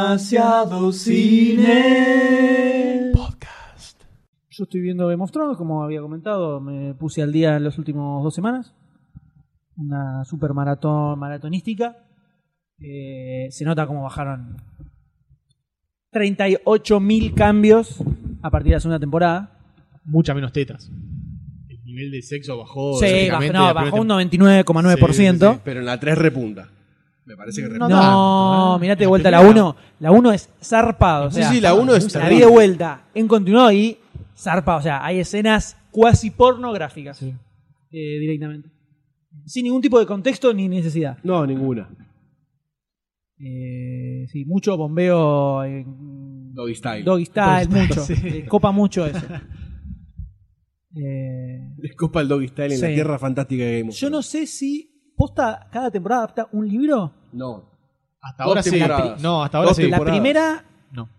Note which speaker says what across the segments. Speaker 1: Demasiado cine. Podcast.
Speaker 2: Yo estoy viendo Game of Thrones, como había comentado, me puse al día en las últimas dos semanas. Una super maratón maratonística. Eh, se nota cómo bajaron 38.000 cambios a partir de la segunda temporada.
Speaker 3: Mucha menos tetas. El nivel de sexo bajó.
Speaker 2: sí, bajó,
Speaker 3: drásticamente
Speaker 2: no,
Speaker 3: después de
Speaker 2: bajó
Speaker 3: tem-
Speaker 2: un 99,9%.
Speaker 3: Sí, sí,
Speaker 1: Pero en la 3 repunta. Me parece que
Speaker 2: No,
Speaker 1: repunta.
Speaker 3: no.
Speaker 2: mirate de
Speaker 3: La
Speaker 2: vuelta la
Speaker 3: primera-
Speaker 2: 1. La 1 es zarpado. O sea,
Speaker 1: ¿eh? Este sí, sí, la 1 es
Speaker 2: La vi
Speaker 1: terrible.
Speaker 2: de vuelta en continuo y zarpa, o sea, hay escenas cuasi pornográficas
Speaker 3: Sí.
Speaker 2: eh, directamente. Sin ningún tipo de contexto ni necesidad.
Speaker 1: No, ninguna.
Speaker 2: Eh, sí, mucho bombeo en
Speaker 1: Doggy Style.
Speaker 2: Doggy Style,
Speaker 3: Doggy
Speaker 2: mucho.
Speaker 3: Style, sí.
Speaker 2: Eh, copa mucho eso. Eh,
Speaker 1: Les copa el Doggy Style en la
Speaker 2: Sí.
Speaker 1: tierra fantástica de Game of
Speaker 2: yo no
Speaker 1: Thrones.
Speaker 2: sé si posta cada temporada adapta un libro.
Speaker 1: No.
Speaker 3: Hasta
Speaker 1: Dos
Speaker 3: ahora sí.
Speaker 1: temporadas.
Speaker 3: La pri- No, hasta ahora
Speaker 1: Dos
Speaker 3: sí.
Speaker 2: La
Speaker 1: temporadas.
Speaker 2: primera,
Speaker 3: No.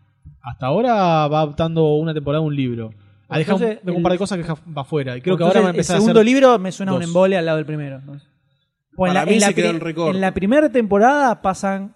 Speaker 3: Hasta ahora va adaptando una temporada un libro. Ha dejado un,
Speaker 2: Entonces,
Speaker 3: un par de
Speaker 2: el-
Speaker 3: cosas que ja- va afuera. Y creo que
Speaker 2: Entonces,
Speaker 3: ahora va a
Speaker 2: El
Speaker 3: empezar a
Speaker 2: segundo
Speaker 3: hacer...
Speaker 2: libro me suena
Speaker 3: dos.
Speaker 2: un embole al lado del primero. entonces. O en
Speaker 1: Para mí
Speaker 2: en
Speaker 1: se
Speaker 2: pri-
Speaker 1: quedaron recortos.
Speaker 2: en la primera temporada pasan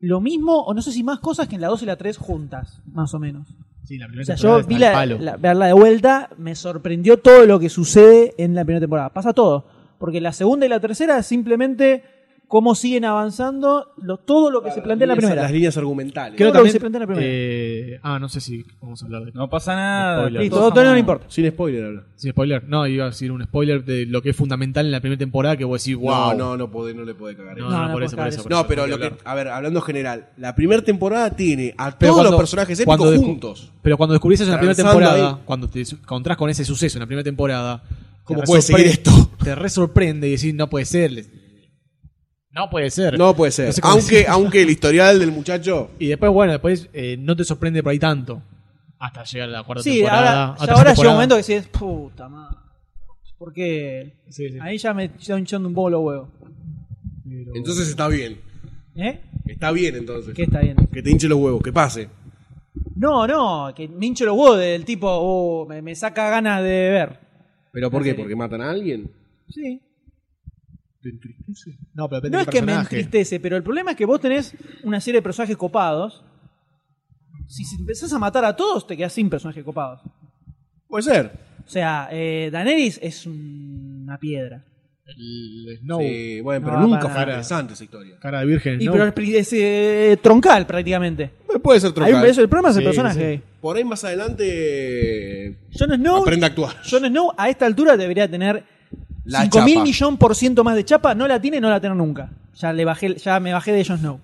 Speaker 2: lo mismo, o no sé si más cosas que en la 2 y la 3 juntas, más o menos.
Speaker 3: Sí, la
Speaker 2: O
Speaker 3: primera
Speaker 2: sea,
Speaker 3: temporada
Speaker 2: yo
Speaker 3: está
Speaker 2: vi
Speaker 3: al
Speaker 2: la,
Speaker 3: palo.
Speaker 2: la- verla de vuelta, me sorprendió todo lo que sucede en la primera temporada. Pasa todo. Porque la segunda y la tercera es simplemente cómo siguen avanzando lo- todo lo que se plantea en la
Speaker 1: Las-
Speaker 2: primera.
Speaker 1: Las líneas argumentales.
Speaker 2: Creo
Speaker 3: Creo
Speaker 2: que
Speaker 3: también-
Speaker 2: se plantea en la primera.
Speaker 3: eh, ah, no sé si vamos a hablar de...
Speaker 4: No pasa nada.
Speaker 3: Spoiler.
Speaker 2: Listo,
Speaker 4: Todos
Speaker 2: doctor, no
Speaker 4: amamos.
Speaker 2: le importa.
Speaker 1: Sin spoiler habla.
Speaker 3: Sin spoiler. No, iba a decir un spoiler de lo que es fundamental en la primera temporada que vos decís, wow.
Speaker 1: No, no, no, podés- no le puede cagar.
Speaker 3: No,
Speaker 1: No,
Speaker 3: no,
Speaker 2: No, no
Speaker 3: por
Speaker 2: puedo
Speaker 3: eso, por
Speaker 2: cagar
Speaker 3: eso.
Speaker 2: eso.
Speaker 3: por eso,
Speaker 1: pero
Speaker 3: no
Speaker 1: lo
Speaker 3: quiero
Speaker 1: que.
Speaker 3: hablar.
Speaker 1: A ver, hablando general, la primera temporada tiene a
Speaker 3: Pero
Speaker 1: todos
Speaker 3: cuando-
Speaker 1: los personajes
Speaker 3: cuando
Speaker 1: épicos
Speaker 3: descu-
Speaker 1: juntos.
Speaker 3: Pero cuando descubrís eso en la primera
Speaker 1: Transando
Speaker 3: temporada,
Speaker 1: ahí.
Speaker 3: cuando te su- encontrás con ese suceso en la primera temporada,
Speaker 1: ¿Cómo
Speaker 3: te
Speaker 1: puede
Speaker 3: resorpre-
Speaker 1: seguir esto?
Speaker 3: Te resorprende y decís, no puede ser. le- No puede ser.
Speaker 1: No puede ser.
Speaker 3: No sé cómo
Speaker 1: aunque,
Speaker 3: decir.
Speaker 1: aunque el historial del muchacho.
Speaker 3: Y después, bueno, después eh, no te sorprende por ahí tanto. Hasta llegar a la cuarta
Speaker 2: Sí, ahora,
Speaker 3: temporada. a
Speaker 2: ya
Speaker 3: tercera
Speaker 2: ahora llega
Speaker 3: temporada.
Speaker 2: un momento que decís, puta madre. Porque
Speaker 3: Sí, sí.
Speaker 2: ahí ya me está hinchando un poco los huevos.
Speaker 1: Entonces está bien.
Speaker 2: ¿Eh?
Speaker 1: Está bien entonces.
Speaker 2: ¿Qué está bien?
Speaker 1: Que te hinche los huevos, que pase.
Speaker 2: No, no, que me hincho los huevos del tipo, oh, me, me saca ganas de ver.
Speaker 1: ¿Pero por qué?
Speaker 2: Sí.
Speaker 1: ¿Porque matan a alguien?
Speaker 2: Sí.
Speaker 1: ¿Te entristece?
Speaker 3: No, pero depende
Speaker 2: No es
Speaker 3: del
Speaker 2: que me
Speaker 3: personaje.
Speaker 2: entristece, pero el problema es que vos tenés una serie de personajes copados. Si si empezás a matar a todos, te quedás sin personajes copados.
Speaker 1: Puede ser.
Speaker 2: O sea, eh, Daenerys es una piedra.
Speaker 3: El Snow.
Speaker 1: Sí, bueno,
Speaker 2: No,
Speaker 1: pero nunca
Speaker 2: para
Speaker 1: fue
Speaker 2: nada.
Speaker 1: interesante esa historia.
Speaker 3: Cara de virgen.
Speaker 2: Y
Speaker 3: Snow.
Speaker 2: pero es, pri- es, eh, troncal prácticamente.
Speaker 1: Eh, Puede ser
Speaker 2: Hay un-
Speaker 1: troncal.
Speaker 2: eso, el problema es el
Speaker 3: Sí,
Speaker 2: personaje.
Speaker 3: sí.
Speaker 2: ahí.
Speaker 1: Por ahí más adelante eh,
Speaker 2: Jon Snow
Speaker 1: aprende a actuar.
Speaker 2: Jon Snow a esta altura debería tener
Speaker 1: La
Speaker 2: 5.000 mil
Speaker 1: chapa.
Speaker 2: millón por ciento más de chapa. No la tiene, no la tengo nunca. Ya, le bajé, ya me bajé de Jon Snow.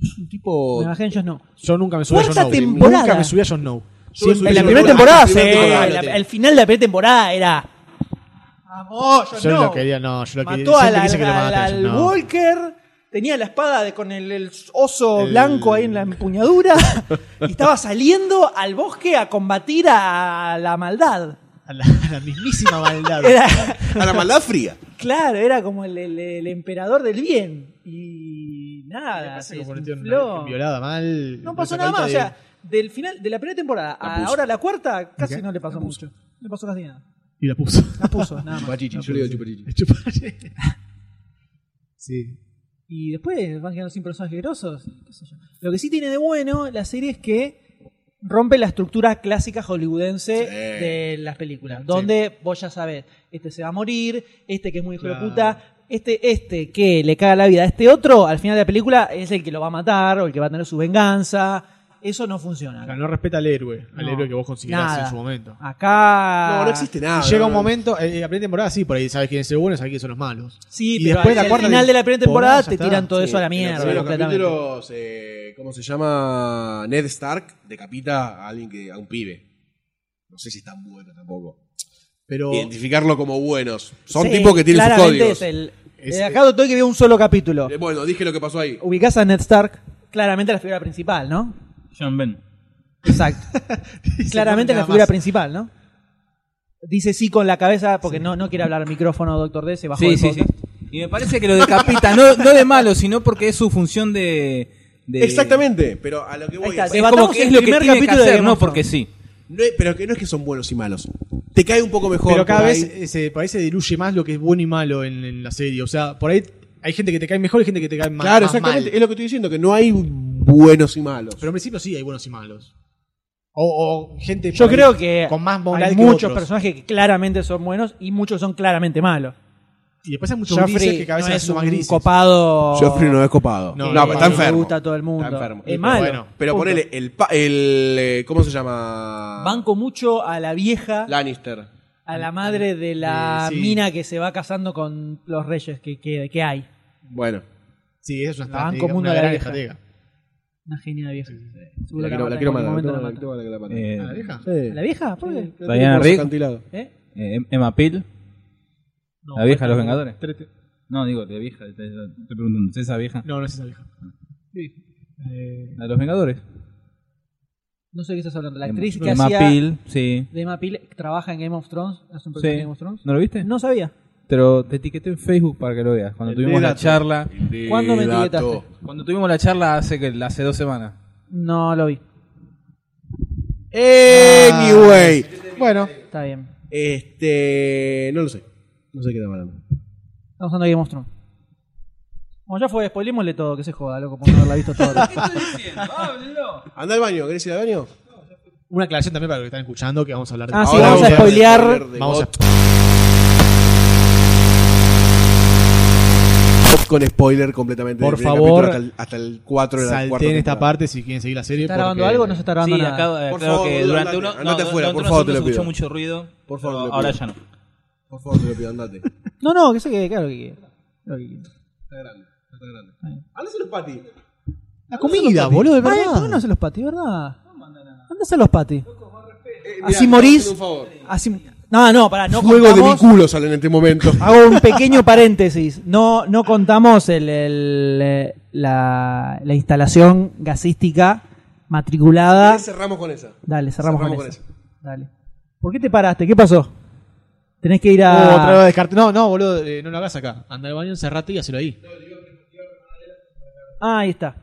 Speaker 1: Es un tipo...
Speaker 2: Me bajé en Jon Snow.
Speaker 3: Yo nunca me subí a Jon
Speaker 2: Cuarta
Speaker 3: Snow.
Speaker 2: temporada.
Speaker 3: Nunca me subí a Jon Snow.
Speaker 1: Yo me subí
Speaker 2: En la
Speaker 1: Sí,
Speaker 2: primera
Speaker 1: sí,
Speaker 2: temporada,
Speaker 1: sí,
Speaker 2: sí.
Speaker 1: primera temporada,
Speaker 2: la-
Speaker 1: la tengo.
Speaker 2: al final de la primera temporada era. Vamos, Jon
Speaker 3: Yo
Speaker 2: Snow.
Speaker 3: lo quería, no, yo lo quería.
Speaker 2: Mató
Speaker 3: siempre
Speaker 2: al-
Speaker 3: quise que lo
Speaker 2: al-
Speaker 3: mataran,
Speaker 2: al
Speaker 3: no.
Speaker 2: Walker. Tenía la espada de- con el, el oso
Speaker 3: El-
Speaker 2: blanco ahí en la empuñadura. y estaba saliendo al bosque a combatir a la maldad.
Speaker 3: A la, a la mismísima maldad.
Speaker 2: Era.
Speaker 1: A la maldad fría.
Speaker 2: Claro, era como el, el- el emperador del bien. Y nada,
Speaker 3: Se
Speaker 2: se
Speaker 3: convirtió en
Speaker 2: desinfló.
Speaker 3: una violada mal.
Speaker 2: No pasó nada más. O sea, del final, de la primera temporada
Speaker 1: La
Speaker 2: a
Speaker 1: puso.
Speaker 2: ahora la cuarta, casi
Speaker 3: ¿Qué?
Speaker 2: no le pasó
Speaker 1: La puso.
Speaker 2: mucho. No le pasó casi nada.
Speaker 3: Y la puso.
Speaker 2: La puso, nada más.
Speaker 1: Chupachichi, yo le digo chupachichi.
Speaker 3: Chupache. Sí.
Speaker 2: Y después van quedando sin personajes grosos. y qué sé yo. Lo que sí tiene de bueno la serie es que rompe la estructura clásica hollywoodense
Speaker 1: Sí.
Speaker 2: de las películas. Donde vos ya sabés, este se va a morir, este que es muy hijo de
Speaker 3: Claro.
Speaker 2: puta, este, este que le caga la vida a este otro, al final de la película es el que lo va a matar o el que va a tener su venganza. Eso no funciona.
Speaker 3: O sea, no respeta al héroe, al
Speaker 2: No,
Speaker 3: héroe que vos considerás
Speaker 2: nada.
Speaker 3: en su momento.
Speaker 2: Acá.
Speaker 1: No, no existe nada.
Speaker 3: Y Ah, llega un
Speaker 1: no, no.
Speaker 3: momento, eh, la primera temporada sí, por ahí sabes quién es el bueno, sabes quiénes son los malos.
Speaker 2: Sí,
Speaker 3: Y
Speaker 2: pero
Speaker 3: después la
Speaker 2: al
Speaker 3: cuarta
Speaker 2: final de la primera temporada
Speaker 3: temporada ya
Speaker 2: te
Speaker 3: está.
Speaker 2: tiran todo eso a la
Speaker 1: Sí, Eh, en los
Speaker 2: mierda.
Speaker 1: primeros
Speaker 2: completamente.
Speaker 1: capítulos, eh, ¿cómo se llama? Ned Stark decapita a alguien que a un pibe. No sé si es tan bueno tampoco.
Speaker 3: Pero
Speaker 1: Identificarlo como buenos. Son
Speaker 2: Sí,
Speaker 1: tipos que tienen sus
Speaker 2: claramente
Speaker 1: códigos.
Speaker 2: Es el,
Speaker 3: Es-
Speaker 2: eh, acá doctor que vio un solo capítulo.
Speaker 1: Eh, Bueno, dije lo que pasó ahí.
Speaker 2: Ubicás a Ned Stark, claramente la figura principal, ¿no?
Speaker 4: John Ben.
Speaker 2: Exacto.
Speaker 3: se
Speaker 2: claramente
Speaker 3: pone
Speaker 2: la
Speaker 3: nada
Speaker 2: figura
Speaker 3: más.
Speaker 2: principal, ¿no? Dice sí con la cabeza porque no, no quiere hablar al micrófono, doctor D, se bajó
Speaker 4: Sí,
Speaker 2: del
Speaker 4: sí, sí.
Speaker 2: podcast.
Speaker 4: Y me parece que lo decapita, no, no de malo, sino porque es su función de. de-
Speaker 1: Exactamente, pero a lo que voy
Speaker 2: Ahí está,
Speaker 1: es-
Speaker 4: Es como
Speaker 2: Debatamos
Speaker 4: que
Speaker 2: el
Speaker 4: es lo que
Speaker 2: primer
Speaker 4: tiene que
Speaker 2: capítulo de
Speaker 4: hacer,
Speaker 2: Game
Speaker 4: no
Speaker 2: of Thrones.
Speaker 4: porque sí.
Speaker 1: no es- pero que no es que son buenos y malos. Te cae un poco mejor.
Speaker 3: Pero cada
Speaker 1: por
Speaker 3: vez
Speaker 1: ahí.
Speaker 3: eh, se, por ahí se diluye más lo que es bueno y malo en, en la serie. O sea, por ahí hay gente que te cae mejor y gente que te cae ma- más,
Speaker 1: claro, exactamente.
Speaker 3: mal.
Speaker 1: Es lo que estoy diciendo, que no hay buenos y malos.
Speaker 3: Pero en principio sí hay buenos y malos. O, o gente
Speaker 2: Yo
Speaker 3: por ahí
Speaker 2: creo que
Speaker 3: con más moral
Speaker 2: hay
Speaker 3: que
Speaker 2: muchos
Speaker 3: otros.
Speaker 2: personajes que claramente son buenos y muchos son claramente malos.
Speaker 3: Y después hay muchos grises
Speaker 2: Joffrey
Speaker 3: que cada vez
Speaker 2: no
Speaker 3: hacen
Speaker 2: es
Speaker 3: más
Speaker 2: un
Speaker 3: grises.
Speaker 2: copado.
Speaker 1: Joffrey no es copado.
Speaker 3: No,
Speaker 1: No,
Speaker 3: no,
Speaker 1: pero
Speaker 3: no
Speaker 1: está
Speaker 2: que le
Speaker 1: enfermo.
Speaker 2: gusta a todo el mundo.
Speaker 1: Está enfermo.
Speaker 2: Es
Speaker 1: Pero
Speaker 2: malo.
Speaker 3: bueno,
Speaker 1: Pero
Speaker 2: Punto.
Speaker 1: ponele el, pa- el eh, ¿cómo se llama?
Speaker 2: Banco mucho a la vieja,
Speaker 1: Lannister.
Speaker 2: a la madre de la
Speaker 3: Eh, sí.
Speaker 2: mina que se va casando con los reyes que, que, que hay.
Speaker 1: Bueno,
Speaker 3: Sí, eso es una
Speaker 2: La banco
Speaker 3: estratega,
Speaker 2: mundo
Speaker 3: una
Speaker 2: de la
Speaker 3: gran
Speaker 2: vieja.
Speaker 3: estratega.
Speaker 2: Una genia de vieja. Seguro
Speaker 1: la
Speaker 2: que
Speaker 1: quiero, la
Speaker 2: matan, en
Speaker 1: quiero
Speaker 2: cualquier
Speaker 1: matar.
Speaker 2: momento la
Speaker 1: la
Speaker 2: matan.
Speaker 1: quiero matar, la quiero matar.
Speaker 4: Eh,
Speaker 3: ¿La vieja?
Speaker 1: Sí.
Speaker 2: ¿A ¿La vieja? ¿Por qué?
Speaker 1: La
Speaker 4: Diana
Speaker 1: tengo
Speaker 4: Rick.
Speaker 1: por acantilado.
Speaker 2: ¿Eh?
Speaker 4: Eh, Emma Peel,
Speaker 2: No,
Speaker 4: la vieja de los
Speaker 2: falta-
Speaker 4: Vengadores. No, digo, de vieja, te, te estoy preguntando, ¿es esa vieja?
Speaker 3: No, no es esa vieja.
Speaker 4: La de los Vengadores.
Speaker 2: No sé de qué estás hablando. La actriz
Speaker 4: Emma-
Speaker 2: que
Speaker 4: Emma
Speaker 2: hacía
Speaker 4: Peel, sí.
Speaker 2: de Emma Peel trabaja en Game of Thrones. Hace
Speaker 4: Sí.
Speaker 2: un personaje de Game of Thrones.
Speaker 4: ¿No lo viste?
Speaker 2: No sabía.
Speaker 4: Pero te etiqueté en Facebook para que lo veas. Cuando
Speaker 1: El
Speaker 4: tuvimos la
Speaker 1: dato.
Speaker 4: charla.
Speaker 1: El
Speaker 2: ¿Cuándo me
Speaker 1: dato.
Speaker 2: etiquetaste?
Speaker 4: Cuando tuvimos la charla hace que hace dos semanas.
Speaker 2: No lo vi.
Speaker 1: Eh,
Speaker 2: Ah.
Speaker 1: Anyway.
Speaker 3: Bueno,
Speaker 2: Está bien.
Speaker 1: Este. No lo sé. No sé qué estaba hablando.
Speaker 2: Estamos hablando de Game of Thrones. Bueno, ya fue, spoilémosle todo, que se joda, loco, por no haberla visto todo.
Speaker 1: Anda al baño, ¿querés ir al baño?
Speaker 3: una aclaración también para los que están escuchando que vamos a hablar de...
Speaker 2: Ah, sí,
Speaker 1: Ahora
Speaker 2: vamos a
Speaker 1: hablar de
Speaker 2: spoilear.
Speaker 1: spoiler de
Speaker 3: Vamos a-
Speaker 1: God. Con spoiler completamente.
Speaker 3: Por
Speaker 1: del primer
Speaker 3: favor,
Speaker 1: capítulo hasta el, hasta el 4 de la cuarta
Speaker 3: Salté en esta
Speaker 1: temporada.
Speaker 3: parte si quieren seguir la serie.
Speaker 2: ¿Está grabando
Speaker 3: porque-
Speaker 2: algo o no se está grabando
Speaker 4: Sí,
Speaker 2: nada?
Speaker 4: acá, eh,
Speaker 1: Por
Speaker 4: claro
Speaker 1: favor,
Speaker 4: que
Speaker 1: boludo,
Speaker 4: durante
Speaker 1: andate,
Speaker 4: uno,
Speaker 1: andate
Speaker 4: no,
Speaker 1: afuera,
Speaker 4: durante
Speaker 1: por
Speaker 4: unos
Speaker 1: favor, te lo
Speaker 4: segundos escuchó
Speaker 1: pido.
Speaker 4: mucho ruido.
Speaker 1: Por
Speaker 4: pero
Speaker 1: favor, te lo
Speaker 4: ahora
Speaker 1: pido.
Speaker 4: ya no.
Speaker 1: Por favor, te lo pido, andate. Está
Speaker 2: No, no, que se quede, claro que quede. Claro que quede.
Speaker 1: grande, está grande. Háblase los pati. Eh,
Speaker 3: La comida, boludo, de
Speaker 2: Ay, ¿por qué no
Speaker 3: verdad.
Speaker 2: hace los patis, verdad? Andás a los patis.
Speaker 1: Eh,
Speaker 2: Así
Speaker 1: mirá,
Speaker 2: morís.
Speaker 1: te voy a hacer un favor.
Speaker 2: Así... No, no, para, no
Speaker 1: Fuego de mi
Speaker 2: contamos...
Speaker 1: culo sale en este momento.
Speaker 2: Hago un pequeño paréntesis. No, no contamos el, el, eh, la, la instalación gasística matriculada.
Speaker 1: Cerramos con esa.
Speaker 2: Dale, cerramos,
Speaker 1: Cerramos
Speaker 2: con,
Speaker 1: con
Speaker 2: eso. Dale. ¿Por qué te paraste? ¿Qué pasó? Tenés que ir a...
Speaker 3: Oh, otra vez descarte- No, no, boludo, eh, no lo hagas acá. Anda al baño, encerrate y hacelo ahí.
Speaker 2: Ah, ahí está.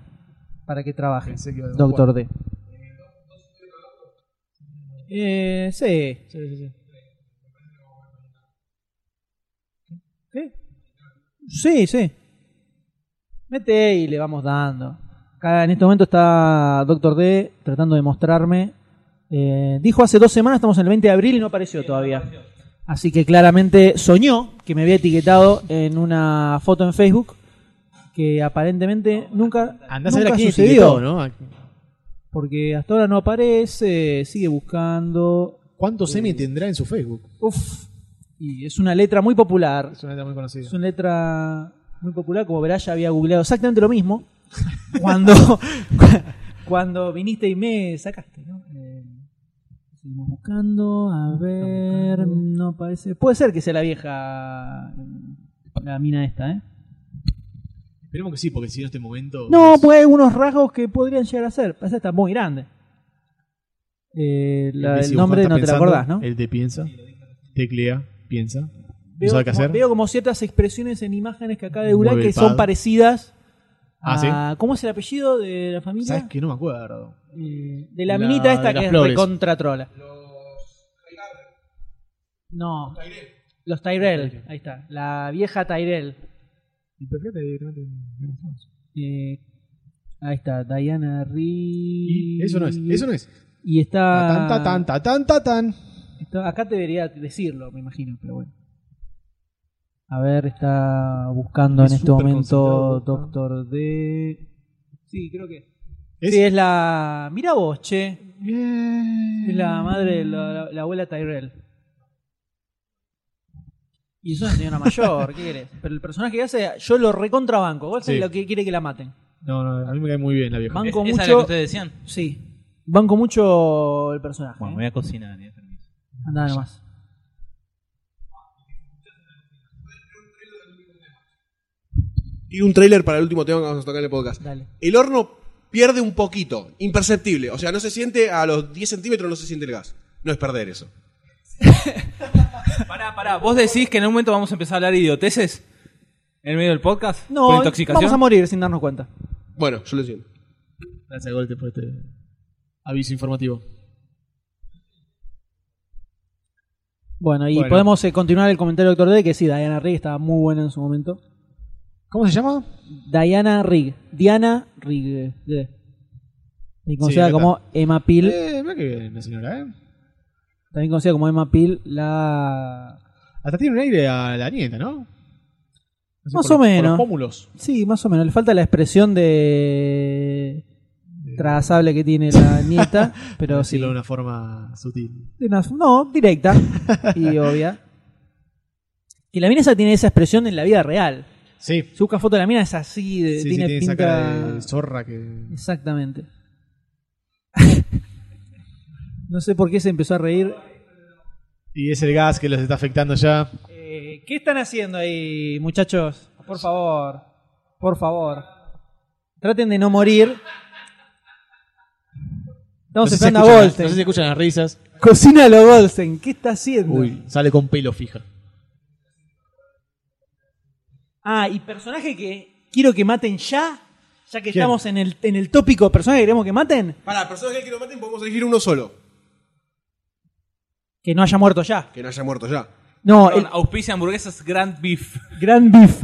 Speaker 2: Para que trabaje.
Speaker 3: Pensé que iba a-
Speaker 2: Doctor D. Eh, sí. sí, sí, sí. ¿Qué? Sí, sí. Mete y le vamos dando. Acá en este momento está Doctor D tratando de mostrarme. Eh, dijo hace dos semanas, estamos en el 20 de abril y no apareció todavía. Así que claramente soñó que me había etiquetado en una foto en Facebook que aparentemente nunca,
Speaker 3: Andás a ver
Speaker 2: nunca
Speaker 3: a quién
Speaker 2: sucedió.
Speaker 3: etiquetó, ¿no?
Speaker 2: Porque hasta ahora no aparece, sigue buscando.
Speaker 3: ¿Cuántos semi tendrá en su Facebook?
Speaker 2: Uf, y es una letra muy popular.
Speaker 3: Es una letra muy conocida.
Speaker 2: Es una letra muy popular, como verás, ya había googleado exactamente lo mismo cuando, cuando viniste y me sacaste, ¿no? Eh, seguimos buscando, a ver, no parece. Puede ser que sea la vieja, eh, la mina esta, ¿eh?
Speaker 3: Esperemos que sí, porque si no este momento.
Speaker 2: No,
Speaker 3: es-
Speaker 2: pues hay unos rasgos que podrían llegar a ser. Pasa está muy grande. Eh,
Speaker 3: el
Speaker 2: la- el
Speaker 3: Messi
Speaker 2: nombre
Speaker 3: Guzmán
Speaker 2: no te
Speaker 3: está
Speaker 2: lo acordás,
Speaker 3: pensando,
Speaker 2: ¿no?
Speaker 3: Él te piensa, teclea, piensa. No
Speaker 2: veo,
Speaker 3: sabe qué
Speaker 2: como,
Speaker 3: hacer.
Speaker 2: veo como ciertas expresiones en imágenes que acá de Uruguay
Speaker 3: Mueve el
Speaker 2: que son
Speaker 3: pad.
Speaker 2: parecidas
Speaker 3: Ah,
Speaker 2: a. ¿Cómo es el apellido de la
Speaker 3: ¿Sabes
Speaker 2: familia?
Speaker 3: que no me acuerdo?
Speaker 2: Eh, de la,
Speaker 3: La-
Speaker 2: minita esta
Speaker 3: de las
Speaker 2: que es
Speaker 3: flores.
Speaker 2: recontra trola. No. Los Tyrell. Ahí está. La vieja Tyrell. Eh, ahí está. Diana Reed.
Speaker 3: Y eso no es, eso no es.
Speaker 2: Y está.
Speaker 3: Tan, tan, tan, tan, tan, tan, tan.
Speaker 2: Está- acá te debería decirlo, me imagino, pero bueno. A ver, está buscando
Speaker 3: Es
Speaker 2: en este
Speaker 3: súper
Speaker 2: momento
Speaker 3: concentrado, ¿no?
Speaker 2: Doctor D. Sí, creo que.
Speaker 3: Es-
Speaker 2: Sí, es la. Mira vos, che.
Speaker 3: Bien.
Speaker 2: Es la madre, la, la- la abuela Tyrell. Y es una señora mayor, ¿qué querés? Pero el personaje que hace, yo lo recontrabanco. Vos
Speaker 3: Sí.
Speaker 2: lo que quiere que la maten.
Speaker 3: No, no, a mí me cae muy bien la vieja.
Speaker 2: Banco.
Speaker 4: ¿Es- ¿Esa
Speaker 2: mucho-
Speaker 4: es la que ustedes decían?
Speaker 2: Sí. Banco mucho el personaje.
Speaker 4: Bueno,
Speaker 2: ¿eh?
Speaker 4: me voy a cocinar. eh, permiso.
Speaker 2: Andá nomás.
Speaker 1: Y un trailer para el último tema que vamos a tocar en el podcast.
Speaker 2: Dale.
Speaker 1: El horno pierde un poquito, imperceptible. O sea, no se siente a los 10 centímetros, no se siente el gas. No es perder eso.
Speaker 4: Pará, pará. ¿Vos decís que en un momento vamos a empezar a hablar de idioteces? ¿En medio del podcast?
Speaker 2: No,
Speaker 4: ¿Por intoxicación?
Speaker 2: vamos a morir sin darnos cuenta.
Speaker 1: Bueno, yo lo siento.
Speaker 3: Gracias, Golte, por este aviso informativo.
Speaker 2: Bueno, y
Speaker 3: Bueno.
Speaker 2: podemos eh, continuar el comentario del Doctor D, que sí, Diana Rigg estaba muy buena en su momento.
Speaker 3: ¿Cómo se llama?
Speaker 2: Diana Rigg. Diana Rigg. eh. Y
Speaker 3: ahí
Speaker 2: conocida
Speaker 3: está.
Speaker 2: como Emma Peel.
Speaker 3: Eh, mirá que bien la señora, ¿eh?
Speaker 2: También conocida como Emma Peel, la.
Speaker 3: Hasta tiene un aire a la nieta, ¿no? Así
Speaker 2: Más
Speaker 3: por
Speaker 2: o
Speaker 3: los- por
Speaker 2: menos.
Speaker 3: los pómulos.
Speaker 2: Sí, más o menos. Le falta la expresión de. trazable que tiene la nieta, pero sí.
Speaker 3: Decirlo de una forma sutil.
Speaker 2: De una- no, directa y obvia. Que la mina esa tiene esa expresión en la vida real.
Speaker 3: Sí.
Speaker 2: Si buscas foto de la mina es así, de-
Speaker 3: Sí, sí,
Speaker 2: Eh, tiene
Speaker 3: tiene esa cara
Speaker 2: pinta.
Speaker 3: de zorra que.
Speaker 2: Exactamente. no sé por qué se empezó a reír.
Speaker 3: Y es el gas que los está afectando ya.
Speaker 2: Eh, ¿Qué están haciendo ahí, muchachos? Por favor, por favor. Traten de no morir. Estamos
Speaker 3: sé si
Speaker 2: esperando a
Speaker 3: escuchan-
Speaker 2: Goldstein.
Speaker 3: No sé si escuchan las risas.
Speaker 2: Cocínalo, Goldstein. ¿Qué está haciendo?
Speaker 3: Uy, sale con pelo fija.
Speaker 2: Ah, y personaje que quiero que maten ya. Ya que
Speaker 3: ¿Quién?
Speaker 2: estamos en el, en el tópico, personaje que queremos que maten.
Speaker 1: Para, personas que lo maten, podemos elegir uno solo.
Speaker 2: Que no haya muerto ya.
Speaker 1: Que no haya muerto ya.
Speaker 2: No, el
Speaker 4: Perdón, Auspicia hamburguesas Grand Beef.
Speaker 2: Grand Beef.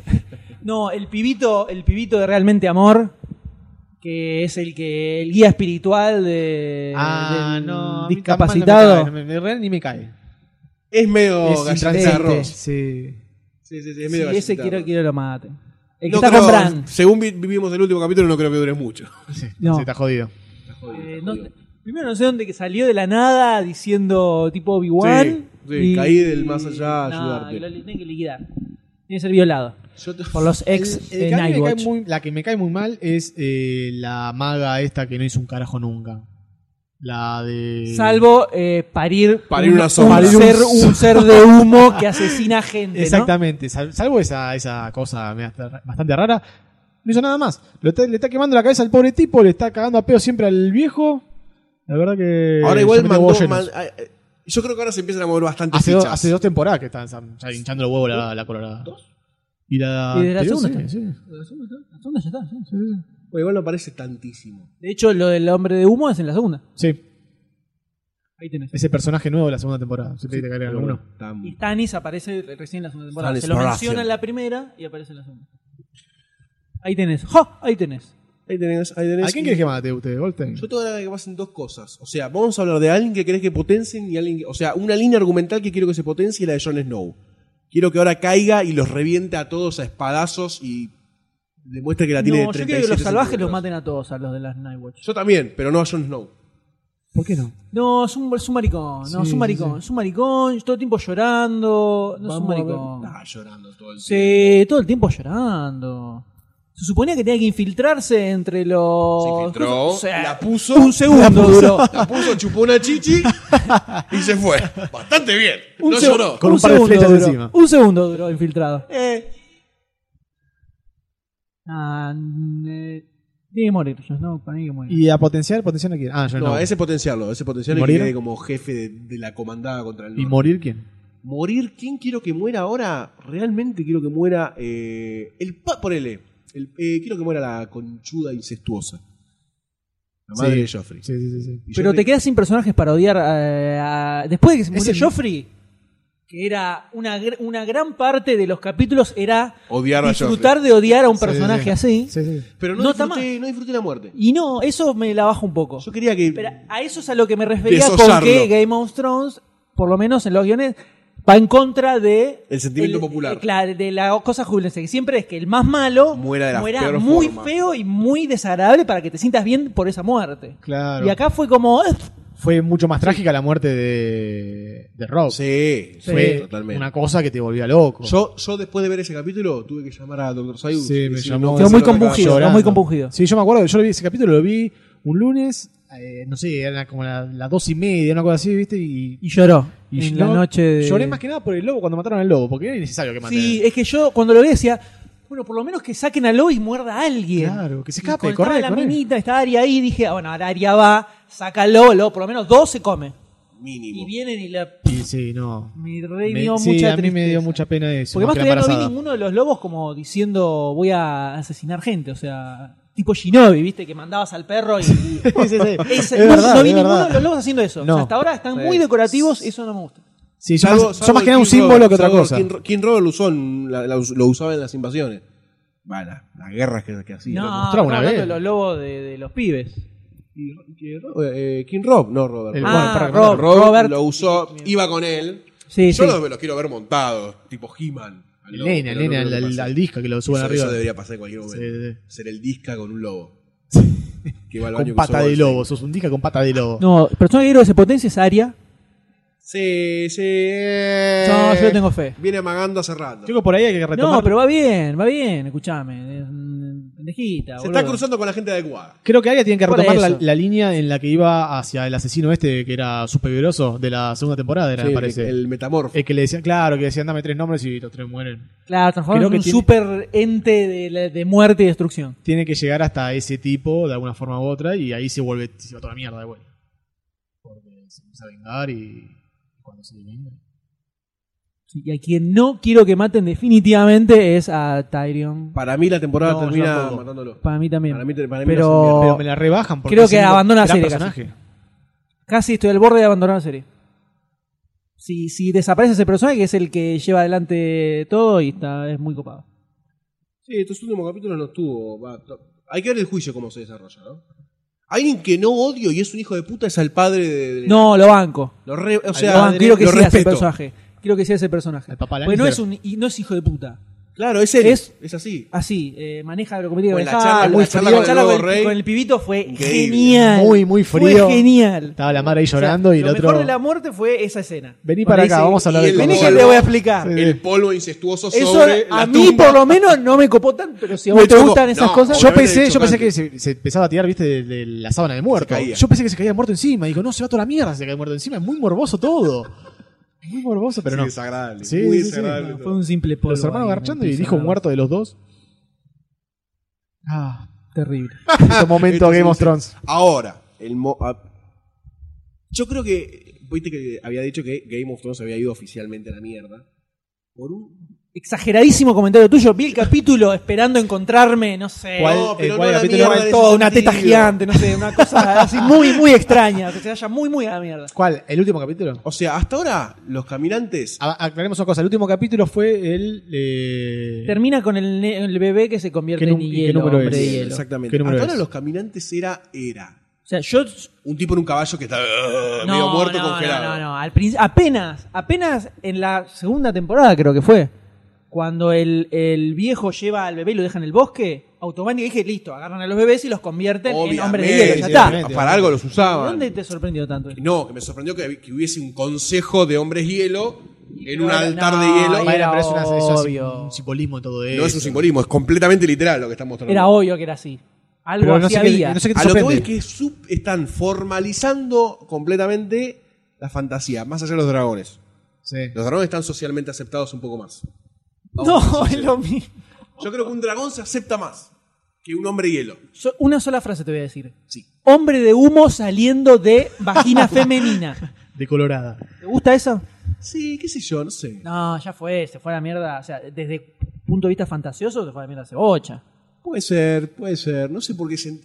Speaker 2: No, el pibito, el pibito de realmente amor. Que es el que el guía espiritual de, Eh,
Speaker 1: Ah,
Speaker 2: del
Speaker 3: a mí tan mal Ah, no me
Speaker 2: discapacitado.
Speaker 3: cae, no me- de real ni me cae.
Speaker 1: Es medio gallina
Speaker 3: Es
Speaker 1: de
Speaker 3: intransistente.
Speaker 1: arroz.
Speaker 3: Sí.
Speaker 1: Sí, sí, sí, es
Speaker 2: Sí,
Speaker 1: medio gallina
Speaker 2: ese
Speaker 1: de
Speaker 2: quiero,
Speaker 1: arroz.
Speaker 2: quiero lo mate. El que
Speaker 1: No
Speaker 2: está
Speaker 1: creo-
Speaker 2: con Bran.
Speaker 1: Según vi- vivimos el último capítulo, no creo que dure mucho.
Speaker 3: Sí,
Speaker 2: No.
Speaker 3: sí, está jodido.
Speaker 2: Eh, no- primero no sé dónde que salió de la nada diciendo tipo Obi-Wan.
Speaker 1: Sí, sí, caí del más allá a ayudarte.
Speaker 2: Lo, tiene que liquidar. Tiene que ser violado.
Speaker 1: Yo te-
Speaker 2: Por los ex
Speaker 3: El-
Speaker 2: eh,
Speaker 3: el que a mí me cae
Speaker 2: Nightwatch.
Speaker 3: muy- la que me cae muy mal es eh, la maga esta que no hizo un carajo nunca. La de.
Speaker 2: Salvo eh, parir,
Speaker 1: Parir
Speaker 2: un-
Speaker 1: una
Speaker 2: un,
Speaker 1: sombra. Parir un
Speaker 2: ser, un ser de humo que asesina gente. ¿no?
Speaker 3: Exactamente. sal- salvo esa, esa cosa media ra- bastante rara. No hizo nada más. Lo está- le está quemando la cabeza al pobre tipo, le está cagando a pedo siempre al viejo. La verdad que.
Speaker 1: Eh, Ahora
Speaker 3: yo
Speaker 1: igual
Speaker 3: me
Speaker 1: mandó-
Speaker 3: tengo llenos.
Speaker 1: man- ah, eh, Yo creo que ahora se empiezan a mover bastante
Speaker 3: hace,
Speaker 1: fichas.
Speaker 3: dos, hace dos temporadas que están ya hinchando los huevos la, la colorada. Y la.
Speaker 2: Y de la
Speaker 3: anterior,
Speaker 2: segunda
Speaker 3: sí, sí.
Speaker 2: La segunda ya está, sí, sí.
Speaker 1: Bueno, igual no parece tantísimo.
Speaker 2: De hecho, lo del hombre de humo es en la segunda.
Speaker 3: Sí,
Speaker 2: Ahí tenés.
Speaker 3: ese personaje nuevo de la segunda temporada. Siempre te cae alguno.
Speaker 1: Tan-
Speaker 2: Y Stannis aparece re- recién en la segunda temporada.
Speaker 1: Stannis
Speaker 2: Se lo
Speaker 1: Baratheon.
Speaker 2: menciona en la primera y aparece en la segunda. Ahí tenés. ¡Ja! Ahí tenés.
Speaker 1: Ahí tenés, ahí tenés.
Speaker 3: ¿A quién querés que mate usted, Goldstein?
Speaker 1: Yo te voy a dar que pasen dos cosas. O sea, vamos a hablar de alguien que querés que potencien y alguien que- O sea, una línea argumental que quiero que se potencie y la de Jon Snow. Quiero que ahora caiga y los reviente a todos a espadazos y demuestre que la tiene de
Speaker 2: No, yo quiero que
Speaker 1: 37
Speaker 2: los salvajes los
Speaker 1: centímetros.
Speaker 2: maten a todos, a los de las Nightwatch.
Speaker 1: Yo también, pero no a Jon Snow.
Speaker 3: ¿Por qué no?
Speaker 2: No, es un, es un maricón. No,
Speaker 3: Sí,
Speaker 2: es un maricón.
Speaker 3: sí.
Speaker 2: Es un maricón. Todo el tiempo llorando. No es un maricón.
Speaker 1: Está llorando todo el tiempo.
Speaker 2: Sí, todo el tiempo llorando. Se suponía que tenía que infiltrarse entre los.
Speaker 1: Se infiltró,
Speaker 2: cosas- o sea,
Speaker 1: la puso,
Speaker 2: Un segundo duró.
Speaker 1: la puso, chupó una chichi y se fue. Bastante bien.
Speaker 2: Un
Speaker 1: no
Speaker 2: seg-
Speaker 1: lloró.
Speaker 3: Con un par de
Speaker 2: segundo
Speaker 3: flechas
Speaker 2: duró.
Speaker 3: encima.
Speaker 2: Un segundo duró infiltrado.
Speaker 1: Eh,
Speaker 2: Ah, mm, eh, tiene que morir. Yo, no, para mí que morir.
Speaker 3: ¿Y a potenciar? ¿Potenciar a quién? Ah, yo no.
Speaker 1: no, ese potenciarlo, ese potenciarlo y que
Speaker 3: ¿Morir?
Speaker 1: quede como jefe de, de la comandada contra el
Speaker 3: ¿Y
Speaker 1: norte.
Speaker 3: morir quién?
Speaker 1: morir, ¿quién quiero que muera ahora? Realmente quiero que muera eh, el pa ponele. El, eh, quiero que muera la conchuda incestuosa. La madre
Speaker 3: Sí.
Speaker 1: de Joffrey.
Speaker 3: Sí, sí, sí. sí.
Speaker 1: Y
Speaker 2: Pero
Speaker 1: Joffrey-
Speaker 2: te quedas sin personajes para odiar eh, a- después de que se murió
Speaker 3: el-
Speaker 2: Joffrey, que era una, gr- una gran parte de los capítulos era
Speaker 1: odiar a
Speaker 2: disfrutar de odiar a un personaje así.
Speaker 3: Sí, sí.
Speaker 1: Joffrey. Pero no,
Speaker 2: No está
Speaker 1: disfruté, no disfruté la muerte.
Speaker 2: Y no, eso me la baja un poco.
Speaker 1: Yo quería que.
Speaker 2: Pero a eso es a lo que me refería con
Speaker 1: Desosarlo.
Speaker 2: que Game of Thrones, por lo menos en los guiones, va en contra de
Speaker 1: El sentimiento popular.
Speaker 2: eh, claro, de la cosa jubilense, que siempre es que el más malo
Speaker 1: Muera de la peor
Speaker 2: muy
Speaker 1: forma.
Speaker 2: feo y muy desagradable para que te sientas bien por esa muerte.
Speaker 3: Claro.
Speaker 2: Y acá fue como "Eh,
Speaker 3: Fue mucho más trágica la muerte de, de Rob.
Speaker 1: Sí, sí,
Speaker 3: Fue
Speaker 1: totalmente.
Speaker 3: una cosa que te volvía loco.
Speaker 1: Yo, yo después de ver ese capítulo tuve que llamar a Dr. Sayus.
Speaker 3: Sí,
Speaker 1: y
Speaker 3: me
Speaker 1: decirle,
Speaker 3: llamó.
Speaker 1: "No,
Speaker 2: Quedó
Speaker 1: eso no
Speaker 2: muy
Speaker 1: me acaba".
Speaker 2: confundido.
Speaker 3: Llorando.
Speaker 2: muy compungido.
Speaker 3: Sí, yo me acuerdo que yo lo vi, ese capítulo lo vi un lunes, eh, no sé, era como la- las dos y media, una cosa así, ¿viste? Y,
Speaker 2: Y lloró.
Speaker 3: y
Speaker 2: en
Speaker 3: yo-
Speaker 2: la noche de...
Speaker 3: Lloré más que nada por el lobo cuando mataron al lobo, porque era innecesario que maten.
Speaker 2: Sí, eh. es que yo cuando lo vi decía, bueno, por lo menos que saquen a Lois y muerda a alguien.
Speaker 3: Claro, que
Speaker 2: Y
Speaker 3: se escape,
Speaker 2: cuando
Speaker 3: corre,
Speaker 2: estaba la
Speaker 3: corre.
Speaker 2: minita, estaba Aria ahí, dije, ah, bueno, ahora Aria va, saca al lobo, luego por lo menos dos se come. Y
Speaker 1: Mínimo.
Speaker 2: vienen y la...
Speaker 3: Y sí, no.
Speaker 2: Me re
Speaker 3: Me-
Speaker 2: dio
Speaker 3: sí,
Speaker 2: mucha
Speaker 3: a mí me dio
Speaker 2: tristeza.
Speaker 3: mucha pena eso.
Speaker 2: Porque
Speaker 3: más
Speaker 2: más
Speaker 3: que la
Speaker 2: todavía no vi
Speaker 3: embarazada.
Speaker 2: ninguno de los lobos como diciendo voy a asesinar gente, o sea, tipo Shinobi, viste, que mandabas al perro y...
Speaker 3: Sí, sí, sí.
Speaker 2: Ese-
Speaker 3: Es
Speaker 2: no,
Speaker 3: verdad,
Speaker 2: no vi
Speaker 3: es
Speaker 2: ninguno
Speaker 3: verdad.
Speaker 2: de los lobos haciendo eso. O sea,
Speaker 3: No.
Speaker 2: hasta ahora están
Speaker 1: Sí.
Speaker 2: muy decorativos, eso no me gusta.
Speaker 3: Sí, yo
Speaker 1: Salvo-
Speaker 3: más, yo
Speaker 1: salvo
Speaker 3: más que
Speaker 1: el
Speaker 3: nada un
Speaker 1: King
Speaker 3: símbolo
Speaker 1: Robert,
Speaker 3: que otra
Speaker 1: salvo el
Speaker 3: cosa.
Speaker 1: King, Ro- King Robert lo usó en- la- la us- lo usaba en las invasiones. va, la- las guerras que, que hacía.
Speaker 2: no,
Speaker 3: mostraba
Speaker 2: estamos
Speaker 3: una
Speaker 2: hablando
Speaker 3: vez.
Speaker 2: de los lobos de, de los pibes.
Speaker 1: Y- que Ro- eh, King Rob, no Robert.
Speaker 3: El-
Speaker 1: Rob.
Speaker 3: bueno,
Speaker 2: ah,
Speaker 3: para-
Speaker 2: Rob-
Speaker 1: Rob
Speaker 2: Robert.
Speaker 1: lo usó, iba con él.
Speaker 2: sí,
Speaker 1: Yo
Speaker 2: sí.
Speaker 1: los, los quiero ver montados, tipo He-Man. al lobo,
Speaker 3: Elena,
Speaker 1: pero
Speaker 3: Elena,
Speaker 1: no creo
Speaker 3: al,
Speaker 1: que
Speaker 3: al-
Speaker 1: pase.
Speaker 3: al disco que lo suban
Speaker 1: Eso-
Speaker 3: arriba.
Speaker 1: eso debería pasar en cualquier
Speaker 3: Sí,
Speaker 1: momento.
Speaker 3: sí, sí.
Speaker 1: Ser el disca con un lobo. Que va al baño
Speaker 3: Con
Speaker 1: que
Speaker 3: pata
Speaker 1: usó
Speaker 3: de
Speaker 1: Goldstein.
Speaker 3: lobo, sos un disca con pata de lobo.
Speaker 2: No, persona que quiero que se potencie es Aria.
Speaker 1: Sí, sí. eh.
Speaker 2: No, yo le tengo fe.
Speaker 1: Viene amagando hace rato.
Speaker 3: Creo que por ahí hay que retomar.
Speaker 2: No, pero va bien, va bien, escúchame. Es un Pendejita,
Speaker 1: Se
Speaker 2: boludo.
Speaker 1: está cruzando con la gente adecuada.
Speaker 3: Creo que Aria tiene que
Speaker 2: Por
Speaker 3: retomar la,
Speaker 2: eso.
Speaker 3: la línea en la que iba hacia el asesino este, que era súper grosso de la segunda temporada, era,
Speaker 1: Sí,
Speaker 3: me parece. Eh, El,
Speaker 1: El metamorfo.
Speaker 3: que le decía, claro, que decían dame tres nombres y los tres mueren.
Speaker 2: Claro, transformar
Speaker 3: Creo
Speaker 2: en
Speaker 3: que
Speaker 2: un
Speaker 3: tiene-
Speaker 2: super ente de, la- de muerte y destrucción.
Speaker 3: Tiene que llegar hasta ese tipo de alguna forma u otra y ahí se vuelve, se va toda la mierda de vuelta. Porque se empieza a vengar y cuando se venga.
Speaker 2: Sí, y a quien no quiero que maten definitivamente es a Tyrion.
Speaker 1: Para mí la temporada
Speaker 3: No, yo
Speaker 1: termina
Speaker 3: tampoco.
Speaker 1: matándolo.
Speaker 2: Para mí también.
Speaker 1: Para mí, para mí
Speaker 2: Pero-
Speaker 1: no se pierde.
Speaker 3: Pero me la rebajan porque
Speaker 2: Creo
Speaker 3: es
Speaker 2: que
Speaker 3: un
Speaker 2: abandona la
Speaker 3: gran
Speaker 2: serie
Speaker 3: personaje.
Speaker 2: Casi estoy al borde de abandonar la serie. Si, si desaparece ese personaje que es el que lleva adelante todo y está, es muy copado.
Speaker 1: Sí, estos últimos capítulos no estuvo. va, to- hay que ver el juicio cómo se desarrolla, ¿no? Alguien que no odio y es un hijo de puta es al padre de. de-
Speaker 2: No, lo banco.
Speaker 1: Lo re- o
Speaker 2: Lo
Speaker 1: sea,
Speaker 2: banco. Quiero que
Speaker 1: lo
Speaker 2: sea ese
Speaker 1: respeto.
Speaker 2: personaje. Quiero que sea ese personaje.
Speaker 3: Al papá
Speaker 2: Pues no es,
Speaker 3: Lannister.
Speaker 2: un, y no es hijo de puta.
Speaker 1: Claro, es él. Es,
Speaker 2: Es-
Speaker 1: así.
Speaker 2: Así, eh, maneja lo que tiene que
Speaker 1: Bueno, la
Speaker 2: manejar,
Speaker 1: charla- la
Speaker 2: muy
Speaker 1: charla
Speaker 2: frío.
Speaker 1: con el nuevo
Speaker 2: con,
Speaker 1: rey.
Speaker 2: el, con el pibito fue
Speaker 1: Increíble.
Speaker 2: genial.
Speaker 3: Muy, muy frío.
Speaker 2: Fue genial.
Speaker 3: Estaba la madre ahí
Speaker 2: O sea,
Speaker 3: llorando y el
Speaker 2: lo
Speaker 3: otro.
Speaker 2: mejor de la muerte fue esa escena.
Speaker 3: Vení
Speaker 2: Cuando
Speaker 3: para
Speaker 2: dice,
Speaker 3: acá, vamos a hablar
Speaker 1: y
Speaker 3: de
Speaker 1: el
Speaker 3: cómo
Speaker 2: Vení
Speaker 1: Como
Speaker 2: que
Speaker 3: se-
Speaker 1: el-
Speaker 2: te voy a explicar.
Speaker 3: Sí.
Speaker 1: El polvo incestuoso
Speaker 2: Eso
Speaker 1: sobre.
Speaker 2: a
Speaker 1: la
Speaker 2: mí
Speaker 1: tumba.
Speaker 2: por lo menos no me copó tan, pero si a vos
Speaker 1: Me
Speaker 2: te
Speaker 1: chocó.
Speaker 2: gustan esas
Speaker 1: No,
Speaker 2: cosas,
Speaker 3: Yo
Speaker 1: Obviamente
Speaker 3: pensé, yo
Speaker 1: chocante.
Speaker 3: pensé que se, se empezaba a tirar, viste, de, de la sábana de muerto.
Speaker 1: caía.
Speaker 3: Yo pensé que se caía muerto encima. Digo, no, se va toda la mierda, se cae muerto encima. Es muy morboso todo. Muy morboso, pero
Speaker 1: Sí,
Speaker 3: no.
Speaker 1: desagradable.
Speaker 3: Sí,
Speaker 1: muy
Speaker 3: sí, sí,
Speaker 1: desagradable.
Speaker 2: fue un simple polvo.
Speaker 3: Los hermanos
Speaker 2: ahí,
Speaker 3: garchando y
Speaker 2: mentira,
Speaker 3: dijo
Speaker 2: nada.
Speaker 3: muerto de los dos. Ah,
Speaker 2: Terrible.
Speaker 3: este momento Game of Thrones.
Speaker 1: Ahora, el mo- a- yo creo que viste que había dicho que Game of Thrones había ido oficialmente a la mierda por un
Speaker 2: Exageradísimo comentario tuyo. Vi el capítulo esperando encontrarme, no sé.
Speaker 3: ¿Cuál?
Speaker 1: No,
Speaker 3: eh,
Speaker 1: pero
Speaker 3: cuál
Speaker 1: no a la
Speaker 3: capítulo?
Speaker 1: mierda
Speaker 3: Era
Speaker 1: en
Speaker 2: Todo,
Speaker 1: ese
Speaker 2: una teta
Speaker 1: sentido.
Speaker 2: gigante, no sé, una cosa así muy, muy extraña. Que se vaya muy, muy a la mierda.
Speaker 3: ¿Cuál? ¿El último capítulo?
Speaker 1: O sea, hasta ahora los caminantes
Speaker 2: Ah,
Speaker 3: A- Aclaremos una cosa. El último capítulo fue el. eh,
Speaker 2: Termina con el, ne- el bebé que se convierte
Speaker 3: ¿Qué
Speaker 2: en
Speaker 3: num- y qué
Speaker 2: hielo,
Speaker 3: número
Speaker 2: hombre
Speaker 3: es?
Speaker 2: de hielo.
Speaker 1: exactamente. Hasta
Speaker 3: ¿Qué número
Speaker 1: ahora
Speaker 3: es?
Speaker 1: los caminantes era era
Speaker 2: O sea, yo
Speaker 1: un tipo en un caballo que está ah, medio muerto
Speaker 2: no,
Speaker 1: congelado.
Speaker 2: No, no, no. Al prin- apenas, apenas en la segunda temporada creo que fue. Cuando el, el viejo lleva al bebé y lo deja en el bosque, automáticamente dije, listo, agarran a los bebés y los convierten en hombres de hielo, ya
Speaker 1: Obviamente,
Speaker 2: está.
Speaker 3: obviamente.
Speaker 1: Para algo los usaban.
Speaker 2: ¿Dónde te sorprendió tanto?
Speaker 1: No, que me sorprendió que, que hubiese un consejo de hombres hielo en un
Speaker 2: No,
Speaker 1: altar de
Speaker 2: no,
Speaker 1: hielo.
Speaker 3: Bueno, pero es, una, eso es
Speaker 2: obvio.
Speaker 3: un simbolismo en todo eso.
Speaker 1: No es un simbolismo, es completamente literal lo que estamos mostrando.
Speaker 2: Era obvio que era así. Algo
Speaker 3: Pero no
Speaker 2: así
Speaker 3: sé, qué,
Speaker 2: había.
Speaker 3: no sé qué te
Speaker 1: A lo que voy
Speaker 3: sorprende.
Speaker 1: es que sub- están formalizando completamente la fantasía, más allá de los dragones.
Speaker 3: Sí.
Speaker 1: Los dragones están socialmente aceptados un poco más.
Speaker 2: No, es lo mismo.
Speaker 1: Yo creo que un dragón se acepta más que un hombre hielo.
Speaker 2: So- una sola frase te voy a decir.
Speaker 1: Sí.
Speaker 2: Hombre de humo saliendo de vagina femenina.
Speaker 3: De colorada.
Speaker 2: ¿Te gusta eso?
Speaker 1: Sí, qué sé yo, no sé.
Speaker 2: No, ya fue, se fue a la mierda. O sea, desde punto de vista fantasioso, se fue a la mierda hace bocha.
Speaker 1: Puede ser, puede ser. No sé por qué. se-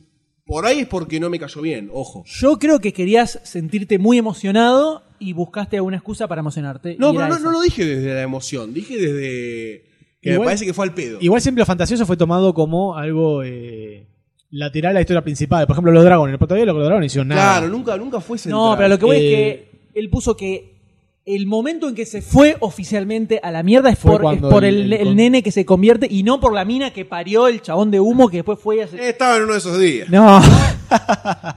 Speaker 1: Por ahí es porque no me cayó bien, ojo.
Speaker 2: Yo creo que querías sentirte muy emocionado y buscaste alguna excusa para emocionarte. y
Speaker 1: No,
Speaker 2: era
Speaker 1: pero no,
Speaker 2: esa.
Speaker 1: no lo dije desde la emoción, dije desde. que me
Speaker 3: Igual-
Speaker 1: parece que fue al pedo.
Speaker 3: Igual siempre lo fantasioso fue tomado como algo eh, lateral a la historia principal. Por ejemplo, los dragones. El protagonista de los dragones no hicieron nada.
Speaker 1: claro, nunca, nunca fue central.
Speaker 2: No, pero lo que voy
Speaker 3: Eh,
Speaker 2: es que él puso que el momento en que se fue oficialmente a la mierda es
Speaker 3: Fue
Speaker 2: por, es
Speaker 3: cuando
Speaker 2: por
Speaker 3: el-
Speaker 2: el,
Speaker 3: el
Speaker 2: el
Speaker 3: con-
Speaker 2: nene que se convierte y no por la mina que parió el chabón de humo que después fue y hace-
Speaker 1: Eh, Estaba en uno de esos días.
Speaker 2: No.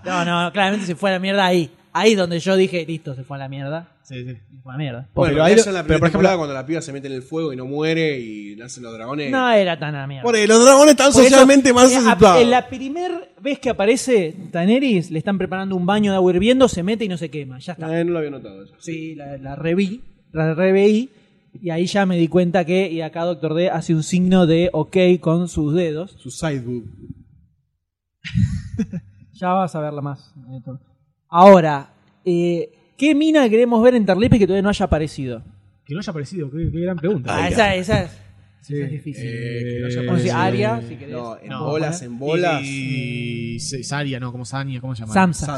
Speaker 2: no, no, claramente se fue a la mierda ahí. Ahí donde yo dije, listo, se fue a la mierda.
Speaker 3: Sí, sí.
Speaker 2: Se fue a la mierda.
Speaker 1: Bueno,
Speaker 3: Pero
Speaker 1: pero,
Speaker 3: ahí
Speaker 1: eso
Speaker 3: lo-
Speaker 1: en la primera
Speaker 3: pero, por ejemplo-
Speaker 1: temporada cuando la piba se mete en el fuego y no muere y nacen los dragones.
Speaker 2: No era tan a la mierda.
Speaker 1: Por ahí, los dragones están
Speaker 2: Por eso,
Speaker 1: socialmente más
Speaker 2: eh, a-
Speaker 1: aceptados.
Speaker 2: En la primera vez que aparece Taneris, le están preparando un baño de agua hirviendo, se mete y no se quema. Ya está.
Speaker 1: Eh, no lo había notado eso.
Speaker 2: Sí, la, la reví, la reveí. Y ahí ya me di cuenta que, y acá Doctor D hace un signo de ok con sus dedos.
Speaker 1: Su side boob.
Speaker 2: Ya vas a verla más. eh, Ahora, eh, ¿qué mina queremos ver en Tarlipe que todavía no haya aparecido?
Speaker 3: Que no haya aparecido. Qué, qué gran pregunta.
Speaker 2: Ah, esa, esa es, esa es difícil.
Speaker 1: Eh, que no haya
Speaker 3: Eh,
Speaker 2: Como si
Speaker 1: aparecido.
Speaker 2: Aria, si querés. Eh,
Speaker 1: No, en
Speaker 2: ¿la puedo
Speaker 1: bolas,
Speaker 2: poner?
Speaker 1: en bolas.
Speaker 3: Y, y se- Saria, no, como Sania, ¿cómo se llama?
Speaker 2: Samsa.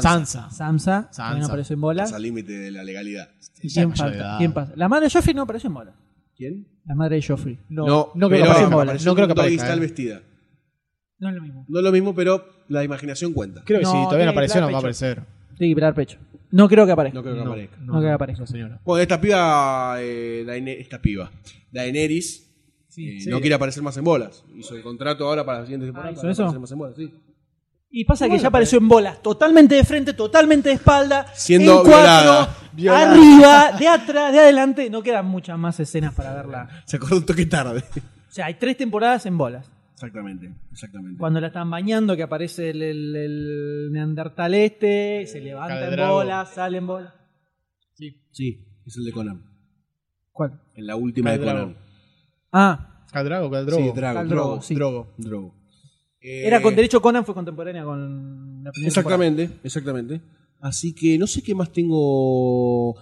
Speaker 2: Samsa,
Speaker 3: Sansa. Sansa.
Speaker 2: también apareció en
Speaker 1: Estás
Speaker 2: bolas.
Speaker 1: al límite de la legalidad.
Speaker 2: ¿Y
Speaker 3: Ya
Speaker 2: quién
Speaker 3: mayor de
Speaker 2: falta?
Speaker 3: edad.
Speaker 2: ¿Quién pasa? La madre de Joffrey no apareció en bolas.
Speaker 1: ¿Quién?
Speaker 2: La madre de Joffrey.
Speaker 3: No,
Speaker 1: no,
Speaker 3: no
Speaker 1: pero
Speaker 3: creo que aparezca.
Speaker 1: apareció
Speaker 3: No creo que
Speaker 1: con Doggy
Speaker 3: aparezca,
Speaker 1: Style
Speaker 3: eh.
Speaker 1: vestida.
Speaker 2: No es lo mismo.
Speaker 1: No es lo mismo, pero la imaginación cuenta.
Speaker 3: Creo que
Speaker 2: No,
Speaker 3: sí, todavía
Speaker 2: tiene
Speaker 3: no apareció, no va a
Speaker 2: Black
Speaker 3: aparecer.
Speaker 2: Tiene que pelar pecho. No creo que aparezca.
Speaker 1: No creo que aparezca.
Speaker 2: No creo que aparezca.
Speaker 3: no, señora.
Speaker 1: Bueno, esta piba, eh, Daene- esta piba, Daenerys, eh,
Speaker 3: sí.
Speaker 1: no quiere aparecer más en bolas. Hizo el contrato ahora para la siguiente temporada
Speaker 2: ¿hizo
Speaker 1: para no
Speaker 2: eso?
Speaker 1: aparecer más en bolas, sí.
Speaker 2: Y pasa que ya apareció en bolas, totalmente de frente, totalmente de espalda,
Speaker 1: Siendo
Speaker 2: en cuatro,
Speaker 1: violada. Violada.
Speaker 2: arriba, de atrás, de adelante. No quedan muchas más escenas para verla.
Speaker 1: Se acordó un toque tarde.
Speaker 2: O sea, hay tres temporadas en bolas.
Speaker 1: Exactamente, exactamente.
Speaker 2: Cuando la están bañando, que aparece el, el- el neandertal este, se levanta en
Speaker 3: Caledrago.
Speaker 2: bolas, sale en bolas.
Speaker 1: Sí, es el de Conan.
Speaker 2: ¿Cuál?
Speaker 1: En la última de
Speaker 3: Caldrago.
Speaker 1: Conan.
Speaker 2: Ah,
Speaker 3: Caldrago, Caldrogo.
Speaker 1: Sí, Drago.
Speaker 2: Caldrago,
Speaker 1: Drogo,
Speaker 2: sí.
Speaker 1: Drogo, Drogo. Eh,
Speaker 2: era con derecho Conan, fue contemporánea con la primera
Speaker 1: Exactamente, exactamente. Así que no sé qué más tengo.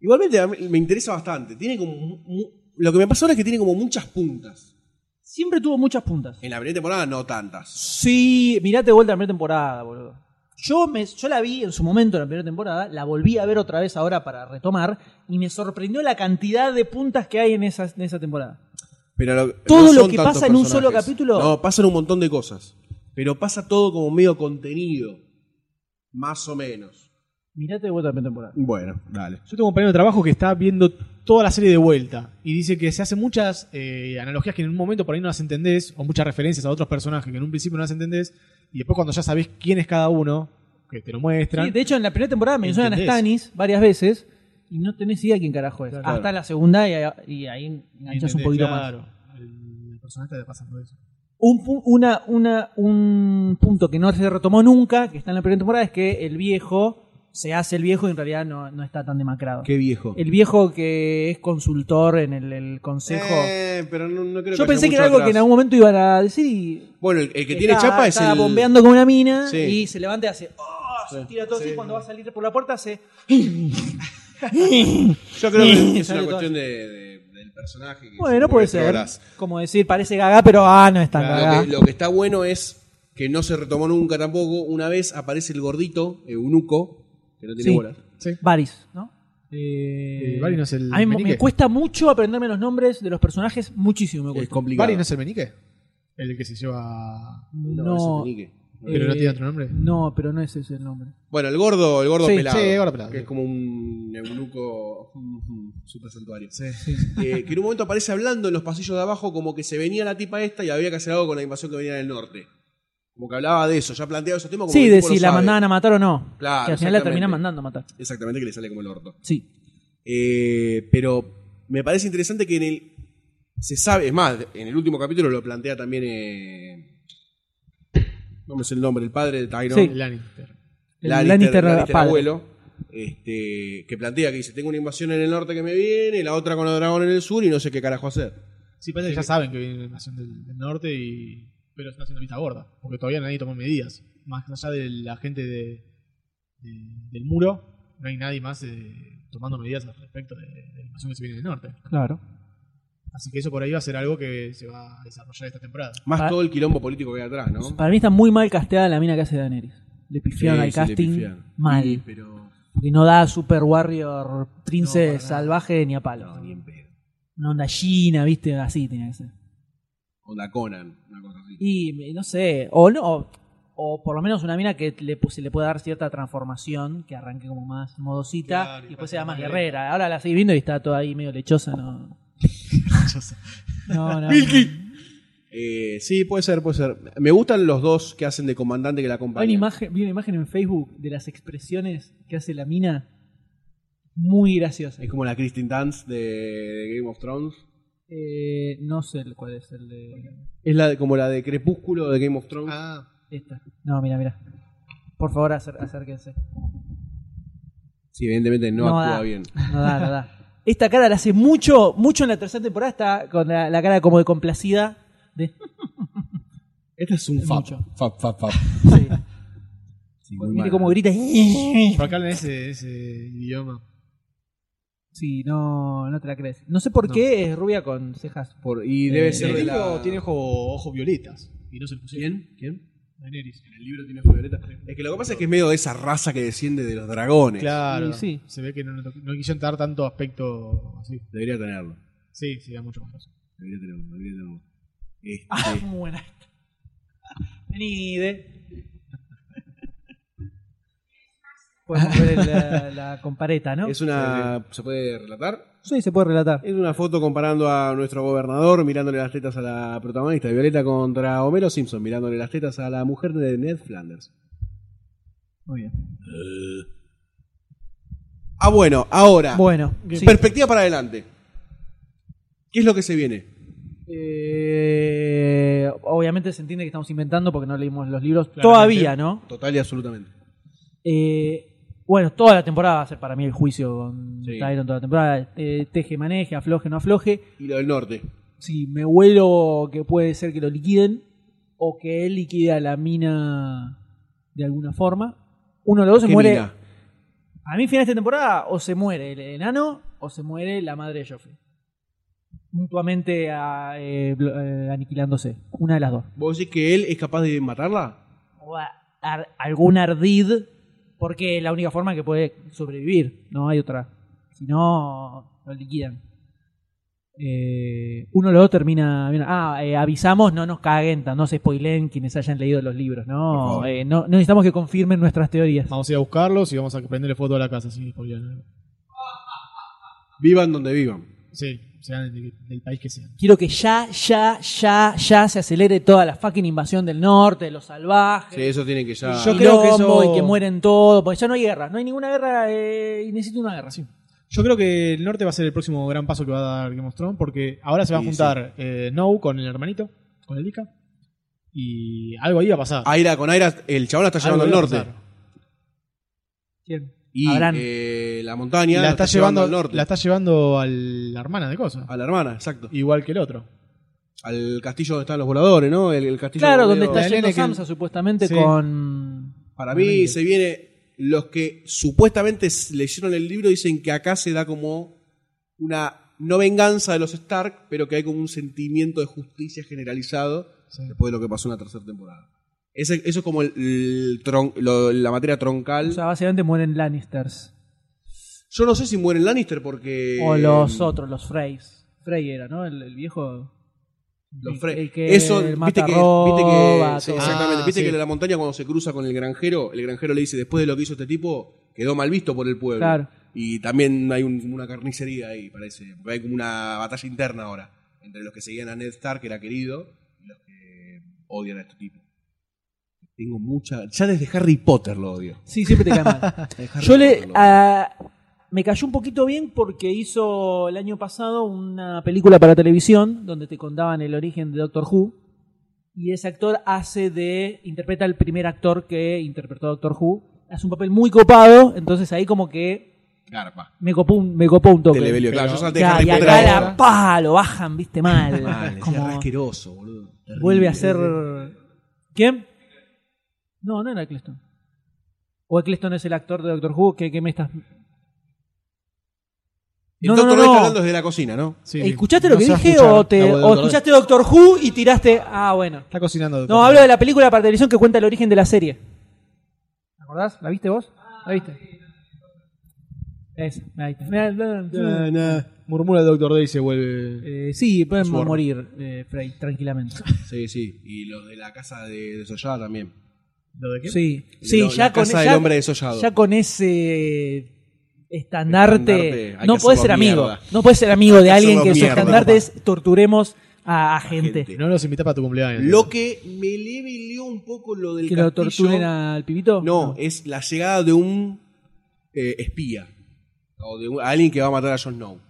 Speaker 1: Igualmente a mí me interesa bastante. Tiene como. mu- mu- Lo que me pasa ahora es que tiene como muchas puntas.
Speaker 2: temporada. Siempre tuvo muchas puntas.
Speaker 1: En la primera temporada no tantas.
Speaker 2: Sí, mirate de vuelta la primera temporada, boludo. Yo, me, yo la vi en su momento, la primera temporada, la volví a ver otra vez ahora para retomar, y me sorprendió la cantidad de puntas que hay en esa, en esa temporada.
Speaker 1: Pero lo-
Speaker 2: Todo
Speaker 1: no
Speaker 2: lo
Speaker 1: son
Speaker 2: que
Speaker 1: tantos
Speaker 2: pasa en un
Speaker 1: personajes.
Speaker 2: solo capítulo-
Speaker 1: No, pasan un montón de cosas. Pero pasa todo como medio contenido. Más o menos.
Speaker 2: Mirate de vuelta la primera temporada.
Speaker 1: Bueno, dale.
Speaker 3: Yo tengo un compañero de trabajo que está viendo toda la serie de vuelta y dice que se hacen muchas eh, analogías que en un momento por ahí no las entendés o muchas referencias a otros personajes que en un principio no las entendés y después cuando ya sabés quién es cada uno, que te lo muestran.
Speaker 2: Sí, de hecho, en la primera temporada mencionan a
Speaker 3: ¿Entendés?
Speaker 2: Stannis varias veces, y no tenés idea quién carajo es.
Speaker 3: Claro.
Speaker 2: Hasta la segunda, y, y ahí enganchas un
Speaker 3: Entendés,
Speaker 2: poquito más.
Speaker 3: claro. El, el personaje está pasando eso.
Speaker 2: Un, pu- una, una- un punto que no se retomó nunca, que está en la primera temporada, es que el viejo se hace el viejo y en realidad no, no está tan demacrado.
Speaker 1: Qué viejo.
Speaker 2: El viejo que es consultor en el, el consejo.
Speaker 1: Eh, pero no, no creo
Speaker 2: Yo
Speaker 1: haya
Speaker 2: pensé que
Speaker 1: mucho
Speaker 2: era algo que en
Speaker 1: atrás.
Speaker 2: algún momento iban a decir y.
Speaker 1: Bueno, el, el que tiene
Speaker 2: está-
Speaker 1: chapa es
Speaker 2: está
Speaker 1: el.
Speaker 2: bombeando con una mina
Speaker 1: Sí.
Speaker 2: y se levanta y hace. "Oh", se
Speaker 1: Sí,
Speaker 2: tira todo así
Speaker 1: sí.
Speaker 2: cuando va a salir por la puerta hace.
Speaker 1: Yo creo que es
Speaker 2: Sale
Speaker 1: una
Speaker 2: todo
Speaker 1: cuestión de- de- del personaje. que
Speaker 2: Bueno,
Speaker 1: se mueve
Speaker 2: puede ser.
Speaker 1: atrás.
Speaker 2: Como decir, parece gaga, pero ah, no es tan
Speaker 1: Lo
Speaker 2: gaga.
Speaker 1: que, lo que está bueno es que no se retomó nunca tampoco. Una vez aparece el gordito, eunuco, que no tiene
Speaker 2: Sí.
Speaker 1: bolas.
Speaker 3: Sí.
Speaker 2: Varys, ¿no?
Speaker 3: Eh, Varys no es el
Speaker 2: A mí me-
Speaker 3: menique.
Speaker 2: me cuesta mucho aprenderme los nombres de los personajes, muchísimo me
Speaker 1: Es
Speaker 2: cuesta.
Speaker 1: complicado.
Speaker 3: ¿Varys no es el menique? El que se lleva...
Speaker 2: Eh,
Speaker 1: No,
Speaker 2: No,
Speaker 1: ese penique.
Speaker 3: Pero no
Speaker 2: eh,
Speaker 3: tiene otro nombre.
Speaker 2: No, pero no ese es el nombre.
Speaker 1: Bueno, el gordo, el gordo
Speaker 3: Sí,
Speaker 1: pelado.
Speaker 3: sí, gordo pelado.
Speaker 1: Que es como un eunuco mm, super santuario. Eh, que en un momento aparece hablando en los pasillos de abajo como que se venía la tipa esta y había que hacer algo con la invasión que venía del norte. Como que hablaba de eso, ya planteaba esos temas como que
Speaker 2: Sí,
Speaker 1: el
Speaker 2: de
Speaker 1: tipo lo
Speaker 2: si la
Speaker 1: sabe.
Speaker 2: mandaban a matar o no.
Speaker 1: Claro,
Speaker 2: que al final la
Speaker 1: exactamente.
Speaker 2: terminan mandando a matar.
Speaker 1: Exactamente, que le sale como el orto.
Speaker 2: Sí.
Speaker 1: Eh, pero me parece interesante que en el. Se sabe, es más, en el último capítulo lo plantea también. eh, no me sé el nombre, el padre de Tyron.
Speaker 2: Sí.
Speaker 3: El Lannister.
Speaker 2: El
Speaker 1: Lannister,
Speaker 2: Lannister
Speaker 1: Lannister
Speaker 2: padre.
Speaker 1: abuelo. Este, que plantea que dice: Tengo una invasión en el norte que me viene, la otra con los dragones en el sur y no sé qué carajo hacer.
Speaker 3: Sí, parece que ya saben que viene la invasión del, del norte y. Pero están haciendo vista gorda. Porque todavía nadie tomó medidas. Más allá de la gente de, de- del muro, no hay nadie más eh, tomando medidas al respecto de, de la invasión que se viene del norte.
Speaker 2: Claro.
Speaker 3: Así que eso por ahí va a ser algo que se va a desarrollar esta temporada.
Speaker 1: Más
Speaker 2: Pa-
Speaker 1: todo el quilombo político que hay atrás, ¿no?
Speaker 2: Para mí está muy mal casteada la mina que hace Daenerys. Le pifiaron
Speaker 1: Sí,
Speaker 2: al
Speaker 1: sí, le
Speaker 2: casting
Speaker 1: pifiaron.
Speaker 2: mal.
Speaker 1: Sí, pero.
Speaker 2: Porque no da Super Warrior Princess
Speaker 3: No, para nada.
Speaker 2: salvaje ni a palo.
Speaker 1: No, ni en pedo.
Speaker 2: Una onda Gina, viste, así tenía que ser.
Speaker 1: Onda Conan, una cosa así.
Speaker 2: Y me- no sé, o no, o, o por lo menos una mina que le, pu- se le puede dar cierta transformación, que arranque como más modosita
Speaker 3: Claro,
Speaker 2: y
Speaker 3: y
Speaker 2: después
Speaker 3: pase
Speaker 2: sea más
Speaker 3: más
Speaker 2: guerrera. Ahora la seguís viendo y está toda ahí medio lechosa, no. No, no.
Speaker 1: Eh, sí, puede ser, puede ser. Me gustan los dos que hacen de comandante que la
Speaker 2: Hay una
Speaker 1: acompañan.
Speaker 2: imagen, vi una imagen en Facebook de las expresiones que hace la mina. Muy graciosa.
Speaker 1: Es como la Christine Dance de, de Game of Thrones.
Speaker 2: Eh, no sé el- cuál es el de.
Speaker 1: Es la de- como la de Crepúsculo de Game of Thrones.
Speaker 3: Ah,
Speaker 2: Esta. No, mira, mira. Por favor, acer- acérquense.
Speaker 1: Sí, evidentemente no,
Speaker 2: No ah.
Speaker 1: actúa
Speaker 2: da.
Speaker 1: bien.
Speaker 2: No da, no da. Esta cara la hace mucho, mucho en la tercera temporada, está con la, la cara como de complacida. De,
Speaker 1: Este es un
Speaker 2: Es
Speaker 1: fab.
Speaker 2: mucho.
Speaker 1: Fab, fab, fab.
Speaker 2: sí.
Speaker 1: Sí, muy
Speaker 2: Mire
Speaker 1: mal.
Speaker 2: cómo grita.
Speaker 3: por acá hablan ese, ese idioma.
Speaker 2: Sí, no, no te la crees. No sé por
Speaker 3: No.
Speaker 2: qué es rubia con cejas.
Speaker 1: Por- y debe
Speaker 2: Eh,
Speaker 1: ser de
Speaker 3: el
Speaker 1: la-
Speaker 3: libro tiene ojo- ojos violetas. Y no se le pusieron.
Speaker 1: ¿Quién? ¿Quién?
Speaker 3: Daenerys.
Speaker 1: El libro tiene ojos violeta. Es que lo que pasa es que es medio de esa raza que desciende de los dragones.
Speaker 3: Claro.
Speaker 2: Sí, sí.
Speaker 3: Se ve que no, no quisieron dar tanto aspecto así.
Speaker 1: Debería tenerlo.
Speaker 3: Sí, sería mucho más grosso.
Speaker 1: Debería tener uno, debería tener uno. Este,
Speaker 2: Ah, muy buena esta. Venide. Podemos ver la, la compareta, ¿no?
Speaker 1: Es una. ¿Se puede relatar?
Speaker 2: Sí, se puede relatar.
Speaker 1: Es una foto comparando a nuestro gobernador mirándole las tetas a la protagonista de Violeta contra Homero Simpson mirándole las tetas a la mujer de Ned Flanders.
Speaker 2: Muy bien.
Speaker 1: Ah, bueno, ahora.
Speaker 2: Bueno, sí.
Speaker 1: Perspectiva para adelante. ¿Qué es lo que se viene?
Speaker 2: Eh, obviamente se entiende que estamos inventando porque no leímos los libros
Speaker 3: Claramente.
Speaker 2: todavía, ¿no?
Speaker 1: Total y absolutamente.
Speaker 2: Eh, bueno, toda la temporada va a ser para mí el juicio con
Speaker 1: Sí.
Speaker 2: Tyron, toda la temporada. Eh, teje, maneje, afloje, no afloje.
Speaker 1: Y lo del norte.
Speaker 2: Si me huelo que puede ser que lo liquiden o que él liquide a la mina de alguna forma. Uno de los dos se
Speaker 1: ¿Qué
Speaker 2: muere.
Speaker 1: mina?
Speaker 2: A mí, final de temporada, o se muere el enano o se muere la madre de Joffrey. Mutuamente ah, eh, blo- eh, aniquilándose. Una de las dos.
Speaker 1: ¿Vos decís que él es capaz de matarla?
Speaker 2: o a- ar- algún ardid, porque es la única forma que puede sobrevivir, no hay otra. Si no, lo liquidan. Eh, uno luego termina. bien, ah, eh, avisamos, no nos caguen, no se spoilen quienes hayan leído los libros,
Speaker 1: Por
Speaker 2: ¿no?
Speaker 1: favor.
Speaker 2: Eh, no, no necesitamos que confirmen nuestras teorías.
Speaker 3: Vamos a ir a buscarlos y vamos a prenderle foto a la casa, sí, eh, por ya, ¿no?
Speaker 1: Vivan donde vivan.
Speaker 3: Sí, sean del, del país que sean.
Speaker 2: Quiero que ya, ya, ya, ya se acelere toda la fucking invasión del norte, de los salvajes.
Speaker 1: Sí, eso tiene que ya.
Speaker 3: Yo
Speaker 2: Yo
Speaker 3: creo que eso-
Speaker 2: y que mueren todos, porque ya no hay guerra, no hay ninguna guerra eh, y necesito una guerra.
Speaker 3: Yo creo que el norte va a ser el próximo gran paso que va a dar Game of Thrones, porque ahora se va a
Speaker 1: Sí,
Speaker 3: juntar eh, Snow con el hermanito, con el Ica, y algo ahí va a pasar.
Speaker 1: Ah, Aira con Aira, el chabón la está llevando al
Speaker 3: Algo ahí va a
Speaker 1: norte.
Speaker 3: pasar.
Speaker 2: ¿Quién?
Speaker 1: Y
Speaker 2: Habrán.
Speaker 1: eh, la montaña
Speaker 3: La está, llevando,
Speaker 1: al norte.
Speaker 3: la está llevando a la hermana de cosas,
Speaker 1: A la hermana, exacto.
Speaker 3: igual que el otro.
Speaker 1: Al castillo donde están los voladores, ¿no? El, el castillo
Speaker 2: Claro,
Speaker 1: medio-
Speaker 2: donde está
Speaker 3: La nena
Speaker 2: yendo
Speaker 3: que-
Speaker 2: Sansa supuestamente
Speaker 3: Sí.
Speaker 2: con...
Speaker 1: Para mí se viene. Los que supuestamente s- leyeron el libro dicen que acá se da como una. No venganza de los Stark, pero que hay como un sentimiento de justicia generalizado
Speaker 3: Sí.
Speaker 1: después de lo que pasó en la tercera temporada. Ese- eso es como el, el tron- lo- la materia troncal.
Speaker 2: O sea, básicamente mueren Lannisters.
Speaker 1: Yo no sé si mueren Lannister porque.
Speaker 2: o los otros, los Freys. Frey era, ¿no? El, el viejo...
Speaker 1: Los
Speaker 2: el-
Speaker 1: Frey.
Speaker 2: el que
Speaker 1: Eso,
Speaker 2: mata
Speaker 1: viste que.
Speaker 2: roba,
Speaker 1: viste que- sí,
Speaker 2: todo.
Speaker 1: exactamente.
Speaker 3: Ah,
Speaker 1: viste
Speaker 3: sí.
Speaker 1: que la montaña cuando se cruza con el granjero, el granjero le dice: Después de lo que hizo este tipo, quedó mal visto por el pueblo.
Speaker 2: Claro.
Speaker 1: Y también hay un- una carnicería ahí, parece. Porque hay como una batalla interna ahora. Entre los que seguían a Ned Stark, que era querido, y los que odian a este tipo. Tengo mucha. Ya desde Harry Potter lo odio.
Speaker 2: Sí, siempre te cae mal.
Speaker 1: Desde Harry
Speaker 2: Yo le...
Speaker 1: Potter lo odio.
Speaker 2: ah, me cayó un poquito bien porque hizo el año pasado una película para televisión donde te contaban el origen de Doctor Who. Y ese actor hace de... Interpreta al primer actor que interpretó a Doctor Who. Hace un papel muy copado, entonces ahí como que...
Speaker 1: Garpa.
Speaker 2: Me copó un, me copó un toque.
Speaker 1: Te le velió, claro,
Speaker 3: Pero-
Speaker 1: yo salté de
Speaker 2: Claro,
Speaker 1: Harry
Speaker 2: y
Speaker 1: Potter
Speaker 2: acá
Speaker 1: ahora.
Speaker 2: la pa, lo bajan, viste, mal.
Speaker 1: Mal,
Speaker 2: Es
Speaker 1: es
Speaker 2: como
Speaker 1: asqueroso, boludo. Terrible.
Speaker 2: vuelve a ser. ¿Quién? No, no era Eccleston. O Eccleston es el actor de Doctor Who, que, que me estás.
Speaker 1: El doctor no, está hablando desde la cocina, ¿no?
Speaker 3: Sí, sí.
Speaker 2: Eh, ¿Escuchaste
Speaker 3: No
Speaker 2: lo que
Speaker 3: se va a
Speaker 2: dije
Speaker 3: escuchar
Speaker 2: o, te,
Speaker 3: la voz de
Speaker 2: o
Speaker 3: Doctor
Speaker 2: escuchaste Doctor Who y tiraste. Ah, bueno.
Speaker 3: Está cocinando.
Speaker 2: No, hablo de la película para televisión que cuenta el origen de la serie. ¿Te acordás? ¿La viste vos? ¿La viste? Esa, ahí está.
Speaker 3: Eh, Murmura el doctor D y se vuelve.
Speaker 2: Eh, sí, pueden
Speaker 3: Suorro.
Speaker 2: morir, eh, Frey, tranquilamente.
Speaker 1: Sí, sí. Y los de la casa de desollada también.
Speaker 3: ¿Lo de qué?
Speaker 2: Sí,
Speaker 1: El
Speaker 2: sí
Speaker 1: lo-
Speaker 2: ya,
Speaker 1: la
Speaker 2: con,
Speaker 1: casa
Speaker 2: ya-
Speaker 1: del hombre desollado.
Speaker 2: ya con ese estandarte,
Speaker 1: Estandarte, hay
Speaker 2: no
Speaker 1: que
Speaker 2: puedes ser
Speaker 1: hacerlo
Speaker 2: amigo.
Speaker 1: mierda.
Speaker 2: No puedes ser amigo
Speaker 1: Hay
Speaker 2: de
Speaker 1: que
Speaker 2: alguien que
Speaker 1: hacerlo
Speaker 2: su
Speaker 1: mierda,
Speaker 2: estandarte
Speaker 1: papá.
Speaker 2: es torturemos a, a gente.
Speaker 1: gente.
Speaker 3: No los invita para tu cumpleaños.
Speaker 1: Lo que me leveleó un poco lo del
Speaker 2: ¿Que
Speaker 1: castillo.
Speaker 2: lo torturen al pibito?
Speaker 1: No, es la llegada de un eh, espía. O de un- alguien que va a matar a Jon Snow.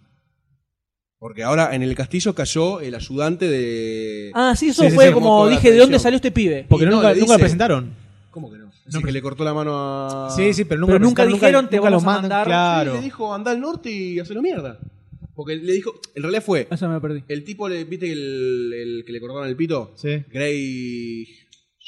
Speaker 1: Porque ahora en el castillo cayó el ayudante de.
Speaker 2: Ah, sí, eso
Speaker 1: Sí, sí,
Speaker 2: fue
Speaker 1: sí, como
Speaker 2: como
Speaker 1: toda la
Speaker 2: dije, ¿de dónde
Speaker 1: televisión.
Speaker 2: salió este pibe?
Speaker 3: Porque
Speaker 1: Y no,
Speaker 3: nunca,
Speaker 1: le
Speaker 3: nunca la
Speaker 1: dice-
Speaker 3: presentaron.
Speaker 1: ¿Cómo que no? Es
Speaker 3: No,
Speaker 1: que
Speaker 3: pero-
Speaker 1: le cortó la mano a.
Speaker 3: Sí, sí, pero nunca,
Speaker 2: Pero nunca
Speaker 3: presentaron,
Speaker 2: dijeron, te
Speaker 3: nunca
Speaker 2: vamos
Speaker 3: lo
Speaker 2: a
Speaker 3: mandan,
Speaker 2: mandar.
Speaker 1: Claro. le
Speaker 3: Claro.
Speaker 1: dijo, anda al norte y hacelo mierda. Porque le dijo. En realidad fue.
Speaker 2: Eso me perdí.
Speaker 1: El tipo, le, ¿viste el, el que le cortaron el pito?
Speaker 3: Sí.
Speaker 1: Grey.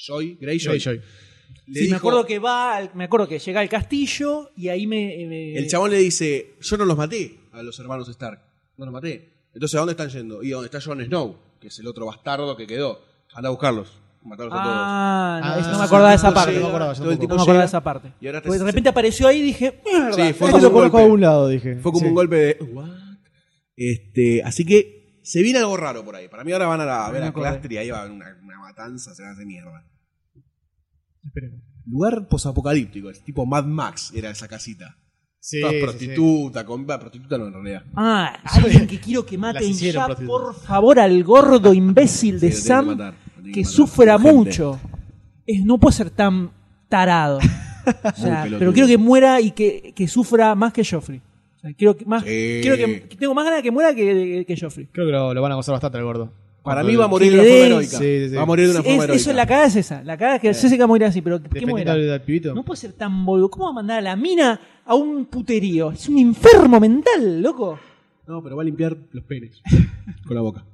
Speaker 1: Joy. Grey Joy.
Speaker 3: Joy, Joy.
Speaker 1: Le
Speaker 2: sí, me
Speaker 1: dijo-
Speaker 2: acuerdo que va, al- me acuerdo que llega al castillo y ahí me... eh, me-
Speaker 1: El chabón le dice: Yo no los maté a los hermanos Stark. No los maté. Entonces, ¿a dónde están yendo? Y a dónde está Jon Snow, que es el otro bastardo que quedó. Anda a buscarlos. Matarlos a todos.
Speaker 2: Ah, no,
Speaker 3: Ah,
Speaker 2: eso no
Speaker 3: sí,
Speaker 2: me acordaba de
Speaker 3: sí,
Speaker 2: esa
Speaker 3: sí,
Speaker 2: parte.
Speaker 3: sí,
Speaker 2: No
Speaker 3: me acordaba, yo
Speaker 1: Todo el
Speaker 3: tampoco.
Speaker 1: tipo
Speaker 2: me acordaba
Speaker 1: llega,
Speaker 2: de esa parte.
Speaker 1: Y ahora te-
Speaker 2: Pues de repente apareció ahí y dije, mierda.
Speaker 1: Sí, fue
Speaker 3: Este
Speaker 1: como,
Speaker 3: lo
Speaker 1: un
Speaker 3: conozco de
Speaker 1: golpe,
Speaker 3: algún lado, dije.
Speaker 1: fue como
Speaker 3: Sí.
Speaker 1: un golpe de. "What?". Este, así que se viene algo raro por ahí. Para mí ahora van a, la- a ver
Speaker 2: me
Speaker 1: a
Speaker 2: acordé.
Speaker 1: Clastri y ahí va a haber una, una matanza, se van a hacer mierda.
Speaker 3: Esperemos.
Speaker 1: Lugar posapocalíptico, es tipo Mad Max era esa casita.
Speaker 3: Sí,
Speaker 1: Todas
Speaker 3: sí, sí.
Speaker 1: prostituta, con va, prostituta no en realidad.
Speaker 2: Ah, alguien que quiero que
Speaker 3: Las
Speaker 2: maten
Speaker 3: hicieron,
Speaker 2: ya,
Speaker 3: prostitutas.
Speaker 2: por favor, al gordo imbécil
Speaker 1: Sí, lo
Speaker 2: de
Speaker 1: tienen que
Speaker 2: Sam
Speaker 1: matar, lo tienen
Speaker 2: que,
Speaker 1: matar.
Speaker 2: sufra
Speaker 1: Gente.
Speaker 2: mucho. Es, no puede ser tan tarado. O sea,
Speaker 1: pelotudo.
Speaker 2: pero quiero que muera y que, que sufra más que Joffrey. O sea, quiero que más,
Speaker 1: Sí.
Speaker 2: quiero que, tengo más ganas de que muera que, que Joffrey.
Speaker 3: Creo que lo, lo van a gozar bastante al gordo.
Speaker 1: Para
Speaker 3: Cuando
Speaker 1: mí va a
Speaker 3: el-
Speaker 1: morir
Speaker 2: que
Speaker 1: de una
Speaker 2: le
Speaker 1: forma
Speaker 2: den-
Speaker 1: heroica.
Speaker 3: Sí, sí, sí.
Speaker 1: Va a morir de una
Speaker 2: Es-
Speaker 1: forma heroica.
Speaker 2: eso, la cara es esa. La cara es que sé que va a morir así, pero que
Speaker 3: Defendiendo
Speaker 2: muera.
Speaker 3: al, al pibito.
Speaker 2: No puede ser tan boludo. ¿Cómo va a mandar a la mina a un puterío? Es un enfermo mental, loco.
Speaker 1: No, pero va a limpiar los penes con la boca.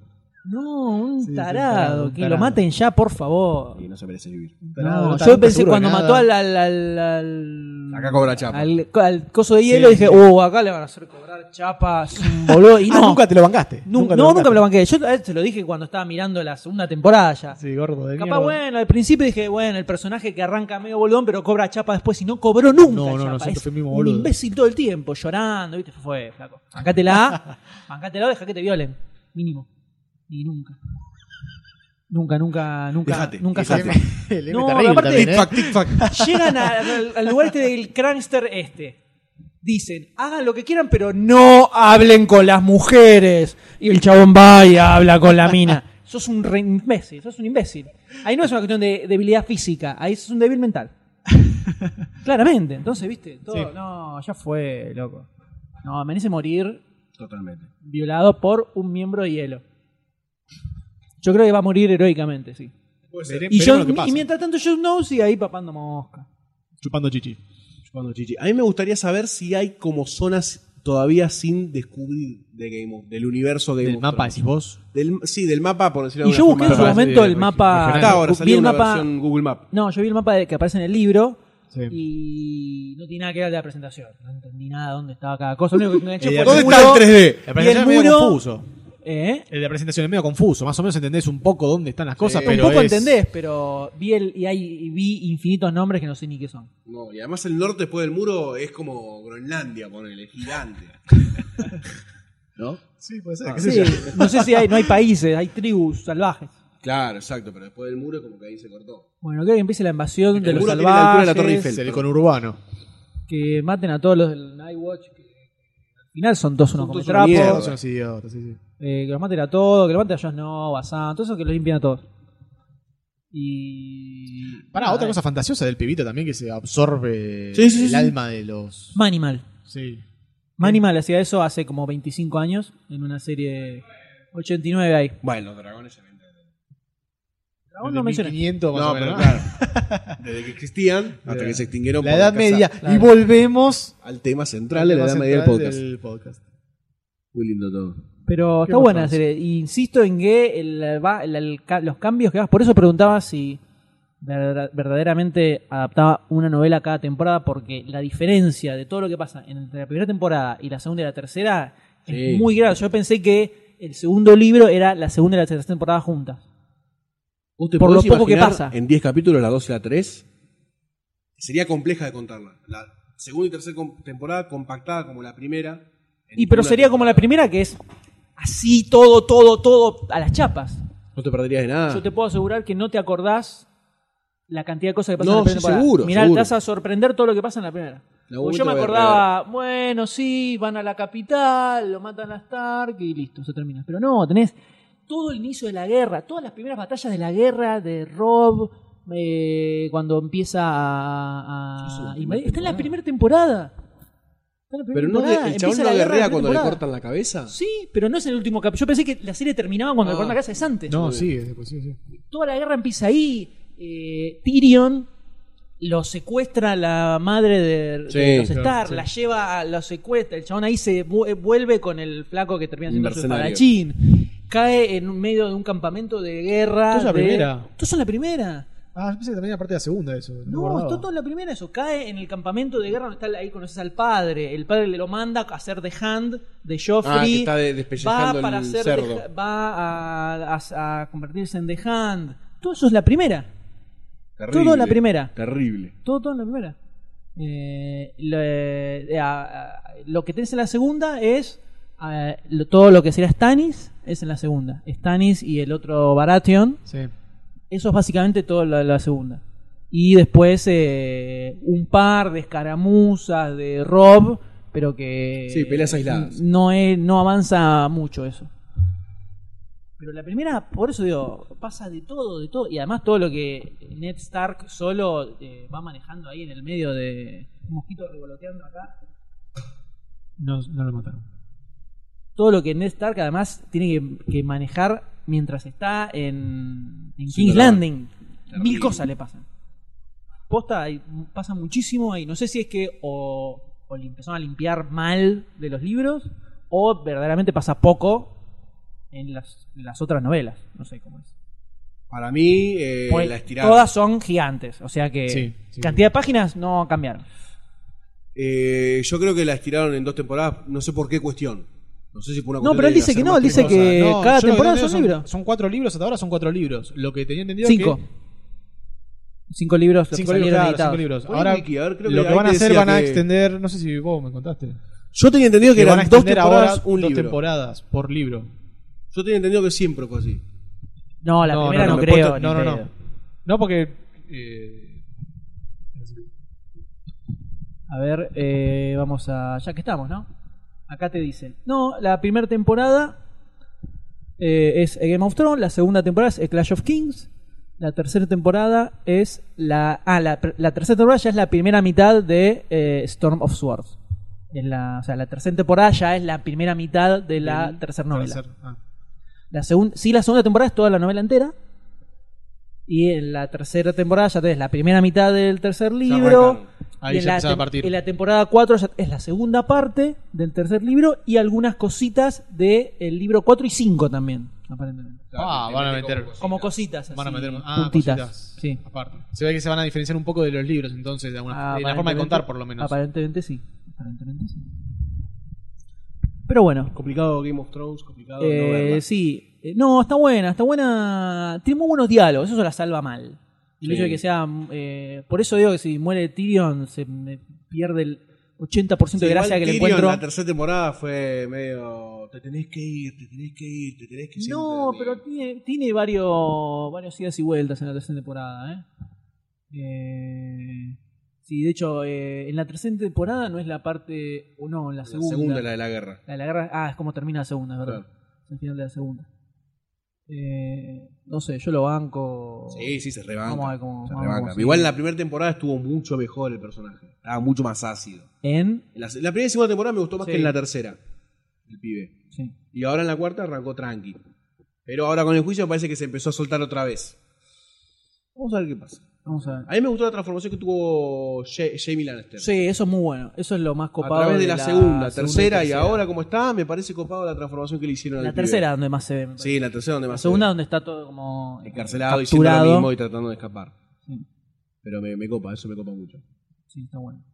Speaker 2: No, un
Speaker 3: Sí, sí,
Speaker 2: tarado.
Speaker 3: tarado, un
Speaker 2: que
Speaker 3: tarado.
Speaker 2: lo maten ya, por favor.
Speaker 1: Y no se merece vivir.
Speaker 3: Tarado,
Speaker 2: No,
Speaker 3: no está-
Speaker 2: yo
Speaker 3: no está
Speaker 2: pensé
Speaker 3: seguro de
Speaker 2: cuando
Speaker 3: nada.
Speaker 2: mató al, al, al, al-
Speaker 1: Acá cobra chapa.
Speaker 2: al- al coso de hielo,
Speaker 3: Sí,
Speaker 2: dije,
Speaker 3: sí.
Speaker 2: oh, acá le van a hacer cobrar chapas, un boludo. Y
Speaker 5: Ah,
Speaker 2: no,
Speaker 5: nunca te lo bancaste.
Speaker 2: nu-
Speaker 5: nunca te
Speaker 2: no, nunca me lo
Speaker 5: bancaste.
Speaker 2: banqué. Yo a él se lo dije cuando estaba mirando la segunda temporada ya.
Speaker 3: Sí, gordo de
Speaker 2: Capaz,
Speaker 3: mierda.
Speaker 2: bueno, al principio dije, bueno, el personaje que arranca medio boludón, pero cobra chapa después y no cobró nunca.
Speaker 3: No, no,
Speaker 2: chapa.
Speaker 3: no, siempre
Speaker 2: Es
Speaker 3: fue el mismo
Speaker 2: un
Speaker 3: boludo. Ah.
Speaker 2: imbécil todo el tiempo, llorando, ¿viste? Fue, flaco. Bancátela, bancátela, o deja que te violen, mínimo. Y nunca. Nunca, nunca, nunca.
Speaker 1: Dejate,
Speaker 2: nunca
Speaker 1: dejate.
Speaker 2: se-
Speaker 3: El M
Speaker 2: No,
Speaker 3: terrible
Speaker 2: aparte-
Speaker 3: también, ¿eh?
Speaker 1: Tic-fac, tic-fac.
Speaker 2: Llegan a- al, al lugar este del crankster este. Dicen, hagan lo que quieran, pero no hablen con las mujeres. Y el chabón va y habla con la mina. sos un re imbécil, sos un imbécil. Ahí no es una cuestión de debilidad física, ahí es un débil mental. Claramente, entonces, viste, todo,
Speaker 3: Sí.
Speaker 2: no, ya fue, loco. No, merece morir
Speaker 1: Totalmente.
Speaker 2: violado por un miembro de hielo. Yo creo que va a morir heroicamente, sí.
Speaker 3: Vere-
Speaker 2: Y,
Speaker 3: veremos
Speaker 2: yo,
Speaker 3: lo que
Speaker 2: y
Speaker 3: pasa.
Speaker 2: mientras tanto, Jon Snow sigue ahí papando mosca.
Speaker 3: Chupando chichi.
Speaker 1: Chupando chichi. A mí me gustaría saber si hay como zonas todavía sin descubrir de Game of- del universo Game
Speaker 3: Del
Speaker 1: of
Speaker 3: mapa,
Speaker 1: Thrones.
Speaker 3: decís vos.
Speaker 1: Del- sí, del mapa, por decirlo de
Speaker 2: Y yo
Speaker 1: alguna
Speaker 2: busqué en su
Speaker 1: forma.
Speaker 3: Parece
Speaker 2: momento el
Speaker 3: regi-
Speaker 2: mapa.
Speaker 1: Está ahora,
Speaker 2: vi
Speaker 1: salió
Speaker 2: el
Speaker 1: una
Speaker 2: mapa.
Speaker 1: versión Google Map.
Speaker 2: No, yo vi el mapa de- que aparece en el libro
Speaker 3: Sí.
Speaker 2: y no tiene nada que ver de la presentación. No entendí nada dónde estaba cada cosa. Lo único que enganché
Speaker 3: Eh,
Speaker 2: fue el
Speaker 1: ¿Dónde
Speaker 2: muro,
Speaker 1: está el 3D?
Speaker 3: La
Speaker 2: y el
Speaker 3: presentación es medio
Speaker 2: muro-
Speaker 3: confuso.
Speaker 2: ¿eh?
Speaker 3: El de la presentación es medio confuso. Más o menos entendés un poco dónde están las cosas,
Speaker 1: Sí.
Speaker 3: pero
Speaker 2: Un poco
Speaker 3: es-
Speaker 2: entendés, pero vi el y hay y vi infinitos nombres que no sé ni qué son.
Speaker 1: No, y además el norte después del muro es como Groenlandia, ponele, gigante. ¿No?
Speaker 3: Sí, puede ser.
Speaker 1: Ah,
Speaker 3: qué sé
Speaker 2: Sí,
Speaker 3: yo.
Speaker 2: no sé si hay, no hay países, hay tribus salvajes.
Speaker 1: Claro, exacto, pero después del muro es como que ahí se cortó.
Speaker 2: Bueno, creo que empiece la invasión de los
Speaker 1: muro tiene la altura de la Torre
Speaker 2: salvajes,
Speaker 1: Eiffel.
Speaker 3: Es el conurbano.
Speaker 2: que maten a todos los del Nightwatch, que al final son todos unos
Speaker 1: Son todos una
Speaker 2: cometrapos.
Speaker 1: mierda.
Speaker 3: Todos son unos idiotas, sí, sí.
Speaker 2: Eh, que los maten a todos, que lo maten a Jon Snow, a Sam, todo eso que los limpien a todos. Y.
Speaker 3: Pará,
Speaker 2: nada,
Speaker 3: otra
Speaker 2: eh.
Speaker 3: cosa fantasiosa del pibito también que se absorbe
Speaker 1: Sí, sí, sí,
Speaker 3: el
Speaker 1: sí.
Speaker 3: alma de los.
Speaker 2: Manimal.
Speaker 3: Sí.
Speaker 2: Manimal hacía eso hace como 25 años en una serie 89 ahí.
Speaker 1: Bueno, los dragones se venden.
Speaker 2: Aún no
Speaker 3: Desde
Speaker 2: mencioné.
Speaker 3: 1500 más
Speaker 1: No,
Speaker 3: o menos,
Speaker 1: pero
Speaker 3: ¿no?
Speaker 1: claro. Desde que existían hasta
Speaker 3: Claro.
Speaker 1: que se extinguieron
Speaker 3: La
Speaker 1: por
Speaker 3: Edad
Speaker 1: descansar.
Speaker 3: Media.
Speaker 2: Claro.
Speaker 3: Y volvemos
Speaker 1: Al tema central de la
Speaker 3: al
Speaker 1: Edad
Speaker 3: tema
Speaker 1: Media del
Speaker 3: central
Speaker 1: podcast.
Speaker 3: del podcast.
Speaker 1: Muy lindo todo.
Speaker 2: Pero está
Speaker 3: más
Speaker 2: buena la
Speaker 3: más?
Speaker 2: serie. Insisto en que el- va- el- el- ca- los cambios que vas. Por eso preguntaba si verda- verdaderamente adaptaba una novela cada temporada, porque la diferencia de todo lo que pasa entre la primera temporada y la segunda y la tercera
Speaker 1: Sí.
Speaker 2: es muy grave. Yo pensé que el segundo libro era la segunda y la tercera temporada juntas.
Speaker 1: ¿Vos te
Speaker 2: Por lo
Speaker 1: podés
Speaker 2: poco que
Speaker 1: imaginar
Speaker 2: pasa.
Speaker 1: En 10 capítulos, la 2 y la 3. Sería compleja de contarla. La segunda y tercera com- temporada compactada como la primera. en
Speaker 2: Y pero
Speaker 1: una
Speaker 2: sería como la
Speaker 1: temporada.
Speaker 2: primera que es así todo, todo, todo a las chapas.
Speaker 1: No te perderías de nada.
Speaker 2: Yo te puedo asegurar que no te acordás la cantidad de cosas que pasan
Speaker 1: No,
Speaker 2: en la primera
Speaker 1: sí,
Speaker 2: temporada.
Speaker 1: seguro,
Speaker 2: Mirá,
Speaker 1: seguro.
Speaker 2: te vas a sorprender todo lo que pasa en la primera.
Speaker 1: En algún
Speaker 2: Porque pues yo me
Speaker 1: momento voy a
Speaker 2: acordaba, bueno, sí, van a la capital, lo matan a Stark y listo, se termina. Pero no, tenés todo el inicio de la guerra, todas las primeras batallas de la guerra, de Rob, eh, cuando empieza a... a-
Speaker 1: Eso es la
Speaker 2: invadir.
Speaker 1: primera
Speaker 2: Está en
Speaker 1: temporada.
Speaker 2: la primera temporada. Está en la primera
Speaker 1: Pero no,
Speaker 2: temporada,
Speaker 1: el chabón
Speaker 2: empieza
Speaker 1: no
Speaker 2: la guerra en
Speaker 1: guerrea
Speaker 2: la
Speaker 1: cuando le
Speaker 2: temporada.
Speaker 1: cortan la cabeza.
Speaker 2: Sí, pero no es el último capítulo. Yo pensé que la serie terminaba cuando
Speaker 1: Ah.
Speaker 2: le cortan la cabeza, es antes
Speaker 3: No, sí, es- pues sí, sí.
Speaker 2: toda la guerra empieza ahí. Eh, Tyrion lo secuestra a la madre de,
Speaker 1: Sí,
Speaker 2: de los
Speaker 1: claro,
Speaker 2: Stark,
Speaker 3: sí.
Speaker 2: la lleva, a- lo secuestra. El chabón ahí se vu- eh, vuelve con el flaco que termina siendo su
Speaker 1: Mercenario.
Speaker 2: espadachín. Cae en medio de un campamento de guerra.
Speaker 3: Esto es la
Speaker 2: de-
Speaker 3: primera.
Speaker 2: Esto es la primera.
Speaker 3: Ah, yo pensé que también era parte de la segunda eso. me
Speaker 2: No,
Speaker 3: acordaba.
Speaker 2: esto todo en la primera eso. Cae en el campamento de guerra donde está ahí conoces al padre. El padre le lo manda a hacer de hand de Joffrey.
Speaker 1: Ah, que está de-
Speaker 2: va
Speaker 1: despellejando
Speaker 2: para
Speaker 1: el
Speaker 2: hacer
Speaker 1: cerdo.
Speaker 2: de- va a, a- a convertirse en the hand. Todo eso es la primera.
Speaker 1: Terrible,
Speaker 2: Todo la primera.
Speaker 1: Terrible.
Speaker 2: Todo, todo en la primera. Eh, lo, eh, a- a- lo que tenés en la segunda es eh, lo- todo lo que será Stannis es en la segunda. Stannis y el otro Baratheon,
Speaker 3: Sí.
Speaker 2: eso es básicamente todo la, la segunda. Y después eh, un par de escaramuzas de Rob, pero que.
Speaker 1: Sí, peleas aisladas.
Speaker 2: No, es, no avanza mucho eso. Pero la primera, por eso digo, pasa de todo, de todo. Y además todo lo que Ned Stark solo eh, va manejando ahí en el medio de. Un mosquito revoloteando acá.
Speaker 3: No, no lo mataron.
Speaker 2: todo lo que Ned Stark además tiene que, que manejar mientras está en, en
Speaker 1: Sí,
Speaker 2: King's
Speaker 1: verdad.
Speaker 2: Landing. Mil
Speaker 1: Terrible.
Speaker 2: cosas le pasan. Posta, hay- pasa muchísimo ahí. No sé si es que o, o le empezaron a limpiar mal de los libros o verdaderamente pasa poco en las, en las otras novelas. No sé cómo es.
Speaker 1: Para mí, eh,
Speaker 2: Pues,
Speaker 1: la estirada.
Speaker 2: todas son gigantes, o sea que
Speaker 3: Sí, sí.
Speaker 2: cantidad de páginas no cambiaron.
Speaker 1: Eh, yo creo que la estiraron en dos temporadas, no sé por qué cuestión. No sé si por una
Speaker 2: No,
Speaker 1: cuestión
Speaker 2: pero él
Speaker 1: de
Speaker 2: dice
Speaker 1: hacer
Speaker 2: que no,
Speaker 1: más
Speaker 2: él dice
Speaker 1: películas.
Speaker 2: que
Speaker 3: No,
Speaker 2: cada
Speaker 3: yo lo que
Speaker 2: temporada
Speaker 3: tengo
Speaker 2: es un
Speaker 3: entendido
Speaker 2: libro.
Speaker 3: Son cuatro libros, hasta ahora son cuatro libros. Lo que tenía entendido es
Speaker 2: Cinco.
Speaker 3: que
Speaker 2: Cinco libros los
Speaker 3: Cinco
Speaker 2: que
Speaker 3: libros,
Speaker 2: salieron
Speaker 3: claro,
Speaker 2: editados.
Speaker 3: cinco libros.
Speaker 1: Bueno,
Speaker 3: Ahora
Speaker 1: Vicky, a ver, creo que
Speaker 3: lo que
Speaker 1: ahí
Speaker 3: van a
Speaker 1: te
Speaker 3: hacer
Speaker 1: decía
Speaker 3: van a
Speaker 1: que-
Speaker 3: extender, no sé si vos me contaste,
Speaker 1: Yo tenía entendido que,
Speaker 3: van a
Speaker 1: eran dos
Speaker 3: extender
Speaker 1: temporadas,
Speaker 3: ahora
Speaker 1: un
Speaker 3: dos
Speaker 1: libro.
Speaker 3: temporadas por libro.
Speaker 1: Yo tenía entendido que siempre fue así.
Speaker 2: No, la
Speaker 3: No,
Speaker 2: primera
Speaker 3: no,
Speaker 2: no,
Speaker 3: no,
Speaker 2: creo.
Speaker 3: después te-
Speaker 2: ni
Speaker 3: no, no,
Speaker 2: pedo.
Speaker 3: no. No porque eh,
Speaker 2: A ver, eh, vamos a. Ya que estamos, ¿no? Acá te dicen. No, la primera temporada eh, es A Game of Thrones, la segunda temporada es A Clash of Kings, la tercera temporada es la. Ah, la, la tercera temporada ya es la primera mitad de eh, Storm of Swords. Es la, o sea, la tercera temporada ya es la primera mitad de la
Speaker 3: Del
Speaker 2: tercera novela.
Speaker 3: tercer- ah,
Speaker 2: La segun- sí, la segunda temporada es toda la novela entera. Y en la tercera temporada ya tenés la primera mitad del tercer
Speaker 1: Ya
Speaker 2: libro.
Speaker 1: arrancaron.
Speaker 3: Ahí
Speaker 2: y en
Speaker 3: ya
Speaker 2: la
Speaker 3: empezaba a
Speaker 2: tem-
Speaker 3: partir.
Speaker 2: En la temporada 4 ya es la segunda parte del tercer libro y algunas cositas del libro 4 y 5 también, aparentemente.
Speaker 3: Ah, van a meter.
Speaker 2: Como cositas. Así,
Speaker 3: Van a meter ah,
Speaker 2: puntitas.
Speaker 3: cositas.
Speaker 2: Sí.
Speaker 3: Aparte. Se ve que se van a diferenciar un poco de los libros, entonces, de, alguna, de Ah, la forma de
Speaker 2: Aparentemente-
Speaker 3: contar, por lo menos.
Speaker 2: Aparentemente sí. Aparentemente sí. Pero bueno,
Speaker 1: Complicado Game of Thrones, complicado no
Speaker 2: Eh,
Speaker 1: verla.
Speaker 2: sí. Eh, No, está buena, está buena. Tiene muy buenos diálogos, eso la salva mal. El
Speaker 1: Sí.
Speaker 2: hecho de que sea. mm, eh, por eso digo que si muere Tyrion, se me pierde el 80% de
Speaker 1: Igual
Speaker 2: gracia que le
Speaker 1: Tyrion,
Speaker 2: encuentro.
Speaker 1: La tercera temporada fue medio. Te tenés que ir, te tenés que ir, te tenés que ir.
Speaker 2: No,
Speaker 1: siempre,
Speaker 2: pero
Speaker 1: amigo.
Speaker 2: tiene, tiene varios, varios idas y vueltas en la tercera temporada. ¿eh? Eh, sí, de hecho, eh, en la tercera temporada no es la parte. O no, en la
Speaker 1: La
Speaker 2: segunda.
Speaker 1: segunda, la de la guerra.
Speaker 2: La de la guerra. Ah, es como termina la segunda, es ¿verdad?
Speaker 1: Claro.
Speaker 2: El final de la segunda. Eh, no sé, yo lo banco.
Speaker 1: Sí, sí, se rebanca.
Speaker 2: Vamos a ver cómo.
Speaker 1: se
Speaker 2: vamos a ver
Speaker 1: rebanca.
Speaker 2: cómo
Speaker 1: Igual
Speaker 2: sigue.
Speaker 1: en la primera temporada estuvo mucho mejor el personaje. Estaba mucho más ácido.
Speaker 2: En.
Speaker 1: En La, en la primera y segunda temporada me gustó más
Speaker 2: Sí.
Speaker 1: que en la tercera. El pibe.
Speaker 2: Sí.
Speaker 1: Y ahora en la cuarta arrancó tranqui. Pero ahora con el juicio me parece que se empezó a soltar otra vez. Vamos a ver qué pasa.
Speaker 2: Vamos a ver.
Speaker 1: A mí me gustó la transformación que tuvo Jamie Lannister.
Speaker 2: Sí, eso es muy bueno. Eso es lo más
Speaker 1: a
Speaker 2: copado.
Speaker 1: través de la, segunda, tercera y
Speaker 2: tercera.
Speaker 1: ahora como está, me parece copado la transformación que le hicieron al
Speaker 2: La
Speaker 1: pibe.
Speaker 2: tercera donde más se ve. me
Speaker 1: Sí,
Speaker 2: parece.
Speaker 1: la tercera donde
Speaker 2: la
Speaker 1: más.
Speaker 2: segunda
Speaker 1: se
Speaker 2: donde está todo como.
Speaker 1: ve. encarcelado y siendo
Speaker 2: capturado.
Speaker 1: lo mismo y tratando de escapar.
Speaker 2: Sí.
Speaker 1: Pero me, me copa, eso me copa mucho.
Speaker 2: Sí, está bueno.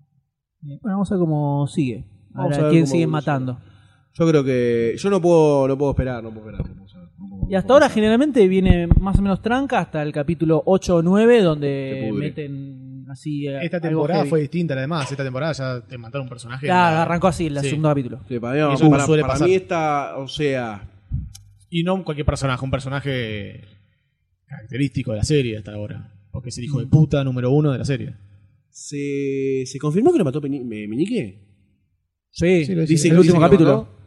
Speaker 2: Eh, bueno, vamos a ver cómo sigue. A
Speaker 1: Vamos a
Speaker 2: ver a
Speaker 1: ver
Speaker 2: quién
Speaker 1: cómo
Speaker 2: siguen
Speaker 1: evoluciona.
Speaker 2: matando.
Speaker 1: Yo creo que yo no puedo no puedo esperar, no puedo esperar. no puedo saber, no puedo-
Speaker 2: Y
Speaker 1: no
Speaker 2: hasta
Speaker 1: puedo
Speaker 2: ahora
Speaker 1: saber.
Speaker 2: generalmente viene más o menos tranca hasta el capítulo 8 o 9
Speaker 1: Se
Speaker 2: donde
Speaker 1: pudre.
Speaker 2: meten así... eh,
Speaker 3: Esta
Speaker 2: algo
Speaker 3: temporada
Speaker 2: heavy.
Speaker 3: fue distinta, además. Esta temporada ya te mataron un personaje.
Speaker 2: Claro,
Speaker 3: La-
Speaker 2: arrancó así el
Speaker 3: Sí.
Speaker 2: segundo capítulo.
Speaker 1: Sí, para mí,
Speaker 3: Eso
Speaker 1: para-
Speaker 3: suele
Speaker 1: para
Speaker 3: pasar.
Speaker 1: mí está, o sea,
Speaker 3: Y no cualquier personaje, un personaje característico de la serie hasta ahora. Porque es el hijo de puta número uno de la serie.
Speaker 1: ¿Se, se confirmó que lo mató Peni- Me- Meñique?
Speaker 2: Sí,
Speaker 3: Sí, lo
Speaker 2: dice
Speaker 3: dice.
Speaker 2: el último
Speaker 1: Dice que lo
Speaker 2: capítulo.
Speaker 1: mandó.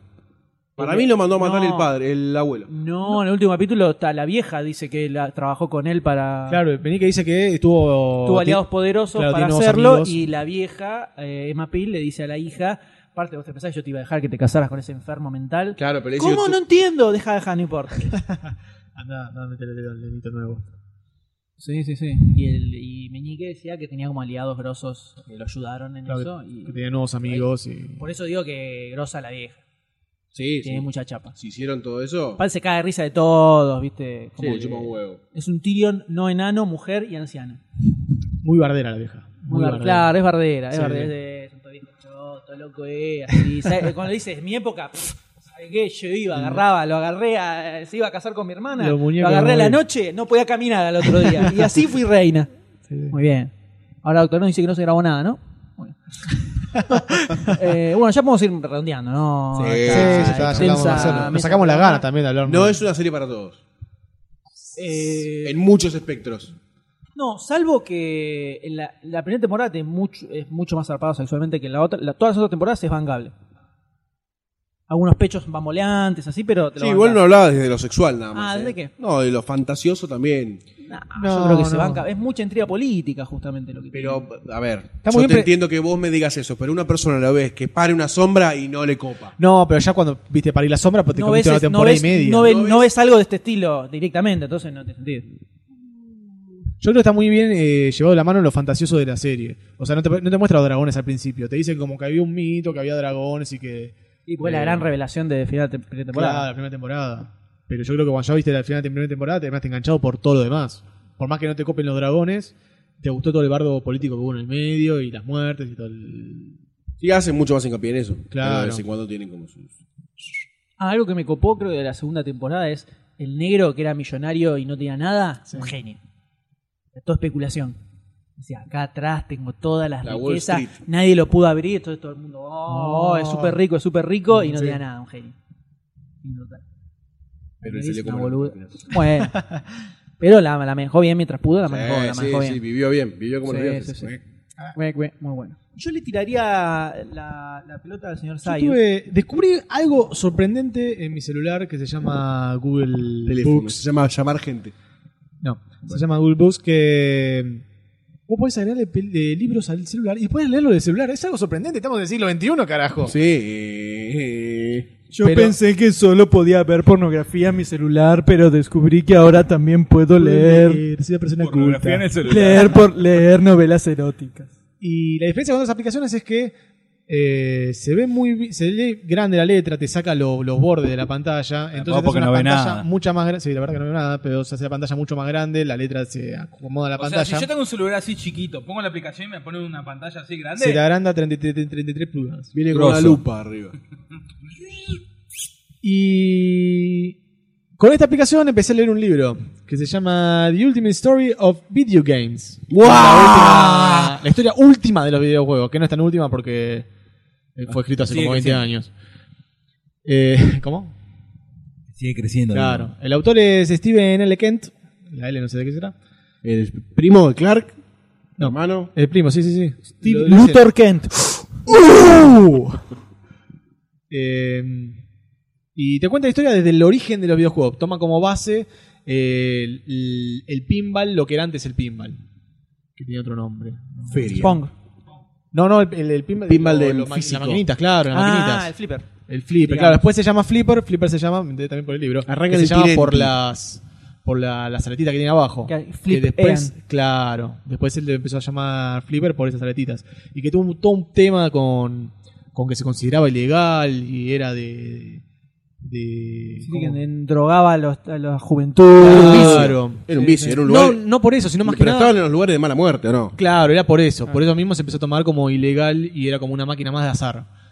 Speaker 1: Para mí lo mandó a matar
Speaker 2: No.
Speaker 1: el padre, el abuelo.
Speaker 2: No, en el último capítulo está la vieja, dice que la, trabajó con él para...
Speaker 3: Claro, Penique dice que estuvo.
Speaker 2: tuvo aliados poderosos
Speaker 3: claro,
Speaker 2: para
Speaker 3: tiene nuevos
Speaker 2: hacerlo
Speaker 3: amigos.
Speaker 2: y la vieja, eh, Emma Peel, le dice a la hija, aparte vos te pensás que yo te iba a dejar que te casaras con ese enfermo mental.
Speaker 1: Claro, pero le dice
Speaker 2: ¿Cómo?
Speaker 1: que
Speaker 2: No entiendo. Deja, deja, no importa.
Speaker 3: Anda, anda, métele el dedo al dedito nuevo.
Speaker 2: Sí, sí, sí. Y, el, y Meñique decía que tenía como aliados grosos que lo ayudaron en
Speaker 3: Claro,
Speaker 2: eso. y-
Speaker 3: Que tenía nuevos amigos y.
Speaker 2: por eso digo que grosa la vieja.
Speaker 1: Sí, sí.
Speaker 2: Tiene mucha chapa.
Speaker 1: Si hicieron todo eso,
Speaker 2: Pal se cae de risa de todos, ¿viste?
Speaker 1: sí,
Speaker 2: Como
Speaker 1: le
Speaker 2: que-
Speaker 1: chupa un huevo.
Speaker 2: es un Tyrion no enano, mujer y anciana.
Speaker 3: Muy bardera la vieja.
Speaker 2: Muy
Speaker 3: Muy
Speaker 2: bar-
Speaker 3: bardera.
Speaker 2: claro, es bardera, es
Speaker 3: Sí,
Speaker 2: bardera.
Speaker 3: sí.
Speaker 2: es de- son todos viejos chotos, loco, eh. Así, ¿sabe? Cuando le dices, mi época, pff, ¿sabes qué? Yo iba, agarraba, lo agarré, a- se iba a casar con mi hermana,
Speaker 3: Mm. Los
Speaker 2: lo,
Speaker 3: muñecos
Speaker 2: agarré a la
Speaker 3: móviles.
Speaker 2: noche, no podía caminar al otro día. Y así fui reina.
Speaker 3: Sí, sí.
Speaker 2: Muy bien. Ahora, doctor, no dice que no se grabó nada, ¿no? Muy bien. Eh, bueno, ya podemos ir redondeando, ¿no?
Speaker 1: Sí,
Speaker 2: Esta
Speaker 1: sí,
Speaker 3: ya está, ya
Speaker 2: extensa
Speaker 3: estamos haciendo. Nos
Speaker 2: mesa
Speaker 3: sacamos la
Speaker 2: redonda.
Speaker 3: gana también de hablar.
Speaker 1: No es una serie para todos.
Speaker 2: Eh,
Speaker 1: En muchos espectros.
Speaker 2: No, salvo que en la, la primera temporada te- mucho- es mucho más zarpado sexualmente que la otra. La- todas las otras temporadas es vangable. Algunos pechos bamboleantes, así, pero te lo
Speaker 1: Sí, igual no
Speaker 2: bancás.
Speaker 1: hablaba desde lo sexual nada más.
Speaker 2: Ah, ¿de
Speaker 1: ¿eh?
Speaker 2: qué?
Speaker 1: No, de lo fantasioso también.
Speaker 2: Nah,
Speaker 3: No,
Speaker 2: yo creo que se
Speaker 3: no.
Speaker 2: banca. Es mucha intriga política, justamente, lo que
Speaker 1: Pero, a ver,
Speaker 3: Está muy
Speaker 1: yo
Speaker 3: bien,
Speaker 1: te
Speaker 3: pero-
Speaker 1: entiendo que vos me digas eso, pero una persona a la vez que pare una sombra y no le copa.
Speaker 3: No, pero ya cuando viste Parir la Sombra, pues te
Speaker 2: no ves,
Speaker 3: comiste una
Speaker 2: no,
Speaker 3: temporada
Speaker 2: ves,
Speaker 3: y media.
Speaker 2: no, ve-
Speaker 1: ¿No
Speaker 2: no
Speaker 1: ves?
Speaker 2: ves algo de este estilo directamente, entonces no te sentido.
Speaker 3: Yo creo que está muy bien eh, llevado de la mano lo fantasioso de la serie. O sea, no te, no te muestra dragones al principio. Te dicen como que había un mito, que había dragones y que.
Speaker 2: Y fue la gran revelación de final de primera
Speaker 3: Claro,
Speaker 2: temporada.
Speaker 3: la primera temporada. Pero yo creo que cuando ya viste la final de primera temporada, te has enganchado por todo lo demás. Por más que no te copen los dragones, te gustó todo el bardo político que hubo en el medio y las muertes y todo el.
Speaker 1: Sí, hacen mucho más hincapié en eso. Pero de
Speaker 3: Claro.
Speaker 1: vez en cuando tienen como sus.
Speaker 2: Ah, algo que me copó, creo, de la segunda temporada es el negro que era millonario y no tenía nada, un genio. Era Todo especulación. Decía, acá atrás tengo todas las
Speaker 1: La Wall
Speaker 2: riquezas,
Speaker 1: Street.
Speaker 2: nadie lo pudo abrir, entonces todo el mundo, oh,
Speaker 3: Oh.
Speaker 2: es súper rico, es súper rico, y no
Speaker 3: Sí.
Speaker 2: tenía nada, un genio. Y total.
Speaker 1: Pero
Speaker 2: Es
Speaker 1: él salió
Speaker 2: una
Speaker 1: como la-
Speaker 2: boluda. Bueno, pero la, la manejó bien mientras pudo, la manejó, la
Speaker 1: Sí,
Speaker 2: manejó
Speaker 1: sí,
Speaker 2: bien.
Speaker 1: sí, vivió bien, vivió como
Speaker 2: Sí,
Speaker 1: los dioses.
Speaker 2: sí, sí. Muy bueno. Yo le tiraría la, la pelota al señor
Speaker 3: Yo
Speaker 2: Sayo.
Speaker 3: tuve- descubrí algo sorprendente en mi celular que se llama Google
Speaker 1: Teléfono,
Speaker 3: Books.
Speaker 1: se llama llamar gente.
Speaker 3: No, se llama Google Books que vos podés agregarle pel- de libros al celular y puedes leerlo del celular. Es algo sorprendente, estamos en el siglo XXI, carajo.
Speaker 1: Sí. eh,
Speaker 5: Yo
Speaker 3: Pero-
Speaker 5: pensé que solo podía ver pornografía en mi celular, pero descubrí que ahora también puedo leer
Speaker 3: Soy una persona
Speaker 4: Pornografía
Speaker 3: culta.
Speaker 4: en el celular.
Speaker 5: leer por leer novelas eróticas.
Speaker 3: Y la diferencia con otras aplicaciones es que eh, se ve muy bi- se lee grande la letra, te saca lo- los bordes de la pantalla,
Speaker 5: Ah,
Speaker 3: entonces te hace
Speaker 4: porque
Speaker 3: una
Speaker 4: no ve
Speaker 3: pantalla
Speaker 4: nada.
Speaker 3: mucha más grande, sí, la verdad que no veo nada, pero se hace la pantalla mucho más grande, la letra se acomoda a la
Speaker 4: O sea,
Speaker 3: pantalla.
Speaker 4: si yo tengo un celular así chiquito, pongo la aplicación y me pone una pantalla así grande.
Speaker 3: Se te agranda a 33, 33 pulgadas.
Speaker 1: viene con
Speaker 4: Grosso.
Speaker 1: una lupa arriba.
Speaker 3: Y con esta aplicación empecé a leer un libro que se llama The Ultimate Story of Video Games.
Speaker 1: ¡Wow!
Speaker 3: La, última- la historia última de los videojuegos, que no es tan última porque eh, fue escrito hace
Speaker 4: Sigue
Speaker 3: como 20
Speaker 4: creciendo.
Speaker 3: años. Eh, ¿Cómo?
Speaker 4: Sigue creciendo.
Speaker 3: Claro. El autor es Steven L. Kent. La L no sé de qué será.
Speaker 1: El primo de Clark,
Speaker 3: No.
Speaker 1: hermano.
Speaker 3: El primo, sí, sí, sí. Lo
Speaker 5: Steve
Speaker 3: dice-
Speaker 5: Luther Kent.
Speaker 3: Eh, y te cuenta la historia desde el origen de los videojuegos. Toma como base eh, el, el pinball, lo que era antes el pinball. Que tenía otro nombre.
Speaker 1: Feria.
Speaker 2: Pong.
Speaker 3: No, no, el, el- el pinball,
Speaker 1: Pinball de
Speaker 3: lo- lo-
Speaker 1: físico.
Speaker 3: Las maquinitas, claro, las
Speaker 2: Ah, el
Speaker 3: maquinitas.
Speaker 2: flipper.
Speaker 3: El, flipper,
Speaker 2: digamos.
Speaker 3: claro. Después se llama flipper, flipper se llama, me enteré también por el libro.
Speaker 1: Arranca
Speaker 3: que
Speaker 1: del
Speaker 3: se llama
Speaker 1: Tirenti.
Speaker 3: por las por la, las aletitas que tiene abajo.
Speaker 2: Que hay
Speaker 3: que
Speaker 2: flip
Speaker 3: después,
Speaker 2: eran.
Speaker 3: claro, después él le empezó a llamar flipper por esas aletitas. Y que tuvo un- todo un tema con, con que se consideraba ilegal y era de... de
Speaker 2: Sí,
Speaker 3: ¿cómo?
Speaker 2: que en- drogaba a, los, a la juventud.
Speaker 3: Claro.
Speaker 1: Era un vicio, era un lugar.
Speaker 3: No, no por eso, sino más que
Speaker 1: pero
Speaker 3: nada...
Speaker 1: estaban en los lugares de mala muerte, ¿o no?
Speaker 3: Claro, era por eso. Por eso mismo se empezó a tomar como ilegal y era como una máquina más de azar.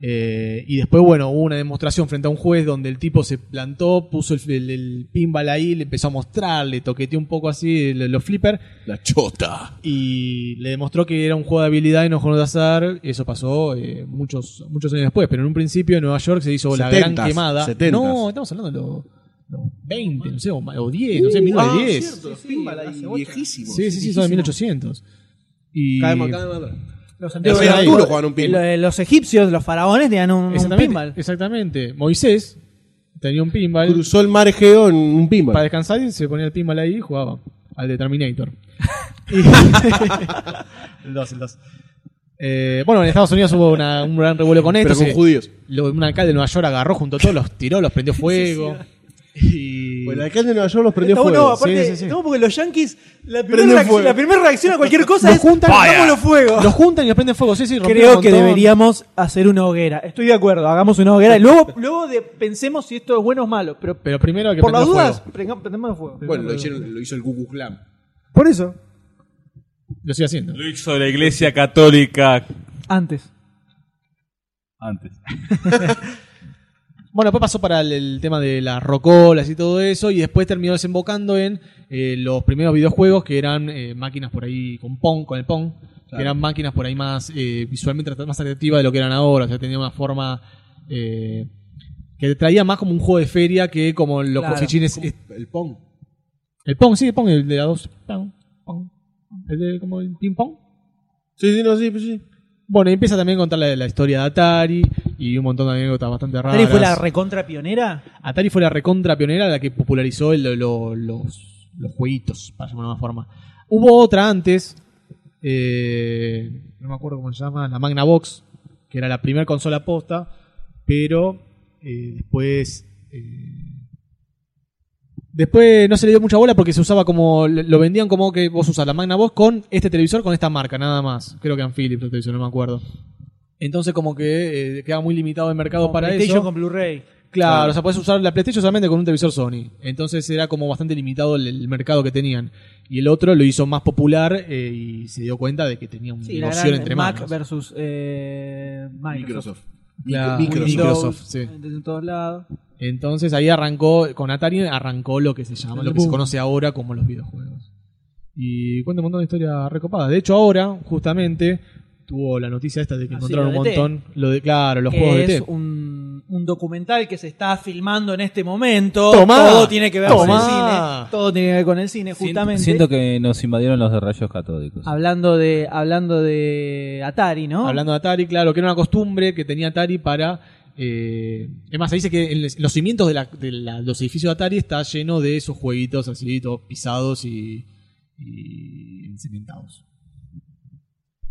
Speaker 3: Eh, y después, bueno, hubo una demostración frente a un juez donde el tipo se plantó, puso el, el- el pinball ahí, le empezó a mostrar, le toqueteó un poco así el- los flippers
Speaker 1: La chota.
Speaker 3: y le demostró que era un juego de habilidad y no un juego de azar. Eso pasó eh, muchos, muchos años después, pero en un principio en Nueva York se hizo la gran
Speaker 1: 70s,
Speaker 3: quemada.
Speaker 1: 70s.
Speaker 3: No, estamos hablando de los los 20, no sé, o, o 10, no sé, 1910.
Speaker 1: los pinball ahí, viejísimos.
Speaker 3: sí, sí, sí, son de 1800. Y...
Speaker 1: Cada vez más, cada vez más.
Speaker 2: Los
Speaker 3: Eso era
Speaker 1: duro jugar un pinball.
Speaker 5: eh,
Speaker 2: Lo- Los egipcios, los faraones tenían un, un
Speaker 3: Exactamente,
Speaker 2: pinball.
Speaker 3: exactamente. Moisés tenía un pinball.
Speaker 1: Cruzó el mar Egeo en un
Speaker 3: Para
Speaker 1: pinball.
Speaker 3: descansar y se ponía el pinball ahí y jugaba. Al de Terminator. el 2, el
Speaker 1: Pues
Speaker 3: 2. Eh, bueno, en Estados Unidos hubo una- un gran revuelo con esto.
Speaker 1: Pero con
Speaker 3: se-
Speaker 1: judíos.
Speaker 3: lo- un alcalde de Nueva York agarró junto a todos, los tiró, los prendió fuego. Y...
Speaker 1: Pues el alcalde de Nueva York los prendió
Speaker 5: Está
Speaker 1: fuego.
Speaker 5: bueno, aparte,
Speaker 3: Sí, sí, sí.
Speaker 5: no, porque los yankees, la
Speaker 1: Prenden
Speaker 5: primera, reacc-
Speaker 1: fuego.
Speaker 5: la primera reacción a cualquier cosa
Speaker 3: Lo
Speaker 5: es
Speaker 3: juntan,
Speaker 5: los fuego.
Speaker 3: Los juntan y los prenden fuego. Sí, sí, rompieron
Speaker 5: Creo
Speaker 3: un
Speaker 5: que
Speaker 3: montón.
Speaker 5: deberíamos hacer una hoguera. Estoy de acuerdo, hagamos una hoguera. Y luego, luego de- pensemos si esto es bueno o malo. Pero,
Speaker 3: Pero primero hay que
Speaker 5: por las
Speaker 3: prender
Speaker 5: dudas,
Speaker 3: fuego.
Speaker 5: prengamos- prendamos fuego.
Speaker 1: Bueno, lo, hicieron, lo hizo el Ku Klux Klan.
Speaker 5: Por eso,
Speaker 3: Lo sigue haciendo.
Speaker 6: Lo hizo la iglesia católica
Speaker 2: Antes.
Speaker 6: antes.
Speaker 3: Bueno, después pasó para el, el tema de las rocolas y todo eso, y después terminó desembocando en eh, los primeros videojuegos que eran eh, máquinas por ahí con Pong, con el Pong,
Speaker 1: Claro.
Speaker 3: Eran máquinas por ahí más eh, visualmente más atractivas de lo que eran ahora. O sea, tenía una forma eh, que traía más como un juego de feria que como los
Speaker 2: Claro.
Speaker 3: cochechines.
Speaker 1: El Pong.
Speaker 3: El Pong, sí, el Pong, el de las dos. Pong, pong. El de como el ping pong.
Speaker 1: Sí, sí, no, sí, pues sí.
Speaker 3: Bueno, y empieza también a contar la, la historia de Atari y un montón de anécdotas bastante raras.
Speaker 5: ¿Atari fue la recontra pionera?
Speaker 3: Atari fue la recontra pionera, la que popularizó el- lo- los, los jueguitos, para llamarlo de una forma. Hubo otra antes, eh, no me acuerdo cómo se llama, la Magnavox, que era la primera consola posta, pero eh, después... eh, Después no se le dio mucha bola porque se usaba como. Lo vendían como que vos usás la Magnavox con este televisor, con esta marca, nada más. Creo que eran Philips los televisores, no me acuerdo. Entonces, como que eh, quedaba muy limitado el mercado
Speaker 5: Como
Speaker 3: para
Speaker 5: PlayStation
Speaker 3: eso.
Speaker 5: con Blu-ray.
Speaker 3: Claro, o sea, puedes usar la PlayStation solamente con un televisor Sony. Entonces era como bastante limitado el, el mercado que tenían. Y el otro lo hizo más popular eh, y se dio cuenta de que tenía un
Speaker 2: Sí,
Speaker 3: negocio entre
Speaker 2: Mac
Speaker 3: manos.
Speaker 2: versus eh, Microsoft.
Speaker 1: Microsoft.
Speaker 5: Ah,
Speaker 3: Claro.
Speaker 1: Microsoft.
Speaker 3: Microsoft, sí.
Speaker 5: eh,
Speaker 2: En todos lados.
Speaker 3: Entonces ahí arrancó, con Atari arrancó lo que se llama, lo que se
Speaker 2: Boom.
Speaker 3: conoce ahora como los videojuegos. Y cuenta un montón de historias recopadas. De hecho, ahora, justamente, tuvo la noticia esta de que
Speaker 5: Ah, sí,
Speaker 3: encontraron
Speaker 5: lo
Speaker 3: un
Speaker 5: de T.
Speaker 3: montón. Lo de, claro, los
Speaker 5: que
Speaker 3: juegos de E
Speaker 5: es
Speaker 3: T.
Speaker 5: un, un documental que se está filmando en este momento.
Speaker 3: Tomá,
Speaker 5: todo tiene que ver con el
Speaker 3: tomá.
Speaker 5: cine. Todo tiene que ver con el cine, justamente.
Speaker 6: Siento que nos invadieron los de rayos catódicos.
Speaker 2: Hablando de, hablando de Atari, ¿no?
Speaker 3: Hablando de Atari, claro, que era una costumbre que tenía Atari para. eh, es más, se dice que en les- los cimientos de, la- de la- los edificios de Atari está lleno de esos jueguitos así, todos pisados y, y encementados.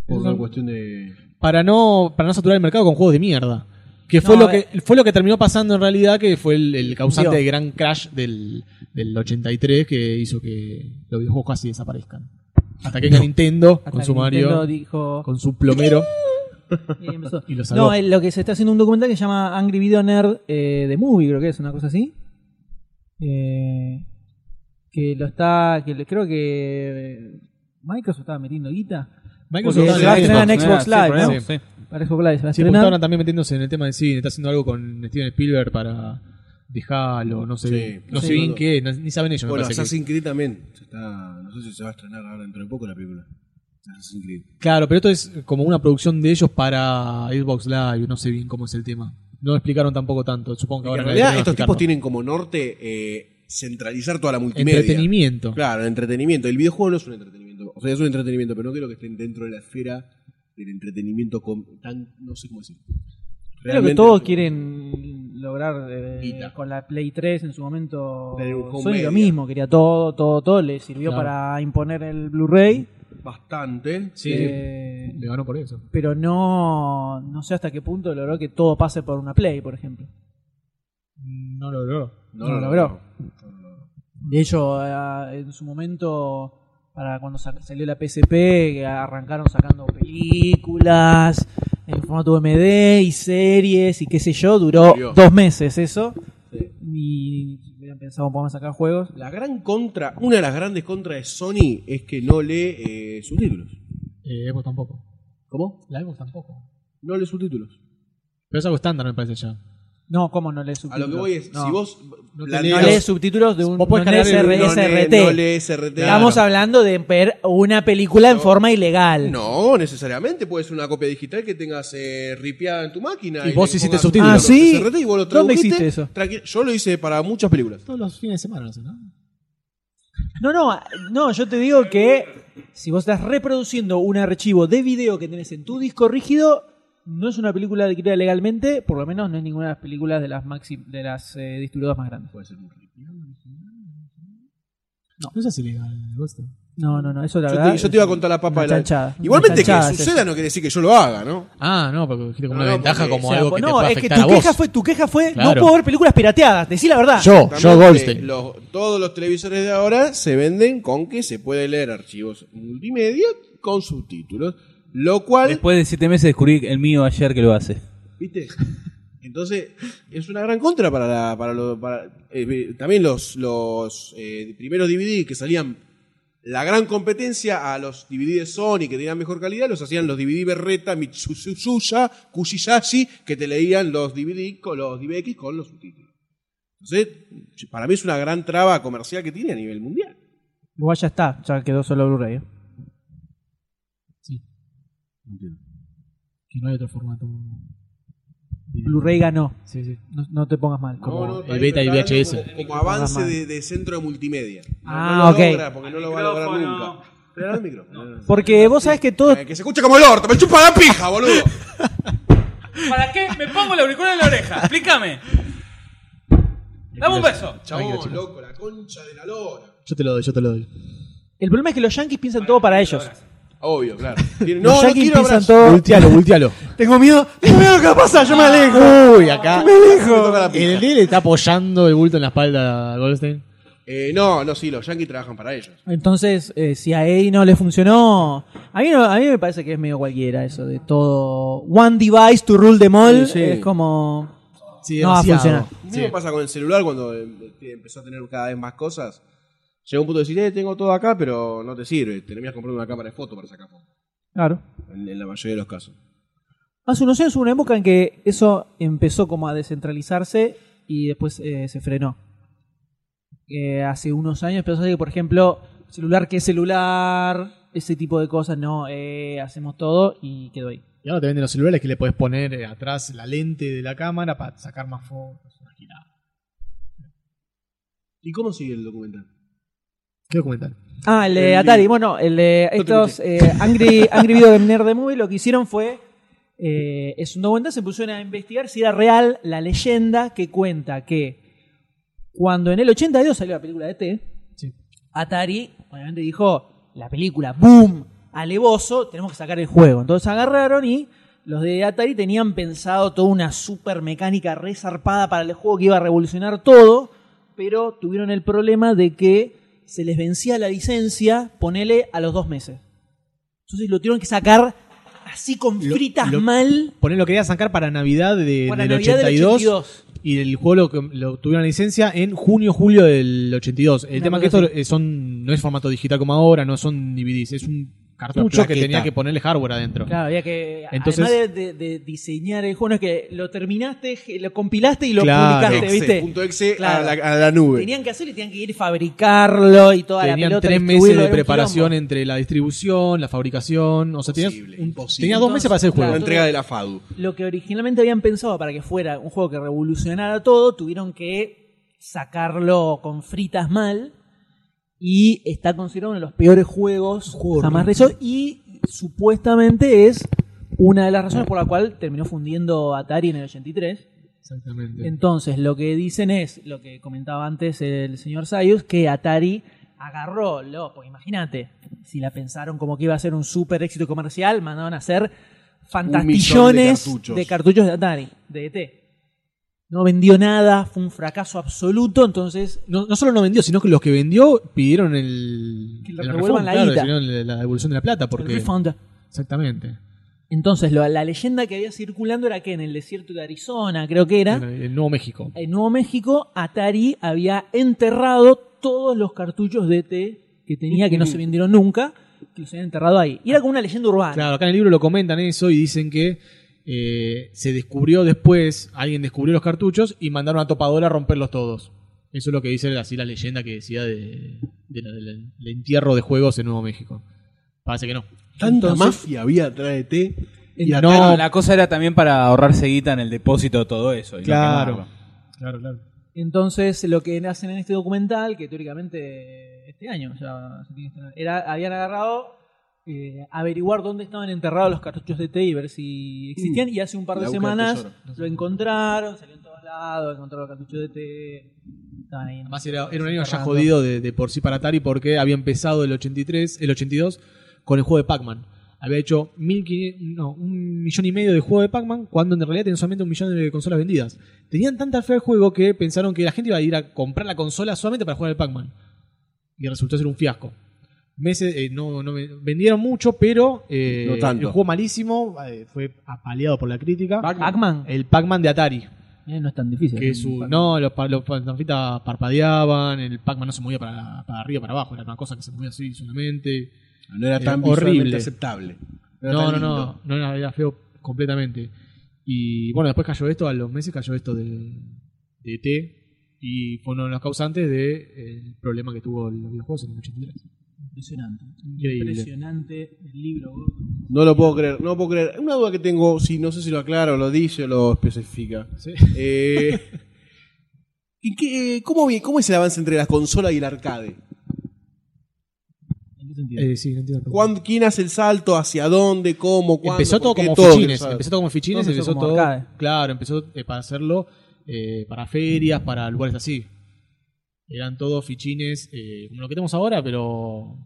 Speaker 1: Por una cuestión de.
Speaker 3: Para no, para no saturar el mercado con juegos de mierda. Que fue,
Speaker 2: No,
Speaker 3: lo
Speaker 2: a
Speaker 3: que,
Speaker 2: ver.
Speaker 3: fue lo que terminó pasando en realidad, que fue el, el causante
Speaker 2: Dios.
Speaker 3: del gran crash del, del 83 que hizo que los videojuegos casi desaparezcan. Hasta que venga Nintendo
Speaker 2: Hasta
Speaker 3: con
Speaker 2: que
Speaker 3: su Mario,
Speaker 2: Nintendo dijo,
Speaker 3: con su plomero
Speaker 2: y empezó.
Speaker 3: y lo salvó.
Speaker 2: No, eh, lo que se está haciendo un documental que se llama Angry Video Nerd eh, de Movie, creo que es una cosa así. Eh, que lo está. que le- creo que. eh, Microsoft estaba metiendo guita.
Speaker 3: Microsoft
Speaker 2: porque
Speaker 3: estaba
Speaker 2: se va a estrenar
Speaker 3: en
Speaker 2: en
Speaker 3: Xbox.
Speaker 2: Xbox
Speaker 6: sí, el
Speaker 2: Live,
Speaker 6: problema,
Speaker 3: ¿no?
Speaker 6: sí.
Speaker 2: Para Xbox Live se va a
Speaker 3: Sí, porque
Speaker 2: estrenar.
Speaker 3: estaban también metiéndose en el tema de cine. Está haciendo algo con Steven Spielberg para dejarlo, no sé,
Speaker 1: Sí,
Speaker 3: bien. no
Speaker 1: sí.
Speaker 3: sé bien qué, no- ni saben ellos. me
Speaker 1: Bueno,
Speaker 3: parece que-
Speaker 1: Assassin's Creed también. Se está, no sé si se va a estrenar ahora dentro de poco la película. Assassin's Creed.
Speaker 3: Claro, pero esto es como una producción de ellos para Xbox Live, no sé bien cómo es el tema. No lo explicaron tampoco tanto, supongo que
Speaker 1: Porque
Speaker 3: ahora
Speaker 1: en
Speaker 3: me
Speaker 1: realidad,
Speaker 3: deberían
Speaker 1: estos tipos
Speaker 3: explicarlo.
Speaker 1: tienen como norte eh, centralizar toda la multimedia.
Speaker 3: entretenimiento.
Speaker 1: Claro, el entretenimiento. El videojuego no es un entretenimiento. O sea, es un entretenimiento, pero no creo que estén dentro de la esfera del entretenimiento con tan. No sé cómo decir.
Speaker 2: Creo que
Speaker 1: Realmente
Speaker 2: todos
Speaker 1: no-
Speaker 2: quieren lograr eh,
Speaker 1: Guita.
Speaker 2: con la Play 3 en su momento.
Speaker 1: Tener un home
Speaker 2: Sony
Speaker 1: media.
Speaker 2: lo mismo, quería todo, todo, todo. Le sirvió
Speaker 3: Claro.
Speaker 2: para imponer el Blu-ray.
Speaker 1: Bastante.
Speaker 3: Sí,
Speaker 2: eh,
Speaker 3: le ganó por eso.
Speaker 2: pero no, no sé hasta qué punto logró que todo pase por una Play, por ejemplo.
Speaker 3: No lo logró.
Speaker 1: No,
Speaker 2: No
Speaker 1: lo
Speaker 2: lo
Speaker 1: logró.
Speaker 2: De hecho, eh, en su momento, para cuando sa- salió la PSP, que arrancaron sacando películas en formato MD y series y qué sé yo, duró
Speaker 1: Murió.
Speaker 2: dos meses eso.
Speaker 1: Sí.
Speaker 2: Y hubieran pensado, podemos sacar juegos.
Speaker 1: La gran contra, una de las grandes contras de Sony es que no lee eh, subtítulos.
Speaker 3: Eh, Xbox tampoco.
Speaker 1: ¿Cómo?
Speaker 3: La Xbox tampoco.
Speaker 1: No lee subtítulos.
Speaker 3: Pero es algo estándar, me parece ya.
Speaker 2: No, ¿cómo no lees
Speaker 1: A
Speaker 2: subtítulos?
Speaker 1: lo que voy es,
Speaker 2: no.
Speaker 1: si vos
Speaker 3: No te
Speaker 2: No
Speaker 1: planteás-
Speaker 2: lees subtítulos de un
Speaker 3: Vos podés
Speaker 2: no lees
Speaker 3: cargar el-
Speaker 2: R-
Speaker 1: no lee-
Speaker 2: SRT.
Speaker 1: no lees SRT.
Speaker 2: Estamos hablando de ver una película en forma ilegal.
Speaker 1: No, necesariamente puede ser una copia digital que tengas eh, ripiada en tu máquina.
Speaker 3: Y vos
Speaker 1: le
Speaker 3: hiciste
Speaker 1: pongas
Speaker 3: subtítulos.
Speaker 1: los
Speaker 2: Ah, ¿sí?
Speaker 1: SRT y vos lo
Speaker 2: ¿Dónde
Speaker 1: tradujiste.
Speaker 2: existe eso?
Speaker 1: Tranqui- Yo lo hice para muchas películas.
Speaker 3: Todos los fines de semana, no sé, ¿no?
Speaker 2: No, no, no, yo te digo que si vos estás reproduciendo un archivo de video que tenés en tu disco rígido, no es una película adquirida legalmente, por lo menos no es ninguna de las películas de las maxi- de las eh, distribuidoras más grandes.
Speaker 3: No, no es ilegal. ¿no? Este.
Speaker 2: No, no, no, eso la
Speaker 1: Yo
Speaker 2: verdad.
Speaker 1: te, yo te iba a contar la papa
Speaker 2: una
Speaker 1: de la.
Speaker 2: chanchada, una
Speaker 1: Igualmente que
Speaker 2: chanchada es
Speaker 1: suceda no quiere decir que yo lo haga, ¿no?
Speaker 3: Ah, no, porque dijiste como
Speaker 1: No,
Speaker 3: una
Speaker 1: no,
Speaker 3: ventaja
Speaker 1: porque,
Speaker 3: como
Speaker 1: o sea,
Speaker 3: algo que
Speaker 2: no,
Speaker 3: te puede
Speaker 2: es que
Speaker 3: afectar
Speaker 2: tu
Speaker 3: a vos.
Speaker 2: queja fue, tu queja fue,
Speaker 3: Claro.
Speaker 2: no puedo ver pelculas pirateadas, decí la verdad.
Speaker 3: Yo, yo
Speaker 1: También que
Speaker 3: Goldstein.
Speaker 1: los- todos los televisores de ahora se venden con que se puede leer archivos multimedia con subtítulos. Lo cual.
Speaker 6: Después de siete meses descubrí el mío ayer que lo hace.
Speaker 1: ¿Viste? Entonces, es una gran contra para la, para lo- para, eh, eh, también los, los eh, primeros DVD que salían la gran competencia a los DVD de Sony que tenían mejor calidad, los hacían los DVD Berreta, Mitsuzuya, Kushisashi, que te leían los DVD con los DVX con los subtítulos. Entonces, para mí es una gran traba comercial que tiene a nivel mundial.
Speaker 2: Igual ya está, ya quedó solo Blu-ray. ¿eh?
Speaker 3: Que no hay otro formato. de-
Speaker 2: Blu-ray ganó.
Speaker 3: Sí, sí.
Speaker 2: No, no te pongas mal.
Speaker 3: Como
Speaker 1: No, no,
Speaker 3: el
Speaker 1: está
Speaker 3: beta y
Speaker 1: está
Speaker 3: VHS.
Speaker 1: hablando Como, como avance de, de centro de multimedia. No,
Speaker 2: Ah,
Speaker 1: no lo
Speaker 2: ok.
Speaker 1: logra, porque no lo va a lograr nunca. Pero al micrófono. no, no.
Speaker 2: Porque vos sabés que todo.
Speaker 1: Eh, que se escuche como el orto, me chupa la pija, boludo.
Speaker 7: ¿Para qué? Me pongo el auricular en la oreja. Explícame. Dame un beso.
Speaker 1: Chabón, loco, la concha de la lora.
Speaker 3: Yo te lo doy, yo te lo doy.
Speaker 5: El problema es que los yankees piensan todo para ellos.
Speaker 1: Obvio, claro.
Speaker 2: los
Speaker 1: No, no
Speaker 2: yankees
Speaker 1: quiero
Speaker 2: piensan
Speaker 1: abrazar.
Speaker 2: todo.
Speaker 3: Voltealo, voltealo.
Speaker 5: Tengo miedo, tengo miedo que pasa, yo me alejo.
Speaker 3: Uy, acá. El D le está apoyando el bulto en la espalda a Goldstein.
Speaker 1: Eh, no, no, sí, los yankees trabajan para ellos.
Speaker 2: Entonces, eh, si a Eddie no le funcionó. A mí, no- a mí me parece que es medio cualquiera eso de todo. One device to rule them all.
Speaker 1: Sí, sí.
Speaker 2: Es como.
Speaker 3: Sí,
Speaker 2: No va a
Speaker 3: demasiado.
Speaker 2: funcionar.
Speaker 1: Lo mismo pasa con el celular cuando eh, eh, empezó a tener cada vez más cosas. Llegó un punto de decir, eh, tengo todo acá, pero no te sirve. Te terminás comprando una cámara de foto para sacar fotos.
Speaker 2: Claro.
Speaker 1: En, en la mayoría de los casos.
Speaker 2: Hace unos años hubo una época en que eso empezó como a descentralizarse y después eh, se frenó. Eh, hace unos años empezó a decir, por ejemplo, celular que es celular, ese tipo de cosas, no, eh, hacemos todo y quedó ahí.
Speaker 3: Y ahora te venden los celulares que le podés poner eh, atrás la lente de la cámara para sacar más fotos. una gilada.
Speaker 1: ¿Y cómo sigue el documental?
Speaker 3: ¿Qué documental?
Speaker 2: Ah, el de
Speaker 1: El
Speaker 2: Atari.
Speaker 1: libro.
Speaker 2: Bueno, el de
Speaker 1: No te
Speaker 2: estos eh, Angry, Angry Video Game Nerd de Movie lo que hicieron fue. eh, es un documental, se pusieron a investigar si era real la leyenda que cuenta que cuando en el 82 salió la película de E T,
Speaker 3: Sí.
Speaker 2: Atari obviamente dijo: La película, boom, alevoso, tenemos que sacar el juego. Entonces agarraron y. Los de Atari tenían pensado toda una super mecánica resarpada para el juego que iba a revolucionar todo pero tuvieron el problema de que se les vencía la licencia, ponele a los dos meses. Entonces lo tuvieron que sacar así con
Speaker 3: Lo-
Speaker 2: fritas
Speaker 3: lo-
Speaker 2: mal
Speaker 3: Poner lo quería sacar para Navidad, de,
Speaker 2: para
Speaker 3: del,
Speaker 2: Navidad
Speaker 3: 82,
Speaker 2: del 82.
Speaker 3: Y el juego lo, lo tuvieron la licencia en junio, julio del 82. El
Speaker 2: Una
Speaker 3: tema que
Speaker 2: cosa
Speaker 3: esto eh, son, no es formato digital como ahora, no son DVDs, es un cartucho que
Speaker 6: plaqueta.
Speaker 3: tenía que ponerle hardware adentro.
Speaker 2: Claro, había que.
Speaker 3: Entonces-
Speaker 2: además de, de- de diseñar el juego, no es que lo terminaste, je- lo compilaste y lo
Speaker 3: Claro.
Speaker 2: publicaste,
Speaker 1: Exe,
Speaker 2: ¿viste?
Speaker 1: Punto exe
Speaker 2: Claro.
Speaker 1: a, la, a la nube.
Speaker 2: Tenían que hacerlo y tenían que ir fabricarlo y toda la
Speaker 3: Tenían
Speaker 2: pelota.
Speaker 3: tres
Speaker 2: distribuirlo,
Speaker 3: meses de
Speaker 2: era un
Speaker 3: preparación
Speaker 2: quilombo.
Speaker 3: entre la distribución, la fabricación. O sea, tenías,
Speaker 1: Imposible,
Speaker 3: un-
Speaker 1: imposible.
Speaker 3: tenías dos meses para hacer el
Speaker 1: La
Speaker 3: juego.
Speaker 2: Claro.
Speaker 1: entrega de la FADU.
Speaker 2: Lo que originalmente habían pensado para que fuera un juego que revolucionara todo, tuvieron que sacarlo con fritas mal. Y está considerado uno de los peores juegos jamás realizados. Y supuestamente es una de las razones por la cual terminó fundiendo Atari en el 83.
Speaker 3: Exactamente.
Speaker 2: Entonces, lo que dicen es, lo que comentaba antes el señor Sayus, que Atari agarró, lo, porque imagínate, si la pensaron como que iba a ser un super éxito comercial, mandaban a hacer fantastillones de
Speaker 1: millón de
Speaker 2: cartuchos.
Speaker 1: cartuchos.
Speaker 2: de Atari, de ET. No vendió nada, fue un fracaso absoluto, entonces
Speaker 3: no, no solo no vendió, sino que los que vendió pidieron el,
Speaker 2: Que le
Speaker 3: el
Speaker 2: devuelvan la guita.
Speaker 3: pidieron la devolución de la plata.
Speaker 2: el
Speaker 3: Porque,
Speaker 2: refund.
Speaker 3: Exactamente.
Speaker 2: Entonces, lo- la leyenda que había circulando era que en el desierto de Arizona, creo que era,
Speaker 3: En el Nuevo México.
Speaker 2: en Nuevo México, Atari había enterrado todos los cartuchos de ET que tenía, que no se vendieron nunca, que los habían enterrado ahí. Y era como una leyenda urbana.
Speaker 3: Claro, acá en el libro lo comentan eso y dicen que eh, se descubrió después, alguien descubrió los cartuchos y mandaron a Topadora a romperlos todos. Eso es lo que dice así la leyenda que decía de- de la- de la- del entierro de juegos en Nuevo México. Parece que no.
Speaker 1: Tanta
Speaker 3: Entonces-
Speaker 1: mafia había atrás de té. Y
Speaker 3: No,
Speaker 1: a-
Speaker 6: Bueno, la cosa era también para ahorrarse guita en el depósito de todo eso. y no
Speaker 3: Claro.
Speaker 6: quemarlo.
Speaker 3: Claro, claro.
Speaker 2: Entonces, lo que hacen en este documental, que teóricamente este año ya se tiene que estrenar, era, habían agarrado eh, averiguar dónde estaban enterrados los cartuchos de té y ver si existían. Y hace un par de
Speaker 1: Mm. La búsqueda del
Speaker 2: semanas
Speaker 1: tesoro.
Speaker 2: lo encontraron, salió en todos lados, encontraron los cartuchos de té. Estaban ahí.
Speaker 3: Además era, era un año ya
Speaker 2: enterrando.
Speaker 3: jodido de, de por sí para Atari porque había empezado el 83, el 82 con el juego de Pac-Man. Había hecho 1500 no, un millón y medio de juego de Pac-Man cuando en realidad tenían solamente un millón de consolas vendidas. Tenían tanta fe al juego que pensaron que la gente iba a ir a comprar la consola solamente para jugar al Pac-Man. Y resultó ser un fiasco. Meses, eh, no, no ve- vendieron mucho, pero eh,
Speaker 1: No tanto.
Speaker 3: el juego malísimo eh, fue apaleado por la crítica.
Speaker 2: Pac-Man.
Speaker 3: el Pac-Man de Atari.
Speaker 2: Eh, no es tan difícil.
Speaker 3: Que su,
Speaker 2: Pac-Man.
Speaker 3: no, los, pa- los pantofitas parpadeaban, el Pac-Man no se movía para, para arriba, para abajo, era una cosa que se movía así solamente.
Speaker 1: No era tan
Speaker 3: Era horrible.
Speaker 1: horrible. aceptable. era
Speaker 3: No, no,
Speaker 1: tan
Speaker 3: no,
Speaker 1: lindo.
Speaker 3: no era, era feo completamente. Y bueno, después cayó esto, a los meses cayó esto de, de E eh, ET, y fue uno de los causantes del problema que tuvo los videojuegos en el 83.
Speaker 2: Impresionante.
Speaker 3: Increíble.
Speaker 2: Impresionante el libro, gordo.
Speaker 1: No lo puedo creer, no lo puedo creer. Una duda que tengo, si no sé si lo aclaro, lo dice o lo especifica.
Speaker 3: Sí.
Speaker 1: Eh, ¿y qué- cómo, vi- ¿Cómo es el avance entre las consolas y el arcade?
Speaker 2: ¿En qué sentido?
Speaker 3: Eh, sí, no entiendo la pregunta.
Speaker 1: ¿Cuándo- ¿Quién hace el salto? ¿Hacia dónde? ¿Cómo? ¿Cuándo?
Speaker 3: Empezó todo
Speaker 1: ¿Por qué?
Speaker 3: como
Speaker 1: quiero
Speaker 3: fichines.
Speaker 1: saber.
Speaker 3: Empezó todo como fichines,
Speaker 2: Todo empezó
Speaker 3: empezó,
Speaker 2: como
Speaker 3: todo.
Speaker 2: arcade.
Speaker 3: Claro, empezó eh, para hacerlo eh, para ferias, para lugares así. Eran todos fichines, eh, como lo que tenemos ahora, pero.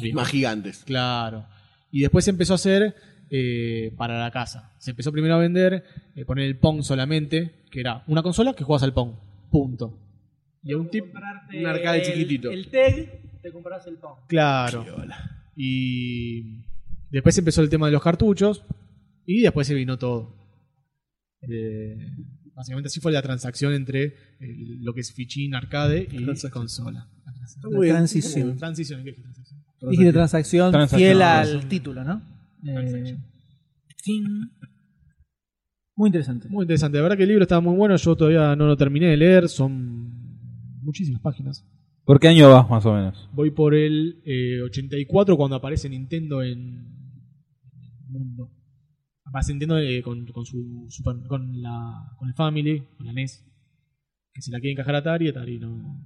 Speaker 3: bien.
Speaker 1: Más gigantes.
Speaker 3: Claro. Y después se empezó a hacer eh, para la casa. Se empezó primero a vender, eh, poner el Pong solamente, que era una consola que jugabas al Pong. Punto. Y a un tipo.
Speaker 1: Un arcade chiquitito.
Speaker 2: El TEG, te comprás el Pong.
Speaker 3: Claro. Y después empezó el tema de los cartuchos y después se vino todo. Eh, básicamente así fue la transacción entre eh, lo que es fichín, arcade y consola. La transacción.
Speaker 1: Muy bien.
Speaker 2: transición.
Speaker 3: Transición, ¿qué es transacción?
Speaker 2: Dije transacción,
Speaker 6: Transacción,
Speaker 2: fiel
Speaker 6: eso.
Speaker 2: al título, ¿no? Eh,
Speaker 3: Transaction.
Speaker 2: fin. Muy interesante.
Speaker 3: Muy interesante, la verdad que el libro está muy bueno, yo todavía no lo terminé de leer, son muchísimas páginas.
Speaker 6: ¿Por qué año vas más o menos?
Speaker 3: Voy por el eh, 84 cuando aparece Nintendo en el mundo. Aparece Nintendo eh, con, con su super- con la con el Family, con la NES. Que se la quiere encajar a Atari, Atari no.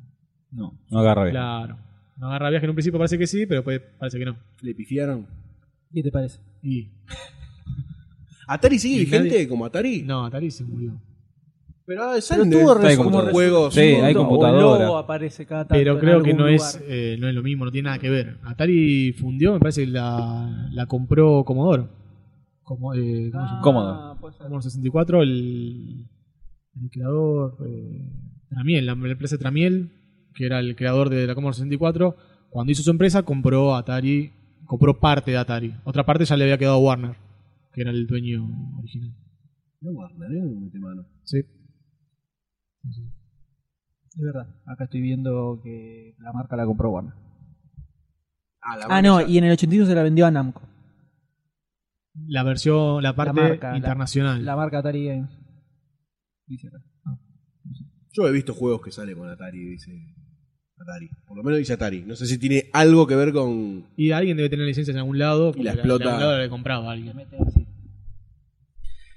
Speaker 6: No, no agarra bien.
Speaker 3: Claro. No agarra viaje en un principio, parece que sí, pero después parece que no.
Speaker 1: ¿Le pifiaron?
Speaker 2: ¿Qué te parece?
Speaker 3: Y
Speaker 1: ¿Atari sigue
Speaker 3: Y
Speaker 1: vigente
Speaker 3: nadie-
Speaker 1: como Atari?
Speaker 3: no, Atari se murió.
Speaker 1: Pero ah, salen de-
Speaker 2: tuvo res-
Speaker 6: Hay
Speaker 1: como
Speaker 6: computadora.
Speaker 1: juegos.
Speaker 6: Sí, hay
Speaker 2: Punto,
Speaker 6: computadora.
Speaker 2: o logo aparece cada tanto
Speaker 3: Pero
Speaker 2: en
Speaker 3: creo que
Speaker 2: algún
Speaker 3: no es,
Speaker 2: lugar.
Speaker 3: eh, no es lo mismo, no tiene nada que ver. Atari fundió, me parece que la, la compró Commodore. Como, eh, ¿cómo se llama?
Speaker 2: Ah,
Speaker 6: Cómodo.
Speaker 2: puede ser.
Speaker 3: Commodore 64, el, el creador eh, Tramiel, la, la empresa Tramiel, que era el creador de la Commodore 64, cuando hizo su empresa compró Atari, compró parte de Atari. Otra parte ya le había quedado a Warner, que era el dueño original.
Speaker 1: No, guarda, ¿eh? No mete mano.
Speaker 3: Sí.
Speaker 2: Es verdad. Acá estoy viendo que la marca la compró Warner.
Speaker 1: Ah, la
Speaker 2: Ah,
Speaker 1: buena
Speaker 2: no,
Speaker 1: ya.
Speaker 2: y en el 82 se la vendió a Namco.
Speaker 3: La versión, la parte
Speaker 2: marca, la-
Speaker 3: internacional.
Speaker 2: La marca Atari Games. Dice acá.
Speaker 1: Yo he visto juegos que sale con Atari, dice Atari. Por lo menos dice Atari. No sé si tiene algo que ver con.
Speaker 3: Y alguien debe tener licencias en algún lado. porque
Speaker 1: explota.
Speaker 3: La, la- la compraba a alguien.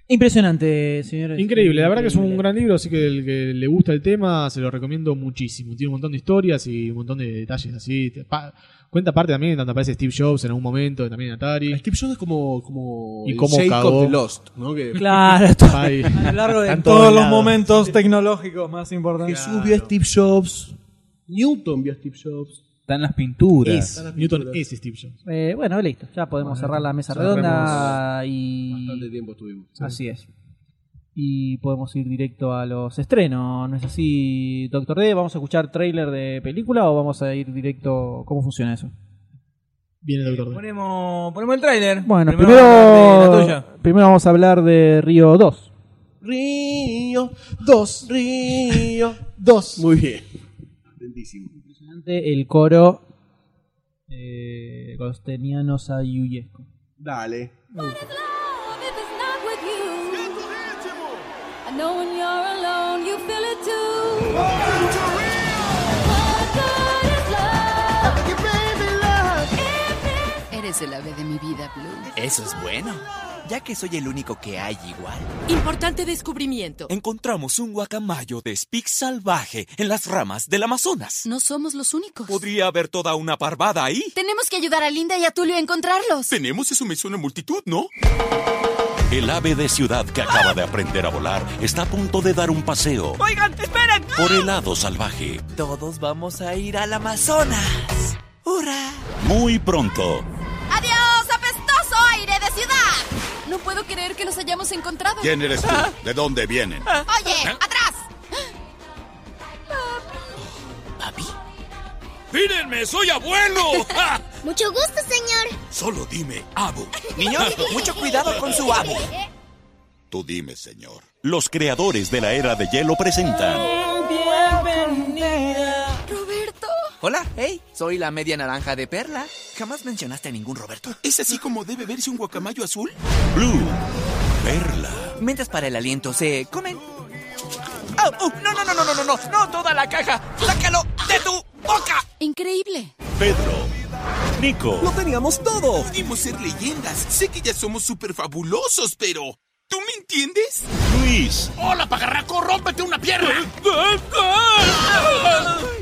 Speaker 2: Impresionante, señores.
Speaker 3: Increíble, la verdad que es un
Speaker 2: Increíble.
Speaker 3: gran libro, así que el que le gusta el tema se lo recomiendo muchísimo. Tiene un montón de historias y un montón de detalles así. Te- pa- cuenta aparte también donde aparece Steve Jobs en algún momento, también en Atari.
Speaker 1: Steve Jobs es como. como
Speaker 3: Y
Speaker 1: el
Speaker 3: cómo
Speaker 1: Jacob
Speaker 3: cagó.
Speaker 1: de Lost, ¿no? Que
Speaker 2: Claro, to-
Speaker 3: Ay,
Speaker 2: a lo largo de
Speaker 3: Están
Speaker 2: todos
Speaker 3: todos
Speaker 2: los
Speaker 3: lados.
Speaker 2: momentos tecnológicos más importantes.
Speaker 1: Jesús vio a Steve Jobs. Newton vio a Steve Jobs.
Speaker 6: Están las pinturas.
Speaker 3: Newton es Steve Jobs.
Speaker 2: Eh, bueno, listo, ya podemos cerrar la mesa
Speaker 3: cerremos.
Speaker 2: redonda
Speaker 1: Bastante
Speaker 2: y
Speaker 1: tiempo estuvimos.
Speaker 2: así es. Y podemos ir directo a los estrenos, ¿no es así, Doctor D? ¿Vamos a escuchar trailer de película o vamos a ir directo? ¿Cómo funciona eso?
Speaker 3: Viene el doctor. D.
Speaker 4: Ponemos, ponemos el tráiler.
Speaker 2: Bueno,
Speaker 4: vamos a hablar de la tuya.
Speaker 2: primero, primero vamos a hablar de Río 2.
Speaker 1: Río, dos, Río, dos. Muy bien. Atentísimo.
Speaker 2: impresionante el coro eh, costeniano sayuyesco.
Speaker 1: Dale.
Speaker 8: love if it's not with you. I know when you're alone, you feel it too. What good is love?
Speaker 9: Eres el ave de mi vida, Blue.
Speaker 10: Eso es bueno, ya que soy el único que hay igual.
Speaker 9: Importante descubrimiento.
Speaker 10: Encontramos un guacamayo de Spix salvaje en las ramas del Amazonas.
Speaker 9: No somos los únicos.
Speaker 10: Podría haber toda una parvada ahí.
Speaker 9: Tenemos que ayudar a Linda y a Tulio a encontrarlos.
Speaker 10: Tenemos eso me suena multitud, ¿no? El ave de ciudad que acaba de aprender a volar está a punto de dar un paseo
Speaker 9: Oigan, esperen.
Speaker 10: por el lado salvaje. Todos vamos a ir al Amazonas. ¡Hurra! Muy pronto.
Speaker 9: Adiós, apestoso aire de ciudad. No puedo creer que los hayamos encontrado.
Speaker 11: ¿Quién eres
Speaker 9: Ah.
Speaker 11: tú? ¿De dónde vienen?
Speaker 9: Oye,
Speaker 10: ¿Eh?
Speaker 9: atrás.
Speaker 10: ¡Mírenme, soy abuelo!
Speaker 8: Mucho gusto, señor.
Speaker 10: Solo dime, Abu. Niños, mucho cuidado con su Abu.
Speaker 11: Tú dime, señor.
Speaker 10: Los creadores de la era de hielo presentan
Speaker 9: Roberto.
Speaker 10: Hola, hey, soy la media naranja de Perla. Jamás mencionaste a ningún Roberto. ¿Es así como debe verse un guacamayo azul? Blue, Perla. Mientras para el aliento se comen. ¡Oh, oh! No, no, no, no, no, no, no, no, toda la caja. ¡Sácalo de tu boca!
Speaker 9: Increíble.
Speaker 10: Pedro,
Speaker 11: Nico.
Speaker 10: ¡Lo teníamos todo! Pudimos ser leyendas. Sé que ya somos súper fabulosos, pero... ¿Tú me entiendes?
Speaker 11: Luis.
Speaker 10: ¡Hola, pajarraco! ¡Rómpete una pierna!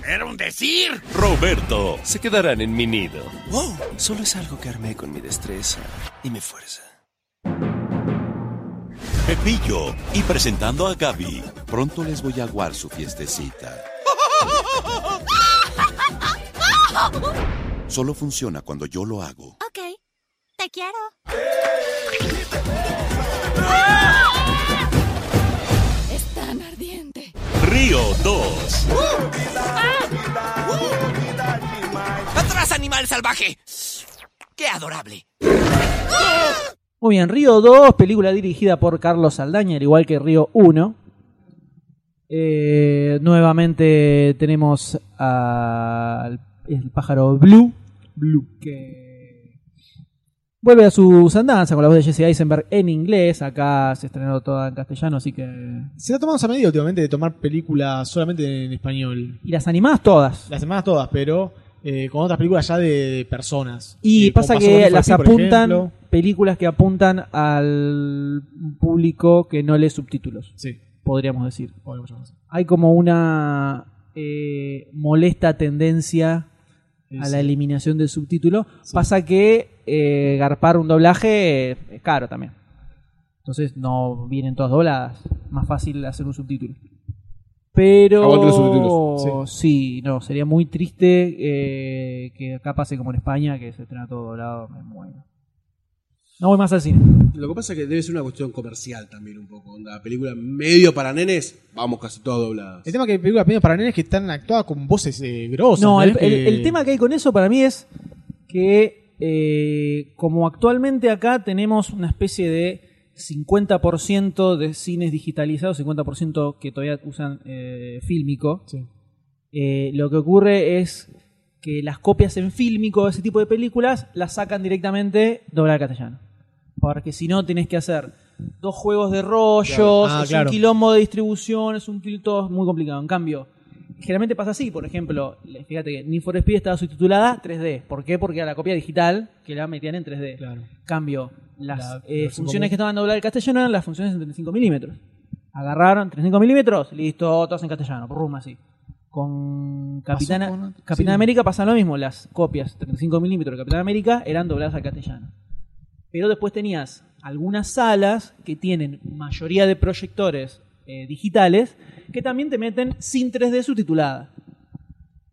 Speaker 12: Era un decir.
Speaker 13: Roberto. Se quedarán en mi nido.
Speaker 14: Wow, solo es algo que armé con mi destreza y mi fuerza.
Speaker 11: Pepillo. Y presentando a Gaby. Pronto les voy a aguar su fiestecita. Solo funciona cuando yo lo hago.
Speaker 15: Ok, te quiero.
Speaker 9: Es tan ardiente.
Speaker 13: Río 2.
Speaker 10: ¡Atrás, animal salvaje! ¡Qué adorable!
Speaker 2: Muy bien, Río 2, película dirigida por Carlos Saldaña, al igual que Río 1. Eh, nuevamente tenemos al el pájaro Blue, Blue, que vuelve a sus andanzas con la voz de Jesse Eisenberg en inglés. Acá se estrenó toda en castellano, así que.
Speaker 3: Se la tomamos a medida últimamente de tomar películas solamente en español.
Speaker 2: Y las animadas todas.
Speaker 3: Las semanas todas, pero eh, con otras películas ya de, de personas.
Speaker 2: Y
Speaker 3: Eh, como
Speaker 2: pasa
Speaker 3: pasó
Speaker 2: que
Speaker 3: con Need for
Speaker 2: las
Speaker 3: Speed, por
Speaker 2: apuntan,
Speaker 3: ejemplo.
Speaker 2: películas que apuntan al público que no lee subtítulos,
Speaker 3: Sí,
Speaker 2: podríamos decir.
Speaker 3: podemos llamarlo así.
Speaker 2: Hay como una eh, molesta tendencia a
Speaker 3: Sí.
Speaker 2: la eliminación del subtítulo. Pasa que eh, garpar un doblaje eh, es caro también. Entonces no vienen todas dobladas. Más fácil hacer un subtítulo. Pero.
Speaker 1: Aguante los subtítulos,
Speaker 2: Sí, no, sería muy triste eh, que acá pase como en España, que se estrena todo doblado. Me muero. No voy más al cine.
Speaker 1: Lo que pasa es que debe ser una cuestión comercial también un poco. Onda, película medio para nenes, vamos casi todas dobladas.
Speaker 3: El tema que hay películas pequeñas para nenes que están actuadas con voces eh, grosas.
Speaker 2: No, el,
Speaker 3: ¿entendés?
Speaker 2: el-
Speaker 3: Que-
Speaker 2: el tema que hay con eso para mí es que eh, como actualmente acá tenemos una especie de 50% de cines digitalizados, 50% que todavía usan eh, fílmico, eh, lo que ocurre es que las copias en fílmico de ese tipo de películas las sacan directamente doblar al castellano. Porque si no, tenés que hacer dos juegos de rollos,
Speaker 5: Claro. Ah,
Speaker 2: es
Speaker 5: claro.
Speaker 2: un quilombo de distribución, es un quil- todo es muy complicado. En cambio, generalmente pasa así. Por ejemplo, le- fíjate que Need for Speed estaba subtitulada 3D. ¿Por qué? Porque era la copia digital que la metían en 3D. Cambio, las
Speaker 5: La
Speaker 2: eh,
Speaker 5: versión
Speaker 2: funciones
Speaker 5: común.
Speaker 2: que estaban dobladas al castellano eran las funciones en 35 milímetros. Agarraron 35 milímetros, listo, todas en castellano, rum así. Con Capitana,
Speaker 5: con-
Speaker 2: Capitán
Speaker 5: sí.
Speaker 2: América pasa lo mismo, las copias 35 milímetros de Capitán América eran dobladas al castellano. Pero después tenías algunas salas que tienen mayoría de proyectores eh, digitales que también te meten sin 3D subtitulada.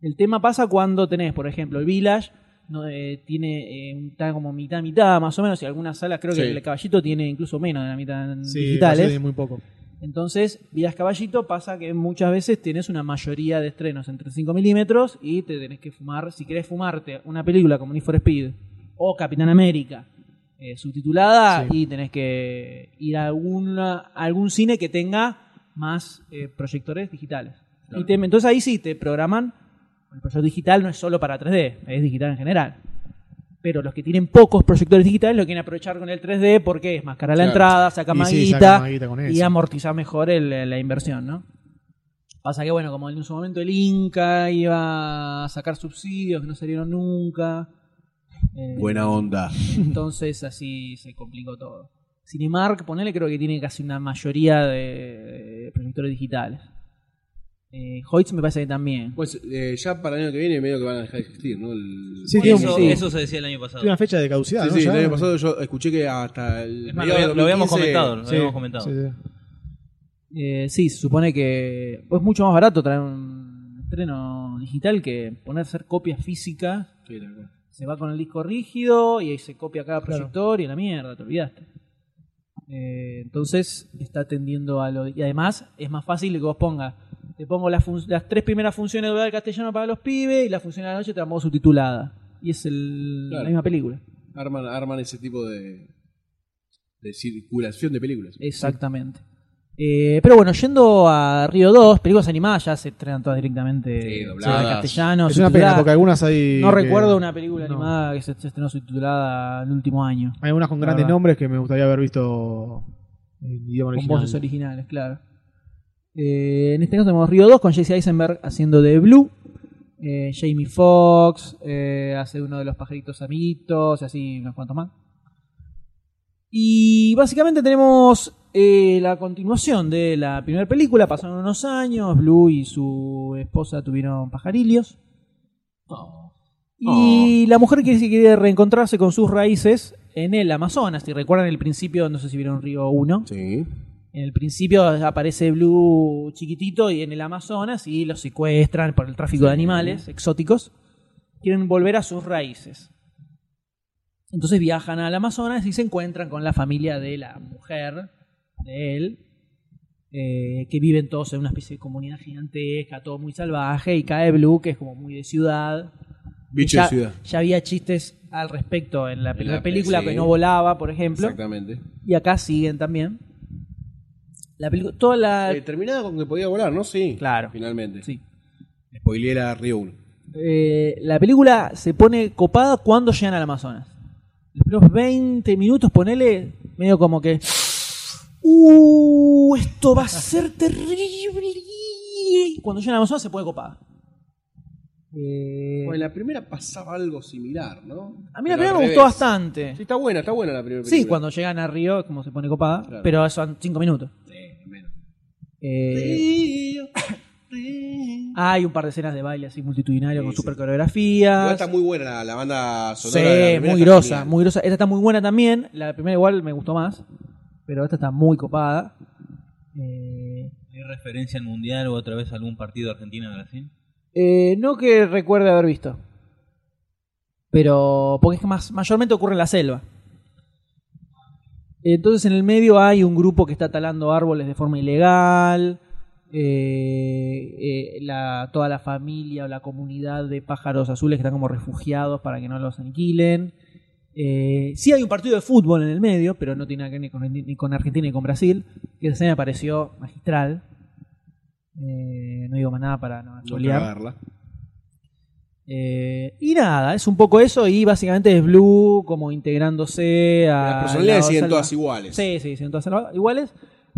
Speaker 2: El tema pasa cuando tenés, por ejemplo, el Village no, eh, tiene eh, un- está como mitad mitad más o menos y algunas salas creo que
Speaker 3: Sí.
Speaker 2: el Caballito tiene incluso menos de la mitad en
Speaker 3: Sí,
Speaker 2: digitales.
Speaker 3: parece muy poco.
Speaker 2: Entonces, Villas Caballito pasa que muchas veces tenés una mayoría de estrenos entre 5 milímetros y te tenés que fumar, si querés fumarte una película como Need for Speed o Capitán América eh, subtitulada y tenés que ir a, alguna- a algún cine que tenga más eh, proyectores digitales. Y te- entonces ahí sí te programan, el proyector digital no es solo para 3D, es digital en general. Pero los que tienen pocos proyectores digitales lo quieren aprovechar con el 3D porque es más cara la
Speaker 3: Claro.
Speaker 2: entrada, saca
Speaker 3: Y
Speaker 2: más
Speaker 3: sí,
Speaker 2: guita,
Speaker 3: saca más guita con
Speaker 2: y
Speaker 3: eso.
Speaker 2: amortizar mejor el- la inversión, ¿no? Pasa que, bueno, como en su momento el Inca iba a sacar subsidios que no salieron nunca. eh,
Speaker 1: Buena onda.
Speaker 2: Entonces así se complicó todo. Cinemark, ponele, creo que tiene casi una mayoría de proyectores digitales. Eh, Hoyts me parece que también.
Speaker 1: Pues eh, ya para el año que viene medio que van a dejar de existir, ¿no? El-
Speaker 3: Sí,
Speaker 2: tiene
Speaker 4: Eso,
Speaker 2: un- sí.
Speaker 4: eso se decía el año pasado.
Speaker 3: Tiene una fecha de caducidad,
Speaker 1: Sí,
Speaker 3: ¿no?
Speaker 1: sí,
Speaker 3: Ya.
Speaker 1: el año pasado yo escuché que hasta el.
Speaker 4: Es más,
Speaker 1: mediados
Speaker 4: lo- lo habíamos
Speaker 1: 2015,
Speaker 4: comentado, lo habíamos comentado.
Speaker 3: Sí, sí.
Speaker 2: Eh, sí, se supone que es mucho más barato traer un estreno digital que poner a hacer copias físicas.
Speaker 1: Sí, la verdad.
Speaker 2: Se va con el disco rígido y ahí se copia cada proyector y a la mierda, te olvidaste. Eh, entonces está tendiendo a lo. Y además es más fácil que vos pongas. Te pongo las, fun- las tres primeras funciones de castellano para los pibes y la función de la noche te la pongo subtitulada. Y es el-
Speaker 1: Claro.
Speaker 2: la misma película.
Speaker 1: Arman, arman ese tipo de. de circulación de películas.
Speaker 2: Exactamente. Eh, pero bueno, yendo a Río 2, películas animadas ya se estrenan todas directamente
Speaker 1: dobladas.
Speaker 2: al castellano.
Speaker 3: Es una
Speaker 2: subtituladas.
Speaker 3: pena, porque algunas hay
Speaker 2: No
Speaker 3: que-
Speaker 2: recuerdo una película
Speaker 3: No.
Speaker 2: animada que se se estrenó subtitulada el último año.
Speaker 3: Hay unas con
Speaker 2: La
Speaker 3: grandes
Speaker 2: verdad.
Speaker 3: nombres que me gustaría haber visto en idioma
Speaker 2: Con
Speaker 3: original.
Speaker 2: voces originales, claro. Eh, en este caso tenemos Río 2 con Jesse Eisenberg haciendo de Blue. eh, Jamie Foxx, eh, hace uno de los pajaritos amiguitos, y así unos cuantos más. Y básicamente tenemos eh, la continuación de la primera película. Pasaron unos años, Blue y su esposa tuvieron pajarillos. Y la mujer que se quiere reencontrarse con sus raíces en el Amazonas. Si recuerdan el principio, no sé si vieron Río 1. En el principio aparece Blue chiquitito y en el Amazonas y los secuestran por el tráfico de animales exóticos. Quieren volver a sus raíces. Entonces viajan al Amazonas y se encuentran con la familia de la mujer de él, eh, que viven todos en una especie de comunidad gigantesca, todo muy salvaje, y cae Blue, que es como muy de ciudad.
Speaker 1: Bicho
Speaker 2: ya,
Speaker 1: de ciudad.
Speaker 2: Ya había chistes al respecto en la primera
Speaker 1: la-
Speaker 2: película,
Speaker 1: sí.
Speaker 2: que no volaba, por ejemplo.
Speaker 1: Exactamente.
Speaker 2: Y acá siguen también. La película, toda la...
Speaker 1: Eh, terminada con que podía volar, ¿no? Sí.
Speaker 2: Claro.
Speaker 1: Finalmente.
Speaker 2: Sí.
Speaker 1: Spoileé la Río 1.
Speaker 2: Eh, la película se pone copada cuando llegan al Amazonas. Los primeros 20 minutos, ponele, medio como que. ¡Uh! Esto va a ser terrible. Y cuando llegan al Amazonas se pone copada. Eh,
Speaker 1: Bueno, en la primera pasaba algo similar, ¿no?
Speaker 2: a mí
Speaker 1: Pero
Speaker 2: la primera
Speaker 1: al
Speaker 2: me gustó
Speaker 1: revés.
Speaker 2: bastante.
Speaker 1: Sí, está buena, está buena la primera película.
Speaker 2: Sí, cuando llegan a Río, como se pone copada,
Speaker 1: Claro.
Speaker 2: pero eso son 5 minutos. Eh, hay un par de escenas de baile así multitudinario con super
Speaker 1: Igual
Speaker 2: coreografías.
Speaker 1: está muy buena la, la banda
Speaker 2: Sí,
Speaker 1: sonora. de la primera,
Speaker 2: muy
Speaker 1: está
Speaker 2: grosa,
Speaker 1: genial.
Speaker 2: muy grosa. Esta está muy buena también. La primera igual me gustó más. Pero esta está muy copada. Eh,
Speaker 6: ¿Hay referencia al mundial o otra vez a algún partido Argentina-Brasil?
Speaker 2: Eh, no que recuerde haber visto. Pero. Porque es que más, mayormente ocurre en la selva. Entonces en el medio hay un grupo que está talando árboles de forma ilegal. eh, eh, la- toda la familia o la comunidad de pájaros azules que están como refugiados para que no los aniquilen. Eh, sí hay un partido de fútbol en el medio, pero no tiene nada que ver ni con, ni con Argentina ni con Brasil. Que se me pareció magistral. Eh, no digo más nada para no
Speaker 1: No
Speaker 2: spoilear.
Speaker 1: cagarla.
Speaker 2: Eh, y nada, es un poco eso. Y básicamente es Blue como integrándose a.
Speaker 1: Las personalidades
Speaker 2: Ah, la
Speaker 1: siguen
Speaker 2: selva.
Speaker 1: todas iguales.
Speaker 2: Sí, sí, siguen todas salva- iguales.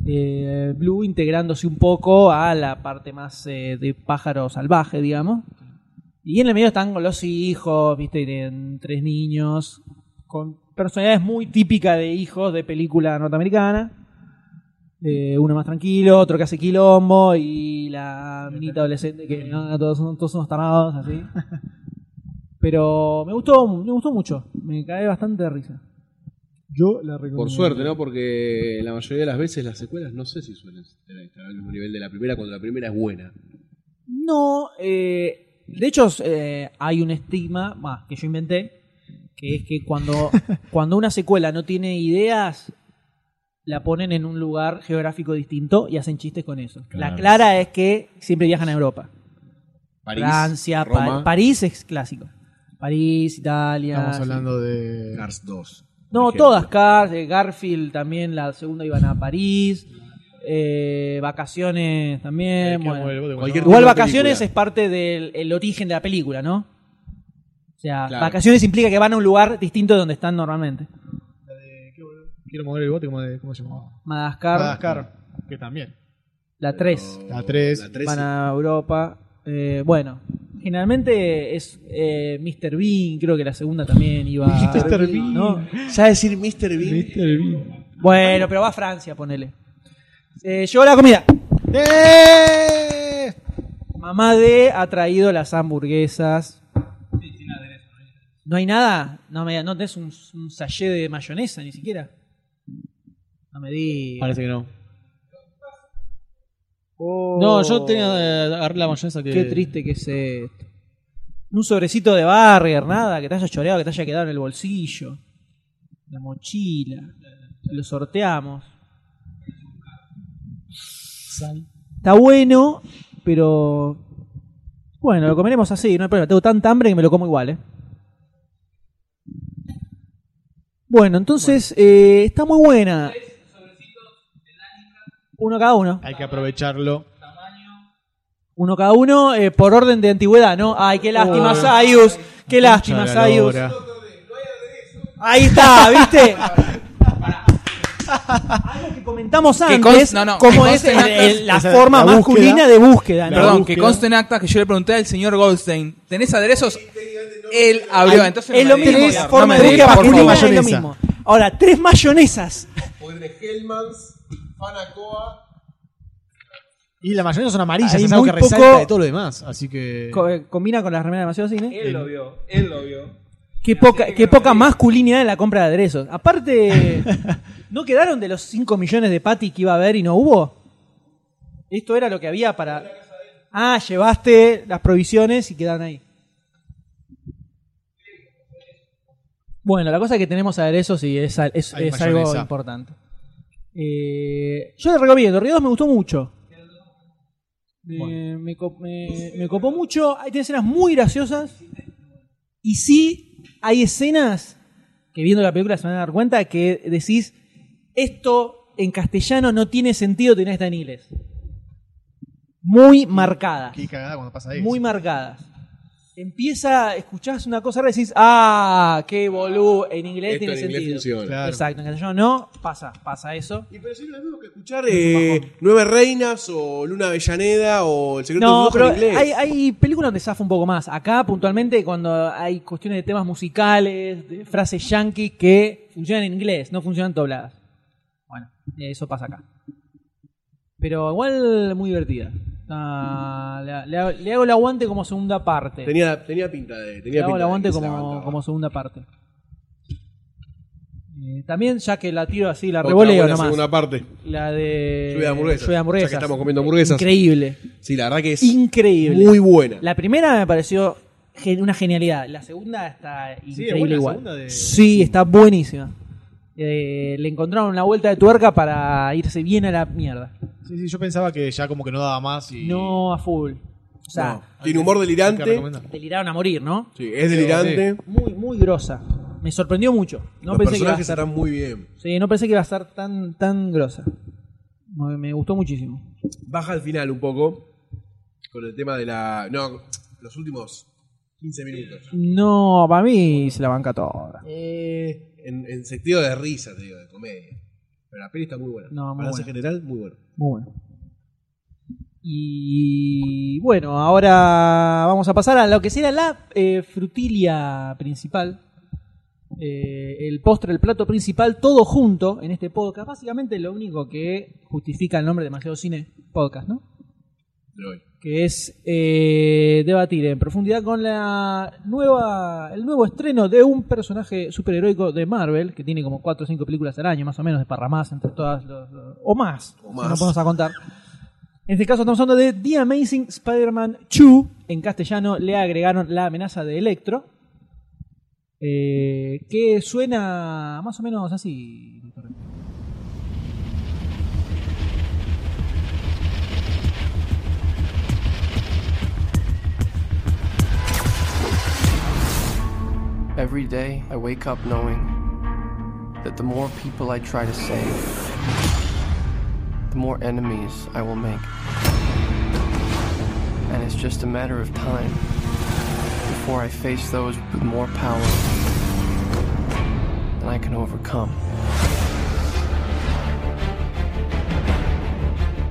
Speaker 2: Eh, Blue integrándose un poco a la parte más eh, de pájaro salvaje, digamos. Y en el medio están los hijos, viste, tienen tres niños. Con personalidades muy típicas de hijos de película norteamericana. Eh, uno más tranquilo, otro que hace quilombo y la minita adolescente que no, todos, son- todos son unos tarados, así. Pero me gustó, me gustó mucho. Me cae bastante de risa. Yo la recomiendo.
Speaker 1: Por suerte, ¿no? Porque la mayoría de las veces las secuelas no sé si suelen estar al mismo nivel de la primera cuando la primera es buena.
Speaker 2: No, eh, de hecho eh, hay un estigma bah, que yo inventé, que es que cuando, cuando una secuela no tiene ideas, la ponen en un lugar geográfico distinto y hacen chistes con eso. La
Speaker 5: Claro.
Speaker 2: clara es que siempre viajan a Europa.
Speaker 1: París,
Speaker 2: Francia, Pa-
Speaker 1: Roma.
Speaker 2: París es clásico. París, Italia.
Speaker 3: Estamos
Speaker 2: sí.
Speaker 3: hablando de.
Speaker 1: Cars 2.
Speaker 2: No, todas, Cars, eh, Garfield también, la segunda iban a París, eh, Vacaciones
Speaker 3: Eh,
Speaker 2: también.
Speaker 3: que
Speaker 2: bueno.
Speaker 3: vuelvo de-
Speaker 1: Cualquier
Speaker 2: Igual
Speaker 1: tipo de
Speaker 2: Vacaciones
Speaker 1: película.
Speaker 2: es parte del el origen de la película, ¿no? O sea,
Speaker 1: Claro.
Speaker 2: Vacaciones implica que van a un lugar distinto de donde están normalmente.
Speaker 3: Quiero mover el bote, ¿cómo, de- cómo se llamaba?
Speaker 2: Madagascar,
Speaker 3: Madagascar, que también.
Speaker 2: la 3,
Speaker 3: La 3.
Speaker 1: La 13.
Speaker 2: van a Europa. eh, bueno, generalmente es eh, Mr. Bean, creo que la segunda también iba a...
Speaker 3: Mr. Bean.
Speaker 2: ¿no?
Speaker 1: Ya decir Mr. Bean.
Speaker 2: Bueno, pero va a Francia, ponele. Eh, llegó la comida. Mamá D ha traído las hamburguesas. ¿No hay nada? No, me, no tenés un, un sachet de mayonesa ni siquiera. No me di.
Speaker 5: Parece que no.
Speaker 2: Oh,
Speaker 5: No, yo tenía eh, agarré la mayonesa que.
Speaker 2: Qué triste que es esto. Un sobrecito de burger, nada, que te haya choreado, que te haya quedado en el bolsillo. La mochila. Lo sorteamos.
Speaker 5: Sal.
Speaker 2: Está bueno, pero. Bueno, lo comeremos así, no hay problema. Tengo tanta hambre que me lo como igual, ¿eh? Bueno, entonces eh, está muy buena. Uno cada uno.
Speaker 3: Hay que aprovecharlo.
Speaker 2: Uno cada uno eh, por orden de antigüedad, ¿no? Ay, qué lástima,
Speaker 3: Oh.
Speaker 2: Sayus. Qué lástima,
Speaker 3: Mucha
Speaker 2: Sayus.
Speaker 3: galora.
Speaker 2: Ahí está, ¿viste? comentamos
Speaker 4: Que
Speaker 2: antes
Speaker 4: cons- no, no,
Speaker 2: cómo
Speaker 4: que
Speaker 2: es
Speaker 4: conste en
Speaker 2: el-
Speaker 4: actas-
Speaker 2: el- la
Speaker 4: esa-
Speaker 2: forma
Speaker 4: la
Speaker 2: masculina de búsqueda. ¿no?
Speaker 4: Perdón, que conste en acta que yo le pregunté al señor Goldstein, ¿tenés aderezos? Él habló,
Speaker 2: Al-
Speaker 4: entonces
Speaker 2: es
Speaker 4: no
Speaker 2: lo
Speaker 4: me
Speaker 2: mismo,
Speaker 4: digas,
Speaker 2: la
Speaker 4: no
Speaker 2: forma
Speaker 4: me
Speaker 2: de
Speaker 4: digas,
Speaker 2: búsqueda
Speaker 4: por
Speaker 2: masculina
Speaker 4: favor.
Speaker 2: es lo mismo. Ahora, tres mayonesas.
Speaker 3: Y la mayoría son amarillas,
Speaker 2: Hay
Speaker 3: es algo
Speaker 2: muy
Speaker 3: que resalta
Speaker 2: poco-
Speaker 3: de todo lo demás. Así que.
Speaker 2: Co- eh, combina con las remeras de Maceo Cine.
Speaker 7: Él lo vio, él lo vio.
Speaker 2: Qué poca, qué poca masculinidad en la compra de aderezos. Aparte, ¿no quedaron de los 5 millones de patty que iba a haber y no hubo? Esto era lo que había para. Ah, llevaste las provisiones y quedaron ahí. Bueno, la cosa es que tenemos aderezos y es, al- es-
Speaker 5: Hay
Speaker 2: es algo
Speaker 5: mayonesa.
Speaker 2: importante. Eh, yo les recomiendo, Río 2 me gustó mucho. Me, me co- me- me copó mucho. Hay tiene escenas muy graciosas. Y sí, hay escenas que viendo la película se van a dar cuenta que decís, esto en castellano no tiene sentido tener esta en inglés. Muy marcada.
Speaker 3: Qué cagada cuando pasa eso.
Speaker 2: Muy marcadas. Empieza, escuchás una cosa rara y decís, ah, qué boludo, en inglés
Speaker 1: Esto
Speaker 2: tiene
Speaker 1: en
Speaker 2: sentido.
Speaker 1: inglés funciona. Claro.
Speaker 2: Exacto, en castellano no, pasa, pasa eso.
Speaker 1: Y pero lo mismo que escuchar Eh, Nueve Reinas o Luna Avellaneda o El Secreto de
Speaker 2: No,
Speaker 1: Brujo
Speaker 2: pero
Speaker 1: en inglés.
Speaker 2: hay, hay películas donde zafa un poco más. Acá, puntualmente, cuando hay cuestiones de temas musicales, de frases yankee que funcionan en inglés, no funcionan dobladas. Bueno, eso pasa acá. Pero igual muy divertida. Ah, le, le- le hago el aguante como segunda parte.
Speaker 1: Tenía, tenía pinta de.
Speaker 2: le
Speaker 1: Tenía
Speaker 2: hago
Speaker 1: pinta
Speaker 2: el
Speaker 1: de
Speaker 2: aguante
Speaker 1: que se la
Speaker 2: como,
Speaker 1: bancaba.
Speaker 2: como segunda parte. Eh, también, ya que la tiro así, la
Speaker 1: Otra
Speaker 2: revoleo
Speaker 1: buena
Speaker 2: nomás.
Speaker 1: segunda parte.
Speaker 2: La de.
Speaker 1: Lluvia de hamburguesas.
Speaker 2: Lluvia de hamburguesas.
Speaker 1: Ya que estamos comiendo hamburguesas.
Speaker 2: Increíble.
Speaker 1: Sí, la verdad que es.
Speaker 2: Increíble.
Speaker 1: Muy buena.
Speaker 2: La primera me pareció gen- una genialidad. La segunda está increíble
Speaker 5: buena la
Speaker 2: igual.
Speaker 5: segunda de-
Speaker 2: Sí, está buenísima. Eh, le encontraron la vuelta de tuerca para irse bien a la mierda.
Speaker 3: Sí, sí, yo pensaba que ya como que no daba más y.
Speaker 2: No a full. O sea,
Speaker 3: No.
Speaker 1: Tiene humor delirante.
Speaker 2: deliraron a morir, ¿no?
Speaker 1: Sí, es delirante.
Speaker 2: Sí. Muy, muy grosa. Me sorprendió mucho. No
Speaker 1: Los
Speaker 2: pensé que iba a
Speaker 1: personajes
Speaker 2: estar
Speaker 1: estarán muy bien.
Speaker 2: Sí, no pensé que iba a estar tan, tan grosa. Me, me gustó muchísimo.
Speaker 1: Baja al final un poco. Con el tema de la. No, los últimos 15 minutos.
Speaker 2: No, para mí se la banca toda.
Speaker 1: Eh, en, en sentido de risa, te digo, de comedia. Pero la peli está muy buena.
Speaker 2: No, muy
Speaker 1: Balance
Speaker 2: buena.
Speaker 1: general, muy bueno.
Speaker 2: Muy bueno. Y bueno, ahora vamos a pasar a lo que será la eh, frutilia principal. Eh, el postre, el plato principal, todo junto en este podcast. Básicamente lo único que justifica el nombre de Demasiado Cine Podcast, ¿no?
Speaker 1: De hoy.
Speaker 2: que es eh, debatir en profundidad con la nueva el nuevo estreno de un personaje superheroico de Marvel que tiene como 4 o 5 películas al año más o menos de parramás entre todas los- los- o más,
Speaker 1: O
Speaker 2: si
Speaker 1: más.
Speaker 2: no podemos a contar en este caso estamos hablando de The Amazing Spider-Man 2 en castellano le agregaron la amenaza de Electro eh, que suena más o menos así doctor.
Speaker 14: Every day, I wake up knowing that the more people I try to save, the more enemies I will make. And it's just a matter of time before I face those with more power than I can overcome.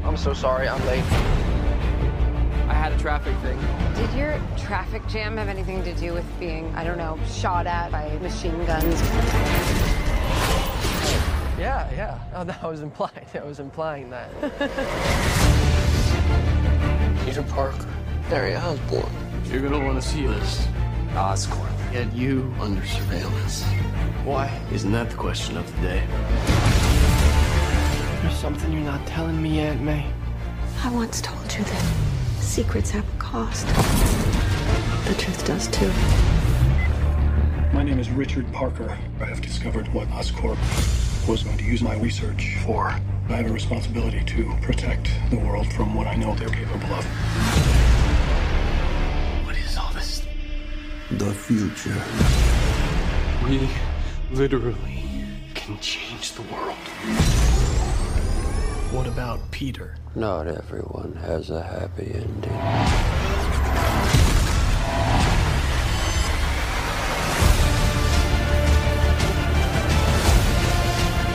Speaker 14: I'm so sorry I'm late. I had a traffic thing.
Speaker 15: Did your traffic jam have anything to do with being, I don't know, shot at by machine guns?
Speaker 14: Yeah, yeah. Oh, that was implied. I was implying that. Peter Parker. Harry Osborn. You're gonna want to see this. Oscorp. Get you under surveillance. Why?
Speaker 16: Isn't that the question of the day?
Speaker 14: There's something you're not telling me, Aunt May.
Speaker 17: I once told you that secrets have a cost. The truth does too.
Speaker 18: My name is Richard Parker. I have discovered what Oscorp was going to use my research for. I have a responsibility to protect the world from what I know they're capable of. What is all this?
Speaker 16: The future.
Speaker 18: We literally can change the world. What about Peter?
Speaker 16: Not everyone has a happy ending.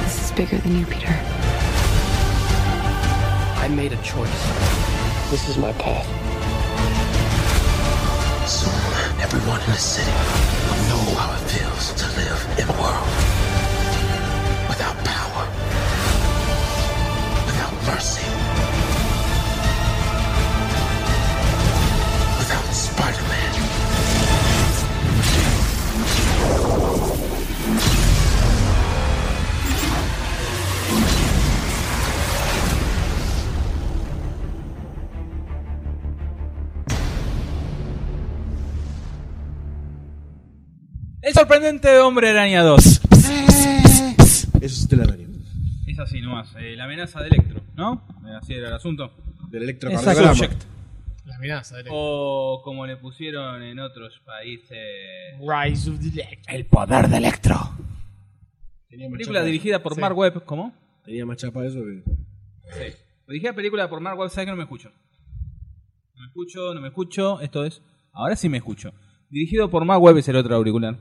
Speaker 17: This is bigger than you, Peter.
Speaker 14: made a choice. This is my path.
Speaker 16: Soon, everyone in the city will know how it feels to live in a world without power, without mercy, without Spider Man.
Speaker 4: El sorprendente Hombre Araña 2.
Speaker 1: Eso es tela de araña.
Speaker 6: Es así nomás. eh, la amenaza de Electro, ¿no? Eh, Así era el asunto.
Speaker 1: Del
Speaker 6: electrocardiograma.
Speaker 3: La amenaza de
Speaker 6: O como le pusieron en otros países.
Speaker 3: Rise of the Electro.
Speaker 6: El
Speaker 1: poder de Electro.
Speaker 6: Película dirigida por Mark Webb, ¿cómo?
Speaker 1: Tenía más chapa eso que.
Speaker 6: Sí. Dirigida película por Mark Webb, ¿sabes que no me escucho? No me escucho, no me escucho. Esto es. Ahora sí me escucho. Dirigido por Mark Webb es el otro auricular.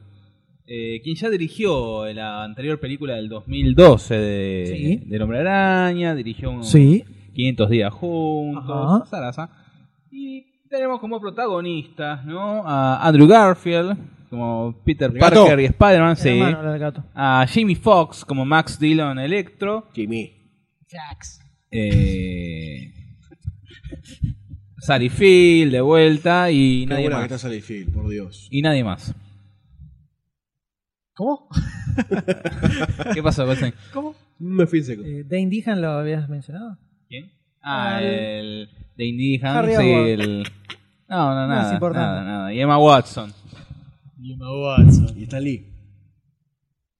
Speaker 6: Eh, quien ya dirigió la anterior película del 2012 de,
Speaker 2: Sí.
Speaker 6: del Hombre Araña, dirigió un-
Speaker 2: Sí.
Speaker 6: 500 días juntos,
Speaker 2: Ajá.
Speaker 6: zaraza. Y tenemos como protagonistas, ¿no? A Andrew Garfield, como Peter
Speaker 2: El
Speaker 6: Parker
Speaker 2: gato.
Speaker 6: y Spider-Man,
Speaker 2: El
Speaker 6: sí.
Speaker 2: hermano era el gato.
Speaker 6: A Jimmy Fox como Max Dillon Electro.
Speaker 1: Jimmy.
Speaker 6: Eh, Sally Field de vuelta y
Speaker 1: Qué
Speaker 6: nadie
Speaker 1: buena
Speaker 6: más.
Speaker 1: que está Sally Field, por Dios.
Speaker 6: Y nadie más.
Speaker 3: ¿Cómo?
Speaker 6: ¿Qué pasó, Goldstein?
Speaker 2: ¿Cómo?
Speaker 1: Me fui en seco.
Speaker 2: Eh, Dane Dehan lo habías mencionado.
Speaker 6: ¿Quién? Ah,
Speaker 2: Al-
Speaker 6: el de Indy
Speaker 2: Harry
Speaker 6: Hans y
Speaker 2: Osborn.
Speaker 6: el... No, no,
Speaker 2: No es
Speaker 6: nada,
Speaker 2: importante.
Speaker 6: nada, nada. Y Emma Watson.
Speaker 3: Y Emma Watson.
Speaker 1: Y Stan Lee.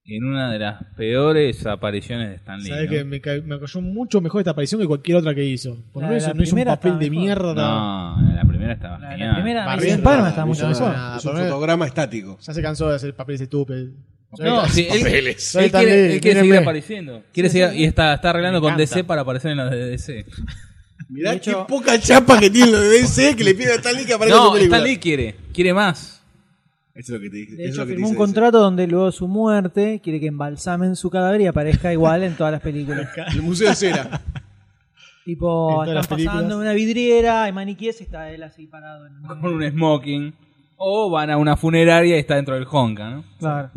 Speaker 6: En una de las peores apariciones de Stan Lee.
Speaker 3: Sabes
Speaker 6: ¿no?
Speaker 3: que me, ca- me cayó mucho mejor esta aparición que cualquier otra que hizo. Por
Speaker 2: La-
Speaker 3: lo menos
Speaker 2: la
Speaker 3: no hizo un
Speaker 2: primera
Speaker 3: papel
Speaker 2: estaba
Speaker 3: de mierda.
Speaker 6: No, la primera estaba
Speaker 2: la
Speaker 6: genial.
Speaker 2: primera-
Speaker 3: Barriendo,
Speaker 2: Alicia Palma está
Speaker 3: no
Speaker 2: mucho
Speaker 3: hizo
Speaker 2: mejor.
Speaker 3: nada.
Speaker 1: Es un
Speaker 3: Por lo menos-
Speaker 1: fotograma estático.
Speaker 3: Ya se cansó de hacer papeles estúpidos.
Speaker 6: No, sí, él, él
Speaker 3: Soy tan
Speaker 6: quiere,
Speaker 3: Lee,
Speaker 6: él quiere seguir
Speaker 3: mírenme.
Speaker 6: apareciendo. Quiere
Speaker 3: Sí,
Speaker 6: seguir-
Speaker 3: sí,
Speaker 6: y está, está arreglando
Speaker 3: Me
Speaker 6: con
Speaker 3: encanta.
Speaker 6: DC para aparecer en los de DC.
Speaker 1: Mirá qué poca chapa que tiene lo de DC que le pide a Stan Lee que aparezca en su
Speaker 6: No,
Speaker 1: película.
Speaker 6: Stan Lee quiere. Quiere más.
Speaker 1: Eso es lo que te dije.
Speaker 2: De
Speaker 1: eso es
Speaker 2: hecho,
Speaker 1: lo que te
Speaker 2: firmó un
Speaker 1: dice
Speaker 2: contrato donde luego de su muerte quiere que embalsamen su cadáver y aparezca igual en todas las películas.
Speaker 1: DC. El Museo de Cera.
Speaker 2: tipo,
Speaker 6: En todas
Speaker 2: están
Speaker 6: las
Speaker 2: pasando
Speaker 6: películas.
Speaker 2: en una vidriera, hay maniquíes y está él así parado. En...
Speaker 6: Con un smoking. O van a una funeraria y está dentro del Honka, ¿no?
Speaker 2: Claro.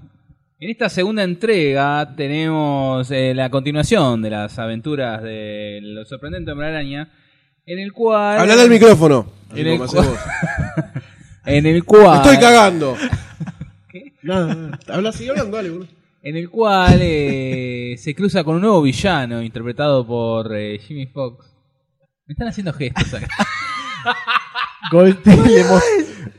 Speaker 6: En esta segunda entrega tenemos eh, la continuación de las aventuras de Lo Sorprendente Hombre Araña, en el cual...
Speaker 1: Hablale al micrófono. Así
Speaker 6: En el,
Speaker 1: como
Speaker 6: cua-
Speaker 1: hacemos.
Speaker 6: en el cual...
Speaker 1: Estoy cagando. Nada, nada. Habla, Ah, sigue hablando, dale, boludo.
Speaker 6: En el cual eh, se cruza con un nuevo villano interpretado por eh, Jimmy Fox. Me están haciendo gestos acá.
Speaker 3: Goldstein le, mo-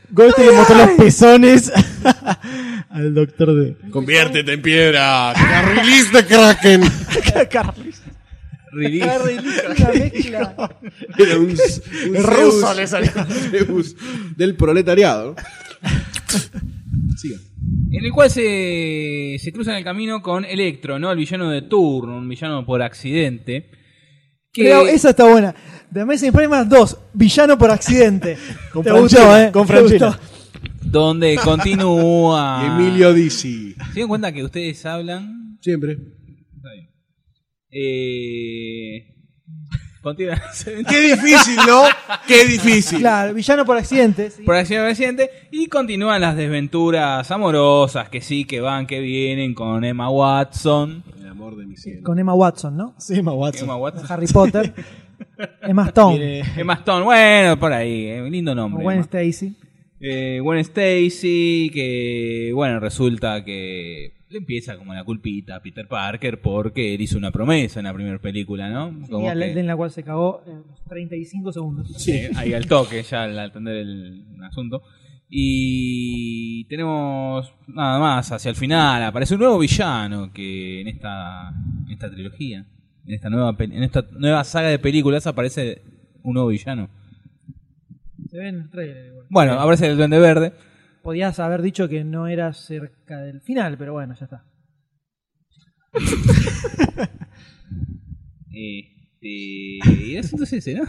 Speaker 3: Goldstein le mostró los pezones al doctor D.
Speaker 13: Conviértete en piedra. Carrilis de Kraken.
Speaker 6: Release.
Speaker 1: Era un, un
Speaker 3: El ruso
Speaker 1: Zeus-
Speaker 3: le salió.
Speaker 1: un Zeus del proletariado. Siga.
Speaker 6: En el cual se, se cruza en el camino con Electro, ¿no? El villano de turno, un villano por accidente. que-
Speaker 5: Creo- esa está buena. The Amazing Spider-Man 2, villano por accidente.
Speaker 3: Con
Speaker 5: Te
Speaker 3: Franchella,
Speaker 5: gustó, ¿eh?
Speaker 3: con
Speaker 5: Te
Speaker 3: Franchella.
Speaker 5: gustó.
Speaker 6: Donde continúa.
Speaker 1: Emilio Dizzi.
Speaker 6: ¿Se dan cuenta que ustedes hablan?
Speaker 1: Siempre.
Speaker 6: Está bien. Eh, continúa.
Speaker 1: Qué difícil, ¿no? Qué difícil.
Speaker 5: Claro, villano por accidente. sí.
Speaker 6: Por acción reciente. Y continúan las desventuras amorosas que sí, que van, que vienen con Emma Watson.
Speaker 1: El amor de mi cielo.
Speaker 2: Con Emma Watson, ¿no?
Speaker 3: Sí, Emma Watson.
Speaker 6: Emma Watson.
Speaker 2: Harry Potter. Emma Stone.
Speaker 3: Tiene-
Speaker 6: Emma Stone, bueno, por ahí, eh, lindo nombre.
Speaker 2: Gwen
Speaker 6: Emma.
Speaker 2: Stacy.
Speaker 6: Eh, Gwen Stacy, que bueno, resulta que le empieza como la culpita a Peter Parker porque él hizo una promesa en la primera película, ¿no? Como
Speaker 2: Y al-
Speaker 6: que-
Speaker 2: en la cual se cagó en los 35 segundos.
Speaker 6: Eh, ahí al toque, ya al atender el asunto. Y tenemos nada más, hacia el final aparece un nuevo villano que en esta, en esta trilogía, en esta, nueva, pe- en esta nueva saga de películas aparece un nuevo villano.
Speaker 2: Se ve en el trailer igual.
Speaker 6: Bueno, aparece el Duende Verde.
Speaker 2: Podías haber dicho que no era cerca del final, pero bueno, ya está.
Speaker 6: Este, y es entonces ese, ¿no?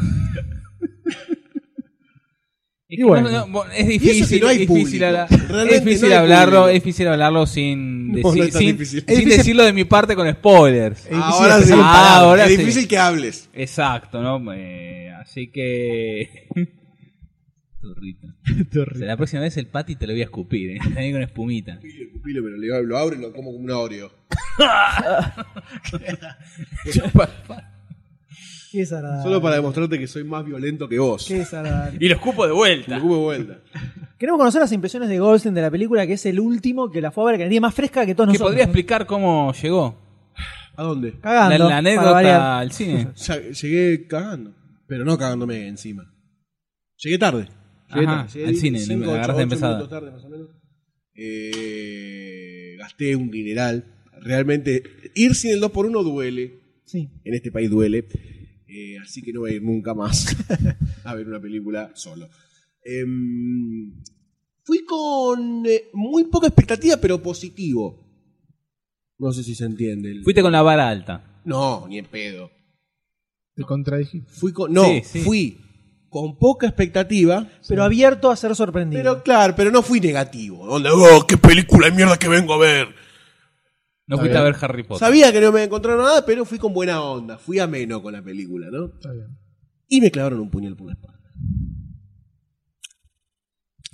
Speaker 6: Es que
Speaker 3: bueno.
Speaker 6: no- no, bueno, es
Speaker 1: Y eso que
Speaker 6: difícil,
Speaker 1: no hay
Speaker 6: es difícil,
Speaker 1: público.
Speaker 6: habla-
Speaker 1: Realmente
Speaker 6: es difícil
Speaker 1: no hay
Speaker 6: hablarlo,
Speaker 1: público.
Speaker 6: es difícil hablarlo sin
Speaker 1: No,
Speaker 6: sin,
Speaker 1: no
Speaker 6: deci-
Speaker 1: es tan
Speaker 6: sin-
Speaker 1: difícil.
Speaker 6: sin
Speaker 1: Es difícil.
Speaker 6: decirlo de mi parte con spoilers.
Speaker 1: Es difícil Ahora empezar sí. con palabras. Es difícil que hables.
Speaker 6: Exacto, ¿no? Eh, así que. Torrita.
Speaker 3: Torrita.
Speaker 6: La próxima vez el pati te lo voy a escupir, ¿eh? También con espumita.
Speaker 1: Pilo, pero le- lo abro y lo como como un Oreo.
Speaker 2: Qué desagradable.
Speaker 1: Solo para demostrarte que soy más violento que vos.
Speaker 2: Qué desagradable.
Speaker 6: Y los cupo de vuelta.
Speaker 1: Los cupo de vuelta.
Speaker 2: Queremos conocer las impresiones de Goldstein de la película, que es el último que la fue a ver, que la tiene más fresca que todos
Speaker 6: ¿Que
Speaker 2: nosotros.
Speaker 6: podría explicar cómo llegó?
Speaker 1: ¿A dónde?
Speaker 2: Cagando,
Speaker 6: La- la anécdota
Speaker 2: para variar.
Speaker 6: al cine.
Speaker 1: Ya- llegué cagando, pero no cagándome encima. Llegué tarde. Llegué
Speaker 6: Ajá,
Speaker 1: tarde. Llegué
Speaker 6: al cine,
Speaker 1: cinco,
Speaker 6: me
Speaker 1: ocho-
Speaker 6: agarraste
Speaker 1: ocho
Speaker 6: empezada.
Speaker 1: minutos tarde, más o menos. Eh, gasté un dineral. Realmente, ir sin el 2x1 duele.
Speaker 2: Sí.
Speaker 1: En este país duele. Eh, así que no voy a ir nunca más a ver una película solo. Em, fui con eh, muy poca expectativa, pero positivo. No sé si se entiende. el-
Speaker 6: Fuiste con la vara alta.
Speaker 1: No, ni en pedo.
Speaker 3: Te contradije.
Speaker 1: Fui con, no,
Speaker 6: Sí, sí.
Speaker 1: fui con poca expectativa.
Speaker 2: Pero abierto a ser sorprendido.
Speaker 1: Pero claro, pero no fui negativo. Donde, oh, qué película de mierda que vengo a ver.
Speaker 6: No
Speaker 1: Está
Speaker 6: fuiste a
Speaker 1: bien.
Speaker 6: ver Harry Potter.
Speaker 1: Sabía que no me encontraron nada, pero fui con buena onda. Fui ameno con la película, ¿no?
Speaker 3: Está bien.
Speaker 1: Y me clavaron un puñal por la espalda.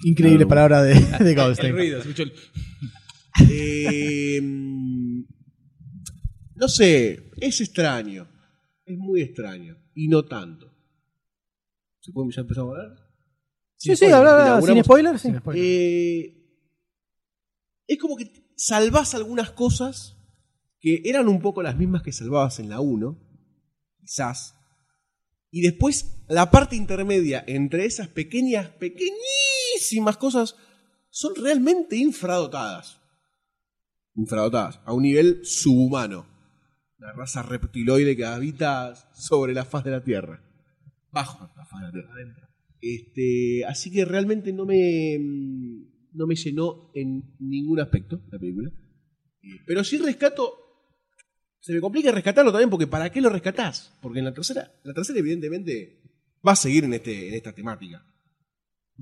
Speaker 3: Increíble
Speaker 1: Claro.
Speaker 3: palabra de, de
Speaker 6: El
Speaker 3: Goldstein.
Speaker 6: ruido, escucho el-
Speaker 1: Eh, no sé, es extraño. Es muy extraño. Y no tanto. ¿Se puede ya empezar a hablar?
Speaker 2: Sí, sí, hablar sin
Speaker 1: Inauguramos.
Speaker 2: spoilers. Sí.
Speaker 1: Eh, es como que salvás algunas cosas que eran un poco las mismas que salvabas en la 1, quizás. Y después la parte intermedia entre esas pequeñas, pequeñísimas cosas son realmente infradotadas. Infradotadas, a un nivel subhumano. La raza reptiloide que habita sobre la faz de la Tierra. Bajo la faz de la Tierra, adentro. Este, así que realmente no me, no me llenó en ningún aspecto la película. Eh, Pero sí rescato. Se me complica rescatarlo también, porque ¿para qué lo rescatás? Porque en la tercera, la tercera evidentemente va a seguir en, este, en esta temática.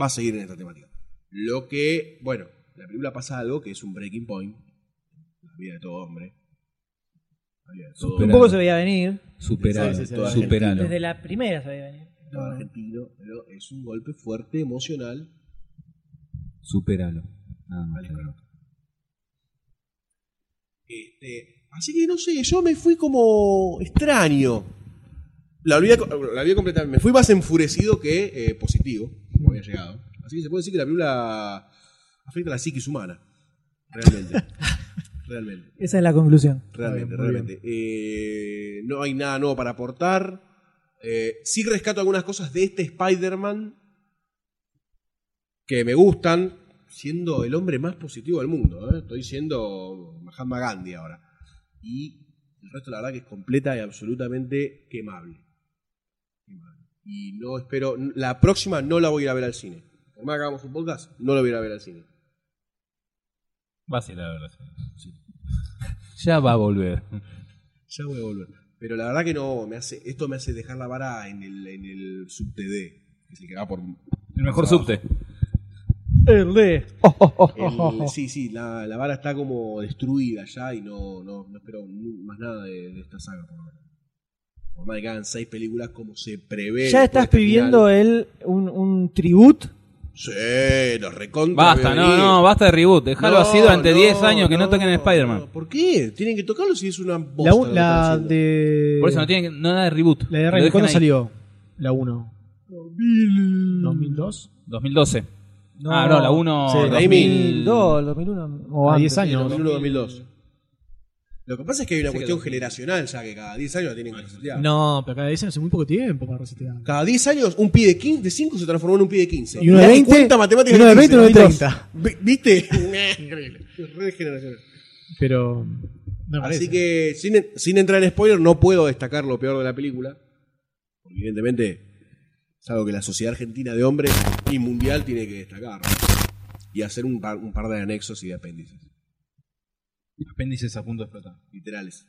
Speaker 1: Va a seguir en esta temática. Lo que, bueno, en la película pasa algo que es un breaking point. La vida de todo hombre. La vida de todo
Speaker 2: Un poco se veía venir.
Speaker 6: Superalo,
Speaker 1: Sí, sí, sí, sí.
Speaker 6: superalo.
Speaker 2: Desde la primera se veía venir.
Speaker 1: todo argentino, pero es un golpe fuerte, emocional.
Speaker 6: Superalo. Nada más.
Speaker 1: Este, así que no sé, yo me fui como extraño. La olvidé, la olvidé completamente. Me fui más enfurecido que eh, positivo, como había llegado. Así que se puede decir que la película afecta a la psiquis humana. Realmente. realmente.
Speaker 2: Esa es la conclusión.
Speaker 1: Realmente,
Speaker 2: Muy bien,
Speaker 1: realmente. Eh, no hay nada nuevo para aportar. Eh, sí rescato algunas cosas de este Spider-Man que me gustan, siendo el hombre más positivo del mundo. ¿eh? Estoy siendo Mahatma Gandhi ahora. Y el resto, la verdad, que es completa y absolutamente quemable. Quemable. Y no espero. La próxima no la voy a ir a ver al cine. Por más que hagamos un podcast, no la voy a ir a ver al cine.
Speaker 6: Vas a ir a verlo, sí. Ya va a volver.
Speaker 1: Ya voy a volver. Pero la verdad que no, me hace, esto me hace dejar la vara en el, en el subtd, que es el que va por...
Speaker 6: El mejor
Speaker 1: por abajo.
Speaker 6: subte.
Speaker 2: El de. Oh, oh, oh, oh, oh,
Speaker 1: El-
Speaker 2: oh.
Speaker 1: sí, sí, la, la vara está como destruida ya y no, no, no espero ni- más nada de, de esta saga. Por, ahora. por más que hagan seis películas como se prevé. este
Speaker 2: Ya estás pidiendo el, un, un tribut.
Speaker 1: Sí, los recontra.
Speaker 6: Basta,
Speaker 1: veo
Speaker 6: no,
Speaker 1: venir.
Speaker 6: no, basta de reboot. Dejalo
Speaker 1: No,
Speaker 6: así durante
Speaker 1: no,
Speaker 6: 10 años que no,
Speaker 1: no,
Speaker 6: toquen en Spider-Man.
Speaker 1: ¿Por qué? Tienen que tocarlo si es una bosta
Speaker 3: La,
Speaker 1: lo
Speaker 3: un-
Speaker 1: que
Speaker 3: la
Speaker 1: están haciendo.
Speaker 3: de.
Speaker 6: Por eso no tienen que- no nada de reboot.
Speaker 3: La de
Speaker 6: Lo
Speaker 3: Raimi,
Speaker 6: dejan
Speaker 3: ¿cuándo
Speaker 6: ahí.
Speaker 3: salió? La 1. 2002.
Speaker 6: 2012. ah, no, la 1.
Speaker 3: Sí,
Speaker 2: 2002, 2001. O
Speaker 3: A
Speaker 2: antes.
Speaker 3: 10 años.
Speaker 1: 2001, 2002. Lo que pasa es que hay una
Speaker 6: Sé que
Speaker 1: cuestión
Speaker 6: lo-
Speaker 1: generacional ya que cada 10 años la tienen que resetear.
Speaker 3: No, pero cada 10 años es muy poco tiempo para resetear.
Speaker 1: Cada 10 años, un pie de 15, de 5 se transformó en un pie de 15.
Speaker 3: Y uno de
Speaker 1: Mirá que
Speaker 3: 20,
Speaker 1: cuenta matemática
Speaker 3: y uno de
Speaker 1: que
Speaker 3: 20, uno de
Speaker 1: 15.
Speaker 3: 30.
Speaker 1: Vi- ¿Viste? Increíble. Re generacional.
Speaker 3: Pero. No me
Speaker 1: Así
Speaker 3: parece.
Speaker 1: que, sin, sin entrar en spoiler, no puedo destacar lo peor de la película. Porque, evidentemente, es algo que la sociedad argentina de hombres y mundial tiene que destacar. Y hacer un par, un par de anexos y de apéndices.
Speaker 6: Apéndices a punto de explotar.
Speaker 1: Literales.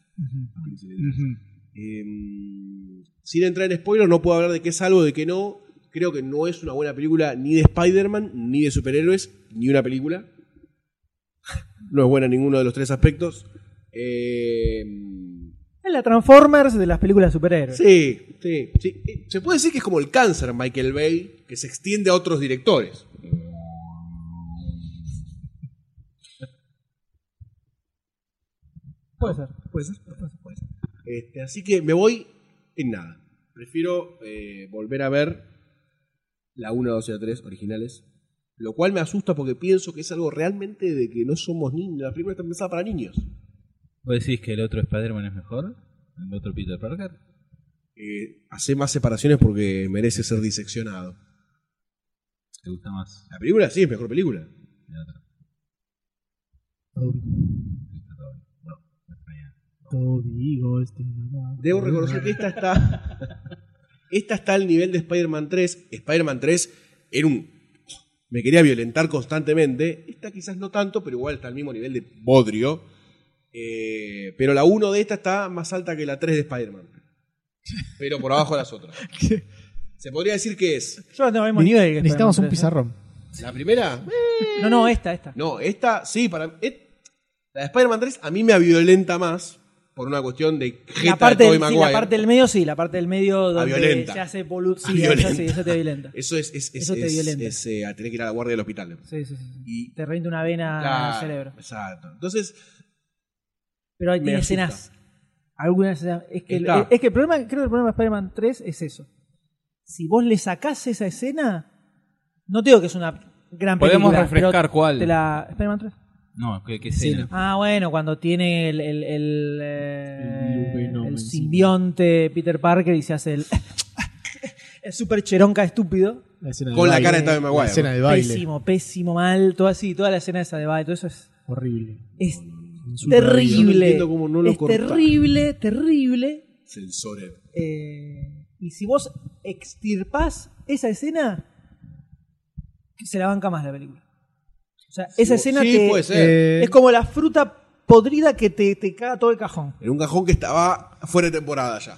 Speaker 1: Apéndices literales.
Speaker 3: Ujú.
Speaker 1: Eh, sin entrar en spoilers, no puedo hablar de qué es algo, de qué no. Creo que no es una buena película ni de Spider-Man, ni de superhéroes, ni una película. No es buena en ninguno de los tres aspectos. Eh,
Speaker 2: Es la Transformers de las películas de superhéroes.
Speaker 1: sí, sí, sí. Eh, Se puede decir que es como el cáncer, Michael Bay, que se extiende a otros directores.
Speaker 2: Puede ser.
Speaker 1: Puede ser, puede ser, puede ser. Este, así que me voy en nada. Prefiero eh, volver a ver la 1, 2 y la 3 originales. Lo cual me asusta porque pienso que es algo realmente de que no somos niños. La película está pensada para niños.
Speaker 6: ¿Vos decís que el otro Spider-Man es mejor? ¿El otro Peter Parker?
Speaker 1: Eh, hace más separaciones porque merece ser diseccionado.
Speaker 6: ¿Te gusta más?
Speaker 1: La película sí es mejor película.
Speaker 6: El otro.
Speaker 3: Toby Goldstein. mamá.
Speaker 1: Debo reconocer que esta está. Esta está al nivel de Spider-Man 3. Spider-Man 3 era un. Me quería violentar constantemente. Esta quizás no tanto, pero igual está al mismo nivel de bodrio. Eh, pero la 1 de esta está más alta que la 3 de Spider-Man. Pero por abajo de las otras. Se podría decir que es.
Speaker 2: Yo no mismo nivel. que
Speaker 3: Necesitamos un
Speaker 2: Spider-Man
Speaker 3: pizarrón.
Speaker 1: La primera.
Speaker 2: tres, ¿eh? No, no, esta, esta.
Speaker 1: No, esta sí, para. et- la de Spider-Man 3 a mí me violenta más. Por una cuestión de
Speaker 2: La
Speaker 1: jeta de
Speaker 2: parte,
Speaker 1: Tobey
Speaker 2: del, sí, la
Speaker 1: Maguire.
Speaker 2: parte del medio sí, la parte del medio donde
Speaker 1: violenta.
Speaker 2: se hace boludo.
Speaker 1: Ah,
Speaker 2: Sí, esa,
Speaker 1: violenta.
Speaker 2: sí, esa te violenta.
Speaker 1: Eso es, es, es,
Speaker 2: Eso te
Speaker 1: es-
Speaker 2: violenta.
Speaker 1: es, eh, a tener que ir a la guardia del hospital.
Speaker 2: Sí, sí, sí, sí.
Speaker 1: Y,
Speaker 2: Te revienta una vena
Speaker 1: claro,
Speaker 2: al Ah, cerebro.
Speaker 1: Exacto. Entonces,
Speaker 2: Pero hay
Speaker 1: Me
Speaker 2: tiene
Speaker 1: asusta.
Speaker 2: escenas. Algunas escenas. Es que, el,
Speaker 1: Está.
Speaker 2: es que el problema, creo que el problema de Spider-Man 3 es eso. Si vos le sacás esa escena, no te digo que es una gran película.
Speaker 6: Podemos
Speaker 2: pero
Speaker 6: refrescar cuál.
Speaker 2: te la, Spider-Man 3.
Speaker 6: No, que, que
Speaker 2: Sí.
Speaker 6: escena.
Speaker 2: Ah, bueno, cuando tiene el, el, el, eh,
Speaker 3: El Venom
Speaker 2: el
Speaker 3: encima.
Speaker 2: simbionte Peter Parker y se hace el, el super cheronca estúpido.
Speaker 3: La escena
Speaker 1: Con la
Speaker 3: baile.
Speaker 1: cara de Tobey Maguire.
Speaker 3: La escena de baile.
Speaker 2: Pésimo, pésimo, mal, todo así, toda la escena esa de baile, todo eso es,
Speaker 3: Horrible.
Speaker 2: es
Speaker 3: Insulta a la vida.
Speaker 1: Yo no
Speaker 2: terrible.
Speaker 1: entiendo cómo no lo
Speaker 2: es
Speaker 1: cortaron.
Speaker 2: terrible, terrible.
Speaker 1: sensores.
Speaker 2: Eh, y si vos extirpás esa escena, que se la banca más la película. O sea, esa
Speaker 1: vos-
Speaker 2: escena
Speaker 1: sí,
Speaker 2: te-
Speaker 1: puede ser.
Speaker 2: es como la fruta podrida que te, te caga todo el cajón.
Speaker 1: Era un cajón que estaba fuera de temporada ya.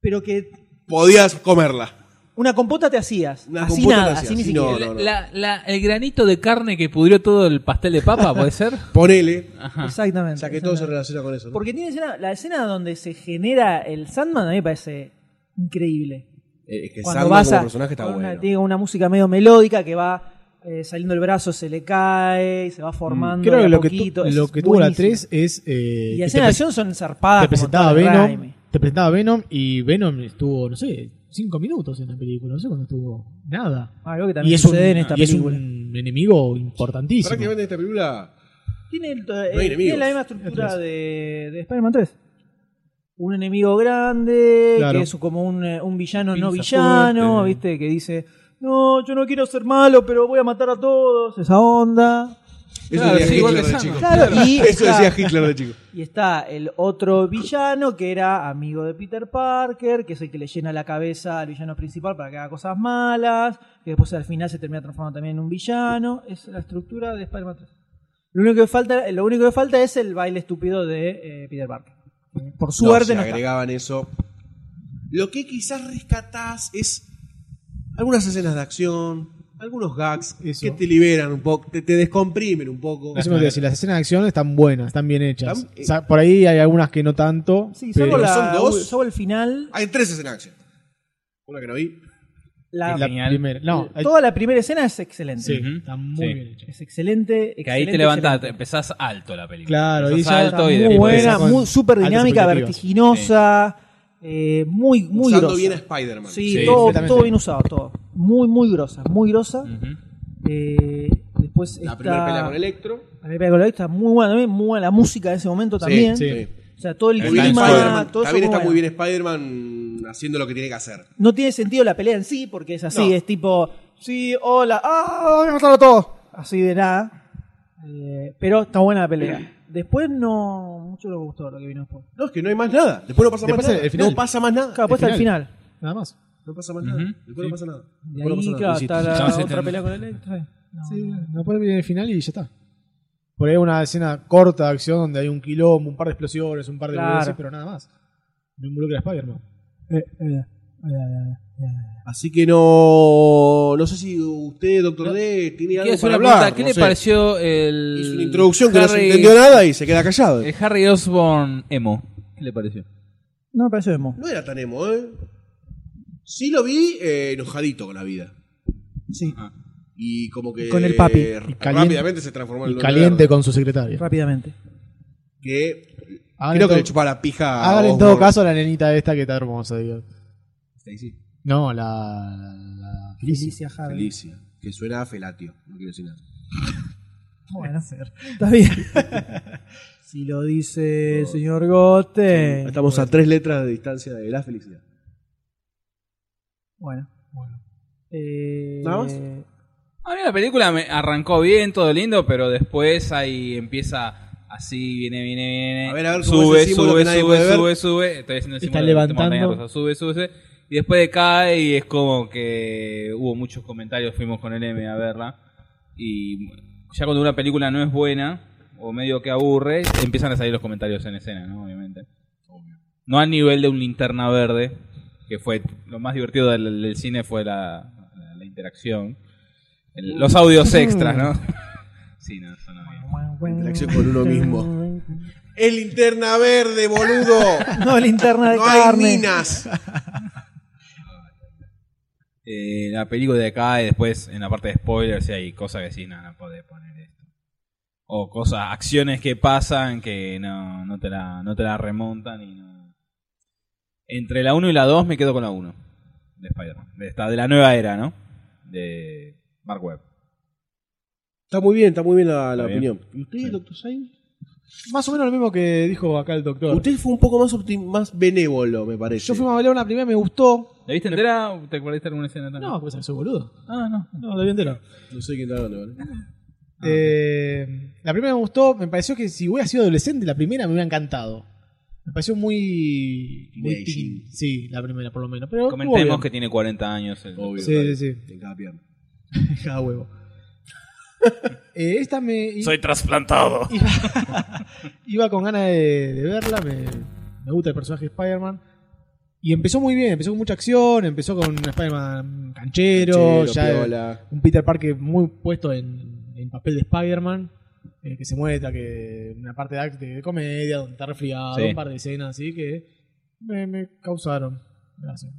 Speaker 2: Pero que
Speaker 1: Podías comerla.
Speaker 2: una compota te hacías.
Speaker 1: Una
Speaker 2: así
Speaker 1: compota
Speaker 2: nada,
Speaker 1: te hacías.
Speaker 2: así ni
Speaker 1: Sí,
Speaker 2: siquiera.
Speaker 1: No, no.
Speaker 6: La- la- el granito de carne que pudrió todo el pastel de papa, ¿puede ser?
Speaker 1: Ponele.
Speaker 2: Ah,
Speaker 6: Ajá.
Speaker 1: O
Speaker 2: Exactamente.
Speaker 1: sea que todo se
Speaker 2: exactamente.
Speaker 1: relaciona con eso. ¿no?
Speaker 2: Porque tiene escena- la escena donde se genera el Sandman a mí me parece increíble.
Speaker 1: Eh, es que
Speaker 2: cuando
Speaker 1: Sandman
Speaker 2: vas
Speaker 1: como
Speaker 2: a,
Speaker 1: personaje está
Speaker 2: con una-
Speaker 1: bueno.
Speaker 2: tiene una música medio melódica que va eh, saliendo el brazo, se le cae, se va formando.
Speaker 3: Mm, Creo
Speaker 2: de
Speaker 3: que
Speaker 2: a
Speaker 3: lo que, tu-
Speaker 2: poquito, es
Speaker 3: lo que tuvo la
Speaker 2: buenísimo.
Speaker 3: 3 es. Eh,
Speaker 2: Y
Speaker 3: que
Speaker 2: las
Speaker 3: te
Speaker 2: escenas de
Speaker 3: pre-
Speaker 2: acción son zarpadas.
Speaker 3: te
Speaker 2: como
Speaker 3: presentaba
Speaker 2: todas de
Speaker 3: Venom,
Speaker 2: Raimi.
Speaker 3: te presentaba Venom y Venom estuvo, no sé, 5 minutos en la película, no sé cuándo estuvo nada.
Speaker 2: Ah, lo que también
Speaker 3: Y es un,
Speaker 2: sucede en esta
Speaker 3: y es
Speaker 2: película.
Speaker 3: un enemigo importantísimo.
Speaker 1: Prácticamente esta película.
Speaker 2: Tiene, el- eh,
Speaker 1: hay
Speaker 2: tiene
Speaker 1: enemigos.
Speaker 2: la misma estructura de, de Spider-Man 3. Un enemigo grande,
Speaker 3: Claro.
Speaker 2: que es como un, eh, un villano no
Speaker 3: Pinza
Speaker 2: villano,
Speaker 3: fuerte.
Speaker 2: ¿viste? Que dice, no, yo no quiero ser malo, pero voy a matar a todos. Esa onda.
Speaker 1: Eso
Speaker 6: Claro,
Speaker 1: decía
Speaker 6: sí, igual
Speaker 1: Hitler
Speaker 6: que
Speaker 1: de
Speaker 6: Sandman.
Speaker 1: chico.
Speaker 2: Claro, y
Speaker 1: Eso
Speaker 2: está-
Speaker 1: decía Hitler de chico.
Speaker 2: Y está el otro villano que era amigo de Peter Parker, que es el que le llena la cabeza al villano principal para que haga cosas malas, que después al final se termina transformando también en un villano. Es la estructura de Spider-Man 3. Lo único, que falta, lo único que falta es el baile estúpido de eh, Peter Parker. Por
Speaker 1: No,
Speaker 2: suerte
Speaker 1: si
Speaker 2: no, está.
Speaker 1: agregaban eso. Lo que quizás rescatás es algunas escenas de acción, algunos gags
Speaker 3: Eso.
Speaker 1: que te liberan un poco, te, te descomprimen un poco.
Speaker 3: Eso me decir, las escenas de acción están buenas, están bien hechas.
Speaker 1: Están-
Speaker 3: O sea, por ahí hay algunas que no tanto.
Speaker 2: Sí,
Speaker 3: pero
Speaker 2: salvo, la-
Speaker 1: son dos.
Speaker 2: salvo el final.
Speaker 1: Hay tres escenas de acción. Una que no vi.
Speaker 2: la-
Speaker 3: la
Speaker 6: Genial.
Speaker 3: primera. No, hay-
Speaker 2: toda la primera escena es excelente.
Speaker 3: sí,
Speaker 6: Ujú.
Speaker 3: están muy
Speaker 6: Sí.
Speaker 3: bien hechas.
Speaker 2: Es excelente.
Speaker 6: Que ahí te
Speaker 2: excelente,
Speaker 6: levantás,
Speaker 2: excelente.
Speaker 6: empezás alto la película.
Speaker 3: Claro,
Speaker 6: Empezás
Speaker 3: y ya
Speaker 6: alto
Speaker 3: está
Speaker 6: y
Speaker 2: muy
Speaker 6: después
Speaker 2: buena,
Speaker 3: empezás con
Speaker 2: muy súper
Speaker 3: altas
Speaker 2: dinámica,
Speaker 3: expectativas.
Speaker 2: vertiginosa, eh, muy, muy
Speaker 1: usando
Speaker 2: grosa.
Speaker 1: bien a Spider-Man.
Speaker 2: sí,
Speaker 6: Sí,
Speaker 2: todo,
Speaker 3: exactamente.
Speaker 2: todo bien usado, todo. Muy, muy grosa, muy grosa.
Speaker 6: Ujú.
Speaker 2: Eh, después
Speaker 1: La
Speaker 2: está-
Speaker 1: primera pelea con Electro.
Speaker 2: la primera con Electro está muy buena también, muy buena la música de ese momento también.
Speaker 3: sí.
Speaker 2: O sea, todo el
Speaker 1: Está bien
Speaker 2: clima,
Speaker 1: Spider-Man.
Speaker 2: todo eso
Speaker 1: También está
Speaker 2: muy
Speaker 1: muy
Speaker 2: bueno.
Speaker 1: bien Spider-Man haciendo lo que tiene que hacer.
Speaker 2: No tiene sentido la pelea en sí, porque es así,
Speaker 1: No.
Speaker 2: es tipo, sí, hola, ah, voy a matarlo todo. Así de nada. Eh, pero está buena la pelea. Después no, mucho no me gustó lo que vino después.
Speaker 1: No, es que no hay más nada. Después no pasa
Speaker 3: Después
Speaker 1: más
Speaker 3: el-
Speaker 1: nada.
Speaker 3: el final.
Speaker 1: No pasa más nada.
Speaker 2: Claro, después
Speaker 3: El
Speaker 2: al final.
Speaker 3: Nada más.
Speaker 1: No pasa más
Speaker 6: Ujú.
Speaker 1: nada. Después no pasa nada.
Speaker 2: Y
Speaker 1: Después no
Speaker 2: ahí,
Speaker 1: pasa
Speaker 2: claro,
Speaker 1: nada.
Speaker 2: está la
Speaker 6: Ya se
Speaker 2: otra
Speaker 6: terminó.
Speaker 2: pelea con eh, Electra. No.
Speaker 3: Sí, después viene el final y ya está. Por ahí hay una escena corta de acción donde hay un quilombo, un par de explosiones, un par de
Speaker 2: Claro.
Speaker 3: boludeces, pero nada más. No involucra a Spider-Man.
Speaker 2: Eh, eh, eh, eh, eh.
Speaker 1: Así que no. No sé si usted, doctor D, tiene algo
Speaker 6: Quiero hacer
Speaker 1: para
Speaker 6: una
Speaker 1: hablar.
Speaker 6: pregunta. ¿Qué
Speaker 1: no
Speaker 6: le
Speaker 1: sé.
Speaker 6: pareció el.
Speaker 1: Hizo una introducción que no se
Speaker 6: Harry-
Speaker 1: entendió nada y se queda callado.
Speaker 6: El Harry Osborn emo. ¿Qué le pareció?
Speaker 2: No me pareció emo.
Speaker 1: No era tan emo, ¿eh? Sí lo vi eh, enojadito con la vida.
Speaker 2: Sí.
Speaker 1: Ah. Y como que.
Speaker 2: Con el papi.
Speaker 1: r-
Speaker 3: Y caliente-
Speaker 1: rápidamente se transformó en
Speaker 3: Y
Speaker 1: Duende
Speaker 3: caliente
Speaker 1: Verde,
Speaker 3: con su secretaria.
Speaker 2: Rápidamente.
Speaker 1: Que.
Speaker 3: Hágale
Speaker 1: creo que
Speaker 3: todo-
Speaker 1: le chupaba la pija a
Speaker 3: Hágale en
Speaker 1: Osborn.
Speaker 3: todo caso a la nenita esta que está hermosa, digo.
Speaker 1: Stacy.
Speaker 3: No, la. la- la-
Speaker 2: Felicia Hardy.
Speaker 1: Felicia. Que suena a felatio. No quiero decir nada.
Speaker 2: Bueno, está bien. si lo dice el señor Gote.
Speaker 1: Estamos a tres letras de distancia de la felicidad.
Speaker 2: Bueno. Eh,
Speaker 1: ¿Nada más?
Speaker 6: A mí la película me arrancó bien, todo lindo, pero después ahí empieza así, viene, viene, viene.
Speaker 1: A ver, a ver, ¿cómo
Speaker 6: sube,
Speaker 1: es el símbolo
Speaker 6: sube,
Speaker 1: que nadie
Speaker 6: sube,
Speaker 1: puede ver?
Speaker 6: sube, sube. Estoy haciendo el
Speaker 3: Está
Speaker 6: símbolo de la
Speaker 3: levantando.
Speaker 6: montaña rusa, sube, sube, sube. Y después decae y es como que hubo muchos comentarios, fuimos con el M a verla. Y ya cuando una película no es buena, o medio que aburre, empiezan a salir los comentarios en escena, ¿no? Obviamente. No al nivel de un linterna verde, que fue lo más divertido del, del cine fue la, la- la interacción. El- los audios extras, ¿no? sí, no, eso no había.
Speaker 1: Interacción con uno mismo. ¡Es linterna verde, boludo!
Speaker 2: No, linterna de
Speaker 1: no hay
Speaker 2: carne.
Speaker 1: ninas.
Speaker 6: Eh, la película de acá y después en la parte de spoilers y hay cosas que sí, no, no podés poner esto. O cosas, acciones que pasan que no, no, te, la, no te la remontan y no... Entre la 1 y la 2 me quedo con la 1 de Spider-Man. De, esta- de la nueva era, ¿no? De Mark Webb.
Speaker 1: Está muy bien, está muy bien la, la
Speaker 6: Está bien.
Speaker 1: opinión. ¿Y usted, doctor Sainz?
Speaker 3: Más o menos lo mismo que dijo acá el doctor.
Speaker 1: Usted fue un poco más, optim- más benévolo, me parece.
Speaker 3: Yo fui a bailar una primera, me gustó.
Speaker 6: ¿La viste entera o te acordaste de alguna escena también?
Speaker 3: No, pues soy boludo.
Speaker 6: Ah, no.
Speaker 3: No, la vi entera.
Speaker 1: No sé quién está hablando, ¿vale?
Speaker 3: Eh, la primera me gustó, me pareció que si hubiera sido adolescente, la primera me hubiera encantado. Me pareció muy. muy
Speaker 1: Teenaging.
Speaker 3: teen. Sí, la primera por lo menos. Pero
Speaker 6: Comentemos
Speaker 3: estuvo
Speaker 6: que tiene 40 años el
Speaker 1: Obvio.
Speaker 3: Sí,
Speaker 1: dale.
Speaker 3: sí, sí.
Speaker 1: En cada pierna.
Speaker 3: bien. Cada Ah, huevo. Eh, esta me. y-
Speaker 12: Soy trasplantado.
Speaker 3: Iba, iba con ganas de, de verla, me, me gusta el personaje de Spider-Man. Y empezó muy bien, empezó con mucha acción, empezó con un Spider-Man canchero,
Speaker 1: Canchero,
Speaker 3: ya
Speaker 1: piola.
Speaker 3: un Peter Parker muy puesto en, en papel de Spider-Man, eh, que se muestra, que una parte de, act- de comedia, donde está resfriado,
Speaker 6: Sí.
Speaker 3: un par de escenas así que me, me causaron. Gracias.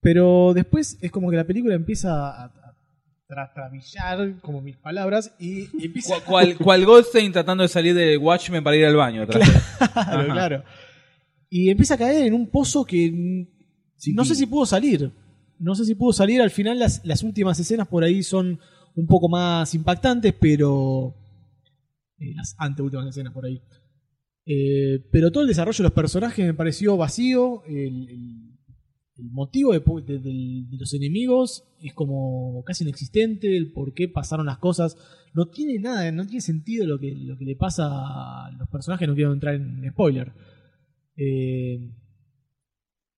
Speaker 3: Pero después es como que la película empieza a, a trastrabillar, como mis palabras, y empieza
Speaker 6: ¿Cuál, cuál Goldstein tratando de salir del Watchmen para ir al baño? Claro,
Speaker 3: Claro, claro. Y empieza a caer en un pozo que mm, no sé si pudo salir. No sé si pudo salir. Al final las, las últimas escenas por ahí son un poco más impactantes, pero... eh, las anteúltimas escenas por ahí. Eh, pero todo el desarrollo de los personajes me pareció vacío. El, el- el motivo de, po- de- del- de los enemigos es como casi inexistente. El por qué pasaron las cosas. No tiene nada, no tiene sentido lo que, lo que le pasa a los personajes. No quiero entrar en spoiler. Eh,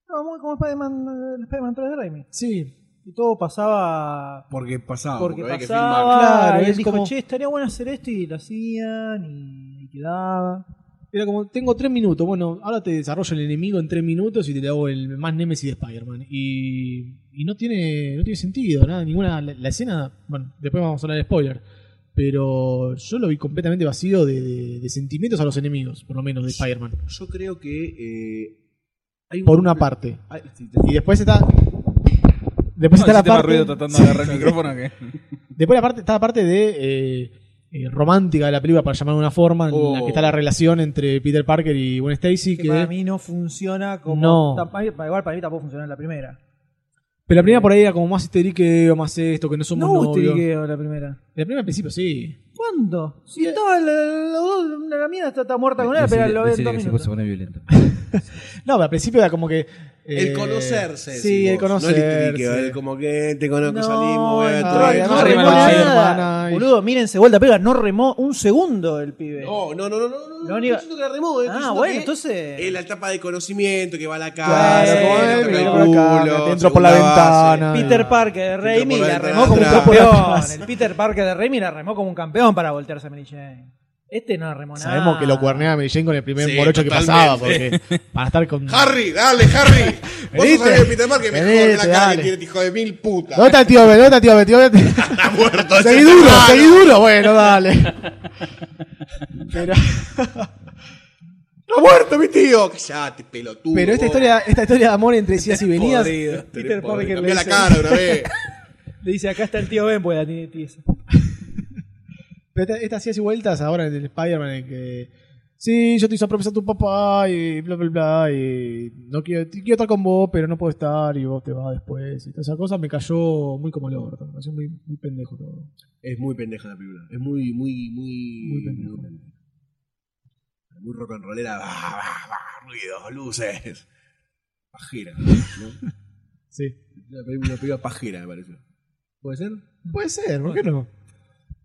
Speaker 2: No, muy como Spider-Man, eh, el Spider-Man 3 de Raimi.
Speaker 3: sí,
Speaker 2: Y todo pasaba
Speaker 1: Porque pasaba.
Speaker 2: porque
Speaker 1: había que
Speaker 2: pasaba.
Speaker 1: filmar.
Speaker 3: Claro,
Speaker 2: y él
Speaker 3: es
Speaker 2: dijo,
Speaker 3: como-
Speaker 2: che, estaría bueno hacer esto y lo hacían y ahí quedaba.
Speaker 3: Era como, tengo tres minutos. Bueno, ahora te desarrollo el enemigo en tres minutos y te hago el más Nemesis de Spider-Man. Y, y no, tiene, no tiene sentido, nada. Ninguna. La, la escena. Bueno, después vamos a hablar de spoiler. Pero yo lo vi completamente vacío de, de- de sentimientos a los enemigos, por lo menos de Spider-Man.
Speaker 1: Yo creo que. eh, hay
Speaker 3: Por una parte.
Speaker 1: Ay, sí,
Speaker 3: Y después está. Después
Speaker 6: No,
Speaker 3: está la
Speaker 6: hiciste más
Speaker 3: parte.
Speaker 6: ruido tratando de agarrar el micrófono que...
Speaker 3: Después la parte, está la parte de eh, eh, romántica de la película, para llamarlo de una forma, en la
Speaker 1: Oh.
Speaker 3: que está la relación entre Peter Parker y Gwen Stacy.
Speaker 2: Que,
Speaker 3: que-
Speaker 2: para mí no funciona como.
Speaker 3: No.
Speaker 2: Tampa- Igual para mí tampoco funcionó la primera.
Speaker 3: Pero la primera por ahí era como más histeriqueo, más esto, que no somos
Speaker 2: No hubo
Speaker 3: novios.
Speaker 2: histeriqueo la primera.
Speaker 3: La primera al principio sí.
Speaker 2: ¿Cuándo? Si estaba la, la, la- la mina está, está muerta con él, pero lo ven dos minutos.
Speaker 6: pone violento.
Speaker 3: No, pero al principio era como que. eh,
Speaker 1: El conocerse.
Speaker 3: Sí,
Speaker 1: decís
Speaker 3: el
Speaker 1: vos,
Speaker 3: conocerse.
Speaker 1: No el tiriqueo, el como que "Eh, te conozco,
Speaker 2: No,
Speaker 1: salimos, voy a
Speaker 3: no,
Speaker 1: tu
Speaker 3: no,
Speaker 1: vida.
Speaker 2: No remó
Speaker 3: remó nada.
Speaker 2: nada. Boludo, mírense, vuelta pega, no remó un segundo el pibe.
Speaker 1: No, no, no, no, no, no,
Speaker 2: La
Speaker 1: no,
Speaker 2: única-
Speaker 1: estoy diciendo que la remó, eh, estoy
Speaker 2: Ah,
Speaker 1: diciendo
Speaker 2: bueno,
Speaker 1: que
Speaker 2: entonces-
Speaker 1: Es la etapa de conocimiento que va a la
Speaker 3: Claro,
Speaker 1: casa,
Speaker 3: como, eh,
Speaker 1: entra
Speaker 3: mira
Speaker 1: por el
Speaker 3: por acá,
Speaker 1: culo,
Speaker 3: te entro por la
Speaker 1: segunda base.
Speaker 3: ventana.
Speaker 2: Peter Parker de Raimi
Speaker 1: por la
Speaker 2: la
Speaker 1: ventana
Speaker 2: remó como un
Speaker 1: atrás.
Speaker 2: campeón.
Speaker 3: Atrás.
Speaker 2: El Peter Parker de Raimi la remó como un campeón para voltearse a Mary Jane. Este no la remó nada.
Speaker 3: Sabemos que lo cuernea a Mary Jane con el primer
Speaker 1: Sí,
Speaker 3: morocho que
Speaker 1: totalmente.
Speaker 3: pasaba, porque. Para estar con.
Speaker 13: Harry, dale, Harry.
Speaker 11: Vos sos amigo de Peter Parker, me
Speaker 3: Venite,
Speaker 11: jode la cara
Speaker 3: dale.
Speaker 11: que tiene, este hijo de mil putas.
Speaker 3: ¿Dónde está el tío Ben? ¿Dónde está el tío Ben? Tío Ben?
Speaker 11: Está muerto.
Speaker 3: seguí
Speaker 11: ese
Speaker 3: duro,
Speaker 11: hermano.
Speaker 3: seguí duro. Bueno, dale.
Speaker 11: Pero... ¡Está muerto mi tío! Callate, pelotudo.
Speaker 3: Pero esta
Speaker 11: vos.
Speaker 3: historia, esta historia de amor entre idas y venidas.
Speaker 11: podrido,
Speaker 3: Peter
Speaker 11: estoy podrido.
Speaker 3: Parker le
Speaker 11: Cambiá la
Speaker 3: dice-
Speaker 11: cara de una vez.
Speaker 3: Le dice, acá está el tío Ben, pues la tiene tiesa. Pero esta- estas idas y vueltas ahora en el Spider-Man en que. Sí, yo te hice atravesar tu papá y bla bla bla y no quiero, quiero estar con vos, pero no puedo estar y vos te vas después y toda esa cosa me cayó muy como el orto, me pareció muy, muy pendejo todo.
Speaker 1: Es muy pendeja la película. Es muy, muy, muy.
Speaker 3: Muy
Speaker 1: Muy
Speaker 3: pendeja.
Speaker 1: pendeja. Muy rock and rollera. bah, bah, bah, ruidos, luces. Pajera. ¿no?
Speaker 3: Sí.
Speaker 1: Una película, una película pajera, me parece. ¿Puede ser?
Speaker 3: Puede ser, ¿por qué no?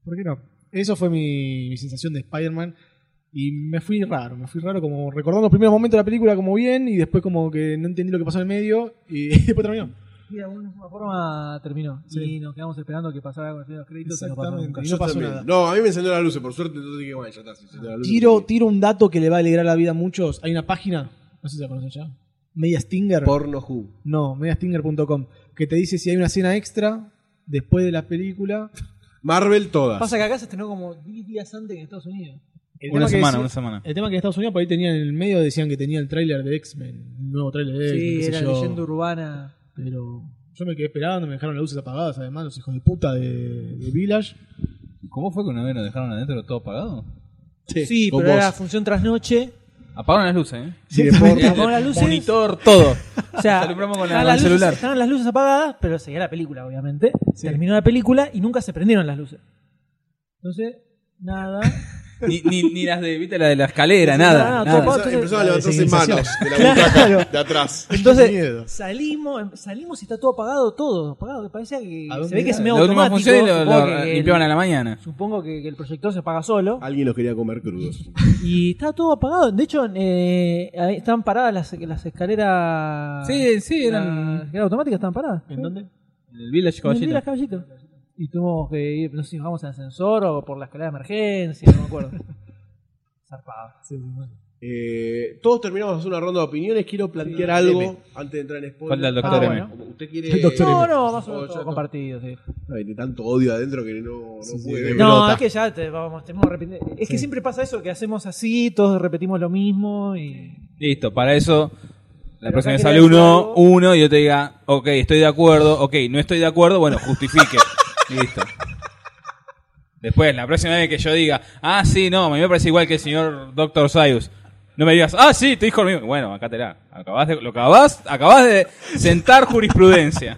Speaker 3: ¿Por qué no? Eso fue mi, mi sensación de Spider-Man. Y me fui raro, me fui raro como recordando los primeros momentos de la película como bien y después como que no entendí lo que pasó en el medio y después terminó.
Speaker 2: Y de alguna forma terminó. Y nos quedamos esperando que pasara con los créditos y no pasó
Speaker 3: Exactamente.
Speaker 2: nunca.
Speaker 3: Y
Speaker 1: Yo
Speaker 3: no pasó
Speaker 1: también.
Speaker 3: nada.
Speaker 1: No, a mí me encendió las luces, por suerte, entonces dije, bueno, ya está, se encendió la luz.
Speaker 3: Tiro, tiro un dato que le va a alegrar la vida a muchos. Hay una página, no sé si la conocen ya, Media Stinger.
Speaker 1: Porno Who.
Speaker 3: No, mediastinger.com, que te dice si hay una escena extra después de la película.
Speaker 1: Marvel todas.
Speaker 2: Pasa que acá se estrenó como 10 días antes que en Estados Unidos.
Speaker 3: El tema
Speaker 6: Una
Speaker 3: que
Speaker 6: semana,
Speaker 3: decía-
Speaker 6: una semana.
Speaker 3: El tema que en Estados Unidos por ahí tenían en el medio, decían que tenía el tráiler de X-Men, un nuevo tráiler de X-Men.
Speaker 2: Sí,
Speaker 3: qué sé
Speaker 2: era
Speaker 3: yo.
Speaker 2: leyenda urbana.
Speaker 3: Pero yo me quedé esperando, me dejaron las luces apagadas, además, los hijos de puta de, de Village.
Speaker 6: ¿Cómo fue que una vez nos dejaron adentro todo apagado?
Speaker 2: Sí,
Speaker 3: con
Speaker 2: pero era
Speaker 3: vos.
Speaker 2: función tras noche.
Speaker 6: Apagaron las luces, ¿eh?
Speaker 3: Sí, de porno.
Speaker 2: Apagaron las luces.
Speaker 6: Monitor, todo.
Speaker 2: O sea,
Speaker 6: Nos alumbramos con la-
Speaker 2: estaban
Speaker 6: con el
Speaker 2: las luces-
Speaker 6: celular.
Speaker 2: Estaban las luces apagadas, pero seguía la película, obviamente. Terminó la película y nunca se prendieron las luces. Entonces, nada.
Speaker 6: Ni, ni, ni las de, viste, la de la escalera,
Speaker 2: No,
Speaker 6: nada.
Speaker 2: no, no,
Speaker 6: nada.
Speaker 2: todo apagado,
Speaker 11: Empezó- Empezó a
Speaker 2: entonces-
Speaker 11: levantarse en manos de la
Speaker 2: Claro.
Speaker 11: butaca de atrás.
Speaker 2: Entonces, salimos, em- salimos y está todo apagado, todo apagado. que Parecía que
Speaker 3: ¿A dónde
Speaker 2: se ve que
Speaker 3: era?
Speaker 2: es medio
Speaker 6: La última
Speaker 2: automático.
Speaker 6: función y lo-
Speaker 2: Supongo
Speaker 6: lo
Speaker 2: que el-
Speaker 6: limpiaban a Ah, la mañana.
Speaker 2: Supongo que, que el proyector se apaga solo.
Speaker 1: Alguien los quería comer crudos.
Speaker 2: Y estaba todo apagado. De hecho, eh, ahí estaban paradas las, las escaleras.
Speaker 6: Sí, sí, eran-
Speaker 2: Las escaleras automáticas estaban paradas.
Speaker 3: ¿En dónde?
Speaker 6: En el
Speaker 1: Este
Speaker 6: Village
Speaker 2: En el
Speaker 6: Caballito.
Speaker 2: Village Caballito. Y tuvimos que ir, no sé si nos vamos al ascensor o por la escalera de emergencia, no me acuerdo. Zarpado.
Speaker 1: Eh, todos terminamos de hacer una ronda de opiniones. Quiero plantear
Speaker 2: Sí,
Speaker 1: algo
Speaker 2: deme.
Speaker 1: antes de entrar en spoilers.
Speaker 6: Falta el doctor
Speaker 2: Ah,
Speaker 6: M.
Speaker 2: bueno.
Speaker 1: ¿Usted quiere.?
Speaker 2: El doctor No, M. no, más o menos
Speaker 1: Oh, ya
Speaker 2: todo
Speaker 1: está.
Speaker 2: compartido, sí.
Speaker 1: Ay, de tanto odio adentro que no, no
Speaker 3: sí,
Speaker 1: puede.
Speaker 3: de
Speaker 2: No,
Speaker 3: Pelota.
Speaker 2: es que ya te vamos, tenemos arrepentido. Es que siempre pasa eso, que hacemos así, todos repetimos lo mismo y.
Speaker 6: Listo, para eso. La
Speaker 2: Pero acá
Speaker 6: próxima vez
Speaker 2: quería
Speaker 6: sale
Speaker 2: decir
Speaker 6: uno,
Speaker 2: algo.
Speaker 6: uno, y yo te diga, ok, estoy de acuerdo, ok, no estoy de acuerdo, bueno, justifique. Listo. Después, la próxima vez que yo diga, ah, sí, no, a mí me parece igual que el señor Dr. Sayus. No me digas, ah, sí, te dijo lo mismo. Bueno, acá te la. Acabás de, lo acabás, acabás de sentar jurisprudencia.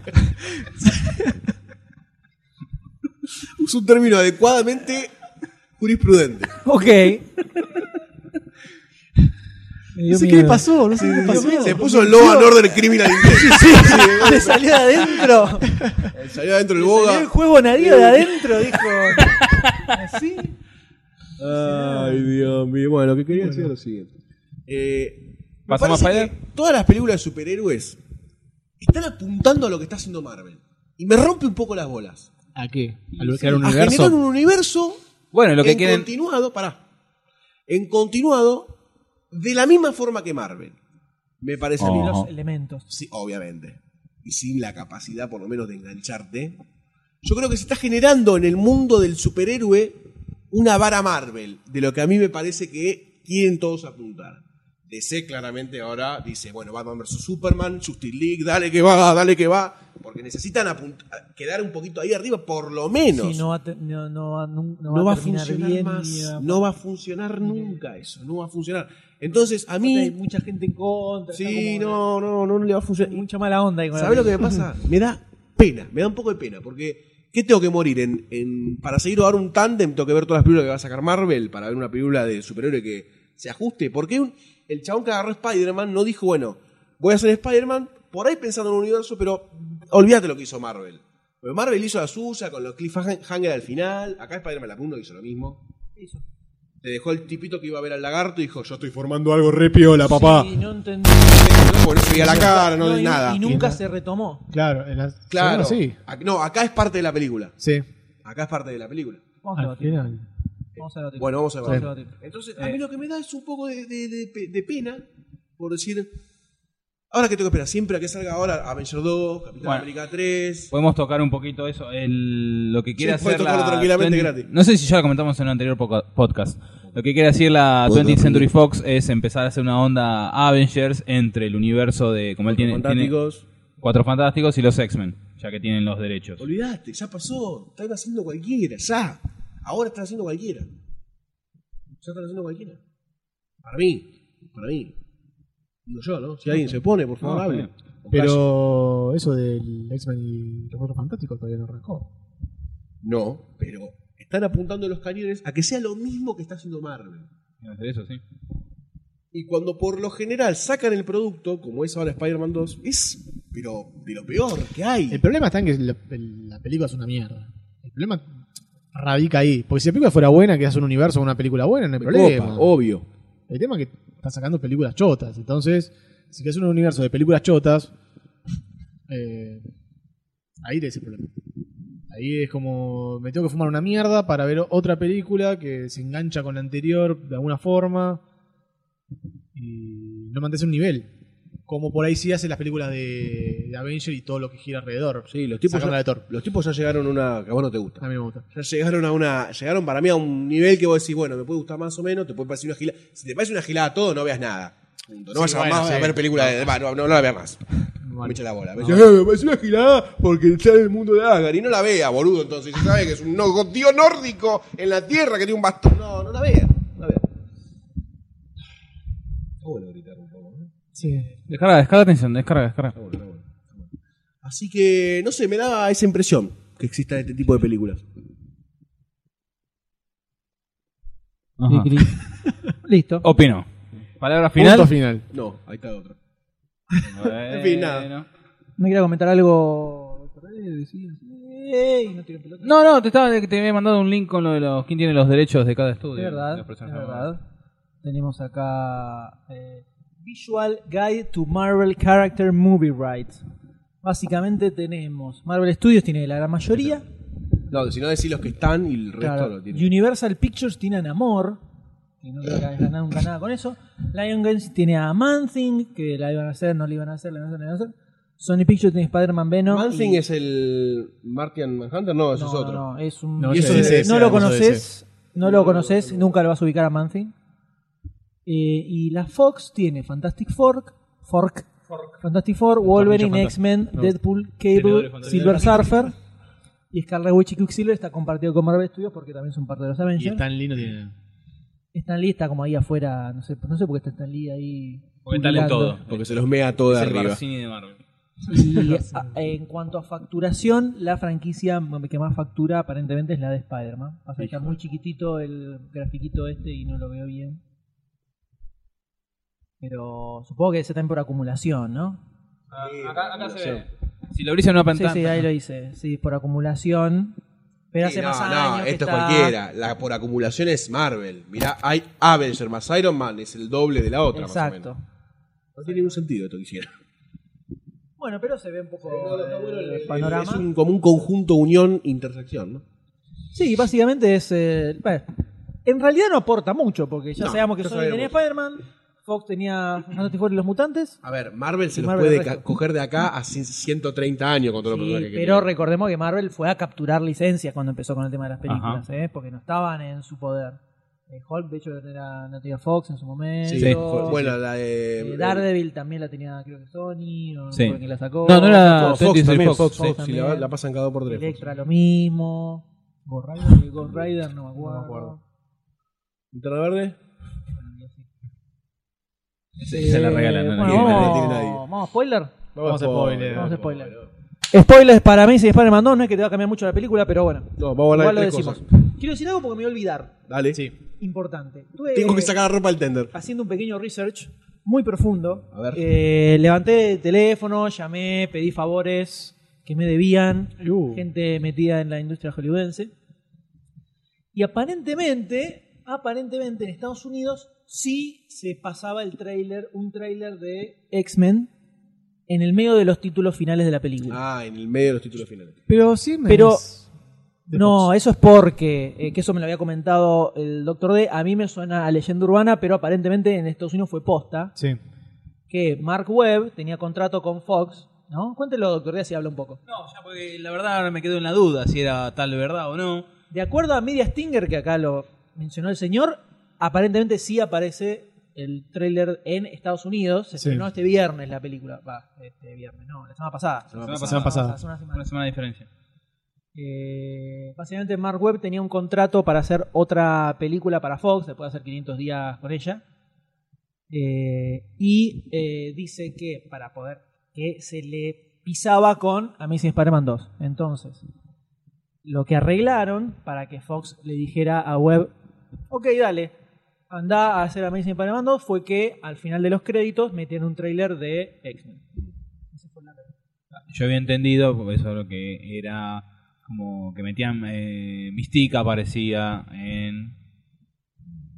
Speaker 1: Es un término adecuadamente jurisprudente.
Speaker 2: Ok. Me dio
Speaker 3: No sé qué
Speaker 2: miedo.
Speaker 3: le pasó, no sé qué le pasó.
Speaker 1: Se puso el Law and Order Criminal Inglés.
Speaker 3: Sí, sí, sí.
Speaker 2: Le salió de adentro.
Speaker 1: Salió adentro el
Speaker 2: Salió el
Speaker 1: boga.
Speaker 2: juego narío de adentro, dijo. Así.
Speaker 1: Ay, Dios mío. Bueno, lo que quería decir es lo siguiente. Eh, me
Speaker 6: ¿Pasamos a
Speaker 1: parece que Todas las películas de superhéroes están apuntando a lo que está haciendo Marvel. Y me rompe un poco las bolas.
Speaker 3: ¿A qué? ¿A
Speaker 1: Sí, Ah, a generar un universo
Speaker 6: Bueno, lo que
Speaker 1: en
Speaker 6: quieren.
Speaker 1: continuado, pará. En continuado, de la misma forma que Marvel. Me parece
Speaker 6: Oh.
Speaker 1: a mí.
Speaker 2: Y los elementos.
Speaker 1: Sí, obviamente. Y sin la capacidad, por lo menos, de engancharte. Yo creo que se está generando en el mundo del superhéroe una vara Marvel, de lo que a mí me parece que quieren todos apuntar. DC claramente ahora dice, bueno, Batman vs. Superman, Justice League, dale que va, dale que va, porque necesitan apuntar- quedar un poquito ahí arriba, por lo menos.
Speaker 2: Sí, no va, a te- no, no va, no, no
Speaker 1: no va a
Speaker 2: terminar
Speaker 1: funcionar
Speaker 2: bien, ah, ni
Speaker 1: más,
Speaker 2: va-
Speaker 1: no va a funcionar nunca eso, no va a funcionar. Entonces, a
Speaker 2: Hay
Speaker 1: mí,
Speaker 2: mucha gente en contra.
Speaker 1: sí,
Speaker 2: está como-
Speaker 1: no, no, no, no le va a funcionar.
Speaker 2: Mucha mala onda. ahí con la
Speaker 1: ¿Sabes lo que me
Speaker 2: película.
Speaker 1: pasa? Me da pena, me da un poco de pena, porque ¿qué tengo que morir? En, en- para seguir ahora un tándem, tengo que ver todas las películas que va a sacar Marvel, para ver una película de superhéroe que se ajuste. Porque el chabón que agarró Spider-Man no dijo, bueno, voy a hacer Spider-Man por ahí pensando en un universo, pero olvídate lo que hizo Marvel. Porque Marvel hizo la suya con los cliffhanger al final, acá Spider-Man la punta hizo lo mismo. Te dejó el tipito que iba a ver al lagarto y dijo, yo estoy formando algo re piola, papá.
Speaker 2: Sí, no entendí.
Speaker 1: Porque no se veía la cara, no,
Speaker 2: y-
Speaker 1: nada.
Speaker 2: Y nunca se retomó.
Speaker 3: Claro, en la-
Speaker 1: Claro.
Speaker 3: Sí,
Speaker 1: Ac- No, acá es parte de la película.
Speaker 3: sí.
Speaker 1: Acá es parte de la película.
Speaker 2: Vamos a
Speaker 3: Al
Speaker 2: debatir.
Speaker 3: final.
Speaker 2: Vamos a debatir.
Speaker 1: Bueno, vamos a
Speaker 6: eh,
Speaker 2: Vamos a
Speaker 1: ver.
Speaker 2: debatir.
Speaker 1: Entonces, a mí lo que me da es un poco de, de- de pe- de pena por decir, Ahora que tengo que esperar siempre a que salga ahora Avenger 2, Capitán
Speaker 6: Bueno.
Speaker 1: América 3.
Speaker 6: Podemos tocar un poquito eso, el, lo que quiere
Speaker 1: Sí, puede
Speaker 6: hacer la...
Speaker 1: tocarlo tranquilamente
Speaker 6: 20
Speaker 1: gratis.
Speaker 6: No sé si ya lo comentamos en un anterior poco- podcast. Lo que quiere hacer la 20th Century Fox es empezar a hacer una onda Avengers entre el universo de... Como él tiene, tiene
Speaker 1: Fantásticos.
Speaker 6: Cuatro Fantásticos y los X-Men, ya que tienen los derechos.
Speaker 1: Olvidaste, ya pasó. Están haciendo cualquiera, ya. Ahora están haciendo cualquiera. Ya están haciendo cualquiera. Para mí, para mí. Digo yo, ¿no? Si alguien se pone, por favor,
Speaker 3: No,
Speaker 1: hable.
Speaker 3: está bien.
Speaker 1: O calle.
Speaker 3: Pero eso del X-Men y los Cuatro Fantásticos todavía no arrancó.
Speaker 1: No, pero están apuntando los cañones a que sea lo mismo que está haciendo Marvel.
Speaker 6: Eso, sí.
Speaker 1: Y cuando por lo general sacan el producto, como es ahora Spider-Man 2, es pero de lo peor que hay.
Speaker 3: El problema está en que la, el- la película es una mierda. El problema radica ahí. Porque si la película fuera buena, que hace un universo con una película buena, no hay
Speaker 1: Me
Speaker 3: problema.
Speaker 1: copa, obvio.
Speaker 3: El tema es que está sacando películas chotas. Entonces, si quieres un universo de películas chotas, eh, ahí te ese problema. Ahí es como, me tengo que fumar una mierda para ver otra película que se engancha con la anterior de alguna forma. Y no mantienes un nivel. Como por ahí sí hacen las películas de, de Avenger y todo lo que gira alrededor.
Speaker 1: Sí, los tipos,
Speaker 3: Sacándola
Speaker 1: ya,
Speaker 3: de Thor.
Speaker 1: los tipos ya llegaron a una que a vos no te gusta.
Speaker 3: A mí me gusta.
Speaker 1: Ya llegaron a una. Llegaron para mí a un nivel que vos decís, bueno, me puede gustar más o menos, te puede parecer una gilada. Si te parece una gilada todo, no veas nada. Punto. No
Speaker 3: Sí,
Speaker 1: vayas
Speaker 3: bueno,
Speaker 1: más
Speaker 3: sí.
Speaker 1: a ver películas de. va, No, no, no la veas más.
Speaker 3: Bueno.
Speaker 1: Me echa la bola. Me
Speaker 3: No.
Speaker 1: dice, "Eh, me parece una gilada porque sale el mundo de Asgard. Y no la vea, boludo. Entonces, ya sabe que es un no- tío nórdico en la tierra que tiene un bastón. No, no la vea. No la vea. Está bueno gritar un poco, ¿no?
Speaker 6: Descarga, descarga atención, descarga, descarga.
Speaker 1: Así que, no sé, me da esa impresión que existan este tipo de películas.
Speaker 6: Ajá.
Speaker 2: Listo.
Speaker 6: Opino. Palabra final.
Speaker 3: Punto final.
Speaker 1: No, ahí está otro.
Speaker 6: Bueno.
Speaker 1: En fin, nada.
Speaker 2: ¿No quería comentar algo? Decías, "Ey", no tiró pelota.
Speaker 6: No, no, te estaba te había mandado un link con lo de los quién tiene los derechos de cada estudio.
Speaker 2: Es verdad,
Speaker 6: Los personajes
Speaker 2: es
Speaker 6: favoritos.
Speaker 2: verdad. Tenemos acá eh, Visual Guide to Marvel Character Movie Rights. Básicamente tenemos, Marvel Studios tiene la gran mayoría,
Speaker 1: No, si no decís los que están y el resto
Speaker 2: Claro,
Speaker 1: lo tienen.
Speaker 2: Universal Pictures tiene a Namor, que no creo que hayan ganado nunca nada con eso. Lion Games tiene a Man-Thing, que la iban a hacer, no la iban a hacer, la iban a hacer, la iban a hacer. Sony Pictures tiene Spider-Man Venom.
Speaker 1: Manthing
Speaker 2: y-
Speaker 1: es el Martian Manhunter, no, eso
Speaker 2: No,
Speaker 1: es otro.
Speaker 2: no, no, es un-
Speaker 1: No,
Speaker 2: y
Speaker 1: eso
Speaker 2: eso
Speaker 1: es
Speaker 2: de-
Speaker 1: ese,
Speaker 2: no lo
Speaker 1: algo de
Speaker 2: conoces,
Speaker 1: ese.
Speaker 2: no lo conoces, nunca lo vas a ubicar a Manthing. Eh, y la Fox tiene Fantastic Fork, Fork, Fantastic Four, Wolverine,
Speaker 4: mucho
Speaker 2: X-Men,
Speaker 4: fantasma. No.
Speaker 2: Deadpool,
Speaker 4: Tenedores
Speaker 2: Cable,
Speaker 4: fantásticos.
Speaker 2: Silver Surfer y Scarlet Witch y Quicksilver está compartido con Marvel Studios porque también son parte de los
Speaker 3: Y
Speaker 2: Avengers.
Speaker 3: Stan Lee no tiene nada.
Speaker 2: Stan Lee está como ahí afuera, no sé, no sé por qué está Stan Lee ahí.
Speaker 6: Porque está en
Speaker 2: pululando.
Speaker 6: todo.
Speaker 1: Porque se los mea todo de
Speaker 6: Es el
Speaker 1: arriba.
Speaker 6: Barcini de Marvel.
Speaker 2: Y a- en cuanto a facturación, la franquicia que más factura aparentemente es la de Spider-Man. Pasa que está muy chiquitito el grafiquito este y no lo veo bien. Pero supongo que ese también por acumulación, ¿no?
Speaker 6: Acá, acá se ve. Si lo abrís en una pantalla.
Speaker 2: Sí, sí, ahí lo hice. Sí, por acumulación. Pero
Speaker 1: Sí,
Speaker 2: hace
Speaker 1: no,
Speaker 2: más
Speaker 1: no,
Speaker 2: años que
Speaker 1: esto es
Speaker 2: está-
Speaker 1: cualquiera. La por acumulación es Marvel. Mirá, hay Avenger más Iron Man, es el doble de la otra, más o
Speaker 2: Exacto.
Speaker 1: menos. No tiene ningún sentido esto que hicieron.
Speaker 2: Bueno, pero se ve un poco el, panorama.
Speaker 1: Es un, como un conjunto, unión, intersección, ¿no?
Speaker 2: Sí, básicamente es. eh, bueno, en realidad no aporta mucho, porque ya
Speaker 1: No,
Speaker 2: sabíamos que
Speaker 1: ya
Speaker 2: Sony
Speaker 1: sabemos.
Speaker 2: tenía Spider-Man, Fox tenía Fantastic Four y los mutantes.
Speaker 1: A ver, Marvel se
Speaker 2: Y
Speaker 1: los
Speaker 2: Marvel
Speaker 1: puede
Speaker 2: el resto.
Speaker 1: ca- coger de acá a cien- 130 años con todos los
Speaker 2: Sí,
Speaker 1: personajes que
Speaker 2: pero
Speaker 1: tiene.
Speaker 2: recordemos que Marvel fue a capturar licencias cuando empezó con el tema de las películas, ¿eh? porque no estaban en su poder. Eh, Hulk, de hecho, era, no tenía Fox en su momento.
Speaker 1: Sí, fue- bueno, la de.
Speaker 2: Eh, Daredevil también la tenía, creo que Sony, o no
Speaker 1: Sí.
Speaker 2: sé quién la sacó.
Speaker 6: No, no era
Speaker 2: Ah,
Speaker 1: No, Fox,
Speaker 6: 26
Speaker 1: también,
Speaker 6: Fox,
Speaker 1: Fox,
Speaker 6: sí.
Speaker 1: Fox, sí, la, la pasan cada dos por tres. Fox.
Speaker 2: Electra, lo mismo. Ghost Rider, Ghost Rider, no me acuerdo.
Speaker 1: ¿Linterna verde?
Speaker 2: Eh, bueno, vamos, vamos a spoiler.
Speaker 1: Vamos a spoiler.
Speaker 2: Vamos a spoiler. Spoilers para mí si Spider-Man 2, no es que te va a cambiar mucho la película, pero bueno.
Speaker 1: No, vamos a hablar
Speaker 2: Igual
Speaker 1: de
Speaker 2: lo
Speaker 1: tres
Speaker 2: decimos. Quiero decir algo porque me voy a olvidar.
Speaker 1: Dale.
Speaker 2: Importante. Estuve,
Speaker 1: Tengo que
Speaker 2: eh,
Speaker 1: sacar la ropa al tender.
Speaker 2: Haciendo un pequeño research muy profundo.
Speaker 1: A ver.
Speaker 2: Eh, levanté el teléfono, llamé, pedí favores que me debían. Gente metida en la industria hollywoodense. Y aparentemente, aparentemente en Estados Unidos sí se pasaba el tráiler, un tráiler de X-Men en el medio de los títulos finales de la película.
Speaker 1: Ah, en el medio de los títulos finales.
Speaker 3: Pero sí, me
Speaker 2: Pero
Speaker 3: es-
Speaker 2: no, eso es porque, eh, que eso me lo había comentado el doctor D, a mí me suena a leyenda urbana, pero aparentemente en Estados Unidos fue posta,
Speaker 3: Sí.
Speaker 2: que Mark Webb tenía contrato con Fox, ¿no? Cuéntelo, doctor Díaz, y habla un poco.
Speaker 6: No, ya porque la verdad ahora me quedo en la duda si era tal verdad o no.
Speaker 2: De acuerdo a Media Stinger, que acá lo mencionó el señor, aparentemente sí aparece el tráiler en Estados Unidos. Se
Speaker 3: Sí.
Speaker 2: estrenó este viernes la película. Va, este viernes, no, la semana pasada.
Speaker 6: La semana pasada.
Speaker 2: Hace una semana.
Speaker 6: Una semana de diferencia.
Speaker 2: Eh, básicamente Mark Webb tenía un contrato para hacer otra película para Fox, después de hacer 500 días con ella. Eh, y eh, dice que para poder que se le pisaba con Amazing Spider-Man 2. Entonces, lo que arreglaron para que Fox le dijera a Webb, ok, dale, anda a hacer Amazing Spider-Man 2, fue que al final de los créditos metieron un tráiler de X-Men.
Speaker 6: Yo había entendido, porque eso era lo que era como que metían eh, Mystique aparecía en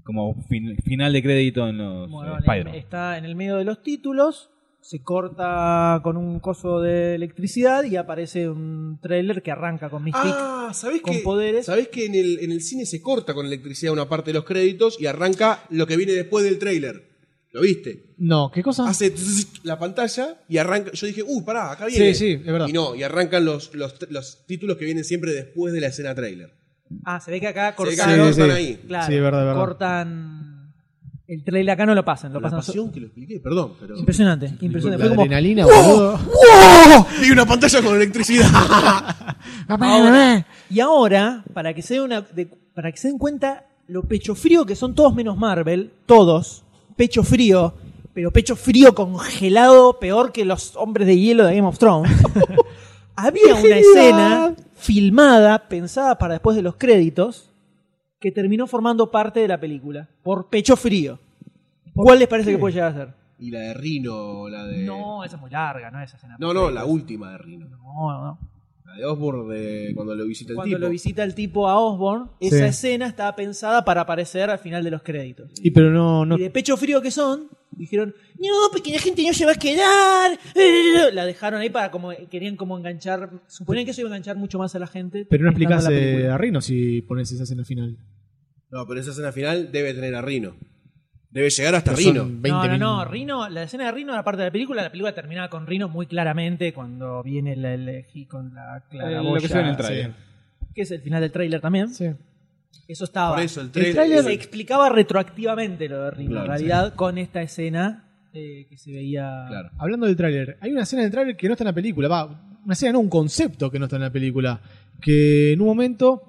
Speaker 6: como fin- final de crédito en los
Speaker 2: Bueno,
Speaker 6: eh,
Speaker 2: en-
Speaker 6: Spider-Man.
Speaker 2: está en el medio de los títulos, se corta con un coso de electricidad y aparece un trailer que arranca con Mystique.
Speaker 1: Ah, ¿sabés
Speaker 2: con
Speaker 1: que,
Speaker 2: poderes.
Speaker 1: ¿sabés que en el, en el cine se corta con electricidad una parte de los créditos y arranca lo que viene después del tráiler? ¿Lo viste?
Speaker 5: No, ¿qué
Speaker 3: Ah.
Speaker 5: cosa?
Speaker 1: Hace tss la pantalla y arranca. Yo dije, uy, pará, acá viene.
Speaker 5: Sí, sí, es verdad.
Speaker 1: Y no, y arrancan los, los, los títulos que vienen siempre después de la escena tráiler.
Speaker 2: Ah, se ve que acá
Speaker 1: Se ve que
Speaker 2: cortaron.
Speaker 1: acá Sí, cortan sí. ahí.
Speaker 2: Claro,
Speaker 1: Sí, verdad, verdad.
Speaker 2: Cortan el trailer acá, no lo pasan. Lo
Speaker 1: La
Speaker 2: pasan
Speaker 1: pasión que lo expliqué, perdón. Pero...
Speaker 2: Impresionante, impresionante. Fue como-
Speaker 5: adrenalina,
Speaker 2: boludo.
Speaker 1: ¡Wow! Y una pantalla con electricidad.
Speaker 2: Ahora- y ahora, para que se den una, de- para que se den cuenta lo pecho frío que son todos menos Marvel, todos, pecho frío, pero pecho frío congelado, peor que los hombres de hielo de Game of Thrones. Había una
Speaker 5: Genial.
Speaker 2: escena filmada, pensada para después de los créditos, que terminó formando parte de la película, por pecho frío. ¿Cuál les parece que puede llegar a ser?
Speaker 1: Y la de Rino, la de.
Speaker 2: No, esa es muy larga, no esa escena.
Speaker 1: No, no, la última de Rino.
Speaker 2: No, no, no.
Speaker 1: La de Osborn de cuando lo visita el
Speaker 2: Cuando
Speaker 1: tipo.
Speaker 2: lo visita el tipo a Osborn, esa
Speaker 5: Sí.
Speaker 2: escena estaba pensada para aparecer al final de los créditos.
Speaker 5: Y pero no, no.
Speaker 2: Y de pecho frío que son, dijeron, no, pequeña gente no se va a quedar. La dejaron ahí para como, querían como enganchar, suponían que eso iba a enganchar mucho más a la gente.
Speaker 5: Pero no
Speaker 2: estando
Speaker 5: explicás
Speaker 2: la
Speaker 5: eh,
Speaker 2: película.
Speaker 5: a Rino si pones esa escena final.
Speaker 1: No, pero esa escena final debe tener a Rino. Debe llegar hasta
Speaker 5: Pero son
Speaker 1: Rino.
Speaker 5: 20
Speaker 2: no, no, no, Rino, la escena de Rino era parte de la película, la película terminaba con Rino muy claramente cuando viene el, el- y con la claraboya,
Speaker 6: Eh, Lo que se ve en el trailer.
Speaker 2: que es el final del tráiler también. Eso estaba.
Speaker 1: Por eso, el
Speaker 2: El
Speaker 1: tráiler-
Speaker 2: tráiler se
Speaker 1: el-
Speaker 2: explicaba retroactivamente lo de Rino,
Speaker 1: Claro,
Speaker 2: en realidad, con esta escena eh, que se veía.
Speaker 1: Claro.
Speaker 5: Hablando del tráiler, hay una escena del tráiler que no está en la película, va, una escena no, un concepto que no está en la película, que en un momento,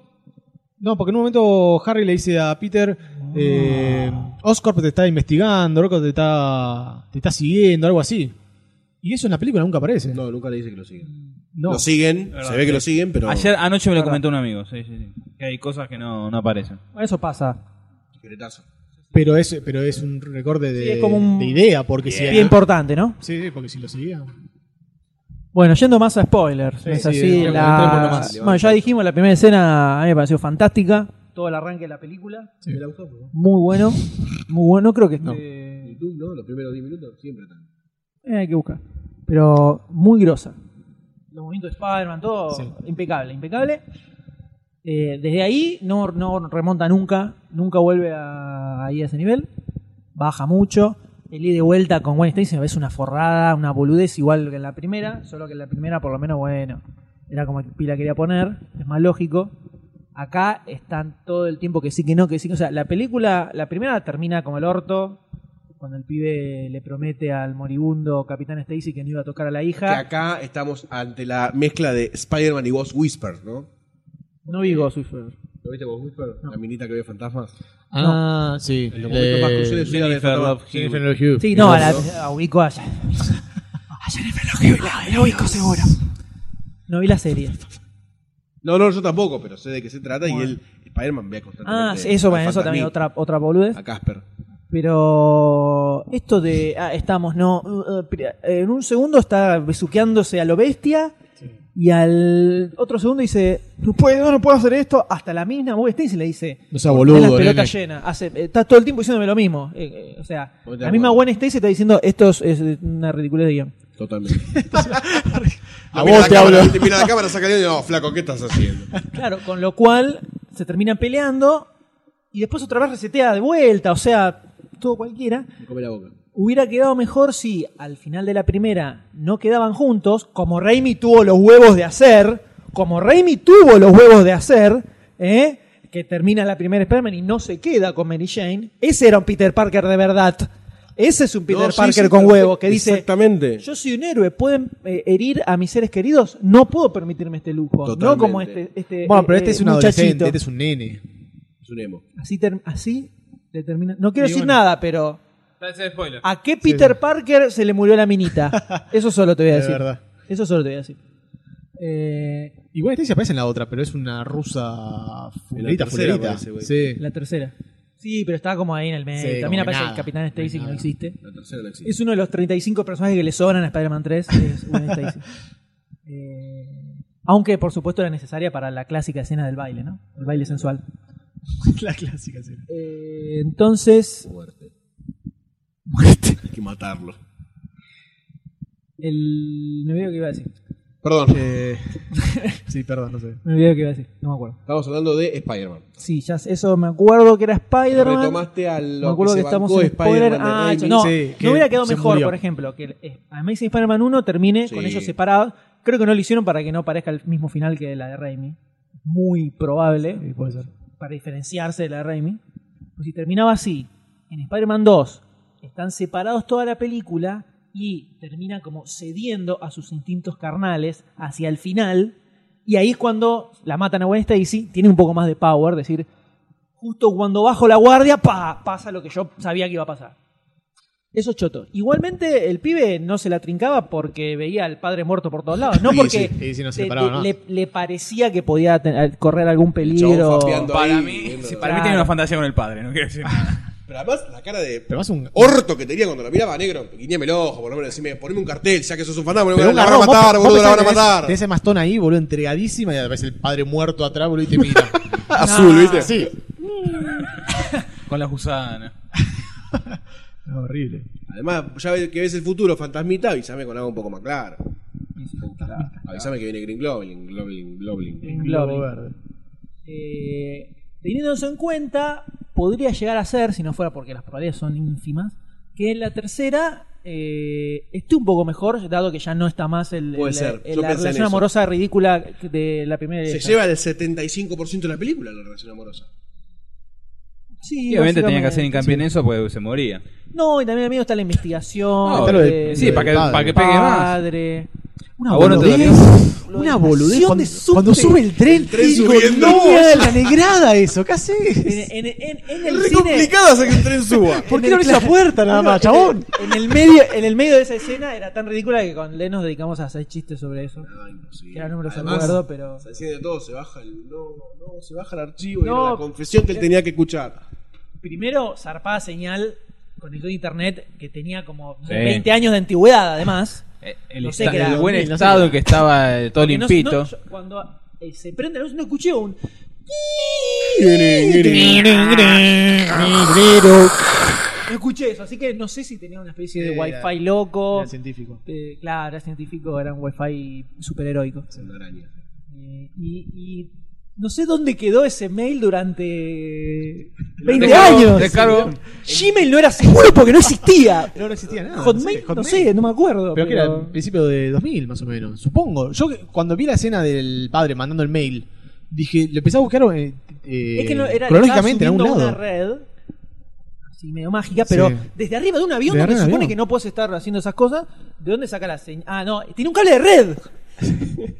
Speaker 5: no, porque en un momento Harry le dice a Peter, eh, Oscorp te está investigando, Rocco te está, te está siguiendo, algo así. Y eso en la película nunca aparece.
Speaker 1: No, nunca le dice que lo siguen.
Speaker 5: No.
Speaker 1: Lo siguen,
Speaker 6: Verdad,
Speaker 1: se ve que
Speaker 6: sí.
Speaker 1: lo siguen, pero.
Speaker 6: Ayer, anoche me lo comentó un amigo, sí, sí, sí. Que hay cosas que no, no aparecen.
Speaker 2: Bueno, Eso pasa.
Speaker 1: Secretazo.
Speaker 5: Pero es, pero es un recorde de,
Speaker 2: Sí, es como un-
Speaker 5: de idea, porque si...
Speaker 2: Bien importante, ¿no?
Speaker 5: Sí, sí, porque si lo seguía.
Speaker 2: Bueno, yendo más a spoilers,
Speaker 5: Sí,
Speaker 2: ¿no es
Speaker 5: sí,
Speaker 2: así?
Speaker 5: entremos-
Speaker 2: La-
Speaker 5: entremos nomás.
Speaker 2: Bueno, ya dijimos, la primera escena a mí me pareció fantástica. Todo el arranque de la película. Muy bueno. Muy bueno, creo que
Speaker 1: No.
Speaker 2: eh,
Speaker 1: YouTube, ¿no? Los primeros 10 minutos siempre están.
Speaker 2: hay que buscar. Pero muy grosa. Los movimientos de Spider-Man, todo impecable, impecable. Eh, desde ahí no, no remonta nunca, nunca vuelve a, ahí a ese nivel. Baja mucho. El ida y vuelta con Gwen Stacy es una forrada, una boludez igual que en la primera, solo que en la primera por lo menos, bueno, era como que Pila quería poner, es más lógico. Acá están todo el tiempo que sí, que no, que sí, que- o sea, la película, la primera termina como el orto, cuando el pibe le promete al moribundo Capitán Stacy que no iba a tocar a la
Speaker 1: Que
Speaker 2: hija.
Speaker 1: acá estamos ante la mezcla de Spider-Man y Ghost Whisper, ¿no?
Speaker 2: No vi Ghost Whisper.
Speaker 1: ¿Lo viste Ghost Whisper? La minita que ve fantasmas.
Speaker 5: Ah, sí.
Speaker 1: El documento más crucial de su vida de
Speaker 5: Jennifer
Speaker 1: fantasma.
Speaker 5: Love Hewitt. Jennifer Love Hewitt.
Speaker 2: Sí, no, a la, a ubico a, a Jennifer Love Hewitt, la ubico seguro. No vi la serie.
Speaker 1: No, no, yo tampoco, pero sé de qué se trata y él, Spider-Man ve constantemente.
Speaker 2: Ah, sí, eso,
Speaker 1: al
Speaker 2: bueno, eso también
Speaker 1: fantasmí,
Speaker 2: otra, otra boludez.
Speaker 1: A Casper.
Speaker 2: Pero esto de ah, estamos, no. uh, uh, pri- En un segundo está besuqueándose a lo bestia. Y al otro segundo dice, no puedo, no puedo hacer esto. Hasta la misma Gwen Stacy le dice,
Speaker 5: No sea
Speaker 2: "Tenés
Speaker 5: boludo,
Speaker 2: la pelota
Speaker 5: nene".
Speaker 2: llena. Hace, eh, está todo el tiempo diciéndome lo mismo. Eh, eh, o sea,
Speaker 1: Voy de
Speaker 2: la misma
Speaker 1: acuerdo.
Speaker 2: Gwen Stacy está diciendo, esto es, es una ridiculez de guión.
Speaker 1: Totalmente.
Speaker 5: A
Speaker 1: No, mira
Speaker 5: vos
Speaker 1: la
Speaker 5: te
Speaker 1: cámara,
Speaker 5: hablo.
Speaker 1: viste, Mira la cámara, saca el dedo y, no, flaco, ¿qué estás haciendo?
Speaker 2: Claro, con lo cual se terminan peleando y después otra vez resetea de vuelta, o sea, todo cualquiera.
Speaker 1: Me come la boca.
Speaker 2: Hubiera quedado mejor si al final de la primera no quedaban juntos, como Raimi tuvo los huevos de hacer, como Raimi tuvo los huevos de hacer, ¿eh? que termina la primera Spider-Man y no se queda con Mary Jane. Ese era un Peter Parker de verdad. Ese es un Peter
Speaker 1: No, sí,
Speaker 2: Parker
Speaker 1: sí,
Speaker 2: con
Speaker 1: pero-
Speaker 2: huevos que dice,
Speaker 1: Exactamente.
Speaker 2: yo soy un héroe, pueden eh, herir a mis seres queridos, no puedo permitirme este lujo, no
Speaker 1: Totalmente.
Speaker 2: como este, este
Speaker 1: Bueno, pero
Speaker 2: eh,
Speaker 1: este
Speaker 2: eh,
Speaker 1: es un
Speaker 2: muchachito.
Speaker 1: adolescente, este
Speaker 3: es un nene.
Speaker 1: Es un emo.
Speaker 2: Así, ter- así le termina. No quiero
Speaker 7: Y
Speaker 2: decir
Speaker 7: bueno.
Speaker 2: nada, pero
Speaker 7: Parece spoiler.
Speaker 6: Ah,
Speaker 2: ¿a qué Peter Parker se le murió la minita? Eso solo te voy a decir. Eso solo te voy a decir. Eh,
Speaker 3: Igual Stacy aparece en la otra, pero es una rusa fulerita,
Speaker 1: tercera
Speaker 3: fulerita.
Speaker 1: aparece, güey.
Speaker 3: Sí.
Speaker 2: La tercera. Sí, pero está como ahí en el medio.
Speaker 3: Sí,
Speaker 2: También
Speaker 3: como que
Speaker 2: aparece
Speaker 3: nada,
Speaker 2: el Capitán
Speaker 3: no
Speaker 2: Stacy,
Speaker 3: hay
Speaker 2: que no
Speaker 3: nada.
Speaker 2: existe.
Speaker 1: La tercera no existe.
Speaker 2: Es uno de los 35 personajes que le sobran a Spider-Man 3. Es Gwen Stacy. Eh, aunque, por supuesto, era necesaria para la clásica escena del baile, ¿no? El baile sensual.
Speaker 3: la clásica, sí.
Speaker 2: Eh, entonces,
Speaker 1: Muerte. Hay que matarlo.
Speaker 2: el... me olvidé que iba a decir.
Speaker 1: Perdón.
Speaker 3: sí, perdón, no sé.
Speaker 2: Me olvidé que iba a decir. No me acuerdo.
Speaker 1: Estamos hablando de Spider-Man.
Speaker 2: Sí, ya sé, eso me acuerdo que era Spider-Man.
Speaker 1: Retomaste a lo
Speaker 2: me acuerdo
Speaker 1: que
Speaker 2: que,
Speaker 1: se
Speaker 2: estamos
Speaker 1: bancó
Speaker 2: en spoiler.
Speaker 1: Spider-Man de
Speaker 2: Ah,
Speaker 1: Raimi.
Speaker 2: no,
Speaker 1: Sí,
Speaker 2: no
Speaker 1: que
Speaker 2: hubiera quedado
Speaker 1: se
Speaker 2: mejor,
Speaker 1: murió.
Speaker 2: por ejemplo, que el, eh, Amazing Spider-Man 1 termine con
Speaker 1: Sí.
Speaker 2: ellos separados. Creo que no lo hicieron para que no parezca el mismo final que la de Raimi. Muy probable.
Speaker 3: puede ser.
Speaker 2: Para diferenciarse de la de Raimi. Pues si terminaba así, en Spider-Man 2 están separados toda la película y termina como cediendo a sus instintos carnales hacia el final. Y ahí es cuando la matan a Gwen Stacy, tiene un poco más de power, decir, justo cuando bajo la guardia, pa, pasa lo que yo sabía que iba a pasar. Eso es choto. Igualmente, el pibe no se la trincaba porque veía al padre muerto por todos lados, no
Speaker 3: Y
Speaker 2: porque
Speaker 3: sí, y sí, no se
Speaker 2: le,
Speaker 3: separaba, ¿no?
Speaker 2: le- le parecía que podía ten- correr algún peligro.
Speaker 6: Para mí,
Speaker 1: viendo-
Speaker 6: sí, para mí
Speaker 2: Claro.
Speaker 6: tiene una fantasía con el padre, no quiero decir. nada.
Speaker 1: Pero además, la cara de
Speaker 3: Pero más un.
Speaker 1: orto que tenía cuando la miraba, negro. Guiñame el ojo, por lo menos decime, poneme un cartel, ya que sos un fanático. La
Speaker 3: Pero un
Speaker 1: van a
Speaker 3: garrón, vos-
Speaker 1: matar,
Speaker 3: vos
Speaker 1: boludo, la van
Speaker 3: pensás
Speaker 1: a
Speaker 3: que tenés-
Speaker 1: matar.
Speaker 3: tenés ese mastón ahí, boludo, entregadísima y aparece el padre muerto atrás, boludo, y te mira.
Speaker 1: Ah, Azul, ¿viste?
Speaker 3: Sí.
Speaker 6: Con la gusana.
Speaker 3: horrible.
Speaker 1: Además, ya ve- que ves el futuro, fantasmita, avísame con algo un poco más claro. Avísame que viene Green Goblin, Goblin, Goblin.
Speaker 2: globo verde. Eh, teniendo eso en cuenta, podría llegar a ser, si no fuera porque las probabilidades son ínfimas, que en la tercera eh, esté un poco mejor, dado que ya no está más el,
Speaker 1: Puede
Speaker 2: el-
Speaker 1: ser,
Speaker 2: el-
Speaker 1: yo
Speaker 2: la
Speaker 1: pensé en
Speaker 2: relación
Speaker 1: eso.
Speaker 2: amorosa ridícula de la primera.
Speaker 1: Se
Speaker 2: esa.
Speaker 1: lleva el 75% de la película la relación amorosa.
Speaker 2: Sí,
Speaker 6: Y obviamente tenía que
Speaker 2: básicamente.
Speaker 6: hacer hincapié en eso porque se moría.
Speaker 2: No, y también amigo está la investigación.
Speaker 6: No,
Speaker 2: de-
Speaker 6: eh, sí, para que,
Speaker 2: del
Speaker 6: para que pegue más.
Speaker 2: padre.
Speaker 6: ¿A vos no te dolió?
Speaker 5: Una boludez.
Speaker 2: invasión
Speaker 5: Cuando,
Speaker 2: de subte.
Speaker 5: cuando sube el tren,
Speaker 1: El tren
Speaker 5: digo,
Speaker 1: subiendo.
Speaker 5: no, mira la negrada eso, ¿qué haces?
Speaker 2: En, en- en- en el
Speaker 1: Es
Speaker 2: cine.
Speaker 1: complicado hacer que un tren suba.
Speaker 5: ¿Por qué
Speaker 2: en
Speaker 5: no
Speaker 2: el
Speaker 5: abrís la
Speaker 2: cla-
Speaker 5: puerta nada
Speaker 2: Bueno,
Speaker 5: más,
Speaker 2: en el-
Speaker 5: chabón?
Speaker 2: En el, medio, en el medio de esa escena era tan ridícula que con Len nos dedicamos a hacer chistes sobre eso.
Speaker 1: Ay, no, sí.
Speaker 2: Que ahora no me los
Speaker 1: Además,
Speaker 2: acuerdo, pero-
Speaker 1: Se enciende todo, se baja el. No, no, se baja el archivo y
Speaker 2: No. Eh.
Speaker 1: era la confesión que él tenía que escuchar.
Speaker 2: Primero, zarpada señal con el de internet que tenía como
Speaker 6: Sí.
Speaker 2: 20 años de antigüedad, además.
Speaker 6: Eh, El,
Speaker 2: No sé
Speaker 6: esta-
Speaker 2: qué era,
Speaker 6: el buen
Speaker 2: 2000, no sé
Speaker 6: estado
Speaker 2: qué
Speaker 6: en que estaba eh, todo
Speaker 2: Porque no-
Speaker 6: limpito.
Speaker 2: no- yo- cuando eh, se prende la luz, no escuché un. No escuché eso, así que no sé si tenía una especie de
Speaker 3: Era-
Speaker 2: wifi loco.
Speaker 3: Era científico.
Speaker 2: Eh, claro, era científico, era un wifi superheroico. Eh, y, y no sé dónde quedó ese mail durante 20
Speaker 6: Recargo,
Speaker 2: años.
Speaker 6: recargo.
Speaker 2: Gmail no era seguro porque no existía.
Speaker 3: No, no existía nada.
Speaker 2: Hotmail, no sé, no me acuerdo.
Speaker 3: Ah, Pero, que era
Speaker 2: pero-
Speaker 3: el principio de 2000, más o menos. Supongo. Yo que- cuando vi la escena del padre mandando el mail, dije, lo empecé a buscar eh, eh,
Speaker 2: Es que no, era
Speaker 3: cronológicamente en
Speaker 2: estaba
Speaker 3: algún
Speaker 2: subiendo a
Speaker 3: lado.
Speaker 2: una red así medio mágica, pero
Speaker 3: Sí.
Speaker 2: desde arriba de un avión
Speaker 3: Desde
Speaker 2: donde
Speaker 3: arriba de
Speaker 2: se
Speaker 3: un
Speaker 2: supone
Speaker 3: avión.
Speaker 2: que no puedes estar haciendo esas cosas, ¿de dónde saca la señal? Ah, no, tiene un cable de red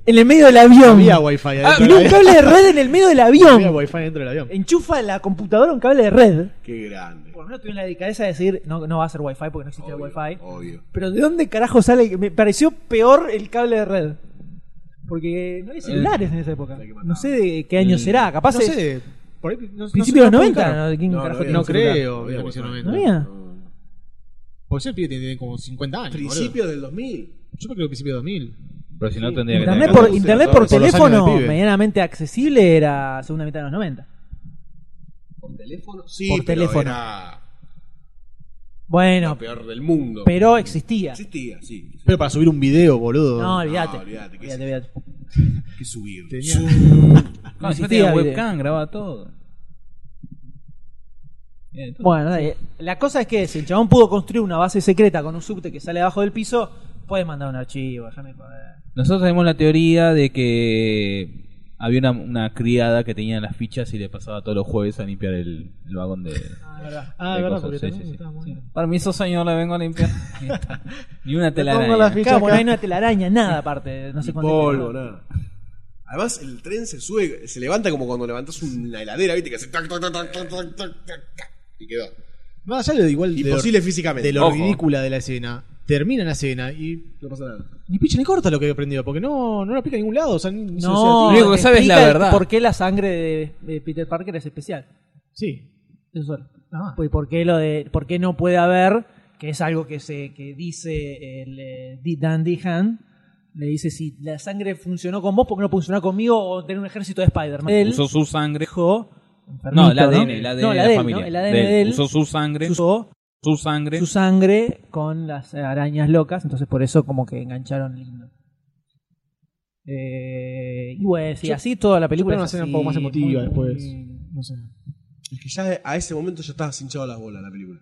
Speaker 2: en el medio del avión.
Speaker 3: Había wifi adentro.
Speaker 2: tiene un cable de red en el medio del
Speaker 3: Había
Speaker 2: avión.
Speaker 3: wifi dentro del avión.
Speaker 2: Enchufa la computadora un cable de red.
Speaker 1: Qué grande.
Speaker 2: Por lo menos tuvieron la delicadeza de decir, no, no va a ser wifi porque no existe el wifi.
Speaker 1: Obvio.
Speaker 2: Pero ¿de dónde carajo sale? Me pareció peor el cable de red. Porque no había celulares en esa época. No sé de qué año será. Capaz
Speaker 3: No
Speaker 2: es-
Speaker 3: sé. Por ahí, no,
Speaker 2: Principio de
Speaker 3: no
Speaker 2: los
Speaker 3: sé,
Speaker 2: 90, ¿no? ¿De quién
Speaker 1: No,
Speaker 2: carajo
Speaker 1: no
Speaker 2: tenía
Speaker 3: No
Speaker 2: un celular?
Speaker 3: creo.
Speaker 1: No había
Speaker 3: que
Speaker 1: wifi.
Speaker 3: sea 90.
Speaker 2: ¿No había?
Speaker 3: Porque ese pibe tiene como 50 años. boludo.
Speaker 1: Principios del 2000.
Speaker 3: Yo creo que principio de 2000.
Speaker 6: Pero si no tendría que
Speaker 2: Internet
Speaker 6: tener
Speaker 2: por,
Speaker 6: cosas.
Speaker 2: internet por
Speaker 3: Por los años
Speaker 2: teléfono
Speaker 3: del pibe.
Speaker 2: medianamente accesible era segunda mitad de los 90.
Speaker 1: ¿Por teléfono? Sí,
Speaker 2: Por
Speaker 1: pero
Speaker 2: teléfono.
Speaker 1: Era
Speaker 2: Bueno,
Speaker 1: lo peor del mundo.
Speaker 2: pero existía.
Speaker 1: Existía, sí.
Speaker 3: Pero para subir un video, boludo.
Speaker 2: No, olvídate.
Speaker 1: No, olvídate, que
Speaker 2: Olvídate,
Speaker 1: sí.
Speaker 2: olvídate.
Speaker 1: que subir.
Speaker 3: Tenía-
Speaker 1: Subir.
Speaker 6: No, encima
Speaker 2: existía
Speaker 6: tenía
Speaker 2: video.
Speaker 6: webcam, grababa todo. Bien, entonces-
Speaker 2: Bueno, dale. la cosa es que si el chabón pudo construir una base secreta con un subte que sale abajo del piso, puede mandar un archivo, déjame joder.
Speaker 6: Nosotros tenemos la teoría de que había una, una criada que tenía las fichas y le pasaba todos los jueves a limpiar el, el vagón de.
Speaker 3: Ah,
Speaker 6: de
Speaker 3: es verdad,
Speaker 6: cosas,
Speaker 3: porque
Speaker 6: sí,
Speaker 3: también
Speaker 6: sí, sí.
Speaker 3: estaba muy bien.
Speaker 6: Permiso, señor, la vengo a limpiar. Ahí está. Ni una telaraña.
Speaker 2: Pongo las fichas Claro, porque acá. no hay una telaraña, nada aparte, no sé
Speaker 1: Ni
Speaker 2: cuánto
Speaker 1: polvo,
Speaker 2: tiempo.
Speaker 1: nada. Además, el tren se sube, se levanta como cuando levantas una heladera, ¿viste? Que hace tac, tac, tac, tac, tac, tac, tac, tac, y quedó.
Speaker 5: Más allá de igual de lo-
Speaker 1: Imposible físicamente.
Speaker 5: De lo
Speaker 1: Ojo.
Speaker 5: ridícula de la escena. Termina la escena y
Speaker 1: No pasa nada.
Speaker 5: ni picha ni corta lo que he aprendido, porque no, no la pica en ningún lado. O sea, ni-
Speaker 2: No,
Speaker 5: se-
Speaker 2: te
Speaker 5: se-
Speaker 2: explica el- ¿Por qué la sangre de, de Peter Parker es especial?
Speaker 5: Sí.
Speaker 2: Eso solo.
Speaker 6: Ah.
Speaker 2: Pues, ¿por qué lo de, por qué no puede haber, que es algo que se que dice el eh, Di- Dan Dehan, le dice si la sangre funcionó con vos, ¿por qué no funcionó conmigo o tener un ejército de Spider-Man? Él
Speaker 6: Usó su sangre.
Speaker 2: enfermito,
Speaker 6: no, el ADN, el ADN
Speaker 2: No,
Speaker 6: de
Speaker 2: el
Speaker 6: la
Speaker 2: ADN,
Speaker 6: familia.
Speaker 2: ¿no? El ADN de él.
Speaker 6: Usó su sangre.
Speaker 2: Usó
Speaker 6: su sangre.
Speaker 2: su sangre con las arañas locas, entonces por eso como que engancharon lindo. Eh, y bueno, sí,
Speaker 5: Yo-
Speaker 2: así toda la película.
Speaker 5: yo creo
Speaker 2: es
Speaker 5: una escena
Speaker 2: así,
Speaker 5: un poco más emotiva
Speaker 2: muy-
Speaker 5: después.
Speaker 1: No sé. Es que ya a ese momento ya estabas hinchado las bolas la película.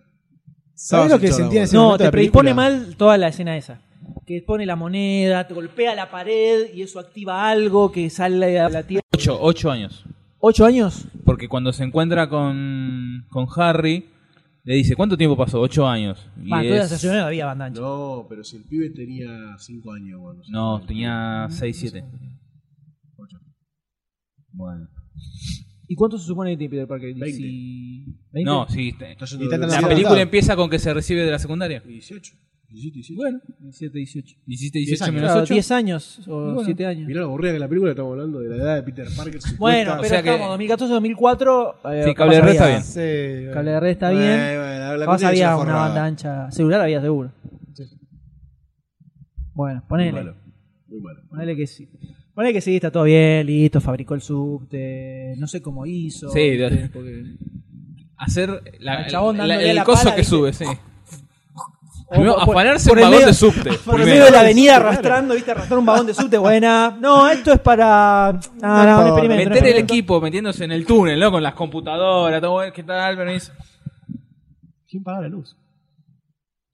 Speaker 5: ¿Sabés lo que
Speaker 1: Estabas hinchado
Speaker 5: sentía en
Speaker 1: las
Speaker 5: ese momento
Speaker 1: bolas.
Speaker 2: No,
Speaker 5: de
Speaker 2: te
Speaker 5: la
Speaker 2: predispone
Speaker 5: película?
Speaker 2: mal toda la escena esa. Que pone la moneda, te golpea la pared y eso activa algo que sale a la tierra.
Speaker 6: Ocho, ocho años.
Speaker 2: ¿Ocho años?
Speaker 6: Porque cuando se encuentra con, con Harry, le dice: ¿Cuánto tiempo pasó? Ocho años. Y
Speaker 2: Va,
Speaker 6: es-
Speaker 2: entonces hace años no había banda ancha.
Speaker 1: No, pero si el pibe tenía 5 años, bueno.
Speaker 6: No, tenía seis, siete. Bueno.
Speaker 2: ¿Y cuánto se supone que tiene Peter Parker?
Speaker 1: Veinte.
Speaker 2: Dieci- ¿veinte?
Speaker 6: No, sí. te-
Speaker 1: Está yendo de
Speaker 6: la
Speaker 1: velocidad.
Speaker 6: película empieza con que se recibe de la secundaria.
Speaker 1: 18. 17, 18.
Speaker 6: Bueno, 17, 18. 17,
Speaker 1: 10
Speaker 6: 18
Speaker 1: años.
Speaker 6: menos
Speaker 1: Claro,
Speaker 6: 8.
Speaker 2: 10 años o
Speaker 6: Bueno.
Speaker 2: 7 años.
Speaker 1: Mirá lo aburrida que la película estamos hablando de la edad de Peter Parker. supuesta.
Speaker 2: Bueno, pero estamos 2014-2004.
Speaker 1: Sí, cable de red está
Speaker 5: bien.
Speaker 2: Cable de red está
Speaker 1: Bueno,
Speaker 2: bien.
Speaker 1: bueno, la
Speaker 2: Capaz
Speaker 1: cuestión es
Speaker 2: había
Speaker 1: ya
Speaker 2: una
Speaker 1: forrada.
Speaker 2: banda ancha. Celular había seguro. Bueno, ponele.
Speaker 1: Muy malo. Muy malo.
Speaker 2: Ponele que sí. Ponele que sí, está todo bien, listo, fabricó el subte, no sé cómo hizo.
Speaker 6: Sí,
Speaker 2: ¿viste?
Speaker 6: de-
Speaker 2: Porque-
Speaker 6: Hacer la-
Speaker 2: Al chabón
Speaker 6: la-
Speaker 2: dándole
Speaker 6: el
Speaker 2: la
Speaker 6: coso
Speaker 2: pala,
Speaker 6: que
Speaker 2: ¿viste?
Speaker 6: sube, sí.
Speaker 2: O
Speaker 6: Primero,
Speaker 2: por- por-
Speaker 6: afanarse
Speaker 2: por
Speaker 6: un
Speaker 2: el
Speaker 6: vagón
Speaker 2: medio-
Speaker 6: de subte.
Speaker 2: Por el
Speaker 6: primero.
Speaker 2: medio de la avenida arrastrando, viste, arrastrando un vagón de subte, buena. No, esto es para. No, no, un experimento. un
Speaker 6: Meter el
Speaker 2: experimento.
Speaker 6: equipo metiéndose en el túnel, ¿no? Con las computadoras, todo, ¿qué tal? Permiso.
Speaker 5: ¿Quién paga la luz?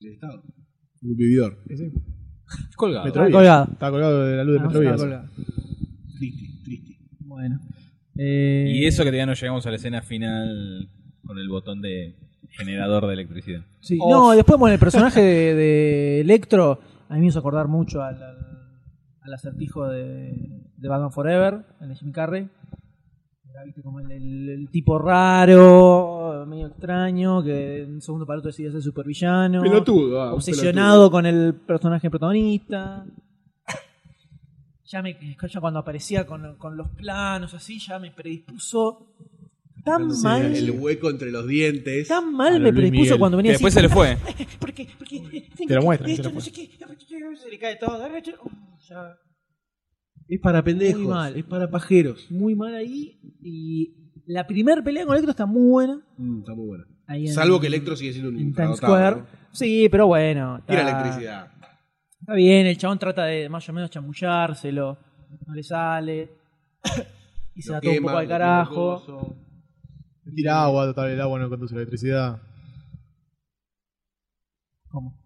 Speaker 1: El Estado. Un vividor.
Speaker 6: Ah, Colgado.
Speaker 5: Metrovías.
Speaker 2: colgado.
Speaker 5: Estaba colgado de la luz de
Speaker 2: Ah,
Speaker 5: Metrovías.
Speaker 2: estaba colgado.
Speaker 1: Triste, triste.
Speaker 2: Bueno. Eh,
Speaker 6: Y eso que todavía no llegamos a la escena final con el botón de generador de electricidad.
Speaker 2: sí. No, después, bueno, el personaje de, de Electro, a mí me hizo acordar mucho al, al- al acertijo de, de Batman Forever, el de Jim Carrey. Era, viste, como el, el- el tipo raro, medio extraño, que en un segundo para otro decide ser supervillano.
Speaker 1: Pelotudo, ah, un pelotudo.
Speaker 2: obsesionado con el personaje protagonista. Ya, me, ya cuando aparecía con, con los planos así, ya me predispuso tan
Speaker 1: Entonces,
Speaker 2: mal.
Speaker 1: El hueco entre los dientes.
Speaker 2: Tan mal me predispuso cuando venía así. Porque, porque,
Speaker 1: Te lo muestran,
Speaker 2: esto
Speaker 1: se lo
Speaker 2: no sé qué, se le cae todo. Oh, ya.
Speaker 1: Es para pendejos.
Speaker 2: Muy mal.
Speaker 1: Es para pajeros.
Speaker 2: Muy mal ahí. Y la primera pelea con Electro está muy buena.
Speaker 1: Mm, está muy bueno.
Speaker 2: Ahí en-
Speaker 1: Salvo que Electro sigue siendo un
Speaker 2: En Times
Speaker 1: infradotado,
Speaker 2: Square.
Speaker 1: ¿no?
Speaker 2: Sí, pero bueno. Está,
Speaker 1: Tira electricidad.
Speaker 2: Ah, Está bien, el chabón trata de más o menos chamullárselo. No le sale. y se
Speaker 1: Lo
Speaker 2: da todo un
Speaker 1: quema,
Speaker 2: poco al
Speaker 1: lo quema
Speaker 2: carajo.
Speaker 5: Tira agua, total, el agua no conduce electricidad.
Speaker 2: ¿Cómo?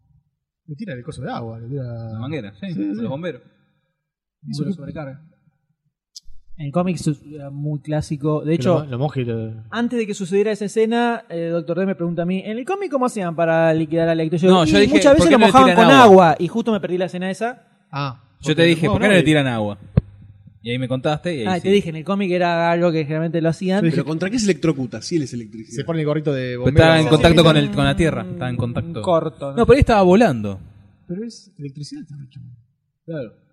Speaker 5: Le tira el coso de agua, le tira.
Speaker 6: La manguera, sí,
Speaker 5: Sí,
Speaker 6: con
Speaker 5: sí.
Speaker 6: los bomberos.
Speaker 2: Hizo la sobrecarga. En cómics era muy clásico. De
Speaker 5: Que
Speaker 2: hecho,
Speaker 5: lo, lo moja y lo-
Speaker 2: Antes de que sucediera esa escena, el Doctor D me pregunta a mí, ¿en el cómic cómo hacían para liquidar a Electro? Yo,
Speaker 6: No,
Speaker 2: y
Speaker 6: yo dije,
Speaker 2: muchas
Speaker 6: ¿por
Speaker 2: veces
Speaker 6: qué
Speaker 2: lo
Speaker 6: no le
Speaker 2: mojaban
Speaker 6: tiran
Speaker 2: con agua?
Speaker 6: agua?
Speaker 2: y justo me perdí la escena esa.
Speaker 5: Ah.
Speaker 6: Yo te dije,
Speaker 2: no,
Speaker 6: ¿por qué
Speaker 2: no,
Speaker 6: no le
Speaker 2: y-
Speaker 6: tiran agua? Y ahí me contaste y ahí
Speaker 2: Ah,
Speaker 6: sí.
Speaker 2: te dije, en el cómic era algo que generalmente lo hacían.
Speaker 1: Pero ¿contra qué se electrocuta? Sí, él es electricidad.
Speaker 5: Se pone el gorrito de
Speaker 6: Pero
Speaker 5: bombero.
Speaker 6: estaba en contacto con, el, con la tierra, estaba en contacto.
Speaker 2: Mm, corto, ¿no?
Speaker 6: No, pero ahí estaba volando.
Speaker 5: Pero es electricidad, también, chaval.
Speaker 1: Claro.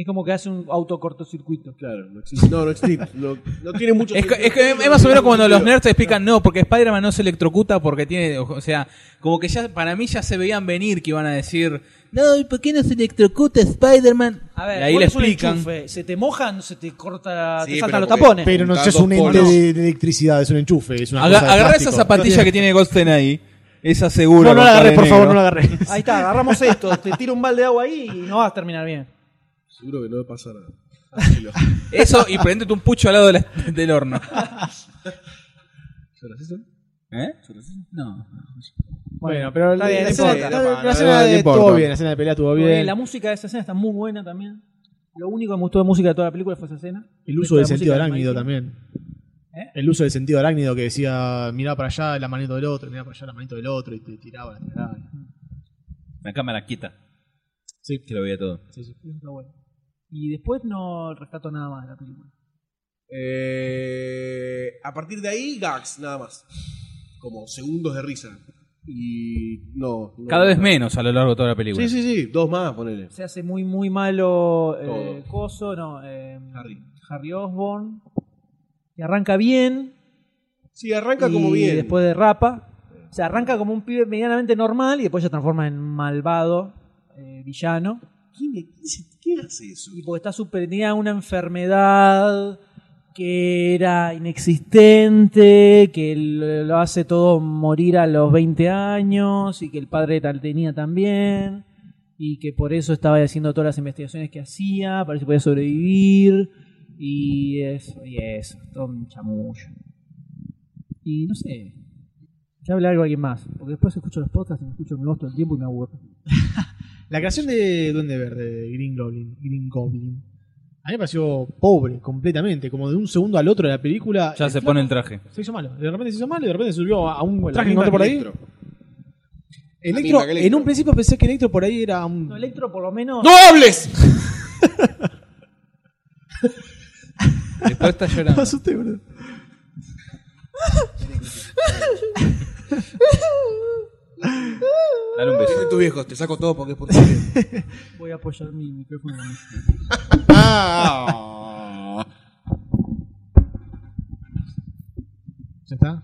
Speaker 2: Es como que hace un autocortocircuito.
Speaker 1: Claro, no existe. No, no existe. No, no tiene mucho
Speaker 6: Es, que-
Speaker 1: sentido.
Speaker 6: es que es más o menos cuando los nerds te explican, no, porque Spider-Man no se electrocuta porque tiene, o sea, como que ya, para mí ya se veían venir que iban a decir, no, ¿y por qué no se electrocuta Spider-Man?
Speaker 2: A ver,
Speaker 6: Y ahí
Speaker 2: vos
Speaker 6: le
Speaker 2: sos un
Speaker 6: explican.
Speaker 2: enchufe, Se te mojan, se te corta,
Speaker 6: Sí,
Speaker 2: te
Speaker 6: pero
Speaker 2: saltan los
Speaker 6: porque-
Speaker 2: tapones.
Speaker 5: Pero no
Speaker 6: Juntar
Speaker 5: es un
Speaker 6: dos
Speaker 5: ente
Speaker 6: polos.
Speaker 5: de, de electricidad, es un enchufe. Es una
Speaker 6: Aga-
Speaker 5: cosa de
Speaker 6: agarrá
Speaker 5: plástico.
Speaker 6: esa zapatilla que tiene Goldstein ahí, esa segura.
Speaker 5: No, no la
Speaker 6: con
Speaker 5: agarré,
Speaker 6: cara
Speaker 5: por
Speaker 6: de
Speaker 5: favor, no la
Speaker 6: negro.
Speaker 5: agarré.
Speaker 2: Ahí está, agarramos esto, te tiro un balde de agua ahí y no vas a terminar bien.
Speaker 1: Seguro que no va a pasar nada.
Speaker 6: Eso y prendete un pucho al lado de la- del horno.
Speaker 1: ¿Será eso?
Speaker 6: ¿Eh? No.
Speaker 5: Bueno, pero
Speaker 2: Está
Speaker 5: la,
Speaker 2: bien,
Speaker 5: la
Speaker 2: no
Speaker 5: escena,
Speaker 2: importa.
Speaker 5: la- la
Speaker 2: No
Speaker 5: escena de-
Speaker 2: importa.
Speaker 5: estuvo bien, la escena de pelea estuvo
Speaker 2: Porque
Speaker 5: bien.
Speaker 2: La música de esa escena está muy buena también. Lo único que me gustó de música de toda la película fue esa escena.
Speaker 3: El uso del
Speaker 2: Esta
Speaker 3: sentido
Speaker 2: música ¿Eh? de
Speaker 3: arácnido
Speaker 2: Mikey.
Speaker 3: también. El uso del sentido arácnido que decía, mirá para allá la manito del otro, mirá para allá la manito del otro, y te tiraba la tiraba.
Speaker 6: La cámara quieta. Sí. Que lo veía todo.
Speaker 3: Sí, sí.
Speaker 2: Eso está bueno. Y después no rescato nada más de la película.
Speaker 1: Eh, a partir de ahí, gags, nada más. Como segundos de risa. Y no. no.
Speaker 6: Cada vez menos a lo largo de toda la película.
Speaker 1: Sí, sí, sí. Dos más, ponele.
Speaker 2: Se hace muy, muy malo eh,
Speaker 1: Todo.
Speaker 2: Coso, no, eh,
Speaker 1: Harry.
Speaker 2: Harry Osborn. Y arranca bien.
Speaker 1: Sí, arranca
Speaker 2: y
Speaker 1: como bien.
Speaker 2: después derrapa. O sea, arranca como un pibe medianamente normal y después se transforma en malvado eh, villano.
Speaker 1: ¿Quién, quién hace eso?
Speaker 2: Y porque está super, tenía una enfermedad que era inexistente, que lo lo hace todo morir a los 20 años y que el padre tal tenía también y que por eso estaba haciendo todas las investigaciones que hacía, para ver si podía sobrevivir y eso, y eso, todo un chamullo. Y no sé, que hable algo alguien más, porque después escucho los podcasts y me escucho mi voz todo el tiempo y me aburro.
Speaker 3: La creación de Duende Verde, de Green Goblin, Green Goblin, a mí me pareció pobre completamente, como de un segundo al otro de la película.
Speaker 6: Ya se
Speaker 3: flaco
Speaker 6: pone el traje.
Speaker 3: Se hizo malo, de repente se hizo malo y de repente subió a un traje que
Speaker 5: misma
Speaker 3: encontró por
Speaker 5: que
Speaker 3: ahí.
Speaker 5: Electro. Electro,
Speaker 3: La misma que
Speaker 5: en
Speaker 3: Electro.
Speaker 5: un principio pensé que Electro por ahí era un.
Speaker 2: No, Electro por lo menos...
Speaker 5: ¡No hables!
Speaker 6: Después está llorando.
Speaker 5: asusté, boludo.
Speaker 6: Dale un beso.
Speaker 1: Soy tu viejo, te saco todo porque es por tu bien.
Speaker 2: Voy a apoyar mi micrófono. en la mesa.
Speaker 3: ¿Ya está?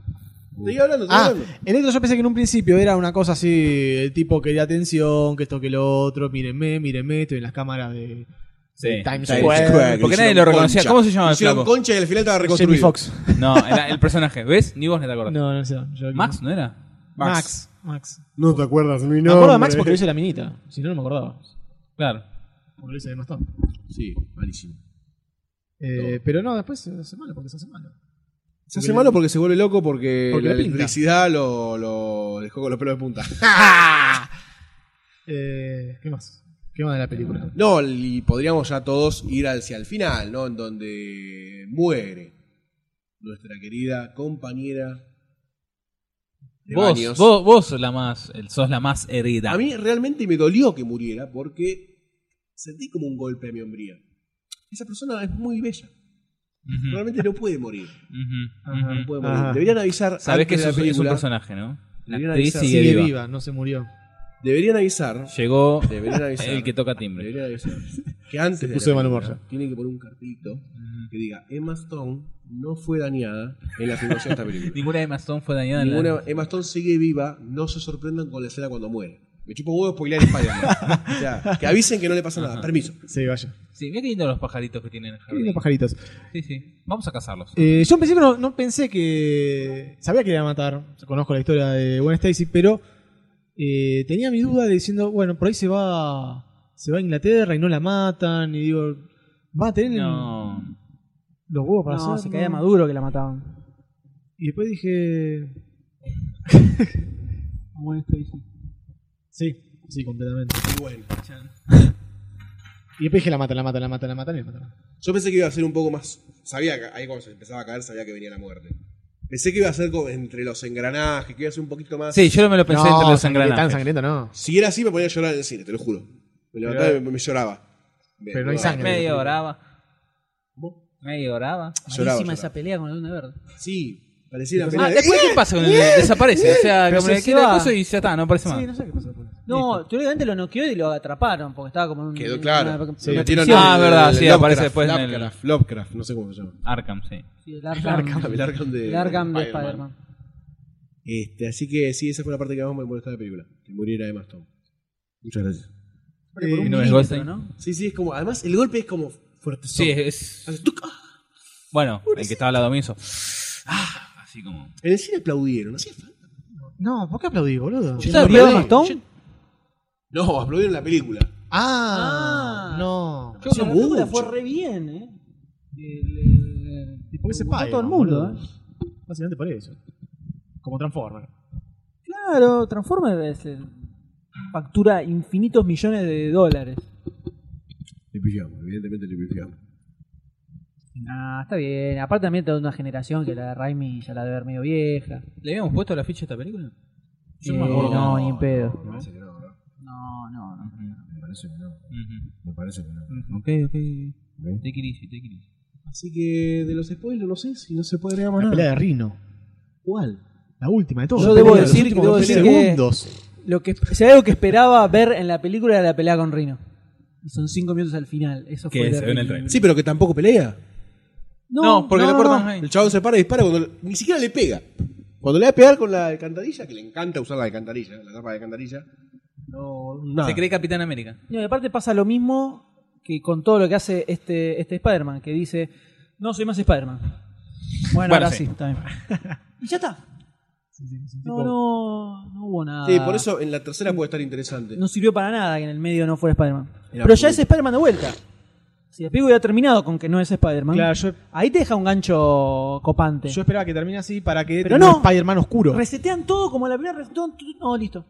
Speaker 1: Seguí hablando, seguí
Speaker 5: Ah,
Speaker 1: hablando.
Speaker 5: Electro yo pensé que en un principio era una cosa así, el tipo quería atención, que esto que lo otro, mírenme, mírenme, estoy en las cámaras de,
Speaker 6: Sí.
Speaker 5: de Times
Speaker 6: Times
Speaker 5: Square.
Speaker 6: Square. Porque nadie lo reconocía.
Speaker 1: Concha.
Speaker 6: ¿Cómo se llama el
Speaker 1: Hicieron
Speaker 6: flaco?
Speaker 1: concha y al final estaba reconstruido.
Speaker 5: Jamie Foxx.
Speaker 6: No, el, el personaje. ¿Ves? Ni vos no te acordás.
Speaker 5: No, no sé. yo-
Speaker 6: ¿Max no era?
Speaker 5: Max. Max.
Speaker 1: No te acuerdas mi
Speaker 5: Me acuerdo de Max porque lo hizo la minita, si no, no me acordaba.
Speaker 6: Claro.
Speaker 3: Porque lo hice de Mastón.
Speaker 1: Sí, malísimo.
Speaker 3: Eh, pero no, después se hace malo porque se hace malo.
Speaker 1: Se hace malo porque se vuelve loco porque,
Speaker 3: Porque
Speaker 1: la
Speaker 3: lo pinta.
Speaker 1: electricidad lo, lo dejó con los pelos de punta.
Speaker 3: Eh, ¿Qué más? ¿Qué más de la película?
Speaker 1: No, y podríamos ya todos ir hacia el final, ¿no? En donde muere nuestra querida compañera. de
Speaker 6: Vos,
Speaker 1: baños.
Speaker 6: vos, vos sos la más, el- sos la más herida.
Speaker 1: A mí realmente me dolió que muriera porque sentí como un golpe a mi hombría. Esa persona es muy bella.
Speaker 6: Ujú,
Speaker 1: Realmente no puede morir.
Speaker 6: ujú,
Speaker 1: No, no
Speaker 6: ujú.
Speaker 1: puede morir.
Speaker 5: Ajá.
Speaker 1: Deberían avisar.
Speaker 6: Sabés
Speaker 1: antes
Speaker 6: que
Speaker 1: de la
Speaker 6: sos- es un
Speaker 1: película.
Speaker 6: personaje, ¿no? La
Speaker 1: Deberían
Speaker 6: actriz
Speaker 1: avisar.
Speaker 6: sigue
Speaker 3: Sigue
Speaker 6: viva.
Speaker 3: viva, no se murió.
Speaker 1: Deberían avisar.
Speaker 6: Llegó
Speaker 1: Deberían avisar.
Speaker 6: el que toca timbre.
Speaker 1: Deberían avisar. Que antes
Speaker 3: Se
Speaker 1: la
Speaker 3: puso de mal humor
Speaker 1: película, Tienen que poner un cartelito que diga Emma Stone no fue dañada en la filmación de esta película.
Speaker 6: Ninguna de Maston fue dañada en la-
Speaker 1: Ninguna, Emma Stone sigue viva, no se sorprendan con la escena cuando muere. Me chupo huevo spoilear Spider-Man. o sea, que avisen que no le pasa nada. Permiso.
Speaker 5: Sí, vaya.
Speaker 6: Sí, mira qué lindo los pajaritos que tienen en el
Speaker 5: Qué lindo
Speaker 6: jardín.
Speaker 5: pajaritos.
Speaker 6: Sí, sí. Vamos a cazarlos.
Speaker 5: Eh, yo en principio no, no pensé que. Sabía que le iba a matar. Conozco la historia de Gwen Stacy, pero eh, tenía mi duda de diciendo, bueno, por ahí se va. Se va a Inglaterra y no la matan. Y digo, va a tener
Speaker 6: No.
Speaker 5: los huevos para
Speaker 2: No,
Speaker 5: hacerlo.
Speaker 2: se caía maduro que la mataban.
Speaker 5: Y después dije. Sí, sí, completamente.
Speaker 1: Bueno.
Speaker 5: Y después dije, la matan, la matan, la matan, la matan y la matan.
Speaker 1: Yo pensé que iba a ser un poco más. Sabía que ahí cuando se empezaba a caer, sabía que venía la muerte. Pensé que iba a ser como entre los engranajes, que iba a ser un poquito más.
Speaker 6: Sí, yo me lo pensé
Speaker 5: No,
Speaker 6: entre los
Speaker 5: sangri- Tan
Speaker 6: engranajes.
Speaker 5: sangriento, no.
Speaker 1: Si era así, me ponía a llorar en el cine, te lo juro. Me levantaba y me, me lloraba. Ah,
Speaker 5: Pero no hay sangre.
Speaker 6: Medio oraba. Medio
Speaker 1: Lloraba,
Speaker 6: oraba.
Speaker 2: Malísima
Speaker 1: lloraba.
Speaker 2: esa pelea con el Duende Verde.
Speaker 1: Sí, parecía una
Speaker 6: Ah,
Speaker 1: pelea de-
Speaker 6: después qué pasa con el desaparece, o sea,
Speaker 2: Pero
Speaker 6: como
Speaker 2: se-
Speaker 6: le
Speaker 2: se
Speaker 6: queda
Speaker 2: va.
Speaker 6: el coso y ya está, no aparece más.
Speaker 5: Sí, no sé qué pasó después.
Speaker 2: No, teóricamente lo noqueó y lo atraparon porque estaba como en un.
Speaker 1: Quedó claro.
Speaker 2: una-
Speaker 1: Se
Speaker 2: una
Speaker 1: metieron
Speaker 2: prisión.
Speaker 1: en
Speaker 6: Ah, verdad, sí,
Speaker 1: Lovecraft,
Speaker 6: aparece después en el-
Speaker 1: Lovecraft, Lovecraft, no sé cómo se llama.
Speaker 6: Arkham, sí.
Speaker 2: Sí, el Arkham,
Speaker 1: El Arkham de,
Speaker 2: el Arkham de
Speaker 1: Spider-Man.
Speaker 2: Spider-man.
Speaker 1: Este, así que sí, esa fue la parte que más me molestó de la película. Que muriera Emma Stone. Muchas gracias.
Speaker 2: Pero por
Speaker 6: ¿Y
Speaker 2: un
Speaker 6: no es
Speaker 2: milímetro,
Speaker 6: Goldstein?
Speaker 2: ¿no?
Speaker 1: Sí, sí, es como. Además, el golpe es como fuerte.
Speaker 6: Sí, es.
Speaker 1: Hace tuc. ah.
Speaker 6: Bueno, el que estaba al lado mío hizo. Ah, así como.
Speaker 1: En el cine aplaudieron, ¿no hacía falta?
Speaker 5: No, ¿por qué aplaudí, boludo?
Speaker 2: ¿Yo estaba peleando Bastón?
Speaker 1: No, aplaudieron la película.
Speaker 5: Ah, no.
Speaker 2: Yo la
Speaker 1: Mucho.
Speaker 2: película fue re bien, ¿eh? El- el-
Speaker 5: ¿Y por qué se
Speaker 2: gustó
Speaker 5: paga?
Speaker 2: todo el mundo, ¿eh?
Speaker 5: Básicamente por eso.
Speaker 3: Como Transformer.
Speaker 2: Claro, Transformers es, eh, factura infinitos millones de dólares.
Speaker 1: Le pillamos, evidentemente le pillamos.
Speaker 2: Nah, está bien. Aparte también toda una generación que la de Raimi ya la debe ver medio vieja.
Speaker 6: ¿Le habíamos puesto la ficha a esta película?
Speaker 2: Eh, no, ni en pedo.
Speaker 1: Me parece que no, ¿no?
Speaker 2: No, no, no.
Speaker 1: Me parece que no. Me parece que no.
Speaker 6: Ok, ok. Take it easy, take it easy.
Speaker 1: Así que de los spoilers no sé si no se puede agregar más
Speaker 5: La pelea
Speaker 1: nada.
Speaker 5: de Rino.
Speaker 1: ¿Cuál?
Speaker 5: La última de todas.
Speaker 2: Yo
Speaker 5: La
Speaker 2: debo
Speaker 5: pelea de los
Speaker 2: decir,
Speaker 5: últimos
Speaker 2: debo
Speaker 5: dos
Speaker 2: decir que-
Speaker 5: segundos.
Speaker 2: Lo que, si hay algo que esperaba ver en la película era la pelea con Rino. Y son cinco minutos al final. Eso fue
Speaker 6: se ve en el
Speaker 2: terrible.
Speaker 6: trailer.
Speaker 1: Sí, pero que tampoco pelea.
Speaker 6: No, porque lo cortan ahí.
Speaker 1: El chabón se para y dispara cuando ni siquiera le pega. Cuando le va a pegar con la alcantarilla, que le encanta usar la alcantarilla, la tapa de alcantarilla. No, nada.
Speaker 6: Se cree Capitán América.
Speaker 2: No, y aparte pasa lo mismo que con todo lo que hace este, este Spider-Man, que dice, no soy más Spider-Man. Bueno,
Speaker 6: Bueno,
Speaker 2: ahora
Speaker 6: sí.
Speaker 2: sí, está bien. Y ya está. No, no, no hubo nada.
Speaker 1: Sí, por eso en la tercera puede estar interesante.
Speaker 2: No sirvió para nada que en el medio no fuera Spider-Man.
Speaker 1: Era
Speaker 2: Pero ya
Speaker 1: absoluto.
Speaker 2: es Spider-Man de vuelta. Si la película hubiera terminado con que no es Spider-Man,
Speaker 5: Claro, yo,
Speaker 2: ahí te deja un gancho copante.
Speaker 5: yo esperaba que termine así para que
Speaker 2: Pero
Speaker 5: tenga un
Speaker 2: no.
Speaker 5: Spider-Man oscuro.
Speaker 2: Resetean todo como la primera resetean todo, No, listo.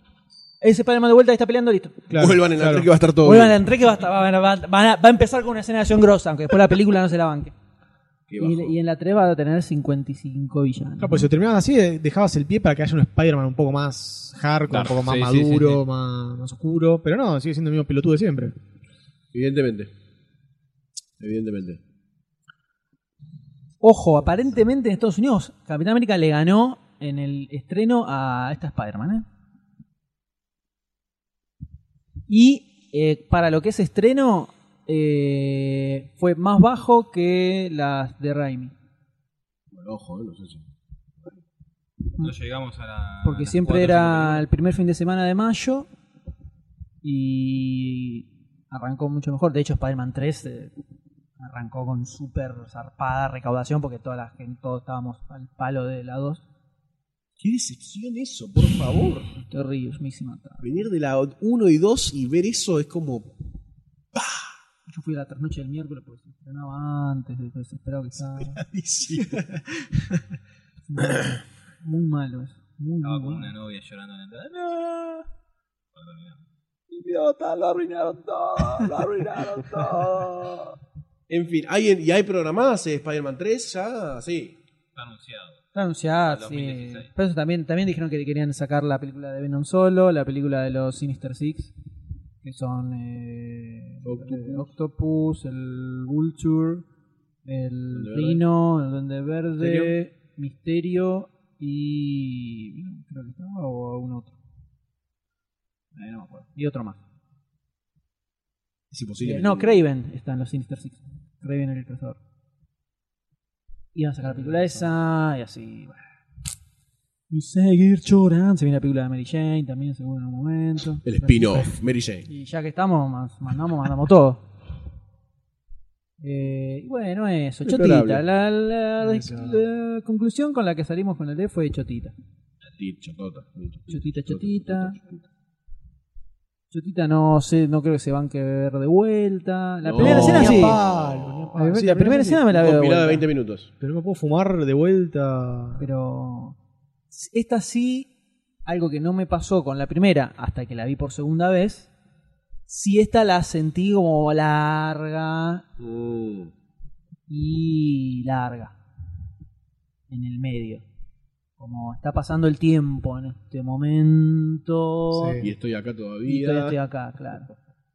Speaker 2: Ese Spider-Man de vuelta que está peleando, listo.
Speaker 5: Claro,
Speaker 1: Vuelvan en la
Speaker 5: claro.
Speaker 1: tres que va a estar todo.
Speaker 2: Vuelvan a
Speaker 1: bien.
Speaker 2: Enrique, va a, estar- va, a- va a- va a- va a empezar con una escena de acción grossa, aunque después la película no se la banque.
Speaker 1: Qué bajo.
Speaker 2: Y, y en la 3 va a tener 55 villanos.
Speaker 5: Claro, pues si lo terminabas así, eh, dejabas el pie para que haya un Spider-Man un poco más hardcore,
Speaker 6: Claro,
Speaker 5: un poco más
Speaker 6: sí, sí, sí,
Speaker 5: maduro,
Speaker 6: sí.
Speaker 5: Más, más oscuro. Pero no, sigue siendo el mismo pelotudo de siempre.
Speaker 1: Evidentemente. Evidentemente.
Speaker 2: Ojo, aparentemente en Estados Unidos, Capitán América le ganó en el estreno a esta Spider-Man. ¿eh? Y eh, para lo que es estreno, eh, fue más bajo que las de Raimi.
Speaker 1: Bueno, ojo, eh, no sé si.
Speaker 6: No llegamos a la. a
Speaker 2: Porque
Speaker 6: las
Speaker 2: siempre
Speaker 6: cuatro,
Speaker 2: era
Speaker 6: cinco
Speaker 2: el primer fin de semana de mayo y arrancó mucho mejor. De hecho, Spider-Man 3 eh, arrancó con súper zarpada recaudación porque toda la gente, todos estábamos al palo de la 2.
Speaker 1: Qué decepción eso, por favor.
Speaker 2: Terrible, mismísima. tarde.
Speaker 1: Venir de la 1 y 2 y ver eso es como.
Speaker 2: Yo fui a la trasnoche del miércoles porque se estrenaba antes, de lo desesperado que estaba. Muy malo eso. Muy,
Speaker 6: Estaba
Speaker 2: muy
Speaker 6: con
Speaker 2: malo.
Speaker 6: una novia llorando en la entrada.
Speaker 2: Idiota, lo arruinaron todo, lo arruinaron todo.
Speaker 1: En fin, ¿hay, en- ¿y hay programadas eh, Spider-Man 3? Ya, sí.
Speaker 6: Está anunciado.
Speaker 2: Está anunciada,
Speaker 6: Para el
Speaker 2: sí.
Speaker 6: 2016.
Speaker 2: Pero eso también, también dijeron que querían sacar la película de Venom solo, la película de los Sinister Six, que son eh,
Speaker 1: Octopus.
Speaker 2: eh, Octopus, el Vulture, el
Speaker 1: Duende Verde.
Speaker 2: Rino, el Duende Verde, Misterio, y. Venom, creo que estaba, o algún otro. Eh, no me acuerdo. Y otro más.
Speaker 1: Es imposible.
Speaker 2: Eh, no,
Speaker 1: creo
Speaker 2: Craven está en los Sinister Six. Craven el cazador. Iban a sacar la película esa y así. bueno. Y seguir llorando. Se viene la película de Mary Jane también, seguro en un momento.
Speaker 1: El spin-off, Mary Jane.
Speaker 2: Y ya que estamos, mas- mandamos, mandamos todo. Eh, y bueno, eso,
Speaker 1: Deplorable.
Speaker 2: chotita. La, la- la conclusión con la que salimos con el D fue chotita.
Speaker 1: Dicho, tota, dicho.
Speaker 2: Chotita, chotita. Chotita no sé, no creo que se van que ver de vuelta. La
Speaker 1: No.
Speaker 2: primera escena
Speaker 1: Ni a
Speaker 2: sí.
Speaker 5: palo, ni a palo.
Speaker 2: La,
Speaker 5: Sí,
Speaker 2: la primera escena me la veo. de
Speaker 1: Compilada de 20
Speaker 2: vuelta.
Speaker 1: minutos.
Speaker 5: Pero no me puedo fumar de vuelta.
Speaker 2: Pero esta sí, algo que no me pasó con la primera hasta que la vi por segunda vez. Sí, esta la sentí como larga
Speaker 1: Mm.
Speaker 2: y larga. En el medio. Como está pasando el tiempo en este momento.
Speaker 5: Sí.
Speaker 1: Y estoy acá
Speaker 2: Y
Speaker 1: todavía.
Speaker 2: todavía estoy acá, claro.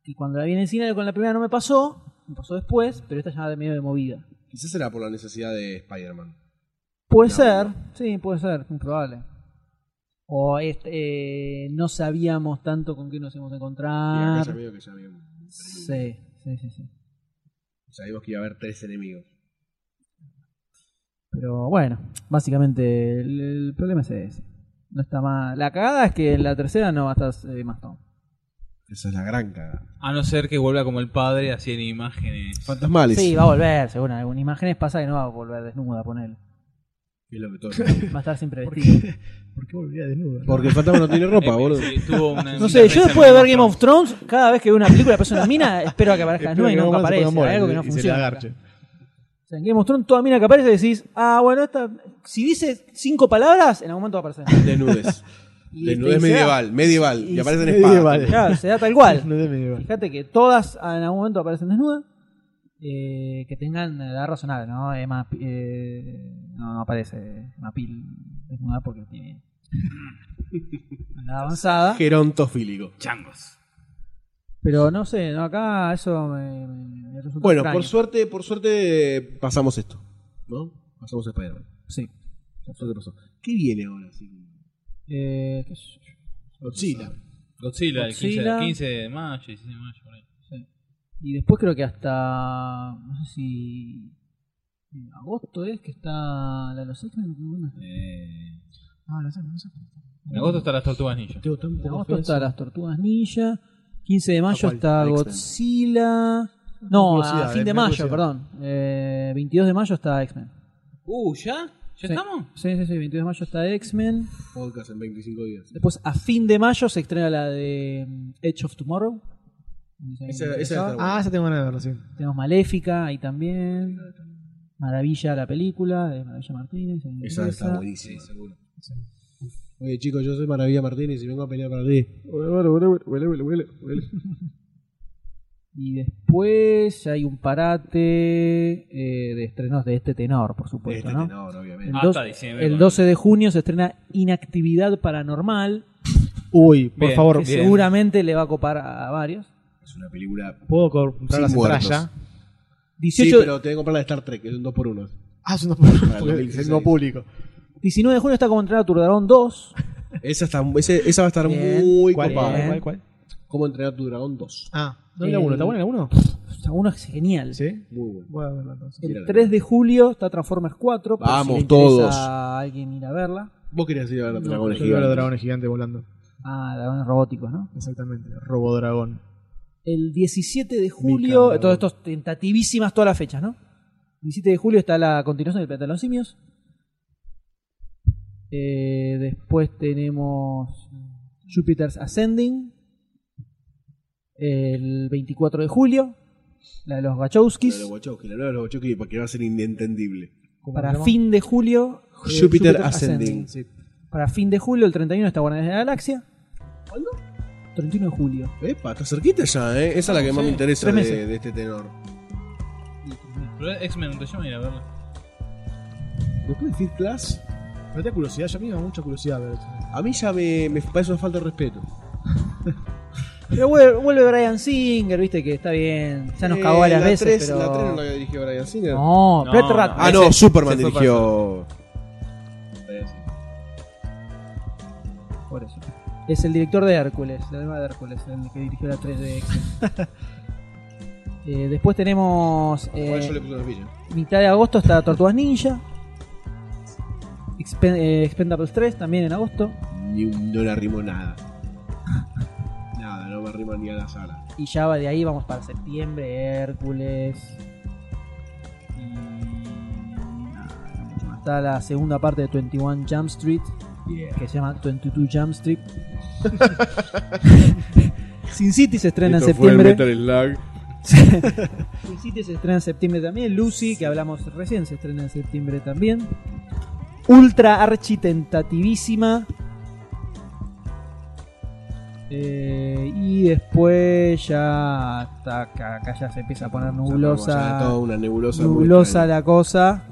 Speaker 2: Y cuando la vi en el cine con la primera no me pasó, me pasó después, pero esta ya de medio de movida.
Speaker 1: Quizás será por la necesidad de Spider-Man.
Speaker 2: Puede
Speaker 1: No.
Speaker 2: ser, sí, puede ser, muy probable. O este, eh, no sabíamos tanto con qué nos íbamos a
Speaker 1: Y
Speaker 2: encontrar.
Speaker 1: acá ya medio que ya habíamos-
Speaker 2: Sí, sí, sí, sí.
Speaker 1: Sabíamos que iba a haber tres enemigos.
Speaker 2: Pero bueno, básicamente el, el problema es ese. No está más. La cagada es que en la tercera no va a estar eh, más Tom.
Speaker 1: Esa es la gran cagada.
Speaker 6: A no ser que vuelva como el padre, así en imágenes.
Speaker 1: Fantasmales.
Speaker 2: Sí, va a volver, según algunas imágenes pasa que no va a volver desnuda, ponele.
Speaker 1: Es lo que todo-
Speaker 2: Va a estar siempre vestida.
Speaker 5: ¿Por qué volvía desnudo?
Speaker 1: Porque el fantasma no tiene ropa, boludo.
Speaker 6: Eh, Sí, tuvo una-
Speaker 2: No sé, yo después de ver Game
Speaker 6: Thrones.
Speaker 2: of Thrones, cada vez que veo una película que pasa una mina, espero a que aparezca
Speaker 5: Espero
Speaker 2: desnuda y
Speaker 5: que
Speaker 2: nunca
Speaker 5: Batman se ponga mole
Speaker 2: aparece. Algo que
Speaker 5: y-
Speaker 2: no
Speaker 5: y se la
Speaker 2: funciona.
Speaker 5: garche.
Speaker 2: O sea, en Game of Thrones toda mina que aparece decís, ah, bueno, esta, si dice cinco palabras, en algún momento va a aparecer.
Speaker 1: Desnudes.
Speaker 2: Y
Speaker 1: Desnudes
Speaker 2: se da-
Speaker 1: medieval, medieval. Y, aparecen
Speaker 2: medieval.
Speaker 1: espadas.
Speaker 2: Claro, se da tal cual.
Speaker 1: Desnudes medieval.
Speaker 2: Fíjate que todas en algún momento aparecen desnudas. eh, que tengan edad razonable, ¿no? Emma, eh, no, no aparece Emma Peel desnuda porque tiene edad avanzada.
Speaker 1: Gerontofílico.
Speaker 7: Changos.
Speaker 2: Pero no sé, no, acá eso me, me- me resulta
Speaker 1: Bueno,
Speaker 2: extraño.
Speaker 1: por suerte, por suerte eh, pasamos esto, ¿no? Pasamos a Spider-Man.
Speaker 2: Sí.
Speaker 1: Por suerte pasó. ¿Qué viene ahora? Sí.
Speaker 2: Eh, qué sé yo.
Speaker 1: Godzilla.
Speaker 6: Godzilla, el 15,
Speaker 2: Godzilla.
Speaker 6: 15 de mayo, 16 de mayo, por ahí.
Speaker 2: Y después creo que hasta. No sé si. en Agosto es que está la de los X-Men. que bueno.
Speaker 6: Eh,
Speaker 2: Ah, los X-Men, no sé.
Speaker 6: en agosto están las tortugas ninja.
Speaker 2: En agosto está las Tortugas Ninja. 15 de mayo
Speaker 6: cuál?
Speaker 2: está
Speaker 6: Al X-Men.
Speaker 2: Godzilla. No, a
Speaker 6: Curiosidad,
Speaker 2: fin
Speaker 6: eh,
Speaker 2: de
Speaker 6: me da
Speaker 2: mayo,
Speaker 6: curiosidad.
Speaker 2: perdón. Eh, 22 de mayo está X-Men.
Speaker 6: Uh, ¿ya? ¿Ya
Speaker 2: Sí.
Speaker 6: estamos?
Speaker 2: Sí, sí, sí. 22 de mayo está X-Men.
Speaker 1: Podcast en 25 días.
Speaker 2: Después, a fin de mayo, se estrena la de mm, Edge of Tomorrow. No
Speaker 1: Esa-
Speaker 2: sé si me
Speaker 1: esa
Speaker 2: interesaba.
Speaker 1: está buena.
Speaker 5: Ah, esa tengo ganas de verlo, sí.
Speaker 2: Tenemos Maléfica ahí también. Maravilla la película de Maravilla Martínez. en
Speaker 1: Esa
Speaker 2: inglesa.
Speaker 1: está buenísima. Oye, chicos, yo soy Maravilla Martínez y vengo a pelear para ti.
Speaker 2: Y después hay un parate eh, de estrenos de este tenor, por supuesto.
Speaker 1: Este
Speaker 2: ¿no?
Speaker 1: tenor, obviamente.
Speaker 2: El,
Speaker 1: Hasta
Speaker 2: dos-
Speaker 1: diciembre,
Speaker 2: el
Speaker 1: bueno.
Speaker 2: 12 de junio se estrena Inactividad Paranormal.
Speaker 5: Uy, por favor.
Speaker 2: que seguramente le va a copar a varios.
Speaker 1: Es una película.
Speaker 5: ¿Puedo comprar
Speaker 1: sin
Speaker 5: las entradas
Speaker 1: muertos.
Speaker 5: ya?
Speaker 2: 18
Speaker 1: Sí, pero tengo que comprar la de Star Trek, es un 2x1.
Speaker 5: Ah, es un
Speaker 1: Para el
Speaker 5: porque
Speaker 1: 2016.
Speaker 5: tengo público.
Speaker 2: 19 de junio está como entrenar a tu dragón 2.
Speaker 1: Esa, está, ese- esa va a estar
Speaker 2: Bien.
Speaker 1: muy
Speaker 2: ¿Cuál,
Speaker 1: copada.
Speaker 2: cuál, cuál,
Speaker 1: ¿Cómo entrenar a tu dragón 2?
Speaker 5: Ah, ¿no vi la uno? ¿Está buena la uno?
Speaker 2: La 1 es genial.
Speaker 5: Sí.
Speaker 1: Muy bueno.
Speaker 5: Voy a verla entonces.
Speaker 1: Mira
Speaker 2: El
Speaker 1: la
Speaker 2: 3 de julio está Transformers 4. por
Speaker 1: Vamos,
Speaker 2: si le interesa
Speaker 1: todos.
Speaker 2: A alguien ir a verla.
Speaker 1: Vos querías ir a ver a
Speaker 5: Yo
Speaker 1: Dragones
Speaker 5: vi a los
Speaker 1: Gigantes.
Speaker 5: dragones gigantes volando.
Speaker 2: Ah, dragones robóticos, ¿no?
Speaker 5: Exactamente. Robodragón.
Speaker 2: El 17 de
Speaker 5: Me
Speaker 2: julio,
Speaker 5: cago.
Speaker 2: todos estos tentativísimas todas las fechas, ¿no? 17 de julio está la continuación del Planeta de los Simios. Eh, después tenemos Jupiter's Ascending. El 24 de julio, la de los
Speaker 1: La de
Speaker 2: Wachowskis.
Speaker 1: los Wachowski, la nueva de los Wachowski, porque va a ser inentendible.
Speaker 2: Para fin de julio, eh,
Speaker 1: Jupiter Ascending.
Speaker 2: Para fin de julio, el 31 está Guardianes de la Galaxia. ¿Cuándo? 31 de julio.
Speaker 1: Epa, está cerquita ya, ¿eh? Esa es la que más me interesa
Speaker 2: tres
Speaker 1: de,
Speaker 2: meses.
Speaker 1: de este tenor.
Speaker 6: Pero X-Men, no te llaman a ir a verla.
Speaker 1: ¿Me puede decir Class?
Speaker 5: Me da curiosidad, ya a mí me da mucha curiosidad ver eso.
Speaker 1: A mí ya me, me parece una falta de respeto.
Speaker 2: Pero vuelve, vuelve Brian Singer, viste que está bien. Ya nos
Speaker 1: Eh,
Speaker 2: cagó varias
Speaker 1: la tres-
Speaker 2: veces. pero...
Speaker 1: La 3 no la dirigió Brian Singer.
Speaker 2: No, Brett Ratner.
Speaker 1: Ah, no,
Speaker 2: Ese-
Speaker 1: Superman
Speaker 2: se fue
Speaker 1: dirigió.
Speaker 2: Por eso. Es el director de Hércules, la nueva de Hércules, el que dirigió la 3 de X. Eh, después tenemos. eh,
Speaker 1: Igual yo Ah, le puse una pilla.
Speaker 2: mitad de agosto está Tortugas Ninja. Expen- eh, Expendables 3 también en agosto.
Speaker 1: Ni un- no le arrimó nada. nada, no me arrima ni a la sala.
Speaker 2: Y ya va de ahí vamos para septiembre, Hércules. Y nada, no mucho más. Está la segunda parte de 21 Jump Street,
Speaker 1: Yeah.
Speaker 2: que se llama 22 Jump Street. Sin City se estrena en septiembre. Sin City se estrena en septiembre también. Lucy, que hablamos recién, se estrena en septiembre también. Ultra architentativísima. Eh, y después ya hasta acá, acá ya se empieza a poner
Speaker 1: Ya
Speaker 2: nublosa.
Speaker 1: toda una nebulosa muy
Speaker 2: Nublosa
Speaker 1: extraña.
Speaker 2: la cosa.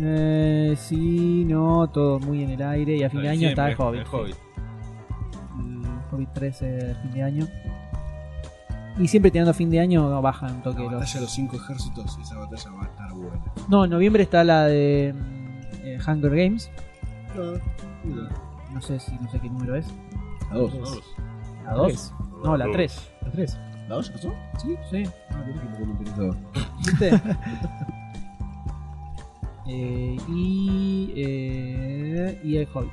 Speaker 2: Eh, sí, no, todo muy en el aire. Y a fin de año está el Hobbit.
Speaker 6: El Hobbit.
Speaker 2: El Hobbit 13 de fin de año. Y siempre tirando a fin de año no, bajan un toque
Speaker 1: La
Speaker 2: los-
Speaker 1: batalla de los cinco ejércitos, esa batalla va a estar buena.
Speaker 2: No, en noviembre está la de mm, eh, Hunger Games. No sé si no sé qué número es.
Speaker 1: A dos.
Speaker 2: ¿La 2? No, la Ah, 3.
Speaker 5: ¿La 3?
Speaker 1: ¿La dos ya pasó? Ah,
Speaker 2: Sí, sí. ¿Viste? Eh, y, eh, y el Hobbit.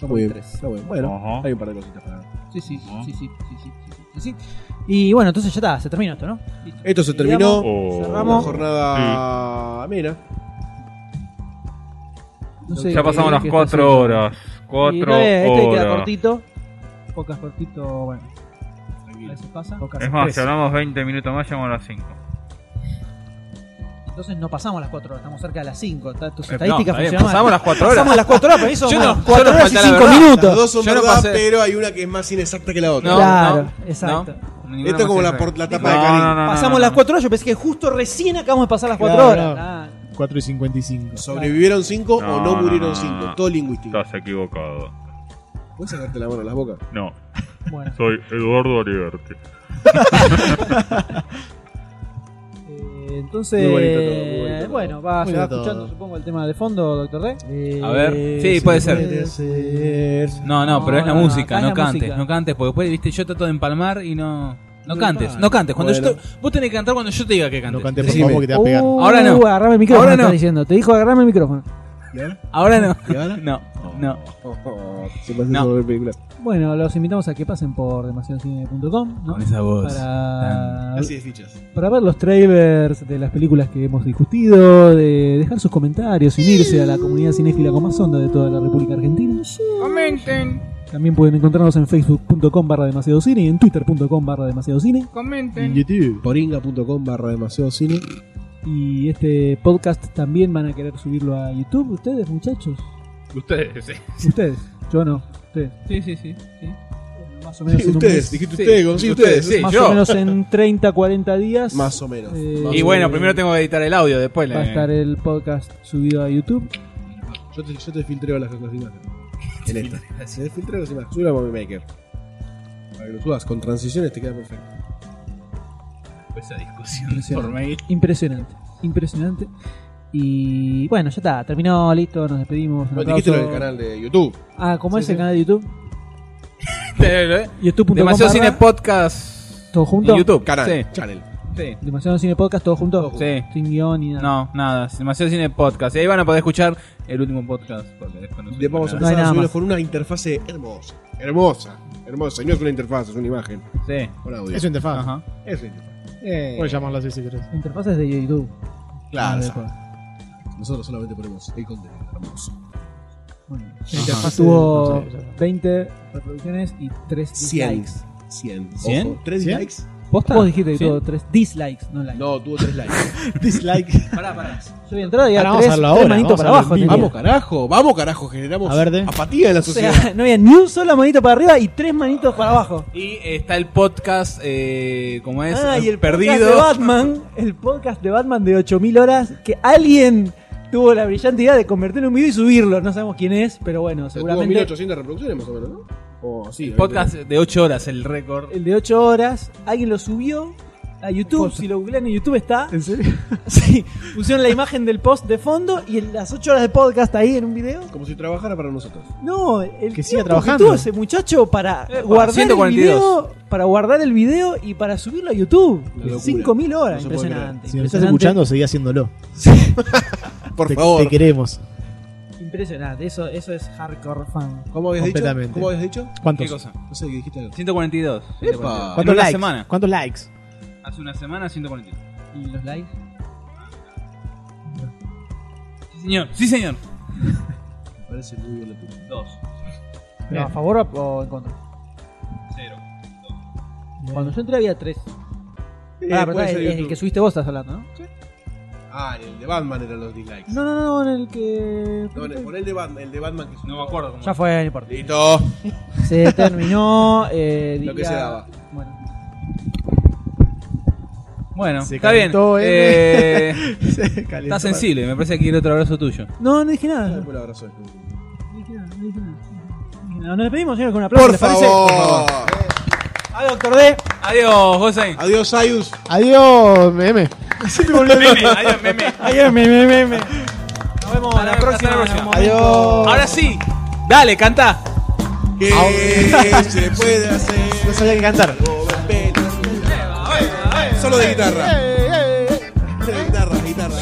Speaker 2: Como
Speaker 1: Muy
Speaker 2: el
Speaker 1: bien,
Speaker 2: tres.
Speaker 1: está bueno. Bueno, hay un par de cositas para.
Speaker 2: Sí, sí,
Speaker 19: Ah.
Speaker 2: sí, sí, sí, sí, sí, sí. Y bueno, entonces ya está, se terminó esto, ¿no? Listo.
Speaker 1: Esto se terminó.
Speaker 2: Digamos,
Speaker 1: Una
Speaker 19: Oh.
Speaker 2: Cerramos.
Speaker 1: jornada amena.
Speaker 2: No sé
Speaker 19: ya
Speaker 2: qué-
Speaker 19: pasamos las
Speaker 2: qué está
Speaker 19: cuatro
Speaker 2: haciendo.
Speaker 19: horas.
Speaker 2: Y
Speaker 19: Cuatro
Speaker 2: no, eh, este queda
Speaker 19: horas.
Speaker 2: cortito. Pocas cortito, bueno. A veces pasa.
Speaker 19: Es más, si hablamos 20 minutos más, llegamos a las 5.
Speaker 2: Entonces no pasamos las 4 horas, estamos cerca de las 5. Tus
Speaker 6: Eh,
Speaker 2: estadísticas
Speaker 6: no, está bien,
Speaker 2: funcionan.
Speaker 6: pasamos las cuatro horas.
Speaker 2: Pasamos las 4 horas, pero eso
Speaker 6: Yo
Speaker 2: son
Speaker 6: no- yo
Speaker 2: 4
Speaker 6: no
Speaker 2: horas y
Speaker 6: falté a la
Speaker 2: 5
Speaker 6: verdad.
Speaker 2: minutos.
Speaker 1: Las dos son
Speaker 6: Yo no
Speaker 1: verdad,
Speaker 6: pasé.
Speaker 1: pero hay una que es más inexacta que la otra.
Speaker 6: No,
Speaker 2: claro,
Speaker 6: no, Ah.
Speaker 2: exacto.
Speaker 6: no, ninguna
Speaker 1: Esto es como
Speaker 6: más
Speaker 1: la,
Speaker 6: es
Speaker 1: por- la
Speaker 6: real.
Speaker 1: tapa de
Speaker 6: No,
Speaker 1: Karim.
Speaker 6: no, no, no,
Speaker 2: Pasamos
Speaker 6: no,
Speaker 2: las
Speaker 6: no.
Speaker 2: 4 horas, yo pensé que justo recién acabamos de pasar las 4
Speaker 3: Claro,
Speaker 2: horas.
Speaker 3: no.
Speaker 2: Ah,
Speaker 3: 4 y 55.
Speaker 1: ¿Sobrevivieron 5 o no murieron 5?
Speaker 19: no, no.
Speaker 1: Todo lingüístico.
Speaker 19: Estás equivocado.
Speaker 1: ¿Puedes sacarte la mano de las bocas?
Speaker 19: No.
Speaker 2: Bueno.
Speaker 19: Soy Eduardo Aliberti.
Speaker 2: eh, entonces,
Speaker 19: Muy bonito todo, muy bonito todo.
Speaker 2: bueno, va,
Speaker 5: Muy
Speaker 2: se va
Speaker 5: bonito
Speaker 2: escuchando,
Speaker 5: todo.
Speaker 2: supongo, el tema de fondo, doctor Eh, D.
Speaker 6: A ver. Sí, puede ser. No, no, pero es la música,
Speaker 2: acá
Speaker 6: no
Speaker 2: la
Speaker 6: cantes,
Speaker 2: música.
Speaker 6: no cantes, porque después, viste, yo trato de empalmar y no. No
Speaker 2: No
Speaker 6: cantes,
Speaker 2: empalma.
Speaker 6: no cantes. Cuando
Speaker 2: Bueno.
Speaker 6: yo te- vos tenés que cantar cuando yo te diga que cantes. No cantes,
Speaker 3: por favor, porque te va a pegar.
Speaker 2: Uh,
Speaker 6: Ahora no.
Speaker 2: Agarrame el micrófono,
Speaker 6: Ahora
Speaker 2: está
Speaker 6: no.
Speaker 2: diciendo. Te dijo agarrame el micrófono.
Speaker 6: Ahora no.
Speaker 1: ¿Y ahora? Oh,
Speaker 6: No, no.
Speaker 2: Bueno, los invitamos a que pasen por demasiadocine.com ¿no?
Speaker 6: Con esa voz
Speaker 2: Para,
Speaker 1: Así de fichas.
Speaker 2: para ver los trailers de las películas que hemos discutido, de dejar sus comentarios, unirse a la comunidad cinéfila con más onda de toda la República Argentina.
Speaker 12: Comenten,
Speaker 2: También pueden encontrarnos en facebook.com barra demasiado cine y en twitter.com barra demasiado cine.
Speaker 12: comenten.
Speaker 1: YouTube. Poringa.com barra demasiado cine.
Speaker 2: Y este podcast también van a querer subirlo a YouTube, ustedes muchachos.
Speaker 19: Ustedes, sí.
Speaker 2: Ustedes, yo no, ustedes.
Speaker 6: Sí, sí, sí. sí.
Speaker 2: Más o menos
Speaker 1: Sí,
Speaker 2: en un
Speaker 1: ustedes,
Speaker 2: mes.
Speaker 1: dijiste ustedes, como si ustedes, sí,
Speaker 2: más
Speaker 1: yo.
Speaker 2: o menos en 30, 40 días.
Speaker 1: Más o menos.
Speaker 2: eh,
Speaker 6: Y bueno, primero tengo que editar el audio, después
Speaker 2: va a estar
Speaker 6: la.
Speaker 2: el podcast subido a YouTube.
Speaker 1: Yo te, yo te filtreo las, las imágenes. En esta. Te filtreo las imágenes. Subilo a Movie Maker. Para que lo subas con transiciones te queda perfecto.
Speaker 6: Esa discusión por mail.
Speaker 2: Impresionante. Impresionante. Impresionante. Y bueno, ya está, terminó, listo, nos despedimos. un
Speaker 1: Bueno, dijiste lo
Speaker 2: aplauso.
Speaker 1: del canal de YouTube.
Speaker 2: Ah, ¿cómo
Speaker 1: Sí,
Speaker 2: es el
Speaker 1: sí.
Speaker 2: canal de YouTube? YouTube.com
Speaker 6: Demasiado
Speaker 2: barra-
Speaker 6: cine podcast.
Speaker 2: ¿Todo junto?
Speaker 6: en YouTube.
Speaker 1: Canal.
Speaker 6: Sí.
Speaker 1: Channel.
Speaker 6: Sí.
Speaker 2: Demasiado Cine Podcast, todo junto.
Speaker 6: Sí.
Speaker 2: Sin guión ni nada.
Speaker 6: No, nada. Demasiado cine podcast. Y ahí van a poder escuchar el último podcast. Porque después no
Speaker 1: Le vamos a
Speaker 6: subimos
Speaker 2: No hay
Speaker 1: empezar
Speaker 2: nada
Speaker 1: a subirlo
Speaker 2: más.
Speaker 1: con una interfase hermosa. Hermosa. Hermosa. Y no es una interfaz, es una imagen.
Speaker 6: nada. Sí.
Speaker 1: Con audio.
Speaker 3: Es un Eh, interfaz.
Speaker 6: Ajá.
Speaker 1: Es una interfaz.
Speaker 3: Puedes llamarlo así si querés.
Speaker 2: Interfaces de YouTube.
Speaker 1: Claro,
Speaker 2: Ah,
Speaker 1: sabe.
Speaker 2: de-
Speaker 1: Nosotros solamente ponemos el contenido hermoso.
Speaker 2: Bueno,
Speaker 1: Ajá.
Speaker 2: interfaz tuvo
Speaker 1: Sí, sí,
Speaker 2: 20 reproducciones y 3
Speaker 1: 100.
Speaker 2: dislikes.
Speaker 1: 100.
Speaker 6: ¿Cien?
Speaker 1: Ojo, ¿Tres
Speaker 3: ¿Cien?
Speaker 1: likes?
Speaker 2: Vos dijiste que
Speaker 6: ¿Cien?
Speaker 2: tuvo 3 dislikes, no likes.
Speaker 1: No, tuvo tres likes.
Speaker 3: Dislike.
Speaker 6: Pará, pará.
Speaker 2: Yo había entrado y
Speaker 3: Ahora
Speaker 2: había
Speaker 3: vamos a
Speaker 2: 3
Speaker 3: verlo ahora,
Speaker 2: manitos
Speaker 3: vamos
Speaker 2: para
Speaker 3: a verlo
Speaker 2: abajo.
Speaker 3: en vivo.
Speaker 2: tenía.
Speaker 1: Vamos, carajo. Vamos, carajo. Generamos
Speaker 3: A ver, de-
Speaker 1: apatía en la
Speaker 2: O
Speaker 1: sociedad.
Speaker 2: sea, no había ni un solo manito para arriba y 3 manitos para abajo.
Speaker 6: Y está el podcast, eh, como es,
Speaker 2: Ah, y el podcast de
Speaker 6: perdido.
Speaker 2: Batman, el podcast de Batman de 8000 horas que alguien tuvo la brillante idea de convertirlo en un video y subirlo. No sabemos quién es, pero bueno,
Speaker 1: Tuvo
Speaker 2: seguramente
Speaker 1: 1800 reproducciones más o menos, ¿no? O sí.
Speaker 6: Podcast de 8 horas, el récord.
Speaker 2: el de 8 horas, alguien lo subió a YouTube,
Speaker 1: Posta.
Speaker 2: si lo googlean en YouTube está.
Speaker 1: ¿En serio?
Speaker 2: Sí, pusieron la imagen del post de fondo y en las 8 horas de podcast ahí en un video.
Speaker 1: Como si trabajara para nosotros.
Speaker 2: No, el
Speaker 3: Que
Speaker 2: tiempo
Speaker 3: siga trabajando. Eh,
Speaker 2: tuvo ese muchacho para
Speaker 6: Epa,
Speaker 2: guardar
Speaker 6: 142.
Speaker 2: el video, para guardar el video y para subirlo a YouTube.
Speaker 1: Una locura.
Speaker 2: 5000 horas,
Speaker 1: No se puede
Speaker 2: impresionante.
Speaker 3: Si nos estás
Speaker 2: impresionante.
Speaker 3: escuchando, seguí haciéndolo.
Speaker 1: Por
Speaker 3: Te,
Speaker 1: favor.
Speaker 3: te queremos.
Speaker 2: Impresionante, eso, eso es hardcore fan.
Speaker 1: ¿Cómo habías dicho?
Speaker 3: Completamente.
Speaker 1: ¿Cómo habías dicho?
Speaker 6: ¿Qué
Speaker 3: ¿Cuántos?
Speaker 6: cosa?
Speaker 1: No sé qué dijiste. algo.
Speaker 6: 142. 142. En
Speaker 3: ¿Cuántos
Speaker 6: una
Speaker 3: likes?
Speaker 6: semana.
Speaker 3: ¿Cuántos likes?
Speaker 6: Hace una semana, 142.
Speaker 2: ¿Y los likes?
Speaker 6: Sí, señor. Sí, señor.
Speaker 1: Me parece muy bien lo tuyo.
Speaker 6: 2.
Speaker 2: No, ¿A favor o- o en contra?
Speaker 6: 0.
Speaker 2: Cuando yo entré había tres.
Speaker 1: Eh,
Speaker 2: Ah,
Speaker 1: puede
Speaker 2: perdón,
Speaker 1: ser
Speaker 2: el, el
Speaker 1: YouTube.
Speaker 2: que subiste vos estás hablando, ¿no?
Speaker 1: Ah, en el de Batman eran los dislikes.
Speaker 2: No, no, no, en el que.
Speaker 1: No, en el- pon el de Batman, el de Batman que es
Speaker 6: No me acuerdo cómo.
Speaker 2: Ya fue, no importa.
Speaker 1: Listo.
Speaker 2: Se terminó. Eh,
Speaker 1: Lo que
Speaker 2: diría-
Speaker 1: se daba.
Speaker 2: Bueno.
Speaker 6: Bueno,
Speaker 3: Se
Speaker 6: está bien.
Speaker 3: calentó, ¿eh?
Speaker 6: Eh,
Speaker 3: Se calentó.
Speaker 6: está sensible, me parece que quiero otro abrazo tuyo.
Speaker 2: No, no dije nada.
Speaker 1: Ah, Después lo abrazo esto.
Speaker 2: No dije nada, no dije nada. No dije nada. Nos despedimos, señor, con un aplauso.
Speaker 1: Por
Speaker 2: ¿les parece?
Speaker 1: favor.
Speaker 2: Ah, doctor D.
Speaker 6: Adiós, José.
Speaker 1: Eh, Adiós, Ayus.
Speaker 3: Adiós, meme.
Speaker 6: Meme, adiós, meme.
Speaker 2: Ayer me, me, me, me. Nos vemos
Speaker 6: Hasta
Speaker 2: la
Speaker 6: la
Speaker 2: próxima.
Speaker 6: próxima.
Speaker 2: en un
Speaker 3: Adiós.
Speaker 2: momento.
Speaker 6: Ahora sí. Dale, canta.
Speaker 1: ¿Qué se puede hacer?
Speaker 3: No sabía qué cantar.
Speaker 1: Solo de guitarra. Guitarra, guitarra.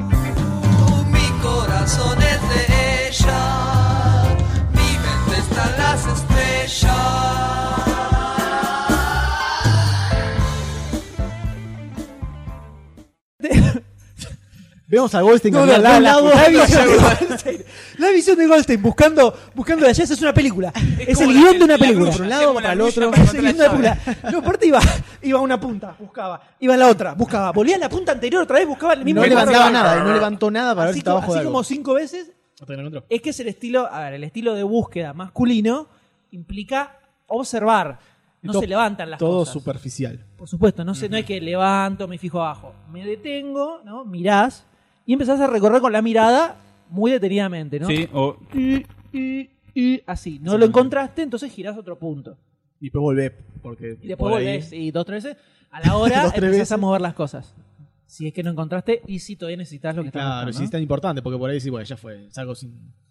Speaker 20: Mi corazón es de ella, mi mente está en las estrellas.
Speaker 3: Vemos a Goldstein
Speaker 2: No,
Speaker 3: cambiar
Speaker 2: de algún lado.
Speaker 3: la visión de
Speaker 2: Jack
Speaker 3: Goldstein. La visión de Goldstein buscando, buscando de allá, esa es una película. Es, el guión de una película. Por un lado, para el otro. Es el guión de una película. No, aparte iba, iba a una punta, buscaba. Iba a la otra, buscaba. Volvía a la punta anterior otra vez, buscaba el mismo No
Speaker 2: lugar.
Speaker 3: levantaba nada, no levantó nada para ver si
Speaker 2: Así,
Speaker 3: estaba
Speaker 2: como,
Speaker 3: bajo
Speaker 2: así
Speaker 3: de algo.
Speaker 2: como cinco veces, es que es el estilo, a ver, el estilo de búsqueda masculino implica observar. No
Speaker 3: Todo-
Speaker 2: se levantan las
Speaker 3: Todo
Speaker 2: cosas.
Speaker 3: superficial.
Speaker 2: Por supuesto, no, sé, no es que levanto, me fijo abajo. Me detengo, ¿no? Mirás y empezás a recorrer con la mirada muy detenidamente, ¿no?
Speaker 6: Sí, o
Speaker 2: Y, y, y, así. No lo encontraste, entonces girás a otro punto.
Speaker 3: Y después volvés. Porque
Speaker 2: Y después
Speaker 3: por ahí-
Speaker 2: volvés y dos, tres veces. A la hora
Speaker 3: Dos, tres
Speaker 2: empezás a
Speaker 3: veces.
Speaker 2: mover las cosas. Si es que no encontraste y si todavía necesitas lo que estás
Speaker 3: Claro,
Speaker 2: buscando,
Speaker 3: si es tan importante, porque por ahí sí, bueno, ya fue, salgo sin.